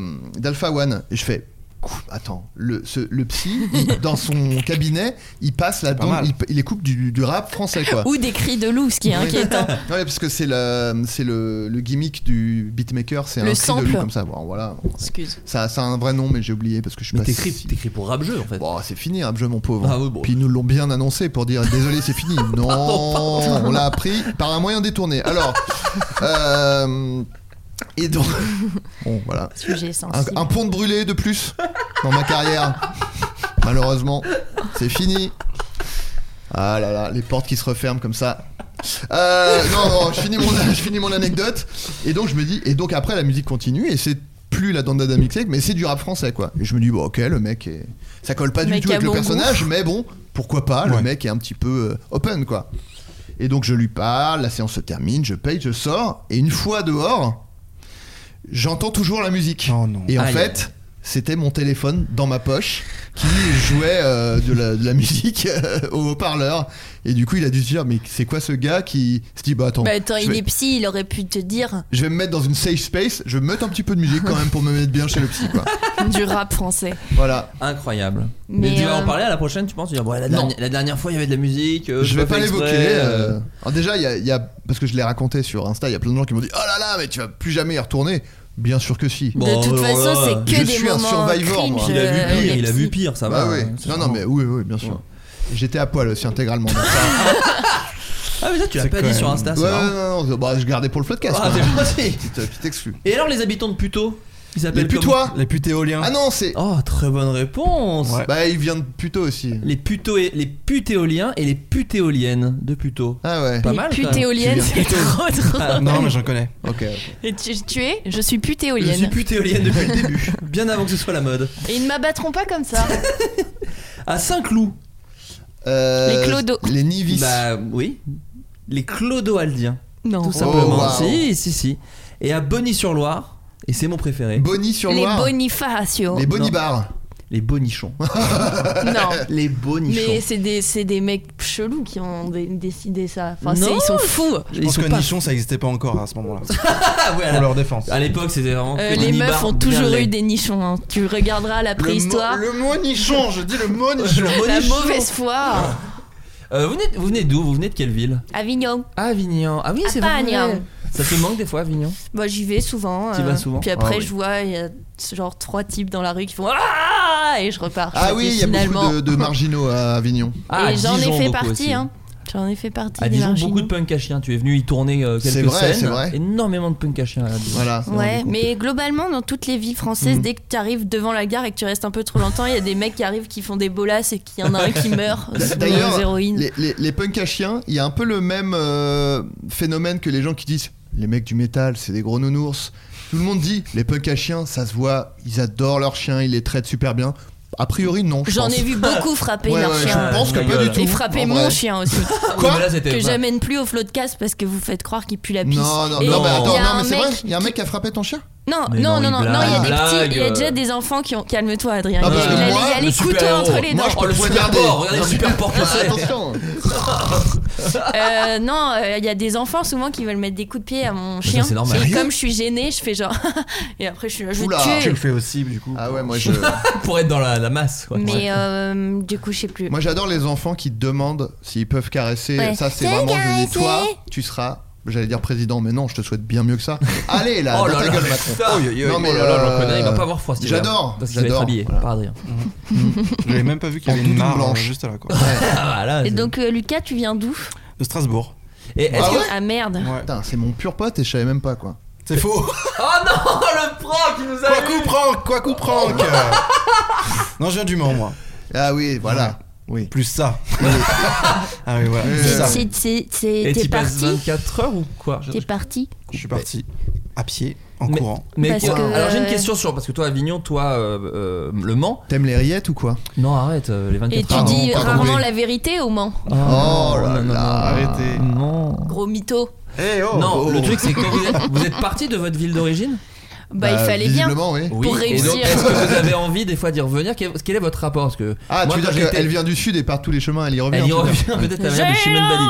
Speaker 2: euh, d'Alpha One et je fais Cou- attends le ce- le psy il- dans son cabinet il passe la
Speaker 1: pas
Speaker 2: dent-
Speaker 1: mal.
Speaker 2: il, il écoute du, du rap français quoi
Speaker 5: Ou des cris de loup, ce qui est
Speaker 2: Oui.
Speaker 5: inquiétant.
Speaker 2: Ouais, parce que c'est le c'est le, le gimmick du beatmaker c'est
Speaker 5: Le
Speaker 2: un cri de
Speaker 5: sample.
Speaker 2: loup comme ça bon, voilà
Speaker 5: Excuse.
Speaker 2: ça ça a un vrai nom mais j'ai oublié parce que je suis
Speaker 3: Mais
Speaker 2: pas
Speaker 3: t'écris
Speaker 2: si-
Speaker 3: t'écris pour rap jeu en
Speaker 2: bah,
Speaker 3: fait.
Speaker 2: Bon, c'est fini, hein, jeu, mon pauvre.
Speaker 3: Ah oui, bon.
Speaker 2: Puis ils nous l'ont bien annoncé pour dire désolé, c'est fini. Non, on l'a appris par un moyen détourné. Alors, euh, et donc, bon, voilà.
Speaker 5: Sujet
Speaker 2: Un,
Speaker 5: sensible. Bah,
Speaker 2: un pont de brûlé de plus dans ma carrière. Malheureusement, c'est fini. Ah là là, les portes qui se referment comme ça. Euh, non, non, je finis, mon, je finis mon anecdote. Et donc je me dis, et donc après la musique continue et c'est plus la dandada mixtape, mais c'est du rap français quoi. Et je me dis, bon ok, le mec, est- ça colle pas du
Speaker 5: Mec
Speaker 2: tout
Speaker 5: à
Speaker 2: avec le
Speaker 5: bon
Speaker 2: personnage, mais bon, pourquoi pas, le
Speaker 1: Ouais.
Speaker 2: mec est un petit peu euh, open quoi. Et donc je lui parle, la séance se termine, je paye, je sors, et une fois dehors, j'entends toujours la musique.
Speaker 1: Oh non.
Speaker 2: Et en
Speaker 3: Aïe.
Speaker 2: fait, c'était mon téléphone dans ma poche qui jouait euh, de, la, de la musique euh, au haut-parleur. Et du coup, il a dû se dire, mais c'est quoi ce gars qui se dit, bah attends,
Speaker 5: Bah attends,
Speaker 2: je
Speaker 5: il
Speaker 2: vais-
Speaker 5: est psy, il aurait pu te dire
Speaker 2: je vais me mettre dans une safe space, je vais me mettre un petit peu de musique quand même pour me mettre bien chez le psy, quoi.
Speaker 5: du rap français.
Speaker 2: Voilà.
Speaker 3: Incroyable. Mais,
Speaker 5: Mais,
Speaker 3: tu vas en
Speaker 5: euh,
Speaker 3: parler à la prochaine, tu penses Tu vas dire, bon, la,
Speaker 2: Non.
Speaker 3: dernière, la dernière fois, il y avait de la musique. euh,
Speaker 2: je vais pas
Speaker 3: fait
Speaker 2: l'évoquer.
Speaker 3: exprès, euh.
Speaker 2: euh. Alors déjà, il y a, il y a- parce que je l'ai raconté sur Insta, il y a plein de gens qui m'ont dit, oh là là, mais tu vas plus jamais y retourner. Bien sûr que si.
Speaker 3: Bon,
Speaker 5: de toute
Speaker 3: alors
Speaker 5: façon,
Speaker 3: là,
Speaker 5: c'est que
Speaker 2: je
Speaker 5: des
Speaker 2: suis un
Speaker 5: moments
Speaker 2: survivor,
Speaker 5: cringe.
Speaker 2: moi.
Speaker 3: Il a
Speaker 5: euh,
Speaker 3: vu pire, il a
Speaker 5: Alexis.
Speaker 3: vu pire, ça
Speaker 2: Bah
Speaker 3: va.
Speaker 2: oui.
Speaker 3: hein, c'est
Speaker 2: Non, non,
Speaker 3: vraiment-
Speaker 2: mais oui, oui, bien sûr. J'étais à poil aussi intégralement. Donc,
Speaker 3: Ah, mais ça, tu l'as
Speaker 1: C'est
Speaker 3: pas
Speaker 1: quand
Speaker 3: dit sur
Speaker 1: même-
Speaker 3: Insta,
Speaker 2: ouais,
Speaker 3: c'est marrant.
Speaker 2: non, non, non, bah, je gardais pour le podcast.
Speaker 3: Ah,
Speaker 2: quoi.
Speaker 3: t'es gentil.
Speaker 2: Petite- petite exclu.
Speaker 3: Et alors, les habitants de Puto Ils s'appellent
Speaker 2: Les putois
Speaker 1: Les putéoliens.
Speaker 2: Ah non, c'est.
Speaker 3: comment Oh, très bonne réponse
Speaker 1: Ouais.
Speaker 2: Bah, il vient de Puto aussi.
Speaker 3: Les puto les putéoliens et les putéoliens de Puto.
Speaker 2: Ah ouais.
Speaker 3: Pas
Speaker 5: Les
Speaker 3: mal,
Speaker 5: putes
Speaker 3: ça.
Speaker 5: éoliennes,
Speaker 2: Tu viens
Speaker 5: c'est trop drôle.
Speaker 1: Non, mais j'en connais.
Speaker 2: Ok.
Speaker 5: Et tu, tu es Je suis pute
Speaker 3: Ah, Je suis
Speaker 5: éolienne.
Speaker 3: putéolienne depuis le début, bien avant que ce soit la mode.
Speaker 5: Et ils ne m'abattront pas comme ça.
Speaker 3: À Saint-Cloud,
Speaker 2: Euh,
Speaker 5: Les clodos.
Speaker 2: Les nivis.
Speaker 3: bah oui, les clodoaldiens,
Speaker 5: non.
Speaker 3: tout simplement.
Speaker 2: wow.
Speaker 3: Si, si, si. Et à Bonny-sur-Loire, et c'est mon préféré,
Speaker 2: Bonnie sur
Speaker 5: Les
Speaker 2: Loire.
Speaker 5: bonifacio.
Speaker 2: Les
Speaker 3: Non.
Speaker 2: Bonibars.
Speaker 3: les bonichons.
Speaker 5: Non.
Speaker 3: les bonichons.
Speaker 5: Mais c'est des, c'est des mecs chelous qui ont dé- décidé ça. Enfin,
Speaker 3: Non.
Speaker 5: c'est- ils sont fous.
Speaker 1: Je
Speaker 3: Ils
Speaker 1: pense
Speaker 3: sont
Speaker 1: que
Speaker 3: pas-
Speaker 1: nichon, ça existait pas encore à ce moment-là.
Speaker 3: Ah, ouais,
Speaker 1: Pour leur défense.
Speaker 3: À l'époque, c'était vraiment.
Speaker 5: Euh,
Speaker 3: que
Speaker 5: les
Speaker 3: des
Speaker 5: meufs
Speaker 3: nibards
Speaker 5: ont
Speaker 3: bien
Speaker 5: toujours eu
Speaker 3: laids.
Speaker 5: des nichons. hein. Tu regarderas la préhistoire.
Speaker 2: Le mot nichon, je dis le mot nichon.
Speaker 3: Le
Speaker 5: La
Speaker 3: bonichon.
Speaker 5: mauvaise foi.
Speaker 3: Euh, vous venez, vous venez d'où Vous venez de quelle ville
Speaker 5: Avignon.
Speaker 3: Avignon. Ah oui, c'est vrai.
Speaker 5: Avignon.
Speaker 3: Ça te manque des fois, Avignon
Speaker 5: Bah, j'y vais souvent. euh.
Speaker 3: T'y vas souvent
Speaker 5: Puis après,
Speaker 2: Ah oui.
Speaker 5: je vois, il y a ce genre trois types dans la rue qui font Ah Et je repars.
Speaker 2: Ah
Speaker 5: Et
Speaker 2: oui, il y a
Speaker 5: finalement-
Speaker 2: beaucoup de, de marginaux à Avignon.
Speaker 3: Ah, à
Speaker 5: Et j'en ai
Speaker 3: Dijon,
Speaker 5: fait
Speaker 3: beaucoup
Speaker 5: partie.
Speaker 3: aussi.
Speaker 5: hein. J'en ai fait partie.
Speaker 3: À
Speaker 5: des
Speaker 3: Dijon,
Speaker 5: marginaux.
Speaker 3: beaucoup de punk à chien. Tu es venu y tourner euh, quelques
Speaker 2: C'est vrai,
Speaker 3: scènes.
Speaker 2: c'est vrai.
Speaker 3: Énormément de punk à chien. à Dijon.
Speaker 2: Voilà.
Speaker 5: Ouais, mais globalement, dans toutes les villes
Speaker 2: Mm.
Speaker 5: françaises, dès que tu arrives devant la gare et que tu restes un peu trop longtemps, il y a des mecs qui arrivent qui font des bolas et qu'il y en a un qui meurt sous
Speaker 2: D'ailleurs,
Speaker 5: les héroïnes.
Speaker 2: Les, les, les punks à chiens, il y a un peu le même euh, phénomène que les gens qui disent les mecs du métal, c'est des gros nounours. Tout le monde dit les punks à chiens, ça se voit, ils adorent leurs chiens, ils les traitent super bien. A priori, non. je
Speaker 5: J'en
Speaker 2: pense.
Speaker 5: ai vu beaucoup frapper
Speaker 2: Ouais,
Speaker 5: leur
Speaker 2: ouais,
Speaker 5: chien.
Speaker 2: Je pense que pas
Speaker 3: rigole.
Speaker 2: du tout.
Speaker 5: Et frapper
Speaker 2: en
Speaker 5: mon
Speaker 2: vrai.
Speaker 5: chien aussi.
Speaker 2: Quoi
Speaker 3: Ouais, mais là, c'était
Speaker 5: que
Speaker 3: pas-
Speaker 5: j'amène plus au flot de casse parce que vous faites croire qu'il pue la pisse.
Speaker 2: Non, non,
Speaker 5: Et
Speaker 2: non, mais
Speaker 5: il y
Speaker 2: attends,
Speaker 5: a
Speaker 2: non,
Speaker 5: un
Speaker 2: mais c'est
Speaker 5: mec
Speaker 2: vrai, il y a un mec qui a frappé ton chien
Speaker 5: Non,
Speaker 3: Mais
Speaker 5: non,
Speaker 3: non,
Speaker 5: non, non,
Speaker 3: il
Speaker 5: non, il y a des
Speaker 3: blague.
Speaker 5: petits, il y a
Speaker 3: Blague. euh.
Speaker 5: déjà des enfants qui ont. Calme-toi, Adrien.
Speaker 2: Ah,
Speaker 5: il y a,
Speaker 2: parce que
Speaker 5: il a-
Speaker 2: moi,
Speaker 5: il y a
Speaker 3: le
Speaker 5: les couteaux
Speaker 3: super-héros.
Speaker 5: entre les dents.
Speaker 3: Moi, je peux
Speaker 5: Euh,
Speaker 3: Oh, le
Speaker 2: regarder.
Speaker 3: super-port, regardez le
Speaker 2: Non, mais-
Speaker 3: super-port que
Speaker 2: Ah,
Speaker 3: c'est.
Speaker 2: Attention
Speaker 5: non, euh, il y a des enfants souvent qui veulent mettre des coups de pied à mon chien.
Speaker 3: c'est normal.
Speaker 5: Et comme je suis gênée, je fais genre. et après, je suis là, je vais
Speaker 2: Oula,
Speaker 5: te
Speaker 1: Tu le
Speaker 5: tuer.
Speaker 1: fais aussi, du coup.
Speaker 2: Ah ouais, moi je.
Speaker 3: Pour être dans la, la masse. quoi.
Speaker 5: Mais euh, du coup, je sais plus.
Speaker 2: Moi j'adore les enfants qui demandent s'ils peuvent caresser.
Speaker 5: Ouais.
Speaker 2: Ça c'est
Speaker 5: Tu veux
Speaker 2: vraiment je dis
Speaker 5: caresser
Speaker 2: toi, tu seras, j'allais dire président, mais non, je te souhaite bien mieux que ça. Allez là,
Speaker 3: Oh
Speaker 2: dans ta
Speaker 3: là là,
Speaker 2: gueule Macron.
Speaker 3: ça.
Speaker 2: Non,
Speaker 3: Oh
Speaker 2: mais,
Speaker 3: là là, j'en
Speaker 2: euh,
Speaker 3: connais, il va pas avoir froid cet hiver.
Speaker 2: j'adore,
Speaker 3: Parce qu'il va être
Speaker 2: j'adore,
Speaker 3: habillé,
Speaker 2: voilà.
Speaker 3: par Adrien.
Speaker 1: J'avais même pas vu qu'il y
Speaker 2: En
Speaker 1: avait une
Speaker 2: doudoune
Speaker 1: mare
Speaker 2: blanche.
Speaker 1: euh, juste là, quoi.
Speaker 3: Ah, voilà,
Speaker 5: Et
Speaker 3: c'est-
Speaker 5: donc, euh, Lucas, tu viens d'où
Speaker 1: De Strasbourg.
Speaker 3: Et est-ce
Speaker 2: Ah
Speaker 3: que-
Speaker 2: ouais
Speaker 5: Ah merde.
Speaker 1: Ouais.
Speaker 2: Putain, c'est mon pur pote et je savais même pas quoi.
Speaker 1: C'est faux.
Speaker 3: Oh non, le pro qui nous a
Speaker 1: Quoi
Speaker 3: eu.
Speaker 1: coup prank, quoi coup prank. euh. Non, je viens du Mans, moi.
Speaker 2: Ah oui, voilà. Oui. Euh,
Speaker 1: Plus ça. ah oui, voilà. plus ça.
Speaker 5: C'est- c'est- c'est-
Speaker 3: Et
Speaker 5: T'es
Speaker 3: t'y passes
Speaker 5: parti
Speaker 3: 24 heures ou quoi
Speaker 5: T'es parti
Speaker 1: Je suis parti à pied, en
Speaker 3: Mais-
Speaker 1: courant.
Speaker 3: Mais
Speaker 5: Parce
Speaker 3: quoi
Speaker 5: que-
Speaker 3: Alors j'ai une question sur parce que toi Avignon, toi euh, euh, Le Mans.
Speaker 2: T'aimes les rillettes ou quoi
Speaker 3: Non arrête euh, les 24
Speaker 5: Et tu
Speaker 3: heures.
Speaker 5: dis
Speaker 2: pardon,
Speaker 5: rarement
Speaker 2: oui.
Speaker 5: la vérité au Mans.
Speaker 2: Oh là
Speaker 3: Ah, non, non,
Speaker 2: là.
Speaker 1: Arrêtez.
Speaker 3: Non.
Speaker 5: Gros mytho.
Speaker 1: Eh oh
Speaker 3: non,
Speaker 1: oh.
Speaker 3: le truc c'est que quand vous êtes, vous êtes parti de votre ville d'origine
Speaker 5: Bah, il fallait
Speaker 2: Euh,
Speaker 5: bien.
Speaker 2: visiblement, oui.
Speaker 5: Pour
Speaker 3: et donc,
Speaker 5: réussir.
Speaker 3: Est-ce que vous avez envie des fois d'y revenir Quel quel est votre rapport Parce que
Speaker 2: Ah,
Speaker 3: moi,
Speaker 2: tu veux
Speaker 3: quand
Speaker 2: dire
Speaker 3: j'étais-
Speaker 2: qu'elle vient du sud et par tous les chemins, elle y revient.
Speaker 3: Elle y
Speaker 2: en tout
Speaker 3: revient
Speaker 2: cas.
Speaker 3: peut-être à la
Speaker 5: J'ai
Speaker 3: manière de Chimène Badi.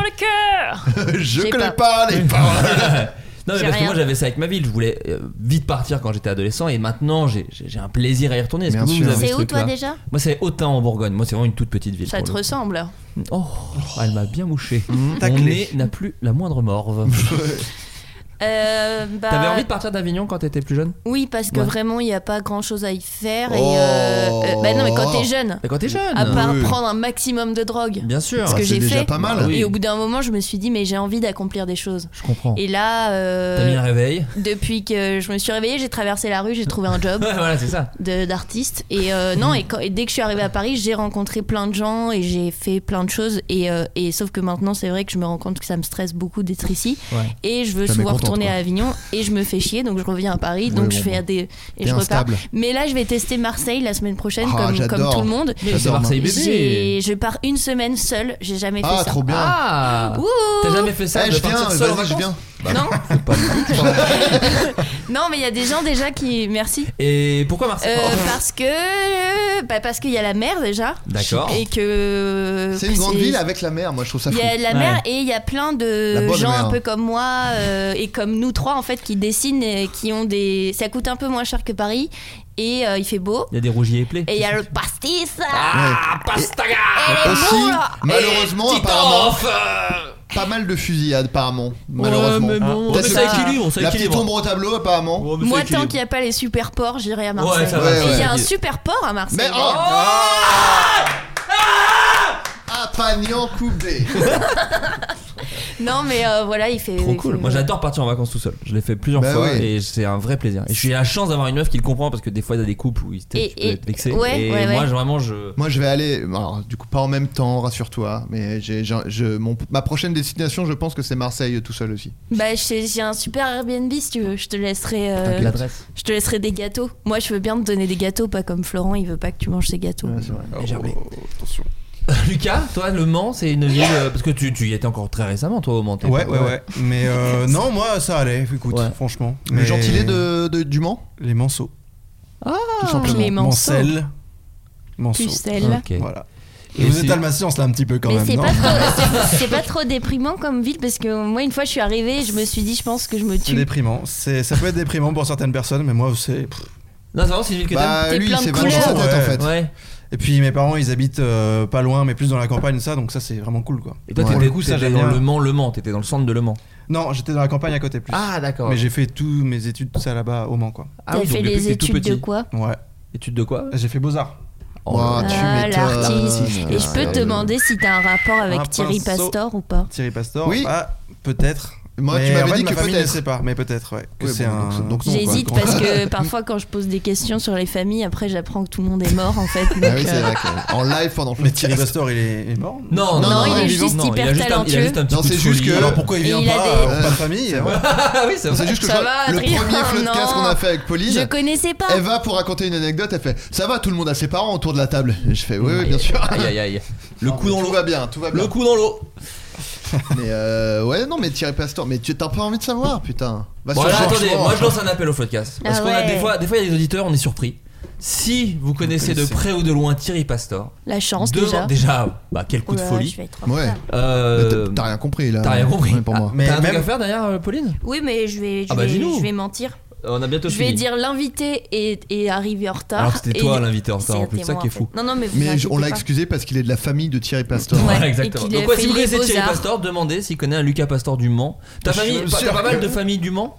Speaker 5: dans le cœur.
Speaker 2: je
Speaker 5: J'ai
Speaker 2: connais pas,
Speaker 5: pas.
Speaker 2: les paroles.
Speaker 3: Non, mais
Speaker 5: J'ai
Speaker 3: parce que
Speaker 5: rien.
Speaker 3: moi j'avais ça avec ma ville. Je voulais euh, vite partir quand j'étais adolescent et maintenant j'ai j'ai- j'ai un plaisir à y retourner. Est-ce que
Speaker 2: Bien
Speaker 3: vous,
Speaker 2: sûr.
Speaker 3: vous avez
Speaker 5: C'est
Speaker 3: ce
Speaker 5: où toi
Speaker 3: truc-là
Speaker 5: déjà
Speaker 3: Moi c'est Autun en Bourgogne. Moi c'est vraiment une toute petite ville.
Speaker 5: Ça
Speaker 3: pour
Speaker 5: te
Speaker 3: le
Speaker 5: ressemble.
Speaker 3: coup. Oh, elle m'a bien mouché.
Speaker 2: Mmh,
Speaker 1: T'as
Speaker 3: Mon
Speaker 1: clé.
Speaker 3: nez n'a plus la moindre morve.
Speaker 5: Euh, bah,
Speaker 3: T'avais envie de partir d'Avignon quand t'étais plus jeune
Speaker 5: Oui, parce que
Speaker 3: Ouais.
Speaker 5: vraiment, il n'y a pas grand chose à y faire. Et,
Speaker 2: Oh.
Speaker 5: euh, euh, bah non, mais quand t'es jeune,
Speaker 3: Mais Quand t'es jeune
Speaker 5: à part
Speaker 2: Oui.
Speaker 5: prendre un maximum de drogue,
Speaker 3: Bien sûr.
Speaker 5: ce
Speaker 2: Ah,
Speaker 5: que
Speaker 2: c'est
Speaker 5: j'ai
Speaker 2: déjà
Speaker 5: fait. Ah
Speaker 2: pas mal.
Speaker 3: Oui.
Speaker 5: Et au bout d'un moment, je me suis dit, mais j'ai envie d'accomplir des choses.
Speaker 3: Je comprends.
Speaker 5: Et là, euh,
Speaker 3: T'as mis un réveil
Speaker 5: depuis que je me suis réveillée, j'ai traversé la rue, j'ai trouvé un job.
Speaker 3: Ouais, voilà, c'est ça.
Speaker 5: de- d'artistes et euh, non et, quand- et dès que je suis arrivée à Paris j'ai rencontré plein de gens et j'ai fait plein de choses et, euh, et sauf que maintenant c'est vrai que je me rends compte que ça me stresse beaucoup d'être ici
Speaker 3: Ouais.
Speaker 5: et je veux
Speaker 2: Ça
Speaker 5: souvent
Speaker 2: mécontente,
Speaker 5: retourner
Speaker 2: quoi.
Speaker 5: à Avignon et je me fais chier donc je reviens à Paris
Speaker 2: Ouais,
Speaker 5: donc je
Speaker 2: bon,
Speaker 5: fais
Speaker 2: bon.
Speaker 5: à des et
Speaker 2: T'es
Speaker 5: je repars
Speaker 2: instable.
Speaker 5: mais là je vais tester Marseille la semaine prochaine
Speaker 2: Ah,
Speaker 5: comme,
Speaker 2: j'adore.
Speaker 5: comme tout le monde
Speaker 3: Mais c'est
Speaker 2: J'adore,
Speaker 3: Marseille bébé.
Speaker 5: J'ai- je pars une semaine seule j'ai jamais fait
Speaker 2: Ah,
Speaker 5: ça
Speaker 2: trop bien.
Speaker 3: Ah
Speaker 5: Ouh
Speaker 3: T'as jamais fait ça
Speaker 2: Eh,
Speaker 3: de
Speaker 5: Oh.
Speaker 2: je viens,
Speaker 3: partir seul en
Speaker 2: vas-y, je
Speaker 3: vacances
Speaker 2: viens.
Speaker 5: non,
Speaker 3: C'est pas du tout ça.
Speaker 5: non, mais il y a des gens déjà qui. Merci.
Speaker 3: Et pourquoi Oh, Marseille
Speaker 5: Euh,
Speaker 2: Oh.
Speaker 5: parce que. bah, parce qu'il y a la mer déjà.
Speaker 3: D'accord.
Speaker 5: Et
Speaker 3: Euh,
Speaker 5: que.
Speaker 2: C'est une grande ville avec la mer, moi je trouve ça
Speaker 5: Il
Speaker 2: fou.
Speaker 5: y a la mer et il y a plein
Speaker 2: La
Speaker 5: de
Speaker 2: bonne
Speaker 5: gens
Speaker 2: mer.
Speaker 5: un peu comme moi euh, et comme nous trois en fait qui dessinent et qui ont des. Ça coûte un peu moins cher que Paris et euh, il fait beau.
Speaker 3: Il y a des rougiers éplés.
Speaker 5: Et il y a le pastis.
Speaker 3: Ah, pastaga Oh,
Speaker 5: Elle est
Speaker 2: Aussi,
Speaker 5: bon, là.
Speaker 2: malheureusement,
Speaker 3: Et
Speaker 2: apparemment,
Speaker 3: Titoff, euh,
Speaker 2: pas mal de fusillades, apparemment. Malheureusement.
Speaker 3: mais bon,
Speaker 2: Peut-être
Speaker 3: mais
Speaker 2: le-
Speaker 3: ça équilibre, ça
Speaker 2: La
Speaker 3: équilibre.
Speaker 2: petite tombe au tableau, apparemment.
Speaker 3: Oh, mais
Speaker 5: Moi,
Speaker 3: c'est
Speaker 5: tant
Speaker 3: équilibré.
Speaker 5: qu'il n'y a pas les super ports, j'irai à Marseille.
Speaker 3: Ouais, ça va.
Speaker 2: Ouais,
Speaker 5: Et il y a
Speaker 2: ouais.
Speaker 5: un super port à Marseille.
Speaker 2: Mais oh
Speaker 3: Oh
Speaker 2: Ah Pagnan coupé
Speaker 5: Non, mais euh, voilà, il fait.
Speaker 3: Trop
Speaker 5: il
Speaker 3: cool.
Speaker 5: fait-
Speaker 3: Moi j'adore partir en vacances tout seul. Je l'ai fait plusieurs
Speaker 2: Bah
Speaker 3: fois
Speaker 2: oui.
Speaker 3: et c'est un vrai plaisir. Et j'ai la chance d'avoir une meuf qui le comprend parce que des fois il y a des couples où il peut
Speaker 5: Et- et-
Speaker 3: être vexé.
Speaker 5: ouais,
Speaker 3: et
Speaker 5: ouais, Euh,
Speaker 3: moi
Speaker 5: ouais.
Speaker 3: je- vraiment je.
Speaker 2: Moi je vais aller, alors du coup pas en même temps, rassure-toi, mais j'ai, j'ai- je, mon- ma prochaine destination je pense que c'est Marseille tout seul aussi.
Speaker 5: Bah, j'ai j'ai un super Airbnb si tu veux. Je te laisserai. euh,
Speaker 3: L'adresse.
Speaker 5: je te laisserai des gâteaux. Moi, je veux bien te donner des gâteaux, pas comme Florent, il veut pas que tu manges ses gâteaux.
Speaker 2: Oh,
Speaker 1: attention.
Speaker 3: Lucas, toi le Mans c'est une ville. euh, parce que tu, tu y étais encore très récemment toi au Mans. t'es
Speaker 1: Ouais,
Speaker 3: pas-
Speaker 1: ouais, ouais. Mais euh, non, moi, ça allait, écoute,
Speaker 3: Ouais.
Speaker 1: franchement.
Speaker 2: Le
Speaker 1: Mais-
Speaker 2: gentilé de, de- du Mans
Speaker 1: Les manceaux.
Speaker 2: Tout simplement.
Speaker 5: les manceaux.
Speaker 1: Mancelles. Manceaux.
Speaker 5: Ah, Pucelle.
Speaker 3: Ok.
Speaker 1: Voilà.
Speaker 3: Et
Speaker 1: Et vous
Speaker 3: c'est-
Speaker 1: êtes à ma science là un petit peu quand
Speaker 5: Mais
Speaker 1: même.
Speaker 5: c'est
Speaker 1: non
Speaker 5: pas, trop- c'est- c'est pas trop déprimant comme ville parce que moi, une fois, je suis arrivée, je me suis dit, je pense que je me
Speaker 1: C'est
Speaker 5: tue.
Speaker 1: déprimant. C'est- Ça peut être déprimant pour certaines personnes, mais moi, c'est. pff.
Speaker 3: Non, c'est vraiment c'est une ville que
Speaker 2: Bah
Speaker 5: T'es
Speaker 2: lui
Speaker 5: plein
Speaker 2: il
Speaker 5: de
Speaker 2: s'est vachement sa
Speaker 5: couleurs.
Speaker 2: tête en
Speaker 1: Ouais.
Speaker 2: fait.
Speaker 3: t'aimes. Ouais.
Speaker 1: Et puis mes parents, ils habitent euh, pas loin, mais plus dans la campagne, ça, donc ça, c'est vraiment cool quoi.
Speaker 3: Et toi
Speaker 1: Pour
Speaker 3: t'étais,
Speaker 1: le coup, ça,
Speaker 3: t'étais
Speaker 1: j'aime
Speaker 3: dans
Speaker 1: bien.
Speaker 3: le Mans, le Mans, t'étais dans le centre de Le Mans. Ah,
Speaker 1: Non, j'étais dans la campagne à côté plus.
Speaker 3: d'accord.
Speaker 1: Mais j'ai fait tous mes études, tout ça là-bas au Mans quoi.
Speaker 3: Ah
Speaker 5: T'as
Speaker 3: oui, donc
Speaker 5: fait
Speaker 3: depuis
Speaker 5: des
Speaker 3: que t'es tout
Speaker 5: études de
Speaker 3: petit.
Speaker 5: quoi
Speaker 1: Ouais.
Speaker 3: Études de quoi Oh.
Speaker 1: J'ai fait Beaux-Arts.
Speaker 2: Ouah, tu
Speaker 3: Euh,
Speaker 5: Ah,
Speaker 2: m'étonnes.
Speaker 5: l'artiste. Et je peux te demander si t'as un rapport avec
Speaker 1: Un
Speaker 5: Thierry
Speaker 1: pinceau.
Speaker 5: Pastor ou pas.
Speaker 1: Thierry Pastor
Speaker 2: Oui.
Speaker 1: bah, peut-être.
Speaker 2: Moi, tu
Speaker 1: Mais en
Speaker 2: m'avais
Speaker 1: fait,
Speaker 2: dit
Speaker 1: ma
Speaker 2: que
Speaker 1: famille ne
Speaker 2: peut-être.
Speaker 1: sait pas, mais peut-être, ouais. Que
Speaker 2: Oui,
Speaker 1: c'est
Speaker 2: bon,
Speaker 1: un.
Speaker 2: donc- donc non, quoi.
Speaker 5: J'hésite parce que parfois quand je pose des questions sur les familles, après j'apprends que tout le monde est mort en fait. donc,
Speaker 2: Ah oui, c'est
Speaker 5: euh,
Speaker 2: vrai que- en live pendant le
Speaker 1: Mais Thierry
Speaker 2: podcast.
Speaker 1: Pastor, il est, est mort
Speaker 2: Non,
Speaker 3: Non,
Speaker 2: non, il est
Speaker 3: vivant.
Speaker 5: juste
Speaker 3: Non, il a
Speaker 5: hyper
Speaker 3: juste un- Il a juste un petit
Speaker 2: Non,
Speaker 3: coup de
Speaker 2: c'est juste
Speaker 3: folie.
Speaker 2: que-
Speaker 1: Alors pourquoi il
Speaker 5: Et
Speaker 1: vient
Speaker 5: il a
Speaker 1: pas
Speaker 5: des-
Speaker 1: euh, Pas de famille euh,
Speaker 3: Ah oui, c'est vrai.
Speaker 2: C'est juste que
Speaker 5: Ça
Speaker 2: je-
Speaker 5: va,
Speaker 2: le
Speaker 5: Adrien,
Speaker 2: premier flot de
Speaker 5: non.
Speaker 2: casse qu'on a fait avec Pauline,
Speaker 5: Je connaissais pas.
Speaker 2: Eva pour raconter une anecdote, elle fait ça va tout le monde a ses parents autour de la table. Et je fais oui, oui bien sûr.
Speaker 3: Aïe aïe aïe. Le coup dans
Speaker 2: Tout
Speaker 3: l'eau.
Speaker 2: va bien, tout va bien.
Speaker 3: Le coup dans l'eau.
Speaker 2: Mais euh, ouais, non, mais Thierry Pastor, mais tu t'as pas envie de savoir, putain. Va
Speaker 3: Bon,
Speaker 2: sur
Speaker 3: là,
Speaker 2: Franchement.
Speaker 3: attendez, moi je lance un appel au podcast. Parce
Speaker 5: Ah
Speaker 3: qu'on a
Speaker 5: ouais.
Speaker 3: des fois, des fois il y a des auditeurs, on est surpris. Si vous connaissez de
Speaker 1: connaissez.
Speaker 3: près ou de loin Thierry Pastor,
Speaker 5: La chance
Speaker 3: demande-
Speaker 5: déjà.
Speaker 3: bah quel coup
Speaker 5: hein. Oula,
Speaker 3: de
Speaker 5: je
Speaker 3: folie.
Speaker 5: vais être
Speaker 2: hein. Ouais,
Speaker 5: retard.
Speaker 3: Euh,
Speaker 2: t'as rien compris là.
Speaker 3: t'as rien compris.
Speaker 2: Ouais, pour moi.
Speaker 3: Ah, T'as un truc
Speaker 1: même-
Speaker 3: à faire derrière euh, Pauline
Speaker 5: Oui, mais je vais, je
Speaker 3: Ah bah,
Speaker 5: vais,
Speaker 3: dis-nous.
Speaker 5: je vais mentir.
Speaker 3: Euh, On a bientôt
Speaker 5: Je vais
Speaker 3: fini.
Speaker 5: dire l'invité et, et arriver en retard.
Speaker 3: Alors que c'était
Speaker 5: Et-
Speaker 3: toi l'invité en retard, en
Speaker 5: C'était
Speaker 3: plus, ça
Speaker 5: moi,
Speaker 3: qui est
Speaker 5: en
Speaker 3: fou.
Speaker 5: fait. Non, non, mais vous
Speaker 2: Mais je- on
Speaker 5: inquiétez
Speaker 2: l'a
Speaker 5: pas.
Speaker 2: excusé parce qu'il est de la famille de Thierry Pastor.
Speaker 5: Ouais.
Speaker 3: Voilà,
Speaker 5: et
Speaker 3: exactement.
Speaker 5: qu'il ait
Speaker 3: Donc, ouais, si
Speaker 5: fait
Speaker 3: vous
Speaker 5: les
Speaker 3: connaissez Thierry
Speaker 5: Beaux-Arts.
Speaker 3: Pastor, demandez s'il connaît un Lucas Pastor du Mans. Ta
Speaker 1: Je suis
Speaker 3: famille,
Speaker 1: même
Speaker 3: pas-
Speaker 1: sûr
Speaker 3: t'as pas mal
Speaker 1: que-
Speaker 3: de familles du Mans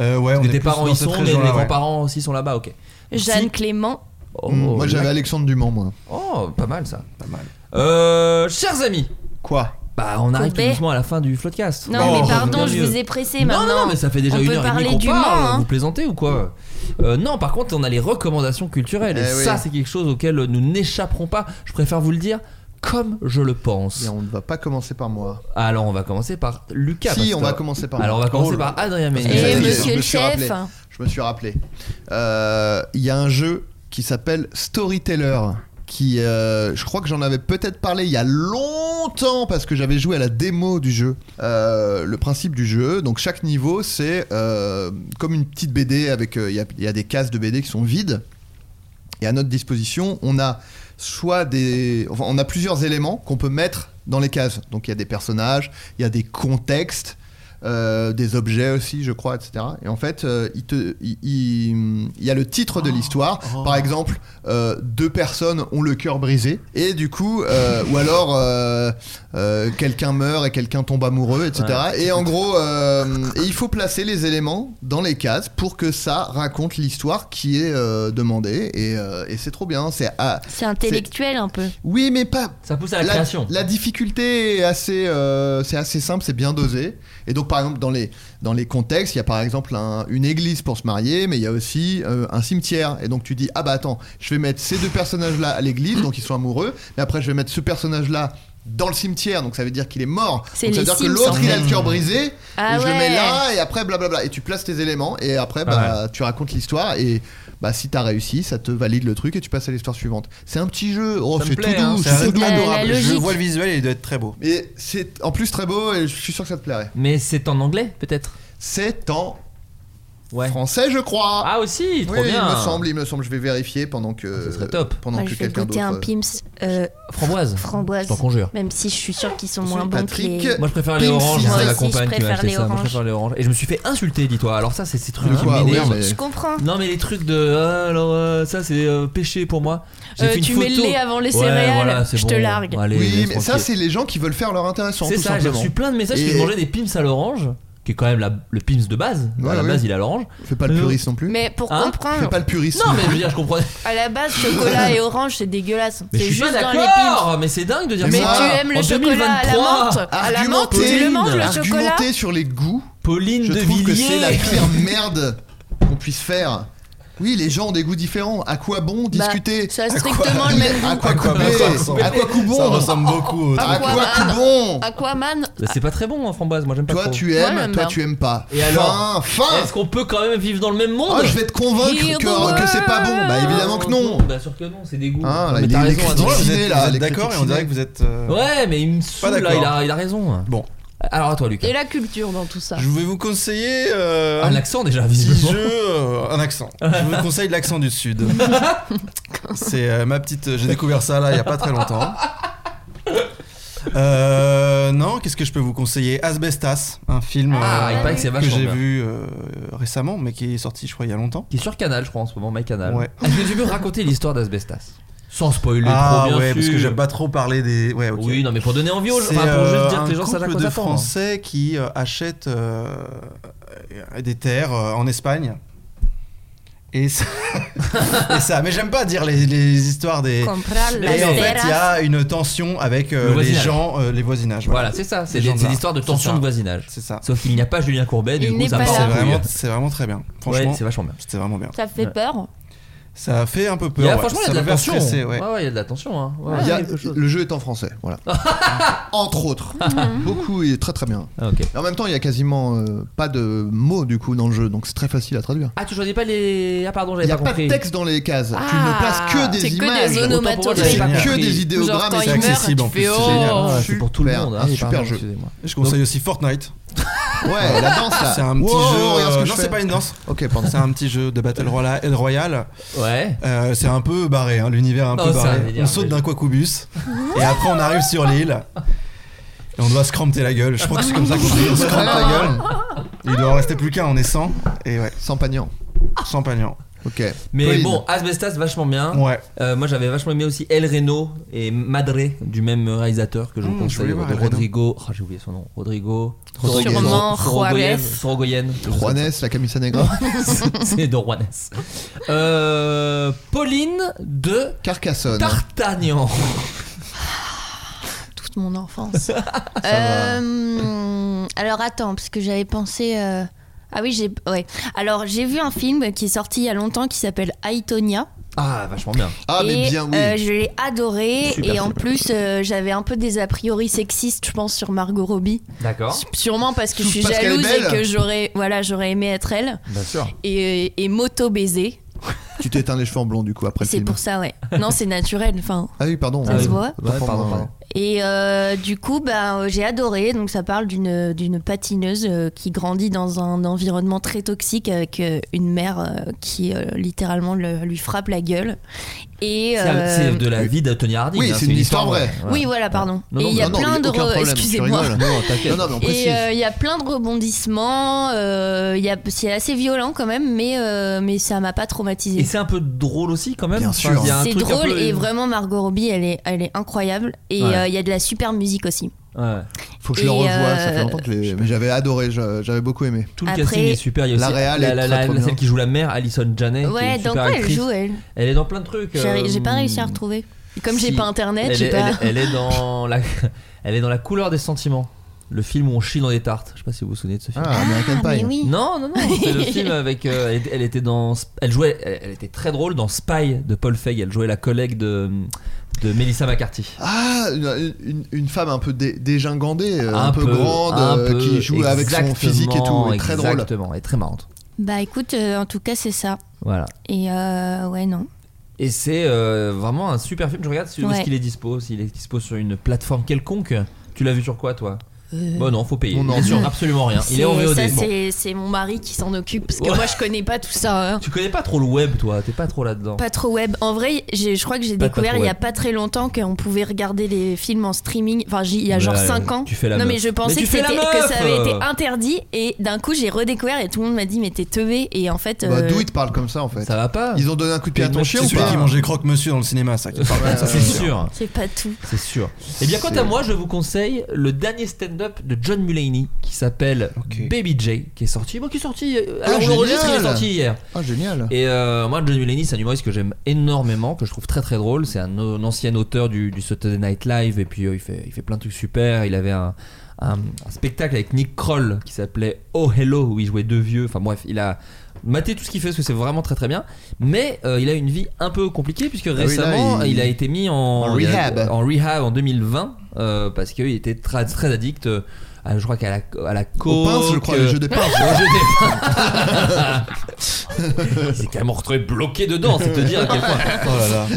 Speaker 1: Euh, ouais, on
Speaker 3: Parce que
Speaker 1: est
Speaker 3: tes
Speaker 1: plus
Speaker 3: parents
Speaker 1: dans
Speaker 3: y
Speaker 1: cette
Speaker 3: sont, mais les
Speaker 1: région-là, ouais.
Speaker 3: grands-parents aussi sont là-bas, ok.
Speaker 5: Jeanne
Speaker 3: Si-
Speaker 5: Clément.
Speaker 3: Oh,
Speaker 2: Mm, moi j'avais
Speaker 3: là-
Speaker 2: Alexandre Dumont, moi.
Speaker 3: Oh, pas mal ça.
Speaker 1: Pas mal.
Speaker 3: Euh, chers amis,
Speaker 2: Quoi
Speaker 3: bah on arrive
Speaker 5: Courbet.
Speaker 3: tout doucement à la fin du Floodcast.
Speaker 5: Non,
Speaker 1: Oh,
Speaker 5: mais pardon,
Speaker 3: tant
Speaker 5: je
Speaker 3: mieux.
Speaker 5: vous ai pressé
Speaker 3: Non,
Speaker 5: maintenant.
Speaker 3: non, non, mais ça fait déjà
Speaker 5: On
Speaker 3: une
Speaker 5: peut
Speaker 3: heure et demie
Speaker 5: parler
Speaker 3: qu'on
Speaker 5: du
Speaker 3: parle.
Speaker 5: Mans, hein.
Speaker 3: Vous plaisantez ou quoi Euh, Non, par contre, on a les recommandations culturelles. et
Speaker 2: Eh oui.
Speaker 3: ça, c'est quelque chose auquel nous n'échapperons pas. Je préfère vous le dire comme je le pense.
Speaker 2: Mais on ne va pas commencer par moi.
Speaker 3: Alors, on va commencer par Lucas.
Speaker 2: si,
Speaker 3: Pastor.
Speaker 2: on va commencer par
Speaker 3: Alors, on
Speaker 2: moi.
Speaker 3: va commencer
Speaker 2: Oh,
Speaker 3: par Adrien
Speaker 2: parce que
Speaker 5: Et
Speaker 2: ça y est,
Speaker 3: Méniel.
Speaker 5: monsieur
Speaker 2: je me
Speaker 5: le
Speaker 2: suis
Speaker 5: chef.
Speaker 2: rappelé. Je me suis rappelé. Euh, Il y a un jeu qui s'appelle Storyteller. Qui, euh, je crois que j'en avais peut-être parlé il y a longtemps parce que j'avais joué à la démo du jeu. Euh, le principe du jeu, donc chaque niveau, c'est euh, comme une petite BD avec. euh, Il y a- il y a des cases de BD qui sont vides. Et à notre disposition, on a soit des, enfin, on a plusieurs éléments qu'on peut mettre dans les cases. Donc il y a des personnages, il y a des contextes, euh, des objets aussi, je crois, etc. Et en fait, euh, il, te, il, il- il y a le titre de l'histoire. Par exemple, euh, deux personnes ont le cœur brisé, et du coup, euh, ou alors euh, euh, quelqu'un meurt et quelqu'un tombe amoureux, etc. Et en gros, euh, et il faut placer les éléments dans les cases pour que ça raconte l'histoire qui est euh, demandée. Et, euh, et c'est trop bien. C'est ah,
Speaker 5: C'est intellectuel un peu.
Speaker 2: oui, mais pas
Speaker 3: Ça pousse à la, création.
Speaker 2: la difficulté est assez, euh, c'est assez simple, c'est bien dosé. Et donc, par exemple, dans les, dans les contextes, il y a par exemple un- une église pour se marier, mais il y a aussi euh, un cimetière. Et donc, tu dis, ah bah attends, je vais mettre ces deux personnages-là à l'église, donc ils sont amoureux, mais après, je vais mettre ce personnage-là dans le cimetière, donc ça veut dire qu'il est mort.
Speaker 5: C'est
Speaker 2: Donc ça veut
Speaker 5: les
Speaker 2: dire que
Speaker 5: Sims,
Speaker 2: l'autre
Speaker 5: en
Speaker 2: il a
Speaker 5: fait.
Speaker 2: le cœur brisé,
Speaker 5: Ah
Speaker 2: et je le mets
Speaker 5: ouais.
Speaker 2: là, et après blablabla. Et tu places tes éléments, et après bah, tu racontes l'histoire, et bah, si t'as réussi, ça te valide le truc, et tu passes à l'histoire suivante. C'est un petit jeu, oh,
Speaker 1: Ça me
Speaker 2: c'est tout
Speaker 1: plaît, hein,
Speaker 2: doux,
Speaker 1: c'est un
Speaker 2: c'est
Speaker 1: rythme
Speaker 2: adorable.
Speaker 1: adorable. Je vois le visuel et il doit être très beau.
Speaker 2: Et c'est en plus très beau, et je suis sûr que ça te plairait.
Speaker 3: Mais c'est en anglais, peut-être
Speaker 2: C'est en
Speaker 3: Ouais.
Speaker 2: français, je crois.
Speaker 3: Ah aussi, trop
Speaker 2: oui,
Speaker 3: bien.
Speaker 2: il me semble, il me semble, je vais vérifier pendant que.
Speaker 3: Ce serait top.
Speaker 2: Pendant
Speaker 5: Moi,
Speaker 2: que
Speaker 5: je vais
Speaker 2: quelqu'un
Speaker 5: goûter un
Speaker 2: d'autre.
Speaker 5: Pims euh,
Speaker 3: Framboise.
Speaker 5: framboise.
Speaker 3: Je t'en conjure.
Speaker 5: Même si je suis sûre qu'ils sont
Speaker 2: Ensuite,
Speaker 5: moins bons que
Speaker 2: Patrick.
Speaker 5: les.
Speaker 3: Moi je préfère les
Speaker 2: Pim,
Speaker 3: oranges,
Speaker 2: si,
Speaker 3: c'est
Speaker 2: moi
Speaker 3: la
Speaker 5: aussi, je
Speaker 3: compagne qui m'a
Speaker 5: préfère
Speaker 3: acheté
Speaker 5: les
Speaker 3: ça. Moi je
Speaker 5: oranges.
Speaker 3: préfère les oranges. Et je me suis fait insulter, dis-toi. Alors ça, c'est ces trucs
Speaker 2: De
Speaker 3: qui
Speaker 2: quoi Ah Oui,
Speaker 3: m'énervent.
Speaker 2: mais-
Speaker 5: Je comprends.
Speaker 3: Non mais les trucs de euh, alors euh, ça c'est euh, péché pour moi. J'ai
Speaker 5: Euh,
Speaker 3: fait une
Speaker 5: tu
Speaker 3: photo.
Speaker 5: mets le lait avant les
Speaker 3: Ouais,
Speaker 5: céréales,
Speaker 3: voilà, c'est
Speaker 5: je te
Speaker 3: bon.
Speaker 5: largue.
Speaker 3: Allez,
Speaker 2: Oui,
Speaker 3: laisse
Speaker 2: mais ça,
Speaker 3: tranquille.
Speaker 2: c'est les gens qui veulent faire leur intéressant.
Speaker 3: C'est
Speaker 2: tout
Speaker 3: ça, j'ai
Speaker 2: simplement.
Speaker 3: reçu plein de messages qui
Speaker 2: Et-
Speaker 3: me mangeaient des pims à l'orange, qui est quand même la- le pims de base.
Speaker 2: Ouais,
Speaker 3: à la
Speaker 2: ouais.
Speaker 3: base, il a l'orange.
Speaker 2: Fais pas le
Speaker 3: Euh,
Speaker 2: puriste non plus.
Speaker 5: Mais pour
Speaker 3: Hein
Speaker 2: Fais
Speaker 5: comprendre,
Speaker 2: pas le puriste.
Speaker 5: Oh,
Speaker 3: Non, mais je veux dire, je comprenais.
Speaker 5: à la base, chocolat et orange, c'est dégueulasse.
Speaker 3: Mais je
Speaker 5: C'est
Speaker 3: suis pas
Speaker 5: juste dans les pims.
Speaker 3: d'accord. Mais c'est dingue de dire
Speaker 2: Mais
Speaker 5: Mais
Speaker 3: ça.
Speaker 5: tu
Speaker 2: Ah,
Speaker 5: aimes le
Speaker 3: en
Speaker 5: chocolat à la
Speaker 3: 2023,
Speaker 5: menthe À la menthe, tu le manges le chocolat
Speaker 2: Argumenter sur les goûts,
Speaker 3: Pauline
Speaker 2: je
Speaker 3: de
Speaker 2: trouve que c'est la
Speaker 3: Villiers.
Speaker 2: pire merde qu'on puisse faire. Oui, les gens ont des goûts différents. À quoi bon
Speaker 5: Bah,
Speaker 2: discuter
Speaker 5: ça a
Speaker 2: À quoi-
Speaker 5: strictement le même
Speaker 2: À quoi
Speaker 1: goût.
Speaker 2: couper
Speaker 1: Ça ressemble-
Speaker 2: À quoi couper
Speaker 1: Ça ressemble beaucoup. au
Speaker 2: À
Speaker 1: truc.
Speaker 5: quoi-
Speaker 2: quoi coupons
Speaker 5: Aquaman
Speaker 3: Bah, C'est pas très bon en framboise, moi j'aime pas
Speaker 2: Toi
Speaker 3: trop.
Speaker 2: tu
Speaker 5: Moi,
Speaker 2: aimes,
Speaker 5: j'aime
Speaker 2: toi
Speaker 5: bien.
Speaker 2: tu aimes pas.
Speaker 3: Et alors
Speaker 2: Fin, fin
Speaker 3: Est-ce qu'on peut quand même vivre dans le même monde
Speaker 2: Oh, je vais te convaincre
Speaker 5: Here the
Speaker 2: que, que c'est pas bon. Bah évidemment que non.
Speaker 3: Bien sûr que non, c'est des goûts.
Speaker 2: Ah, là,
Speaker 3: mais
Speaker 2: il
Speaker 3: t'as
Speaker 2: est-
Speaker 3: raison,
Speaker 2: il est
Speaker 3: Adrien.
Speaker 1: Non, vous
Speaker 2: ciné,
Speaker 1: êtes,
Speaker 2: là,
Speaker 1: vous êtes
Speaker 2: les
Speaker 1: d'accord et
Speaker 2: critiques
Speaker 1: on dirait
Speaker 2: ciné.
Speaker 1: que vous êtes. euh,
Speaker 3: Ouais, mais il me saoule là,
Speaker 1: d'accord.
Speaker 3: il a, il a raison.
Speaker 1: Bon,
Speaker 3: Alors à toi, Lucas.
Speaker 5: Et la culture dans tout ça.
Speaker 1: je vais vous conseiller euh,
Speaker 2: Ah,
Speaker 3: Un accent déjà,
Speaker 1: petit
Speaker 3: visiblement.
Speaker 1: jeu, euh, un accent. Je vous conseille l'accent du Sud. C'est euh, ma petite. J'ai découvert ça là il y a pas très longtemps. Euh, non, qu'est-ce que je peux vous conseiller Asbestas, un film
Speaker 3: Ah,
Speaker 1: euh,
Speaker 3: il paraît que c'est
Speaker 1: que
Speaker 3: vachement
Speaker 1: j'ai
Speaker 3: bien.
Speaker 1: vu euh, récemment, mais qui est sorti, je crois, il y a longtemps.
Speaker 3: Qui est sur Canal, je crois, en ce moment, My Canal.
Speaker 1: Ouais.
Speaker 3: Est-ce que tu veux raconter l'histoire d'Asbestas Sans spoiler
Speaker 1: ah
Speaker 3: trop, bien
Speaker 1: ouais,
Speaker 3: sûr.
Speaker 1: parce que j'aime pas trop parler des. Ouais, ok.
Speaker 3: Oui, non, mais pour donner envie aux gens.
Speaker 1: C'est,
Speaker 3: Enfin, pour
Speaker 1: euh,
Speaker 3: juste dire
Speaker 1: un
Speaker 3: que les gens savent à
Speaker 1: couple
Speaker 3: quoi
Speaker 1: de
Speaker 3: s'attendre.
Speaker 1: Français qui euh, achètent euh, euh, des terres euh, en Espagne. Et ça, et ça. mais j'aime pas dire les, les histoires des.
Speaker 5: Comprar
Speaker 1: Et
Speaker 5: la
Speaker 1: en fait, il y
Speaker 5: terra.
Speaker 1: a une tension avec euh,
Speaker 3: Le
Speaker 1: les
Speaker 3: voisinage.
Speaker 1: gens, euh, les voisinages.
Speaker 3: Voilà, c'est ça, c'est
Speaker 1: Les gens
Speaker 3: des-
Speaker 1: de
Speaker 3: c'est
Speaker 1: là.
Speaker 3: l'histoire de
Speaker 1: C'est
Speaker 3: tension
Speaker 1: ça.
Speaker 3: de voisinage.
Speaker 1: C'est ça.
Speaker 3: Sauf qu'il n'y a pas Julien Courbet, du
Speaker 5: Il
Speaker 3: coup,
Speaker 5: n'est
Speaker 3: ça
Speaker 5: pas
Speaker 3: part en
Speaker 5: là.
Speaker 1: C'est
Speaker 3: couille.
Speaker 1: vraiment, c'est vraiment très bien. Franchement,
Speaker 3: Ouais, c'est vachement bien.
Speaker 1: c'était vraiment bien.
Speaker 5: Ça fait peur.
Speaker 1: Ça fait un peu
Speaker 3: Il
Speaker 1: peur.
Speaker 3: y a,
Speaker 1: ouais.
Speaker 3: franchement, il y
Speaker 1: Ça
Speaker 3: a de
Speaker 1: peut
Speaker 3: la
Speaker 1: faire
Speaker 3: tension.
Speaker 1: stresser, ouais.
Speaker 3: ouais. ouais, il y a de la tension. Hein. Ouais,
Speaker 2: Il y a-
Speaker 3: quelque chose.
Speaker 2: le jeu est en français, voilà. Entre autres.
Speaker 3: Mhm.
Speaker 2: Beaucoup, il est très très bien.
Speaker 3: Ah, ok.
Speaker 2: Et en même temps, il y a quasiment euh, pas de mots du coup dans le jeu, donc c'est très facile à traduire.
Speaker 3: Ah, tu choisis pas les. Ah, pardon,
Speaker 2: Il
Speaker 3: j'avais
Speaker 2: n'y
Speaker 3: pas
Speaker 2: a pas
Speaker 3: compris.
Speaker 2: de texte dans les cases. tu
Speaker 3: Ah,
Speaker 2: ne places que
Speaker 5: C'est
Speaker 2: des
Speaker 5: que
Speaker 2: images.
Speaker 5: des
Speaker 3: Autant
Speaker 5: onomatopées.
Speaker 3: pour moi,
Speaker 1: C'est
Speaker 2: C'est que
Speaker 1: compris.
Speaker 2: des
Speaker 5: Genre
Speaker 2: idéogrammes
Speaker 5: quand
Speaker 2: et
Speaker 5: il
Speaker 2: c'est
Speaker 5: meurt,
Speaker 1: accessible, en
Speaker 5: tu
Speaker 1: plus,
Speaker 5: fais
Speaker 1: Ah, c'est génial.
Speaker 5: oh.
Speaker 3: Ah, c'est pour tout le
Speaker 2: Super,
Speaker 3: monde.
Speaker 2: un
Speaker 3: Ah oui,
Speaker 2: super
Speaker 3: pardon,
Speaker 2: jeu.
Speaker 3: excusez-moi.
Speaker 1: Je conseille aussi Fortnite.
Speaker 2: Ouais, la danse là.
Speaker 1: C'est un petit
Speaker 2: Wow,
Speaker 1: jeu.
Speaker 2: regarde ce que
Speaker 1: euh,
Speaker 2: je
Speaker 1: non,
Speaker 2: fais.
Speaker 1: c'est pas une danse.
Speaker 2: Ok, pardon.
Speaker 1: C'est un petit jeu de Battle Royale. Royale.
Speaker 3: Ouais.
Speaker 1: Euh, c'est un peu barré, hein, l'univers est un
Speaker 3: Oh,
Speaker 1: peu
Speaker 3: c'est un
Speaker 1: barré.
Speaker 3: délire,
Speaker 1: On saute
Speaker 3: déjà.
Speaker 1: d'un quacubus et après on arrive sur l'île et on doit se cramper la gueule. Je crois que c'est comme ça qu'on dit, on se crampe la
Speaker 2: Ah.
Speaker 1: gueule. Il doit en rester plus qu'un, on est 100 et ouais,
Speaker 2: Sans pagnant.
Speaker 1: sans pagnant.
Speaker 2: Ok.
Speaker 3: Mais
Speaker 2: Pauline.
Speaker 3: bon, Asbestas, vachement bien.
Speaker 1: Ouais.
Speaker 3: Euh, moi j'avais vachement aimé aussi El Reno et Madre du même réalisateur que je vous
Speaker 1: Mmh, je
Speaker 3: conseille
Speaker 1: voulais voir
Speaker 3: de
Speaker 1: El Reno.
Speaker 3: Rodrigo ah j'ai oublié son nom Rodrigo
Speaker 2: Rodriguez.
Speaker 5: Sûrement
Speaker 3: Sorogoyen-
Speaker 5: Juarez.
Speaker 3: Sorogoyen.
Speaker 2: Juanes, la camisa negra.
Speaker 3: c'est de Juanes Euh, Pauline de
Speaker 2: Carcassonne. hein.
Speaker 3: Tartagnan
Speaker 5: toute mon enfance. Euh, alors attends, parce que j'avais pensé. euh, Ah oui, j'ai. Ouais. Alors j'ai vu un film qui est sorti il y a longtemps qui s'appelle Aitonia.
Speaker 3: ah vachement bien
Speaker 2: Ah,
Speaker 5: et,
Speaker 2: mais bien, oui.
Speaker 5: euh, je l'ai adoré.
Speaker 3: Super
Speaker 5: Et en
Speaker 3: film.
Speaker 5: plus, euh, j'avais un peu des a priori sexistes, je pense, sur Margot Robbie.
Speaker 3: d'accord
Speaker 5: Sûrement parce que je suis
Speaker 2: Ah Parce qu'elle est
Speaker 5: jalouse et
Speaker 2: belle.
Speaker 5: que j'aurais voilà, j'aurais aimé être elle.
Speaker 3: bien sûr
Speaker 5: Et, et moto baiser.
Speaker 2: Tu t'es éteint les cheveux en blond du coup après le
Speaker 5: C'est
Speaker 2: film.
Speaker 5: pour ça, ouais. Non, c'est naturel. Enfin,
Speaker 2: Ah oui, pardon.
Speaker 5: Ça se voit
Speaker 2: Pardon,
Speaker 3: pardon,
Speaker 2: ouais.
Speaker 3: pardon.
Speaker 5: Et euh, du coup, bah, euh, j'ai adoré. Donc, ça parle d'une d'une patineuse euh, qui grandit dans un environnement très toxique avec euh, une mère euh, qui euh, littéralement le- lui frappe la gueule. Et
Speaker 3: C'est-
Speaker 5: euh,
Speaker 3: c'est de la vie d'Anthony Hardy
Speaker 2: oui,
Speaker 3: hein,
Speaker 2: c'est une histoire vraie.
Speaker 3: voilà.
Speaker 5: oui, voilà, pardon.
Speaker 3: Non, non,
Speaker 5: et il y a
Speaker 2: non, non,
Speaker 5: plein
Speaker 2: mais
Speaker 5: de
Speaker 2: aucun
Speaker 5: re-
Speaker 2: problème, tu
Speaker 5: excusez-moi.
Speaker 2: rigoles. Non, t'inquiète. Non, non, mais on précise.
Speaker 5: Et euh, il y a plein de rebondissements. euh, il y a- c'est assez violent quand même, mais euh, mais ça m'a pas
Speaker 3: et
Speaker 5: traumatisé.
Speaker 3: c'est un peu drôle aussi quand même
Speaker 2: Bien
Speaker 3: Enfin,
Speaker 2: sûr.
Speaker 3: il y a un
Speaker 5: C'est
Speaker 3: truc un
Speaker 5: drôle
Speaker 3: peu-
Speaker 5: et vraiment Margot Robbie, elle est elle est incroyable. Et euh, il
Speaker 3: Ouais.
Speaker 5: y a de la super musique aussi.
Speaker 3: Ouais.
Speaker 2: Faut que je le
Speaker 5: Et,
Speaker 2: revoie,
Speaker 5: euh,
Speaker 2: ça fait longtemps que je l'ai- mais j'avais adoré, je- j'avais beaucoup aimé.
Speaker 3: tout le
Speaker 5: Après,
Speaker 3: casting est super il y a
Speaker 2: la
Speaker 3: aussi
Speaker 2: réal est
Speaker 3: la, la-
Speaker 2: très,
Speaker 3: la-
Speaker 2: très bien.
Speaker 3: celle qui joue la mère Alison Janet qui est
Speaker 5: Ouais,
Speaker 3: une
Speaker 5: dans
Speaker 3: super
Speaker 5: quoi elle
Speaker 3: actrice.
Speaker 5: joue elle
Speaker 3: Elle est dans plein de trucs.
Speaker 5: J'ai
Speaker 3: euh,
Speaker 5: j'ai pas réussi à retrouver. Comme j'ai
Speaker 3: si.
Speaker 5: pas internet,
Speaker 3: Elle
Speaker 5: j'ai
Speaker 3: est,
Speaker 5: pas.
Speaker 3: elle- elle est dans la, elle est dans la couleur des sentiments. le film où on chie dans des tartes. Je sais pas si vous vous souvenez de ce film.
Speaker 2: Ah, American Ah, Pie. mais oui.
Speaker 3: Non, non, non. C'est le film avec. euh, elle, elle était dans. Elle jouait. Elle, elle était très drôle dans Spy de Paul Feig. Elle jouait la collègue de de Melissa McCarthy.
Speaker 2: Ah, une, une- une femme un peu dé- dégingandée, euh, un,
Speaker 3: Un
Speaker 2: peu,
Speaker 3: peu,
Speaker 2: grande,
Speaker 3: un
Speaker 2: euh,
Speaker 3: peu,
Speaker 2: qui joue avec son
Speaker 3: exactement,
Speaker 2: physique et tout. Et très drôle.
Speaker 3: Exactement, et très marrante.
Speaker 5: Bah écoute, euh, en tout cas, c'est ça.
Speaker 3: Voilà.
Speaker 5: Et euh, ouais, non.
Speaker 3: Et c'est euh, vraiment un super film. Je regarde si, où est-ce
Speaker 5: Ouais.
Speaker 3: qu'il est dispo, s'il est dispo sur une plateforme quelconque. Tu l'as vu sur quoi, toi
Speaker 5: Euh.
Speaker 3: Bon, non, faut payer.
Speaker 2: On en
Speaker 3: Bien sûr,
Speaker 2: veut.
Speaker 3: absolument rien. Il est en
Speaker 5: C'est-
Speaker 3: VOD.
Speaker 5: Ça,
Speaker 3: Bon.
Speaker 5: c'est- c'est mon mari qui s'en occupe parce que
Speaker 3: Ouais.
Speaker 5: moi, je connais pas tout ça. hein.
Speaker 3: Tu connais pas trop le web, toi. T'es pas trop là-dedans.
Speaker 5: Pas trop web. En vrai, j'ai- je crois que j'ai
Speaker 3: Pas- pas
Speaker 5: découvert
Speaker 3: trop
Speaker 5: il y a
Speaker 3: web.
Speaker 5: pas très longtemps qu'on pouvait regarder les films en streaming. Enfin, j'y- il y a
Speaker 3: Ouais,
Speaker 5: genre 5
Speaker 3: ouais,
Speaker 5: ans.
Speaker 3: tu fais la
Speaker 5: non,
Speaker 3: meuf.
Speaker 5: mais je
Speaker 3: Mais
Speaker 5: pensais
Speaker 3: tu
Speaker 5: que,
Speaker 3: fais la
Speaker 5: c'était-
Speaker 3: meuf
Speaker 5: que ça avait été
Speaker 3: Euh.
Speaker 5: interdit. Et d'un coup, j'ai redécouvert et tout le monde m'a dit, mais t'es teubé. Et en fait.
Speaker 2: Bah,
Speaker 5: euh,
Speaker 2: D'où ils te parlent comme ça en fait
Speaker 3: Ça va pas.
Speaker 2: Ils ont donné un coup de pied à ton chien
Speaker 1: C'est
Speaker 2: ou
Speaker 1: celui
Speaker 2: pas
Speaker 1: qui mangeait croque-monsieur dans le cinéma, ça. qui parle comme ça.
Speaker 3: Ça, c'est sûr.
Speaker 5: C'est pas tout.
Speaker 3: C'est sûr. Et bien, quant
Speaker 2: C'est-
Speaker 3: à moi, je vous conseille le dernier stand-up de John Mulaney qui s'appelle
Speaker 1: Ok.
Speaker 3: Baby J, qui est sorti. Bon, qui est sorti. euh,
Speaker 2: Ah,
Speaker 3: Alors, on
Speaker 2: génial.
Speaker 3: l'enregistre, il est sorti hier.
Speaker 2: Ah génial
Speaker 3: Et euh, moi, John Mulaney, c'est un humoriste que j'aime énormément, que je trouve très très drôle. C'est un, un ancien auteur du, du Saturday Night Live, et puis euh, il, fait, il fait plein de trucs super. Il avait un, un- un spectacle avec Nick Kroll qui s'appelait Oh Hello, où il jouait deux vieux. Enfin bref, il a maté tout ce qu'il fait parce que c'est vraiment très très bien. Mais euh, il a une vie un peu compliquée, puisque
Speaker 2: Ah oui, là,
Speaker 3: récemment,
Speaker 2: il-
Speaker 3: il... a été mis en,
Speaker 2: En rehab.
Speaker 3: en rehab en 2020, euh, parce qu'il était très, très addict. euh, à- je crois qu'à la, à la
Speaker 2: Aux
Speaker 3: coke.
Speaker 2: pinces je crois,
Speaker 3: euh,
Speaker 2: le jeu des pinces
Speaker 3: Bon, je t'ai- Il s'est carrément retrouvé bloqué dedans, c'est te dire à quel point.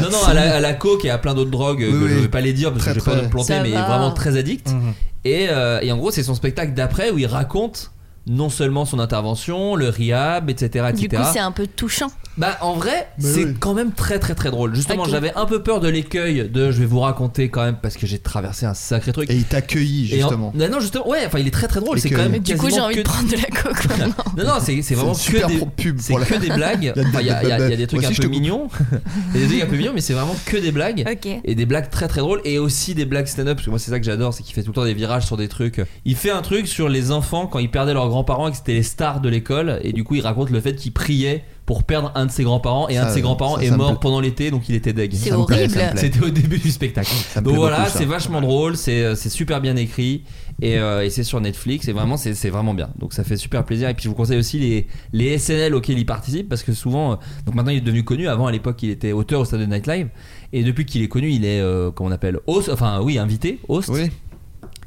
Speaker 3: Non, non, à la, à la coke et à plein d'autres drogues,
Speaker 2: Oui,
Speaker 3: que je
Speaker 2: oui.
Speaker 3: vais pas les dire parce
Speaker 2: Très,
Speaker 3: que j'ai peur
Speaker 2: très.
Speaker 3: de me planter,
Speaker 5: Ça
Speaker 3: mais il est
Speaker 5: va.
Speaker 3: vraiment très addict.
Speaker 1: Mhm.
Speaker 3: Et, euh, et en gros, c'est son spectacle d'après où il raconte non seulement son intervention, le rehab, etc.
Speaker 5: Du coup,
Speaker 3: etc.
Speaker 5: c'est un peu touchant.
Speaker 3: Bah en vrai,
Speaker 2: Mais
Speaker 3: c'est
Speaker 2: oui.
Speaker 3: quand même très très très drôle. Justement,
Speaker 5: Ok.
Speaker 3: j'avais un peu peur de l'écueil de je vais vous raconter quand même parce que j'ai traversé un sacré truc.
Speaker 2: Et il t'accueille
Speaker 3: Et en-
Speaker 2: justement
Speaker 3: Non, non, justement, ouais, enfin il est très très drôle.
Speaker 2: Et
Speaker 3: C'est
Speaker 2: que-
Speaker 3: quand même
Speaker 2: Mais
Speaker 5: Du coup, j'ai
Speaker 3: quasiment
Speaker 5: envie
Speaker 3: que
Speaker 5: de prendre de la coke maintenant.
Speaker 3: non, non, c'est c'est vraiment
Speaker 2: C'est une super
Speaker 3: que des,
Speaker 2: pro- pub
Speaker 3: c'est
Speaker 2: pour la-
Speaker 3: que des blagues.
Speaker 2: Il y a des-
Speaker 3: Enfin, Il y, a- il y a- il y a des
Speaker 2: Moi
Speaker 3: trucs
Speaker 2: aussi,
Speaker 3: un
Speaker 2: je
Speaker 3: peu
Speaker 2: te coupe.
Speaker 3: mignons, Il y a des trucs un peu mignons, mais c'est vraiment que des blagues
Speaker 5: Ok.
Speaker 3: et des blagues très très drôles et aussi des blagues stand-up parce que moi c'est ça que j'adore, c'est qu'il fait tout le temps des virages sur des trucs. Il fait un truc sur les enfants quand ils perdaient leurs grands-parents et que c'était les stars de l'école et du coup il raconte le fait qu'il priait pour perdre un de ses grands-parents et un
Speaker 2: Ça,
Speaker 3: de ses grands-parents
Speaker 2: ça, ça
Speaker 3: est
Speaker 2: me
Speaker 3: mort
Speaker 2: plaît.
Speaker 3: pendant l'été donc il était deg.
Speaker 5: C'est
Speaker 2: Ça me plaît, ça me
Speaker 5: horrible.
Speaker 2: plaît.
Speaker 3: C'était au début du spectacle.
Speaker 2: Ça me
Speaker 3: Donc
Speaker 2: plaît
Speaker 3: voilà,
Speaker 2: beaucoup, ça.
Speaker 3: c'est vachement drôle, c'est c'est super bien écrit et, euh, et c'est sur Netflix et vraiment c'est c'est vraiment bien. Donc ça fait super plaisir et puis je vous conseille aussi les les SNL auxquels il participe parce que souvent euh, donc maintenant il est devenu connu. Avant à l'époque il était auteur au Saturday Night Live et depuis qu'il est connu il est euh, comment on appelle host, enfin oui invité host.
Speaker 2: Oui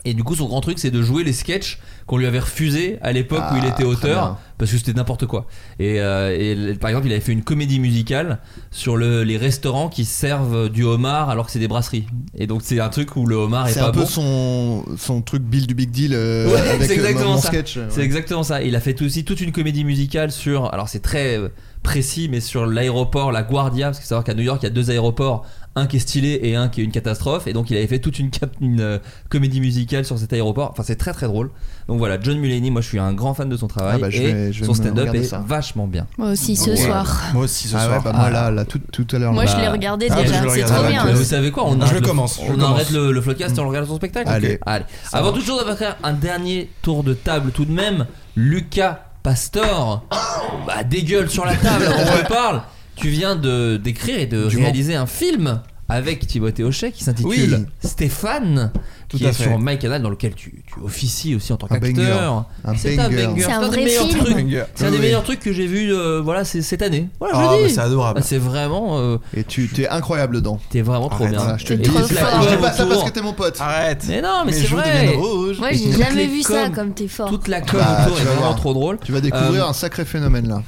Speaker 3: Et du coup, son grand truc, c'est de jouer les sketchs qu'on lui avait refusés à l'époque où il
Speaker 2: Ah,
Speaker 3: était
Speaker 2: très
Speaker 3: auteur,
Speaker 2: bien.
Speaker 3: parce que c'était n'importe quoi. Et, euh, et l- par exemple, il avait fait une comédie musicale sur le- les restaurants qui servent du homard alors que c'est des brasseries. Et donc, c'est un truc où le homard est,
Speaker 2: C'est
Speaker 3: pas
Speaker 2: un peu
Speaker 3: bon.
Speaker 2: son, son truc Bill du Big Deal euh,
Speaker 3: Ouais,
Speaker 2: avec
Speaker 3: c'est
Speaker 2: euh,
Speaker 3: exactement
Speaker 2: mon
Speaker 3: ça.
Speaker 2: sketch. euh,
Speaker 3: C'est
Speaker 2: ouais.
Speaker 3: exactement ça. Il a fait aussi toute une comédie musicale sur. Alors c'est très euh, précis, mais sur l'aéroport, la Guardia, parce que faut savoir qu'à New York, il y a deux aéroports, un qui est stylé et un qui est une catastrophe. Et donc il avait fait toute une, cap- une, euh, comédie musicale sur cet aéroport. Enfin, c'est très très drôle. Donc voilà, John Mulaney, moi je suis un grand fan de son travail
Speaker 2: Ah bah, je
Speaker 3: et
Speaker 2: vais- je vais
Speaker 3: son
Speaker 2: me
Speaker 3: stand-up
Speaker 2: regarder
Speaker 3: est
Speaker 2: ça.
Speaker 3: vachement bien.
Speaker 5: Moi aussi, ce
Speaker 1: Ouais.
Speaker 5: soir.
Speaker 1: Moi aussi ce
Speaker 2: Ah ouais,
Speaker 1: soir.
Speaker 2: bah moi là, là tout, tout à l'heure.
Speaker 5: Moi,
Speaker 2: là.
Speaker 5: je
Speaker 3: Bah,
Speaker 5: l'ai regardé
Speaker 1: ah, je
Speaker 5: déjà.
Speaker 1: le
Speaker 5: C'est
Speaker 1: regarde
Speaker 5: trop
Speaker 1: avec,
Speaker 5: bien.
Speaker 1: euh,
Speaker 3: Vous savez quoi On
Speaker 1: Je
Speaker 3: arrête
Speaker 1: le commence, je
Speaker 3: On
Speaker 1: commence.
Speaker 3: arrête le, le podcast et on regarde son spectacle.
Speaker 2: Allez.
Speaker 3: Allez. Avant toute chose, on va faire un dernier tour de table tout de même. Lucas Pastor, bah dégueule sur la table avant qu'on te parle. Tu viens de d'écrire et de
Speaker 1: Du
Speaker 3: réaliser un film avec Timothée Hochet qui s'intitule Stéphane,
Speaker 1: Tout
Speaker 3: qui
Speaker 1: à
Speaker 3: est
Speaker 1: fait.
Speaker 3: sur My Canal dans lequel tu, tu officies aussi en tant
Speaker 2: Un banger.
Speaker 3: qu'acteur.
Speaker 2: Un
Speaker 3: C'est un
Speaker 2: banger.
Speaker 3: banger.
Speaker 5: C'est un
Speaker 3: des
Speaker 5: vrai
Speaker 3: meilleurs
Speaker 5: film.
Speaker 3: trucs.
Speaker 1: Banger.
Speaker 3: C'est un des
Speaker 2: Oui.
Speaker 3: meilleurs trucs que j'ai vu euh, voilà c'est cette année. Voilà, je
Speaker 1: Ah,
Speaker 3: le
Speaker 1: bah,
Speaker 3: dis.
Speaker 1: c'est adorable.
Speaker 3: Ah, c'est vraiment euh,
Speaker 2: Et tu t'es incroyable dedans.
Speaker 3: T'es vraiment trop
Speaker 1: Arrête,
Speaker 3: bien.
Speaker 2: Voilà, Ah, je te le
Speaker 3: Et
Speaker 2: dis.
Speaker 5: trop
Speaker 2: Je dis
Speaker 3: la
Speaker 5: fort.
Speaker 3: com
Speaker 2: pas- je dis pas ça
Speaker 3: autour.
Speaker 2: parce que t'es mon pote.
Speaker 1: Arrête.
Speaker 3: Mais non, mais
Speaker 1: Mes
Speaker 3: c'est
Speaker 1: joues
Speaker 3: vrai.
Speaker 1: deviennent rouges.
Speaker 5: Moi, j'ai
Speaker 3: Toutes
Speaker 5: jamais
Speaker 3: les
Speaker 5: vu ça
Speaker 3: coms.
Speaker 5: comme t'es fort.
Speaker 3: Toute la com
Speaker 2: Bah,
Speaker 3: autour
Speaker 2: tu
Speaker 3: est
Speaker 2: vas
Speaker 3: vraiment
Speaker 2: voir.
Speaker 3: trop drôle.
Speaker 2: Tu vas découvrir
Speaker 3: Euh,
Speaker 2: un sacré phénomène là.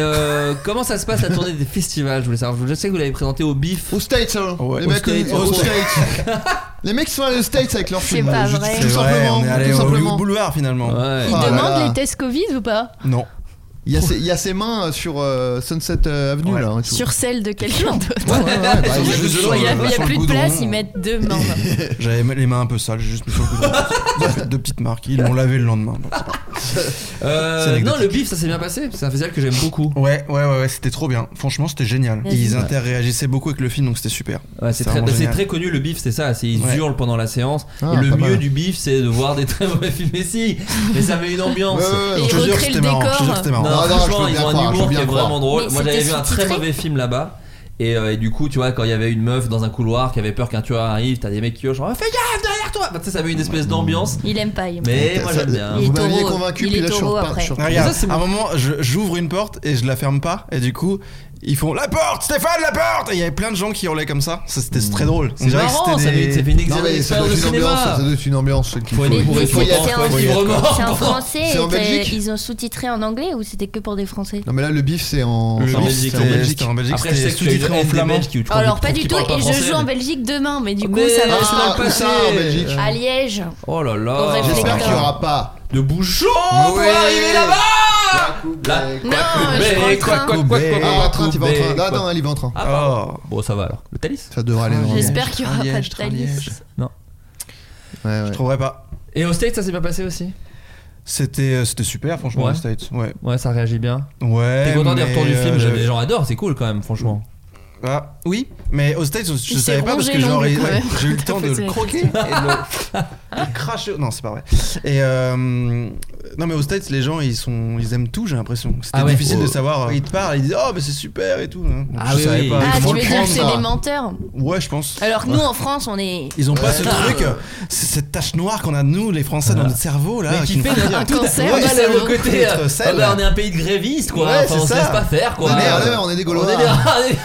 Speaker 3: euh, comment ça se passe la tournée des festivals Je voulais savoir. Je sais que vous l'avez présenté au bif.
Speaker 2: Aux States, hein.
Speaker 1: Ouais.
Speaker 2: les
Speaker 1: Aux
Speaker 2: mecs,
Speaker 1: States,
Speaker 2: aux
Speaker 1: aux
Speaker 2: States. les mecs qui sont allés aux States avec leur
Speaker 5: C'est
Speaker 2: film.
Speaker 5: pas
Speaker 2: Je-
Speaker 5: vrai.
Speaker 1: C'est
Speaker 2: Tout
Speaker 1: vrai,
Speaker 2: simplement.
Speaker 1: on est allé
Speaker 2: tout
Speaker 1: au
Speaker 2: simplement.
Speaker 1: Hollywood Boulevard finalement.
Speaker 3: Ouais.
Speaker 2: Il Ah, demande là, là. les
Speaker 5: tests Covid ou pas
Speaker 1: Non.
Speaker 2: Il y, a ses, il y a ses mains euh, sur euh, Sunset euh, Avenue
Speaker 1: Ouais.
Speaker 2: là. et tout.
Speaker 5: Sur celle de quelqu'un d'autre.
Speaker 2: Ouais, ouais, ouais, bah,
Speaker 1: Sur
Speaker 2: il y a
Speaker 1: le
Speaker 2: juste
Speaker 1: jeu de
Speaker 2: sur-
Speaker 5: Il y a, il y a
Speaker 1: Sur le
Speaker 5: plus de
Speaker 1: goudron.
Speaker 5: place, ils mettent deux mains.
Speaker 1: J'avais les mains un peu sales, j'ai juste mis sur le goudron. Ça fait deux petites marques. Ils l'ont lavé le lendemain. donc c'est pas grave.
Speaker 3: Euh,
Speaker 1: C'est
Speaker 3: non,
Speaker 1: anecdotique.
Speaker 3: le bif, ça s'est bien passé. C'est un festival que j'aime beaucoup.
Speaker 1: Ouais, ouais, ouais, ouais, c'était trop bien. Franchement, c'était génial.
Speaker 5: Vas-y.
Speaker 1: Ils interréagissaient beaucoup avec le film, donc c'était super.
Speaker 3: Ouais, c'est
Speaker 1: C'est
Speaker 3: très,
Speaker 1: vraiment
Speaker 3: bah, c'est
Speaker 1: génial.
Speaker 3: très connu le bif, c'est ça. C'est ils
Speaker 1: Ouais.
Speaker 3: hurlent pendant la séance.
Speaker 2: Ah,
Speaker 3: et le
Speaker 2: pas
Speaker 3: mieux
Speaker 2: mal.
Speaker 3: du bif, c'est de voir des très mauvais films. Mais si, mais ça met une ambiance.
Speaker 2: Ouais, ouais, ouais.
Speaker 5: Et
Speaker 1: Je te
Speaker 5: recréer
Speaker 1: jure,
Speaker 5: le
Speaker 1: c'était marrant. Je te jure,
Speaker 5: décor.
Speaker 1: c'était
Speaker 3: Non,
Speaker 1: marrant.
Speaker 2: Non, non, je
Speaker 3: franchement,
Speaker 2: veux
Speaker 3: ils
Speaker 2: bien
Speaker 3: ont
Speaker 2: croire,
Speaker 3: un
Speaker 2: je
Speaker 3: humour
Speaker 2: veux
Speaker 3: qui
Speaker 2: bien
Speaker 3: est vraiment
Speaker 2: croire.
Speaker 3: drôle.
Speaker 5: Mais
Speaker 3: Moi,
Speaker 5: c'était
Speaker 3: j'avais vu un très
Speaker 5: sous-titré.
Speaker 3: mauvais film là-bas. Et, euh, et du coup, tu vois, quand il y avait une meuf dans un couloir qui avait peur qu'un tueur arrive, t'as des mecs qui hurlent genre fais gaffe derrière derrière toi Bah, Tu sais, ça avait une espèce d'ambiance.
Speaker 5: Il aime pas, il aime
Speaker 3: Mais
Speaker 5: pas.
Speaker 3: moi j'aime bien.
Speaker 5: Il est
Speaker 2: Vous m'aviez
Speaker 5: taureau.
Speaker 2: convaincu,
Speaker 5: Il
Speaker 2: puis
Speaker 5: est
Speaker 2: là, je suis
Speaker 5: taureau
Speaker 2: reparti-
Speaker 5: après.
Speaker 2: je suis
Speaker 1: Ah,
Speaker 2: reparti.
Speaker 1: regarde,
Speaker 3: Ça, c'est
Speaker 1: à un moment, je- j'ouvre une porte et je la ferme pas, et du coup, ils font la porte, Stéphane, la porte. Et il y avait plein de gens qui hurlaient comme ça. Ça, C'était très drôle.
Speaker 3: C'est
Speaker 1: vrai que
Speaker 3: marrant,
Speaker 1: c'était
Speaker 3: ça
Speaker 1: des-
Speaker 3: fait ça fait une
Speaker 2: Non, mais ça
Speaker 3: expérience
Speaker 2: doit
Speaker 3: de
Speaker 2: être une ambiance,
Speaker 3: cinéma.
Speaker 2: ça doit être une ambiance. celle qu'il
Speaker 3: Faut
Speaker 2: faut-
Speaker 3: aller-
Speaker 2: faut-
Speaker 3: faut-
Speaker 2: faut y
Speaker 3: faut-
Speaker 2: aller.
Speaker 3: faut-
Speaker 5: C'est en-
Speaker 3: faut y aller.
Speaker 5: c'est en
Speaker 3: Faut-
Speaker 5: français,
Speaker 2: C'est en
Speaker 5: t'as-
Speaker 2: Belgique
Speaker 5: ils ont sous-titré en anglais ou c'était que pour des français
Speaker 2: Non, mais là, le bif, c'est en
Speaker 1: Le
Speaker 2: c'est
Speaker 1: bif, c'était-
Speaker 2: en Belgique. c'est en Belgique.
Speaker 1: c'était en Belgique.
Speaker 3: Après, je sais
Speaker 1: C'était
Speaker 3: que tu
Speaker 1: sous-titré en flamand.
Speaker 5: Alors pas du tout, et je joue en Belgique demain, mais du coup ça va.
Speaker 2: Ah,
Speaker 3: dans le
Speaker 2: où
Speaker 3: passé.
Speaker 2: ça, en Belgique
Speaker 5: À Liège.
Speaker 3: Oh là
Speaker 5: Au
Speaker 3: là.
Speaker 5: réflexion.
Speaker 2: J'espère qu'il n'y aura pas.
Speaker 3: De bouchons pour
Speaker 2: Ouais.
Speaker 3: arriver là-bas. Là.
Speaker 2: Là,
Speaker 5: Non, je prends
Speaker 3: Mais
Speaker 5: le
Speaker 3: quoi,
Speaker 5: train.
Speaker 3: quoi, quoi, quoi,
Speaker 2: ah,
Speaker 3: quoi,
Speaker 2: en train, il va en
Speaker 3: mais
Speaker 2: train.
Speaker 3: quoi.
Speaker 2: Non, non, il va en train.
Speaker 3: Ah, pardon.
Speaker 1: Oh.
Speaker 3: Bon, ça va alors. Le Thalys
Speaker 2: Ça devrait aller. normalement.
Speaker 5: J'espère qu'il y aura pas de
Speaker 1: Liège, train Liège.
Speaker 5: Thalys.
Speaker 2: Ouais, ouais.
Speaker 1: Je trouverais pas.
Speaker 3: Et au States, ça s'est pas passé aussi
Speaker 1: C'était euh, c'était super, franchement,
Speaker 3: Ouais.
Speaker 1: les States. Ouais.
Speaker 3: Ouais, ça réagit bien.
Speaker 1: Ouais.
Speaker 3: T'es content des
Speaker 1: mais,
Speaker 3: retours du film
Speaker 1: euh,
Speaker 3: j'aime- Les gens adorent, c'est cool quand même, franchement.
Speaker 1: Ah, oui, mais aux States, je, je
Speaker 5: Il
Speaker 1: savais
Speaker 5: s'est
Speaker 1: pas parce que
Speaker 5: rongé
Speaker 1: j'aurais
Speaker 5: l'ongle, quand
Speaker 1: ouais,
Speaker 5: même.
Speaker 1: j'ai eu le temps
Speaker 5: T'as
Speaker 1: de
Speaker 5: posé
Speaker 1: le
Speaker 5: la
Speaker 1: croquer et de le de le cracher. Non, c'est pas vrai. Et euh, non, mais aux States, les gens ils sont ils aiment tout, j'ai l'impression. C'était
Speaker 3: Ah ouais.
Speaker 1: difficile de
Speaker 3: Oh.
Speaker 1: savoir. Ils te parlent, ils disent oh mais c'est super et tout. hein. Donc,
Speaker 3: Ah
Speaker 1: je
Speaker 3: oui,
Speaker 1: savais
Speaker 3: oui.
Speaker 1: pas.
Speaker 3: Ah,
Speaker 5: Ah,
Speaker 2: Ils
Speaker 5: tu
Speaker 2: vont
Speaker 5: veux
Speaker 2: le
Speaker 5: dire que
Speaker 2: prendre,
Speaker 5: c'est
Speaker 2: ça.
Speaker 5: des menteurs
Speaker 1: Ouais, je pense.
Speaker 5: Alors que nous en France on est.
Speaker 1: Ils ont pas ce
Speaker 2: Ouais.
Speaker 1: truc, euh, c'est cette tache noire qu'on a nous les Français dans notre cerveau là.
Speaker 3: Mais qui
Speaker 1: nous
Speaker 3: fait notre-
Speaker 1: dire-
Speaker 5: un cancer
Speaker 3: Ouais,
Speaker 5: du
Speaker 3: c'est
Speaker 5: cerveau.
Speaker 3: le côté. euh,
Speaker 1: Notre sel.
Speaker 3: ah bah, on est un pays de grévistes, quoi.
Speaker 1: Ouais,
Speaker 3: Enfin,
Speaker 1: c'est
Speaker 3: on se
Speaker 1: ça.
Speaker 3: laisse pas faire, quoi.
Speaker 2: Ouais, ouais, ouais,
Speaker 3: Euh,
Speaker 2: on est des Gaulois.
Speaker 3: des- on est-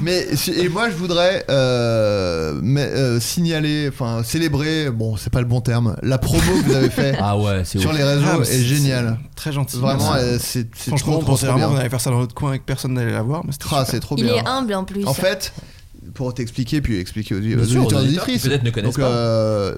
Speaker 2: Mais si- et moi je voudrais euh, mais, euh, signaler, enfin célébrer, bon c'est pas le bon terme, la promo que vous avez fait
Speaker 3: Ah ouais, c'est
Speaker 2: sur
Speaker 3: ouf.
Speaker 2: les réseaux
Speaker 1: Ah, mais
Speaker 2: est
Speaker 1: c'est-
Speaker 2: géniale.
Speaker 1: c'est Très gentil.
Speaker 2: Vraiment,
Speaker 1: Merci.
Speaker 2: euh, c'est c'est
Speaker 1: Franchement,
Speaker 2: trop
Speaker 1: on
Speaker 2: trop,
Speaker 1: pensait
Speaker 2: trop
Speaker 1: vraiment
Speaker 2: bien.
Speaker 1: qu'on allait faire ça dans notre coin et que personne n'allait la voir. Mais c'était
Speaker 2: Ah,
Speaker 1: super.
Speaker 2: c'est trop
Speaker 5: Il
Speaker 2: bien.
Speaker 5: est humble en plus.
Speaker 2: En fait, pour t'expliquer puis expliquer aux, aux
Speaker 3: Bien sûr, aux
Speaker 2: auditeurs et
Speaker 3: auditeurs qui
Speaker 2: auditrices.
Speaker 3: peut-être ne connaissent
Speaker 2: Donc,
Speaker 3: pas.
Speaker 2: euh,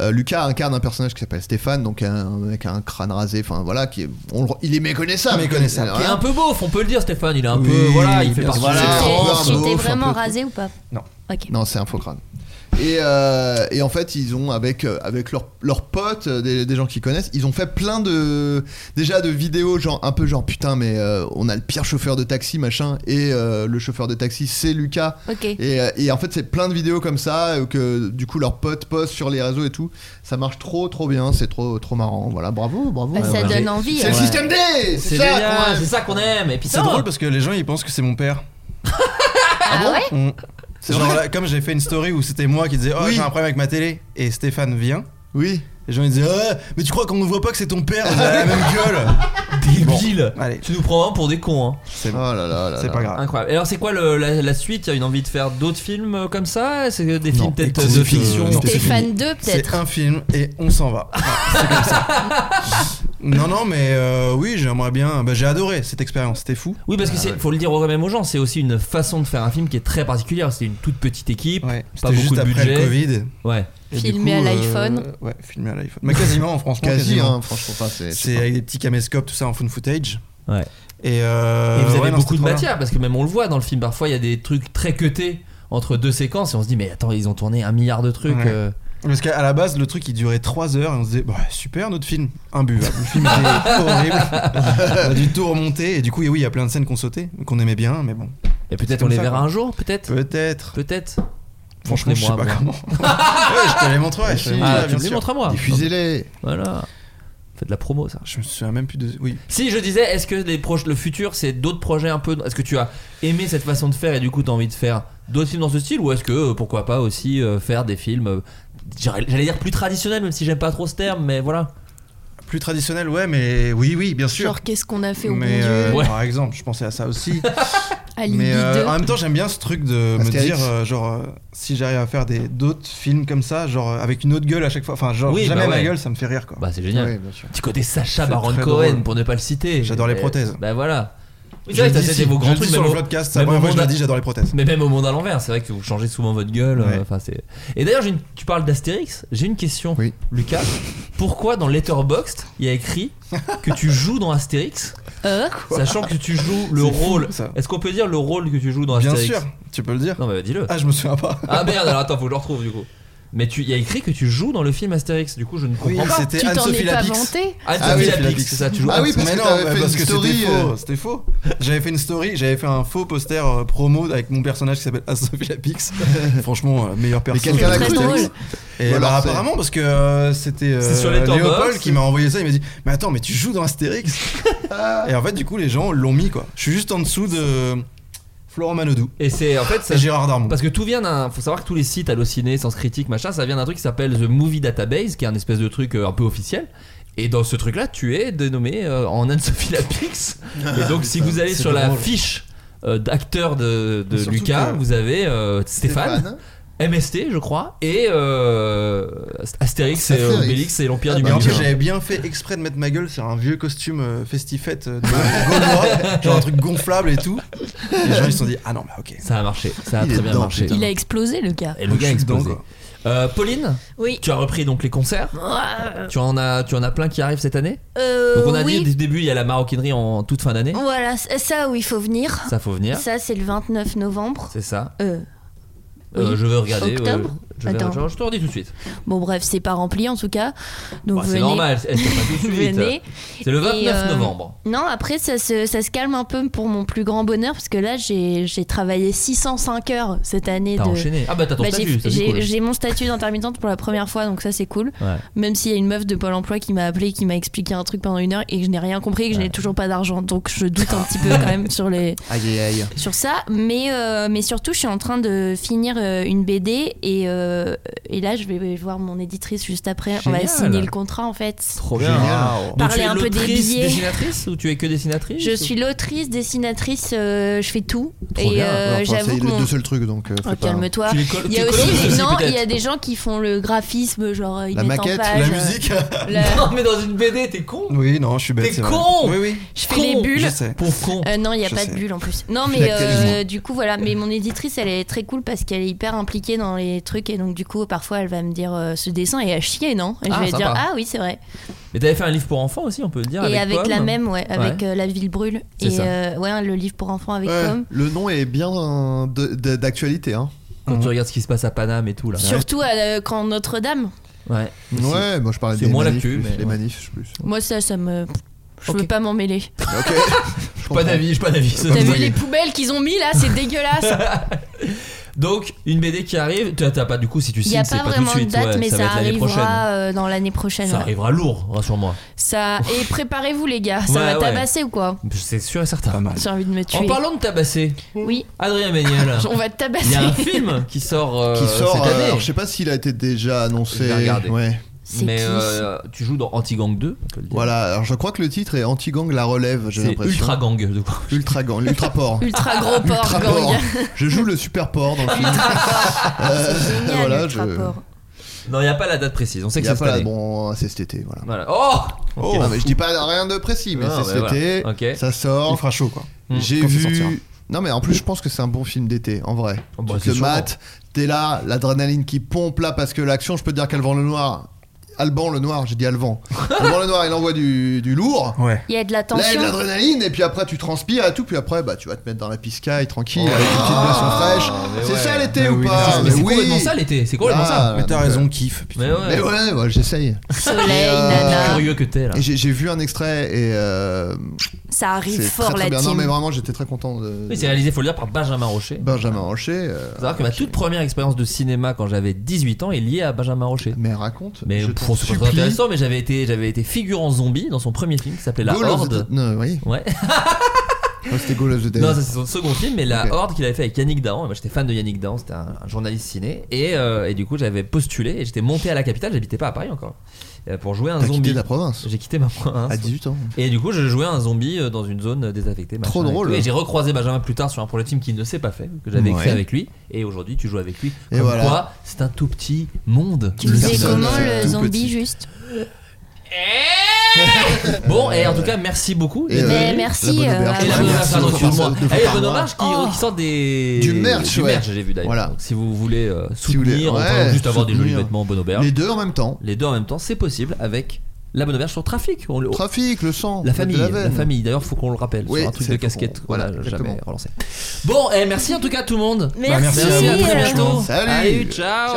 Speaker 2: euh, Lucas incarne un personnage qui s'appelle Stéphane, donc un, un mec à un crâne rasé, enfin voilà, qui est, on le- il est méconnaissable.
Speaker 1: Méconnaissable.
Speaker 3: Qui est
Speaker 2: Voilà.
Speaker 3: un peu beauf, on peut le dire, Stéphane. Il est un
Speaker 1: Oui,
Speaker 3: peu. Voilà, il fait
Speaker 1: bien
Speaker 3: partie
Speaker 2: sûr.
Speaker 3: de
Speaker 2: Voilà.
Speaker 3: cette
Speaker 2: Voilà.
Speaker 3: France.
Speaker 2: un
Speaker 5: tu
Speaker 2: beauf,
Speaker 5: t'es
Speaker 2: un
Speaker 5: vraiment
Speaker 2: peu.
Speaker 5: rasé ou pas
Speaker 1: Non.
Speaker 5: Ok.
Speaker 2: Non, c'est un faux crâne. Et, euh, et en fait, ils ont, avec, euh, avec leurs leurs potes, euh, des, des gens qu'ils connaissent, ils ont fait plein de. Déjà de vidéos, genre un peu genre putain, mais euh, on a le pire chauffeur de taxi, machin. Et euh, le chauffeur de taxi, c'est Lucas.
Speaker 5: Ok.
Speaker 2: Et, euh, et en fait, c'est plein de vidéos comme ça euh, que du coup leurs potes postent sur les réseaux et tout. Ça marche trop, trop bien. C'est trop, trop marrant. Voilà, bravo, bravo.
Speaker 5: Bah, ça
Speaker 3: ouais.
Speaker 5: donne envie.
Speaker 2: C'est le
Speaker 5: hein.
Speaker 2: système D C'est
Speaker 3: C'est
Speaker 2: ça qu'on
Speaker 3: génial,
Speaker 2: aime.
Speaker 3: c'est ça qu'on aime. Et puis
Speaker 1: C'est
Speaker 3: ça,
Speaker 1: drôle parce que les gens ils pensent que c'est mon père.
Speaker 5: Ah ouais
Speaker 1: Mm.
Speaker 2: C'est
Speaker 1: Genre,
Speaker 2: vrai
Speaker 1: là, comme j'ai fait une story où c'était moi qui disais Oh,
Speaker 2: Oui.
Speaker 1: j'ai un problème avec ma télé. Et Stéphane vient.
Speaker 2: Oui.
Speaker 1: Les gens ils disaient Ah, mais tu crois qu'on ne voit pas que c'est ton père Vous avez la même gueule
Speaker 3: Débile.
Speaker 1: Bon, allez.
Speaker 3: Tu nous prends un pour des cons. hein.
Speaker 2: Oh là là là
Speaker 1: C'est
Speaker 2: là.
Speaker 1: pas grave.
Speaker 3: Incroyable. Et alors, c'est quoi le- la, la suite Il y a une envie de faire d'autres films euh, comme ça C'est des films
Speaker 1: Non,
Speaker 3: peut-être
Speaker 1: écoute,
Speaker 3: de
Speaker 1: euh,
Speaker 3: fiction
Speaker 1: non.
Speaker 5: T'es
Speaker 1: C'est
Speaker 5: fan
Speaker 1: fini.
Speaker 5: 2
Speaker 1: C'est
Speaker 5: peut-être
Speaker 1: un film et on s'en va. Voilà, c'est comme ça. Non, non, mais euh, oui, j'aimerais bien. Bah, j'ai adoré cette expérience, c'était fou.
Speaker 3: Oui, parce que c'est, faut le dire même aux gens, c'est aussi une façon de faire un film qui est très particulière. C'est une toute petite équipe,
Speaker 1: Ouais,
Speaker 3: pas
Speaker 1: c'était
Speaker 3: beaucoup
Speaker 1: juste
Speaker 3: de
Speaker 1: après
Speaker 3: budget.
Speaker 1: le Covid.
Speaker 3: Ouais.
Speaker 1: Et du
Speaker 5: Filmé
Speaker 1: coup,
Speaker 5: à
Speaker 1: euh,
Speaker 5: l'iPhone.
Speaker 1: ouais, filmé à l'iPhone. Mais quasiment, franchement,
Speaker 2: Quasi,
Speaker 1: quasiment.
Speaker 2: hein, franchement, enfin, c'est.
Speaker 1: C'est avec des petits caméscopes, tout ça en fun footage.
Speaker 3: Ouais.
Speaker 1: Et, euh,
Speaker 3: Et vous avez
Speaker 1: ouais, non,
Speaker 3: beaucoup
Speaker 1: c'était
Speaker 3: de
Speaker 1: trop bien.
Speaker 3: matière, parce que même on le voit dans le film, parfois il y a des trucs très cutés entre deux séquences et on se dit, mais attends, ils ont tourné un milliard de trucs.
Speaker 1: Ouais.
Speaker 3: euh.
Speaker 1: Parce qu'à la base, le truc il durait 3 heures et on se disait, bah, super notre film, imbuvable. Le film était horrible. On a dû tout remonter et du coup, oui, il y a plein de scènes qu'on sautait, qu'on aimait bien, mais bon.
Speaker 3: Et peut-être
Speaker 1: comme
Speaker 3: on les
Speaker 1: ça,
Speaker 3: verra
Speaker 1: quoi.
Speaker 3: un jour, peut-être
Speaker 1: Peut-être.
Speaker 3: Peut-être
Speaker 1: Franchement, je sais
Speaker 3: Montrez-moi,
Speaker 1: pas
Speaker 3: moi.
Speaker 1: comment. ouais, je te les montrerai. Je, te les
Speaker 3: Ah,
Speaker 1: montrerai,
Speaker 3: tu
Speaker 1: bien
Speaker 3: me les
Speaker 1: sûr.
Speaker 3: montres à moi.
Speaker 2: Diffusez-les.
Speaker 3: Voilà. Faites de la promo, ça.
Speaker 1: je me souviens même plus de. Oui.
Speaker 3: Si je disais, est-ce que les proches, le futur, c'est d'autres projets un peu Est-ce que tu as aimé cette façon de faire et du coup t'as envie de faire d'autres films dans ce style ou est-ce que euh, pourquoi pas aussi euh, faire des films, euh, j'allais j'allais dire plus traditionnels, même si j'aime pas trop ce terme, mais voilà.
Speaker 1: Plus traditionnel, ouais, mais oui, oui, bien sûr.
Speaker 5: Genre qu'est-ce qu'on a fait au bon
Speaker 1: mais
Speaker 5: Dieu
Speaker 1: euh,
Speaker 3: Ouais.
Speaker 1: par exemple, je pensais à ça aussi.
Speaker 5: Alibi
Speaker 1: Mais euh,
Speaker 5: 2.
Speaker 1: en même temps, j'aime bien ce truc de
Speaker 2: Astérix.
Speaker 1: me dire, euh, genre, euh, si j'arrive à faire des d'autres films comme ça, genre euh, avec une autre gueule à chaque fois, enfin, genre
Speaker 3: Oui,
Speaker 1: jamais
Speaker 3: bah
Speaker 1: ma
Speaker 3: ouais.
Speaker 1: gueule, ça me fait rire quoi.
Speaker 3: Bah c'est génial.
Speaker 2: Oui, bien sûr.
Speaker 3: Petit côté Sacha
Speaker 1: C'est
Speaker 3: Baron
Speaker 1: très
Speaker 3: Cohen
Speaker 1: drôle.
Speaker 3: pour ne pas le citer.
Speaker 1: J'adore les
Speaker 3: Mais-
Speaker 1: prothèses.
Speaker 3: Bah voilà. Oui,
Speaker 1: Je
Speaker 3: c'est vrai
Speaker 1: le
Speaker 3: que t'as
Speaker 1: dis
Speaker 3: fait
Speaker 1: si-
Speaker 3: des beaux
Speaker 1: je le
Speaker 3: grands
Speaker 1: dis
Speaker 3: trucs.
Speaker 1: sur
Speaker 3: même
Speaker 1: le
Speaker 3: au-
Speaker 1: podcast, c'est la
Speaker 3: même
Speaker 1: première
Speaker 3: au
Speaker 1: fois que je
Speaker 3: monde
Speaker 1: le
Speaker 3: à-
Speaker 1: dis, j'adore les prothèses.
Speaker 3: Mais même au monde à l'envers, c'est vrai que vous changez souvent votre gueule. euh,
Speaker 1: Ouais.
Speaker 3: enfin, c'est- Et d'ailleurs, j'ai une- tu parles d'Astérix. J'ai une question,
Speaker 2: Oui.
Speaker 3: Lucas. Pourquoi dans Letterboxd il y a écrit que tu joues dans Astérix,
Speaker 5: Euh,
Speaker 3: sachant que tu joues le
Speaker 1: C'est fou,
Speaker 3: rôle
Speaker 1: ça.
Speaker 3: Est-ce qu'on peut dire le rôle que tu joues dans
Speaker 1: Bien
Speaker 3: Astérix
Speaker 1: sûr, tu peux le dire.
Speaker 3: Non, mais dis-le.
Speaker 1: Ah, je me souviens pas.
Speaker 3: Ah merde, alors attends, faut que je le retrouve du coup. Mais tu, il y a écrit que tu joues dans le film Astérix. Du coup, je ne comprends pas.
Speaker 5: tu
Speaker 1: c'était
Speaker 5: t'en es
Speaker 1: Anne-Sophie
Speaker 5: pas
Speaker 1: Lapix.
Speaker 5: vanté
Speaker 3: Ah,
Speaker 1: oui,
Speaker 3: oui,
Speaker 1: Lapix.
Speaker 3: c'est ça, tu joues.
Speaker 2: Ah oui, parce
Speaker 1: mais
Speaker 2: que
Speaker 1: non,
Speaker 2: t'avais fait
Speaker 1: parce
Speaker 2: une
Speaker 1: que
Speaker 2: story.
Speaker 1: c'était
Speaker 2: euh,
Speaker 1: faux. C'était faux. J'avais fait une story, j'avais fait un faux poster euh, promo avec mon personnage qui s'appelle Sophie Lapix. Franchement, euh, meilleur
Speaker 2: Mais
Speaker 1: personnage.
Speaker 2: quelqu'un l'a
Speaker 5: C'est
Speaker 2: cru.
Speaker 5: très
Speaker 2: t'as
Speaker 5: drôle.
Speaker 2: vu
Speaker 1: Et
Speaker 2: Ou alors
Speaker 1: alors
Speaker 2: c'est-
Speaker 1: apparemment parce que euh, c'était euh,
Speaker 3: C'est sur Letterboxd.
Speaker 1: Léopold qui m'a envoyé ça, il m'a dit "Mais attends, mais tu joues dans Astérix Et en fait du coup les gens l'ont mis quoi. Je suis juste en dessous de Florent Manodou.
Speaker 3: Et c'est en fait ça-
Speaker 1: Et Gérard Darmon.
Speaker 3: Parce que tout vient d'un. Faut savoir que tous les sites Allociné, Sens Critique, machin, ça vient d'un truc qui s'appelle The Movie Database, qui est un espèce de truc euh, un peu officiel. Et dans ce truc-là, tu es dénommé euh, en Anne-Sophie Lapix. Et donc, si
Speaker 1: Putain,
Speaker 3: vous allez
Speaker 1: c'est
Speaker 3: sur la
Speaker 1: drôle.
Speaker 3: fiche euh, d'acteur de, de
Speaker 1: Mais surtout
Speaker 3: Lucas,
Speaker 1: que-
Speaker 3: vous avez euh, Stéphane. MST, je crois, et euh, Astérix, et
Speaker 2: Astérix.
Speaker 3: Obélix et l'Empire du
Speaker 1: Et en
Speaker 3: Milieu.
Speaker 1: fait, j'avais bien fait exprès de mettre ma gueule sur un vieux costume euh, festifette euh, de gaulois, genre un truc gonflable et tout. Et les gens ils se sont dit ah non mais ok.
Speaker 3: Ça a marché, ça a
Speaker 2: Il
Speaker 3: très
Speaker 2: est
Speaker 3: bien
Speaker 2: dedans,
Speaker 3: marché.
Speaker 2: putain.
Speaker 5: Il a explosé le gars.
Speaker 3: Et le gars a
Speaker 1: Je suis dedans,
Speaker 3: explosé.
Speaker 1: quoi.
Speaker 3: Euh, Pauline,
Speaker 5: Oui.
Speaker 3: Eh, tu as repris donc les concerts. Tu en as, tu en as plein qui arrivent cette année.
Speaker 5: Euh,
Speaker 3: Donc on a
Speaker 5: oui.
Speaker 3: dit dès le début, il y a la maroquinerie en toute fin d'année.
Speaker 5: Voilà, ça ça où il faut venir.
Speaker 3: Ça faut venir.
Speaker 5: Ça, c'est le 29 novembre.
Speaker 3: C'est ça.
Speaker 5: Euh,
Speaker 3: Euh,
Speaker 5: oui.
Speaker 3: je veux regarder.
Speaker 5: Octobre.
Speaker 3: euh, je, vais-
Speaker 5: Attends.
Speaker 3: je- je te redis tout de suite.
Speaker 5: Bon, bref, c'est pas rempli en tout cas. Donc
Speaker 3: Bah,
Speaker 5: venez.
Speaker 3: c'est normal. elle sait pas tout de suite.
Speaker 5: Venez.
Speaker 3: C'est le 29
Speaker 5: Et, euh,
Speaker 3: novembre.
Speaker 5: Non, après, ça se, ça se calme un peu pour mon plus grand bonheur, parce que là, j'ai j'ai travaillé 605 heures cette année.
Speaker 3: T'as
Speaker 5: de...
Speaker 3: enchaîné. Ah bah t'as ton
Speaker 5: Bah, j'ai
Speaker 3: statut. ça, c'est
Speaker 5: j'ai-
Speaker 3: cool.
Speaker 5: j'ai mon statut d'intermittente pour la première fois, donc ça, c'est cool.
Speaker 3: Ouais.
Speaker 5: Même s'il y a une meuf de Pôle emploi qui m'a appelé, qui m'a expliqué un truc pendant une heure et que je n'ai rien compris et que je n'ai toujours pas d'argent. Donc je doute un petit peu quand même sur, les,
Speaker 1: Aïe aïe aïe.
Speaker 5: sur ça. Mais, euh, mais surtout, je suis en train de finir euh, une BD et, euh, et là, je vais voir mon éditrice juste après. On va
Speaker 3: Génial.
Speaker 5: signer le contrat en fait.
Speaker 3: Trop bien.
Speaker 1: Génial.
Speaker 3: Donc,
Speaker 5: Parler
Speaker 3: tu es
Speaker 5: Ah, un peu des
Speaker 3: l'autrice,
Speaker 5: billets.
Speaker 3: Dessinatrice ou tu es que dessinatrice
Speaker 5: Je suis l'autrice, dessinatrice, euh, je fais tout.
Speaker 3: Trop
Speaker 5: et
Speaker 3: bien.
Speaker 5: euh,
Speaker 2: Enfin, c'est
Speaker 5: j'avoue que
Speaker 2: les
Speaker 5: mon-
Speaker 2: deux seuls trucs donc. euh,
Speaker 5: Oh,
Speaker 2: fais pas-
Speaker 5: calme-toi.
Speaker 3: Tu les colles-
Speaker 5: Il y a
Speaker 3: tu
Speaker 5: aussi
Speaker 3: colles
Speaker 5: des,
Speaker 3: aussi,
Speaker 5: non, il y a
Speaker 3: peut-être.
Speaker 5: des gens qui font le graphisme, genre ils
Speaker 2: La
Speaker 5: mettent
Speaker 2: maquette,
Speaker 5: en
Speaker 2: la
Speaker 5: page,
Speaker 1: La
Speaker 5: euh,
Speaker 1: musique.
Speaker 5: la-
Speaker 3: Non mais dans une BD, t'es con.
Speaker 1: Oui non je suis bête.
Speaker 3: T'es
Speaker 1: c'est vrai.
Speaker 3: con
Speaker 1: Oui oui.
Speaker 5: Je fais
Speaker 3: Con.
Speaker 5: les bulles.
Speaker 1: Je sais.
Speaker 3: Pour con.
Speaker 5: Euh, non, il n'y a
Speaker 1: Je
Speaker 5: pas
Speaker 1: sais.
Speaker 5: de bulle en plus. Non,
Speaker 2: Je
Speaker 5: mais
Speaker 2: l'actualise,
Speaker 5: euh, du coup, voilà. Mais mon éditrice, elle est très cool parce qu'elle est hyper impliquée dans les trucs. Et donc, du coup, parfois, elle va me dire euh, ce dessin est à chier, non Et
Speaker 3: Ah,
Speaker 5: je vais
Speaker 3: sympa.
Speaker 5: dire ah oui, c'est vrai.
Speaker 3: Mais t'avais fait un livre pour enfants aussi, on peut le dire.
Speaker 5: et avec
Speaker 3: avec
Speaker 5: la
Speaker 3: Pomme.
Speaker 5: même, ouais, avec euh, La ville brûle.
Speaker 3: C'est
Speaker 5: Et
Speaker 3: ça.
Speaker 5: euh, ouais, le livre pour enfants avec
Speaker 2: Ouais,
Speaker 5: Tom.
Speaker 2: le nom est bien euh, de- de- d'actualité hein.
Speaker 3: Quand
Speaker 1: Mmh.
Speaker 3: tu regardes ce qui se passe à Paname et tout là.
Speaker 5: Surtout euh, quand Notre-Dame.
Speaker 3: Ouais.
Speaker 2: Ouais, moi je parlais
Speaker 3: C'est
Speaker 2: des
Speaker 3: moins
Speaker 2: manifs,
Speaker 3: l'actu,
Speaker 2: plus,
Speaker 3: mais
Speaker 2: les
Speaker 3: ouais.
Speaker 2: manifs plus.
Speaker 5: Moi, ça, ça me. Je
Speaker 3: Ok.
Speaker 5: veux pas m'en mêler.
Speaker 2: Ok. Je
Speaker 3: Pas
Speaker 2: comprends.
Speaker 3: d'avis, j'ai pas d'avis. ça,
Speaker 5: T'as
Speaker 3: vous
Speaker 5: vu
Speaker 3: voyez.
Speaker 5: les poubelles qu'ils ont mis là C'est dégueulasse.
Speaker 3: Donc une BD qui arrive, t'as t'as pas du coup si tu
Speaker 5: Il n'y a
Speaker 3: signes, c'est
Speaker 5: pas
Speaker 3: pas tout de
Speaker 5: vraiment de
Speaker 3: suite.
Speaker 5: date,
Speaker 3: ouais,
Speaker 5: mais
Speaker 3: ça,
Speaker 5: ça,
Speaker 3: va être l'année prochaine.
Speaker 5: arrivera euh, dans l'année prochaine.
Speaker 3: Ça
Speaker 5: ouais.
Speaker 3: arrivera lourd, rassure-moi.
Speaker 5: Ça... Et préparez-vous, les gars. Ça
Speaker 3: Ouais,
Speaker 5: va
Speaker 3: ouais. Bah,
Speaker 5: tabasser ou quoi
Speaker 3: C'est sûr et certain. Pas mal.
Speaker 5: J'ai envie de me tuer.
Speaker 3: En parlant de tabasser,
Speaker 5: Oui,
Speaker 3: Adrien Méniel,
Speaker 5: on va te
Speaker 3: il
Speaker 5: tabasser.
Speaker 3: y a un film qui sort, euh,
Speaker 2: Qui sort,
Speaker 3: cette
Speaker 2: euh,
Speaker 3: année.
Speaker 2: alors, je sais pas s'il a été déjà
Speaker 3: Je
Speaker 2: annoncé.
Speaker 3: vais regarder.
Speaker 2: Ouais.
Speaker 5: C'est
Speaker 3: mais
Speaker 5: qui
Speaker 3: euh, tu joues dans Anti-Gang 2, on peut le dire.
Speaker 2: Voilà, alors je crois que le titre est Anti-Gang la relève, j'ai
Speaker 3: C'est
Speaker 2: l'impression.
Speaker 3: Ultra Gang de quoi
Speaker 2: Ultra Gang, l'Ultra Port.
Speaker 5: Ultra gros porc,
Speaker 2: Ah, Ultra
Speaker 5: gang.
Speaker 2: Port. Ah, Je joue le Super Port dans le film. Euh,
Speaker 5: Génial,
Speaker 2: voilà,
Speaker 5: ultra
Speaker 2: je-
Speaker 5: porc.
Speaker 3: Non, il n'y a pas la date précise, on sait
Speaker 2: Il
Speaker 3: que
Speaker 2: y a
Speaker 3: c'est cette
Speaker 2: pas la-
Speaker 3: année.
Speaker 2: bon, c'est cet été, voilà.
Speaker 3: Voilà. Oh
Speaker 1: Oh.
Speaker 2: Non, mais je dis pas rien de précis, mais
Speaker 3: Ah, bah,
Speaker 2: c'est cet été,
Speaker 3: voilà. Ok.
Speaker 2: ça
Speaker 1: Il
Speaker 2: sort.
Speaker 1: fera chaud quoi.
Speaker 3: Mm.
Speaker 2: J'ai
Speaker 1: Quand ça sortira.
Speaker 2: vu. Non, mais en plus, je pense que c'est un bon film d'été, en vrai.
Speaker 3: Oh, bah,
Speaker 2: Tu te
Speaker 3: c'est
Speaker 2: le
Speaker 3: sûrement.
Speaker 2: mates, t'es là, l'adrénaline qui pompe là, parce que l'action, je peux te dire qu'Alvan le Noir. Alban le Noir, j'ai dit Alvan. Alban le Noir, il envoie du, du lourd.
Speaker 1: Ouais.
Speaker 5: Il y a de la
Speaker 2: Là, il y a
Speaker 5: tension.
Speaker 2: de l'adrénaline, et puis après, tu transpires et tout, puis après, bah, tu vas te mettre dans la piscaille tranquille, avec une petite boisson fraîche.
Speaker 3: Oh. Ah, mais
Speaker 2: C'est
Speaker 3: ouais. Ah,
Speaker 2: ça l'été
Speaker 1: Mais
Speaker 2: ou
Speaker 1: oui,
Speaker 2: pas
Speaker 1: mais
Speaker 3: Mais c'est
Speaker 2: Ah, oui.
Speaker 3: complètement ça l'été, c'est complètement ça.
Speaker 2: Ah,
Speaker 1: Mais t'as
Speaker 2: donc,
Speaker 1: raison kiffe. putain.
Speaker 3: Mais ouais. Ah.
Speaker 2: Mais ouais, ouais, j'essaye.
Speaker 5: Soleil,
Speaker 2: Euh,
Speaker 5: nana.
Speaker 3: Curieux que t'es là.
Speaker 2: Et J'ai j'ai vu un extrait et euh,
Speaker 5: Ça arrive
Speaker 2: c'est
Speaker 5: fort,
Speaker 2: très, très
Speaker 5: la
Speaker 2: bien. Non
Speaker 5: team.
Speaker 2: mais vraiment, j'étais très content de
Speaker 3: Oui, c'est réalisé, faut le dire, par Benjamin Rocher.
Speaker 2: Benjamin Rocher. euh,
Speaker 3: Faut savoir que ma toute première expérience de cinéma quand j'avais 18 ans est liée à Benjamin Rocher.
Speaker 2: mais raconte.
Speaker 3: Mais
Speaker 2: je t'en
Speaker 3: pour c'est pas très
Speaker 2: supplie.
Speaker 3: intéressant, mais j'avais été, j'avais été figurant zombie dans son premier film qui s'appelait La
Speaker 2: Goal of the-
Speaker 3: Horde.
Speaker 2: Non, oui.
Speaker 3: Ouais.
Speaker 2: Oh, C'était Goal of the Dead.
Speaker 3: Non, ça c'est son second film, mais La
Speaker 2: Ok.
Speaker 3: Horde qu'il avait fait avec Yannick Dahan. Et moi j'étais fan de Yannick Dahan, c'était un, un journaliste ciné. Et, euh, et du coup j'avais postulé et j'étais monté à la capitale, j'habitais pas à Paris encore, euh, pour jouer un
Speaker 2: T'as
Speaker 3: zombie.
Speaker 2: quitté la province
Speaker 3: J'ai quitté ma province.
Speaker 2: à 18 ans.
Speaker 3: Et du coup, je jouais un zombie euh, dans une zone euh, désaffectée. machin
Speaker 2: Trop
Speaker 3: et
Speaker 2: drôle.
Speaker 3: tout. Et, j'ai recroisé Benjamin plus tard sur un projet team qu'il ne s'est pas fait, que j'avais écrit
Speaker 2: Ouais.
Speaker 3: avec lui. Et aujourd'hui, tu joues avec lui.
Speaker 2: Et
Speaker 3: Comme
Speaker 2: voilà.
Speaker 3: quoi, c'est un tout petit monde.
Speaker 5: Tu
Speaker 3: le
Speaker 5: faisais
Speaker 2: personnage,
Speaker 5: comment
Speaker 2: euh,
Speaker 5: le
Speaker 2: tout
Speaker 5: zombie
Speaker 2: petit.
Speaker 5: juste
Speaker 3: Bon, et en tout cas, merci beaucoup.
Speaker 2: Et,
Speaker 3: d'être
Speaker 5: Mais
Speaker 3: venu.
Speaker 5: merci,
Speaker 2: la bonne
Speaker 5: euh,
Speaker 2: auberge.
Speaker 3: Et la
Speaker 5: Merci,
Speaker 3: bonne
Speaker 2: Merci,
Speaker 3: affaire,
Speaker 2: de faire
Speaker 3: excuse-moi.
Speaker 2: ça, de
Speaker 3: Et
Speaker 2: faire
Speaker 3: la bonne
Speaker 2: ça.
Speaker 3: auberge qui,
Speaker 5: Oh.
Speaker 3: Eh, qui sort des.
Speaker 2: Du merch,
Speaker 3: du
Speaker 2: ouais.
Speaker 3: merch, j'ai vu d'ailleurs.
Speaker 2: Voilà.
Speaker 3: Donc, si vous voulez euh,
Speaker 2: Si vous voulez,
Speaker 3: soutenir, enfin,
Speaker 2: ouais,
Speaker 3: juste avoir des jolis
Speaker 2: soutenir.
Speaker 3: vêtements, bonne auberge.
Speaker 2: Les
Speaker 3: Les...
Speaker 2: deux en même temps.
Speaker 3: deux en même temps, c'est possible avec la bonne auberge sur trafic. On le-
Speaker 2: Trafic, le sang.
Speaker 3: La famille,
Speaker 2: de
Speaker 3: la,
Speaker 2: veine.
Speaker 3: famille. D'ailleurs, faut qu'on le rappelle.
Speaker 2: Oui,
Speaker 3: c'est un truc
Speaker 2: c'est-
Speaker 3: de
Speaker 2: faut
Speaker 3: casquette.
Speaker 2: qu'on-
Speaker 3: Voilà,
Speaker 2: voilà, exactement.
Speaker 3: jamais relancé. Bon, et merci en tout cas à tout le monde. Bah,
Speaker 5: Merci.
Speaker 3: Merci, à très
Speaker 5: euh,
Speaker 3: bientôt.
Speaker 2: Salut.
Speaker 3: ciao.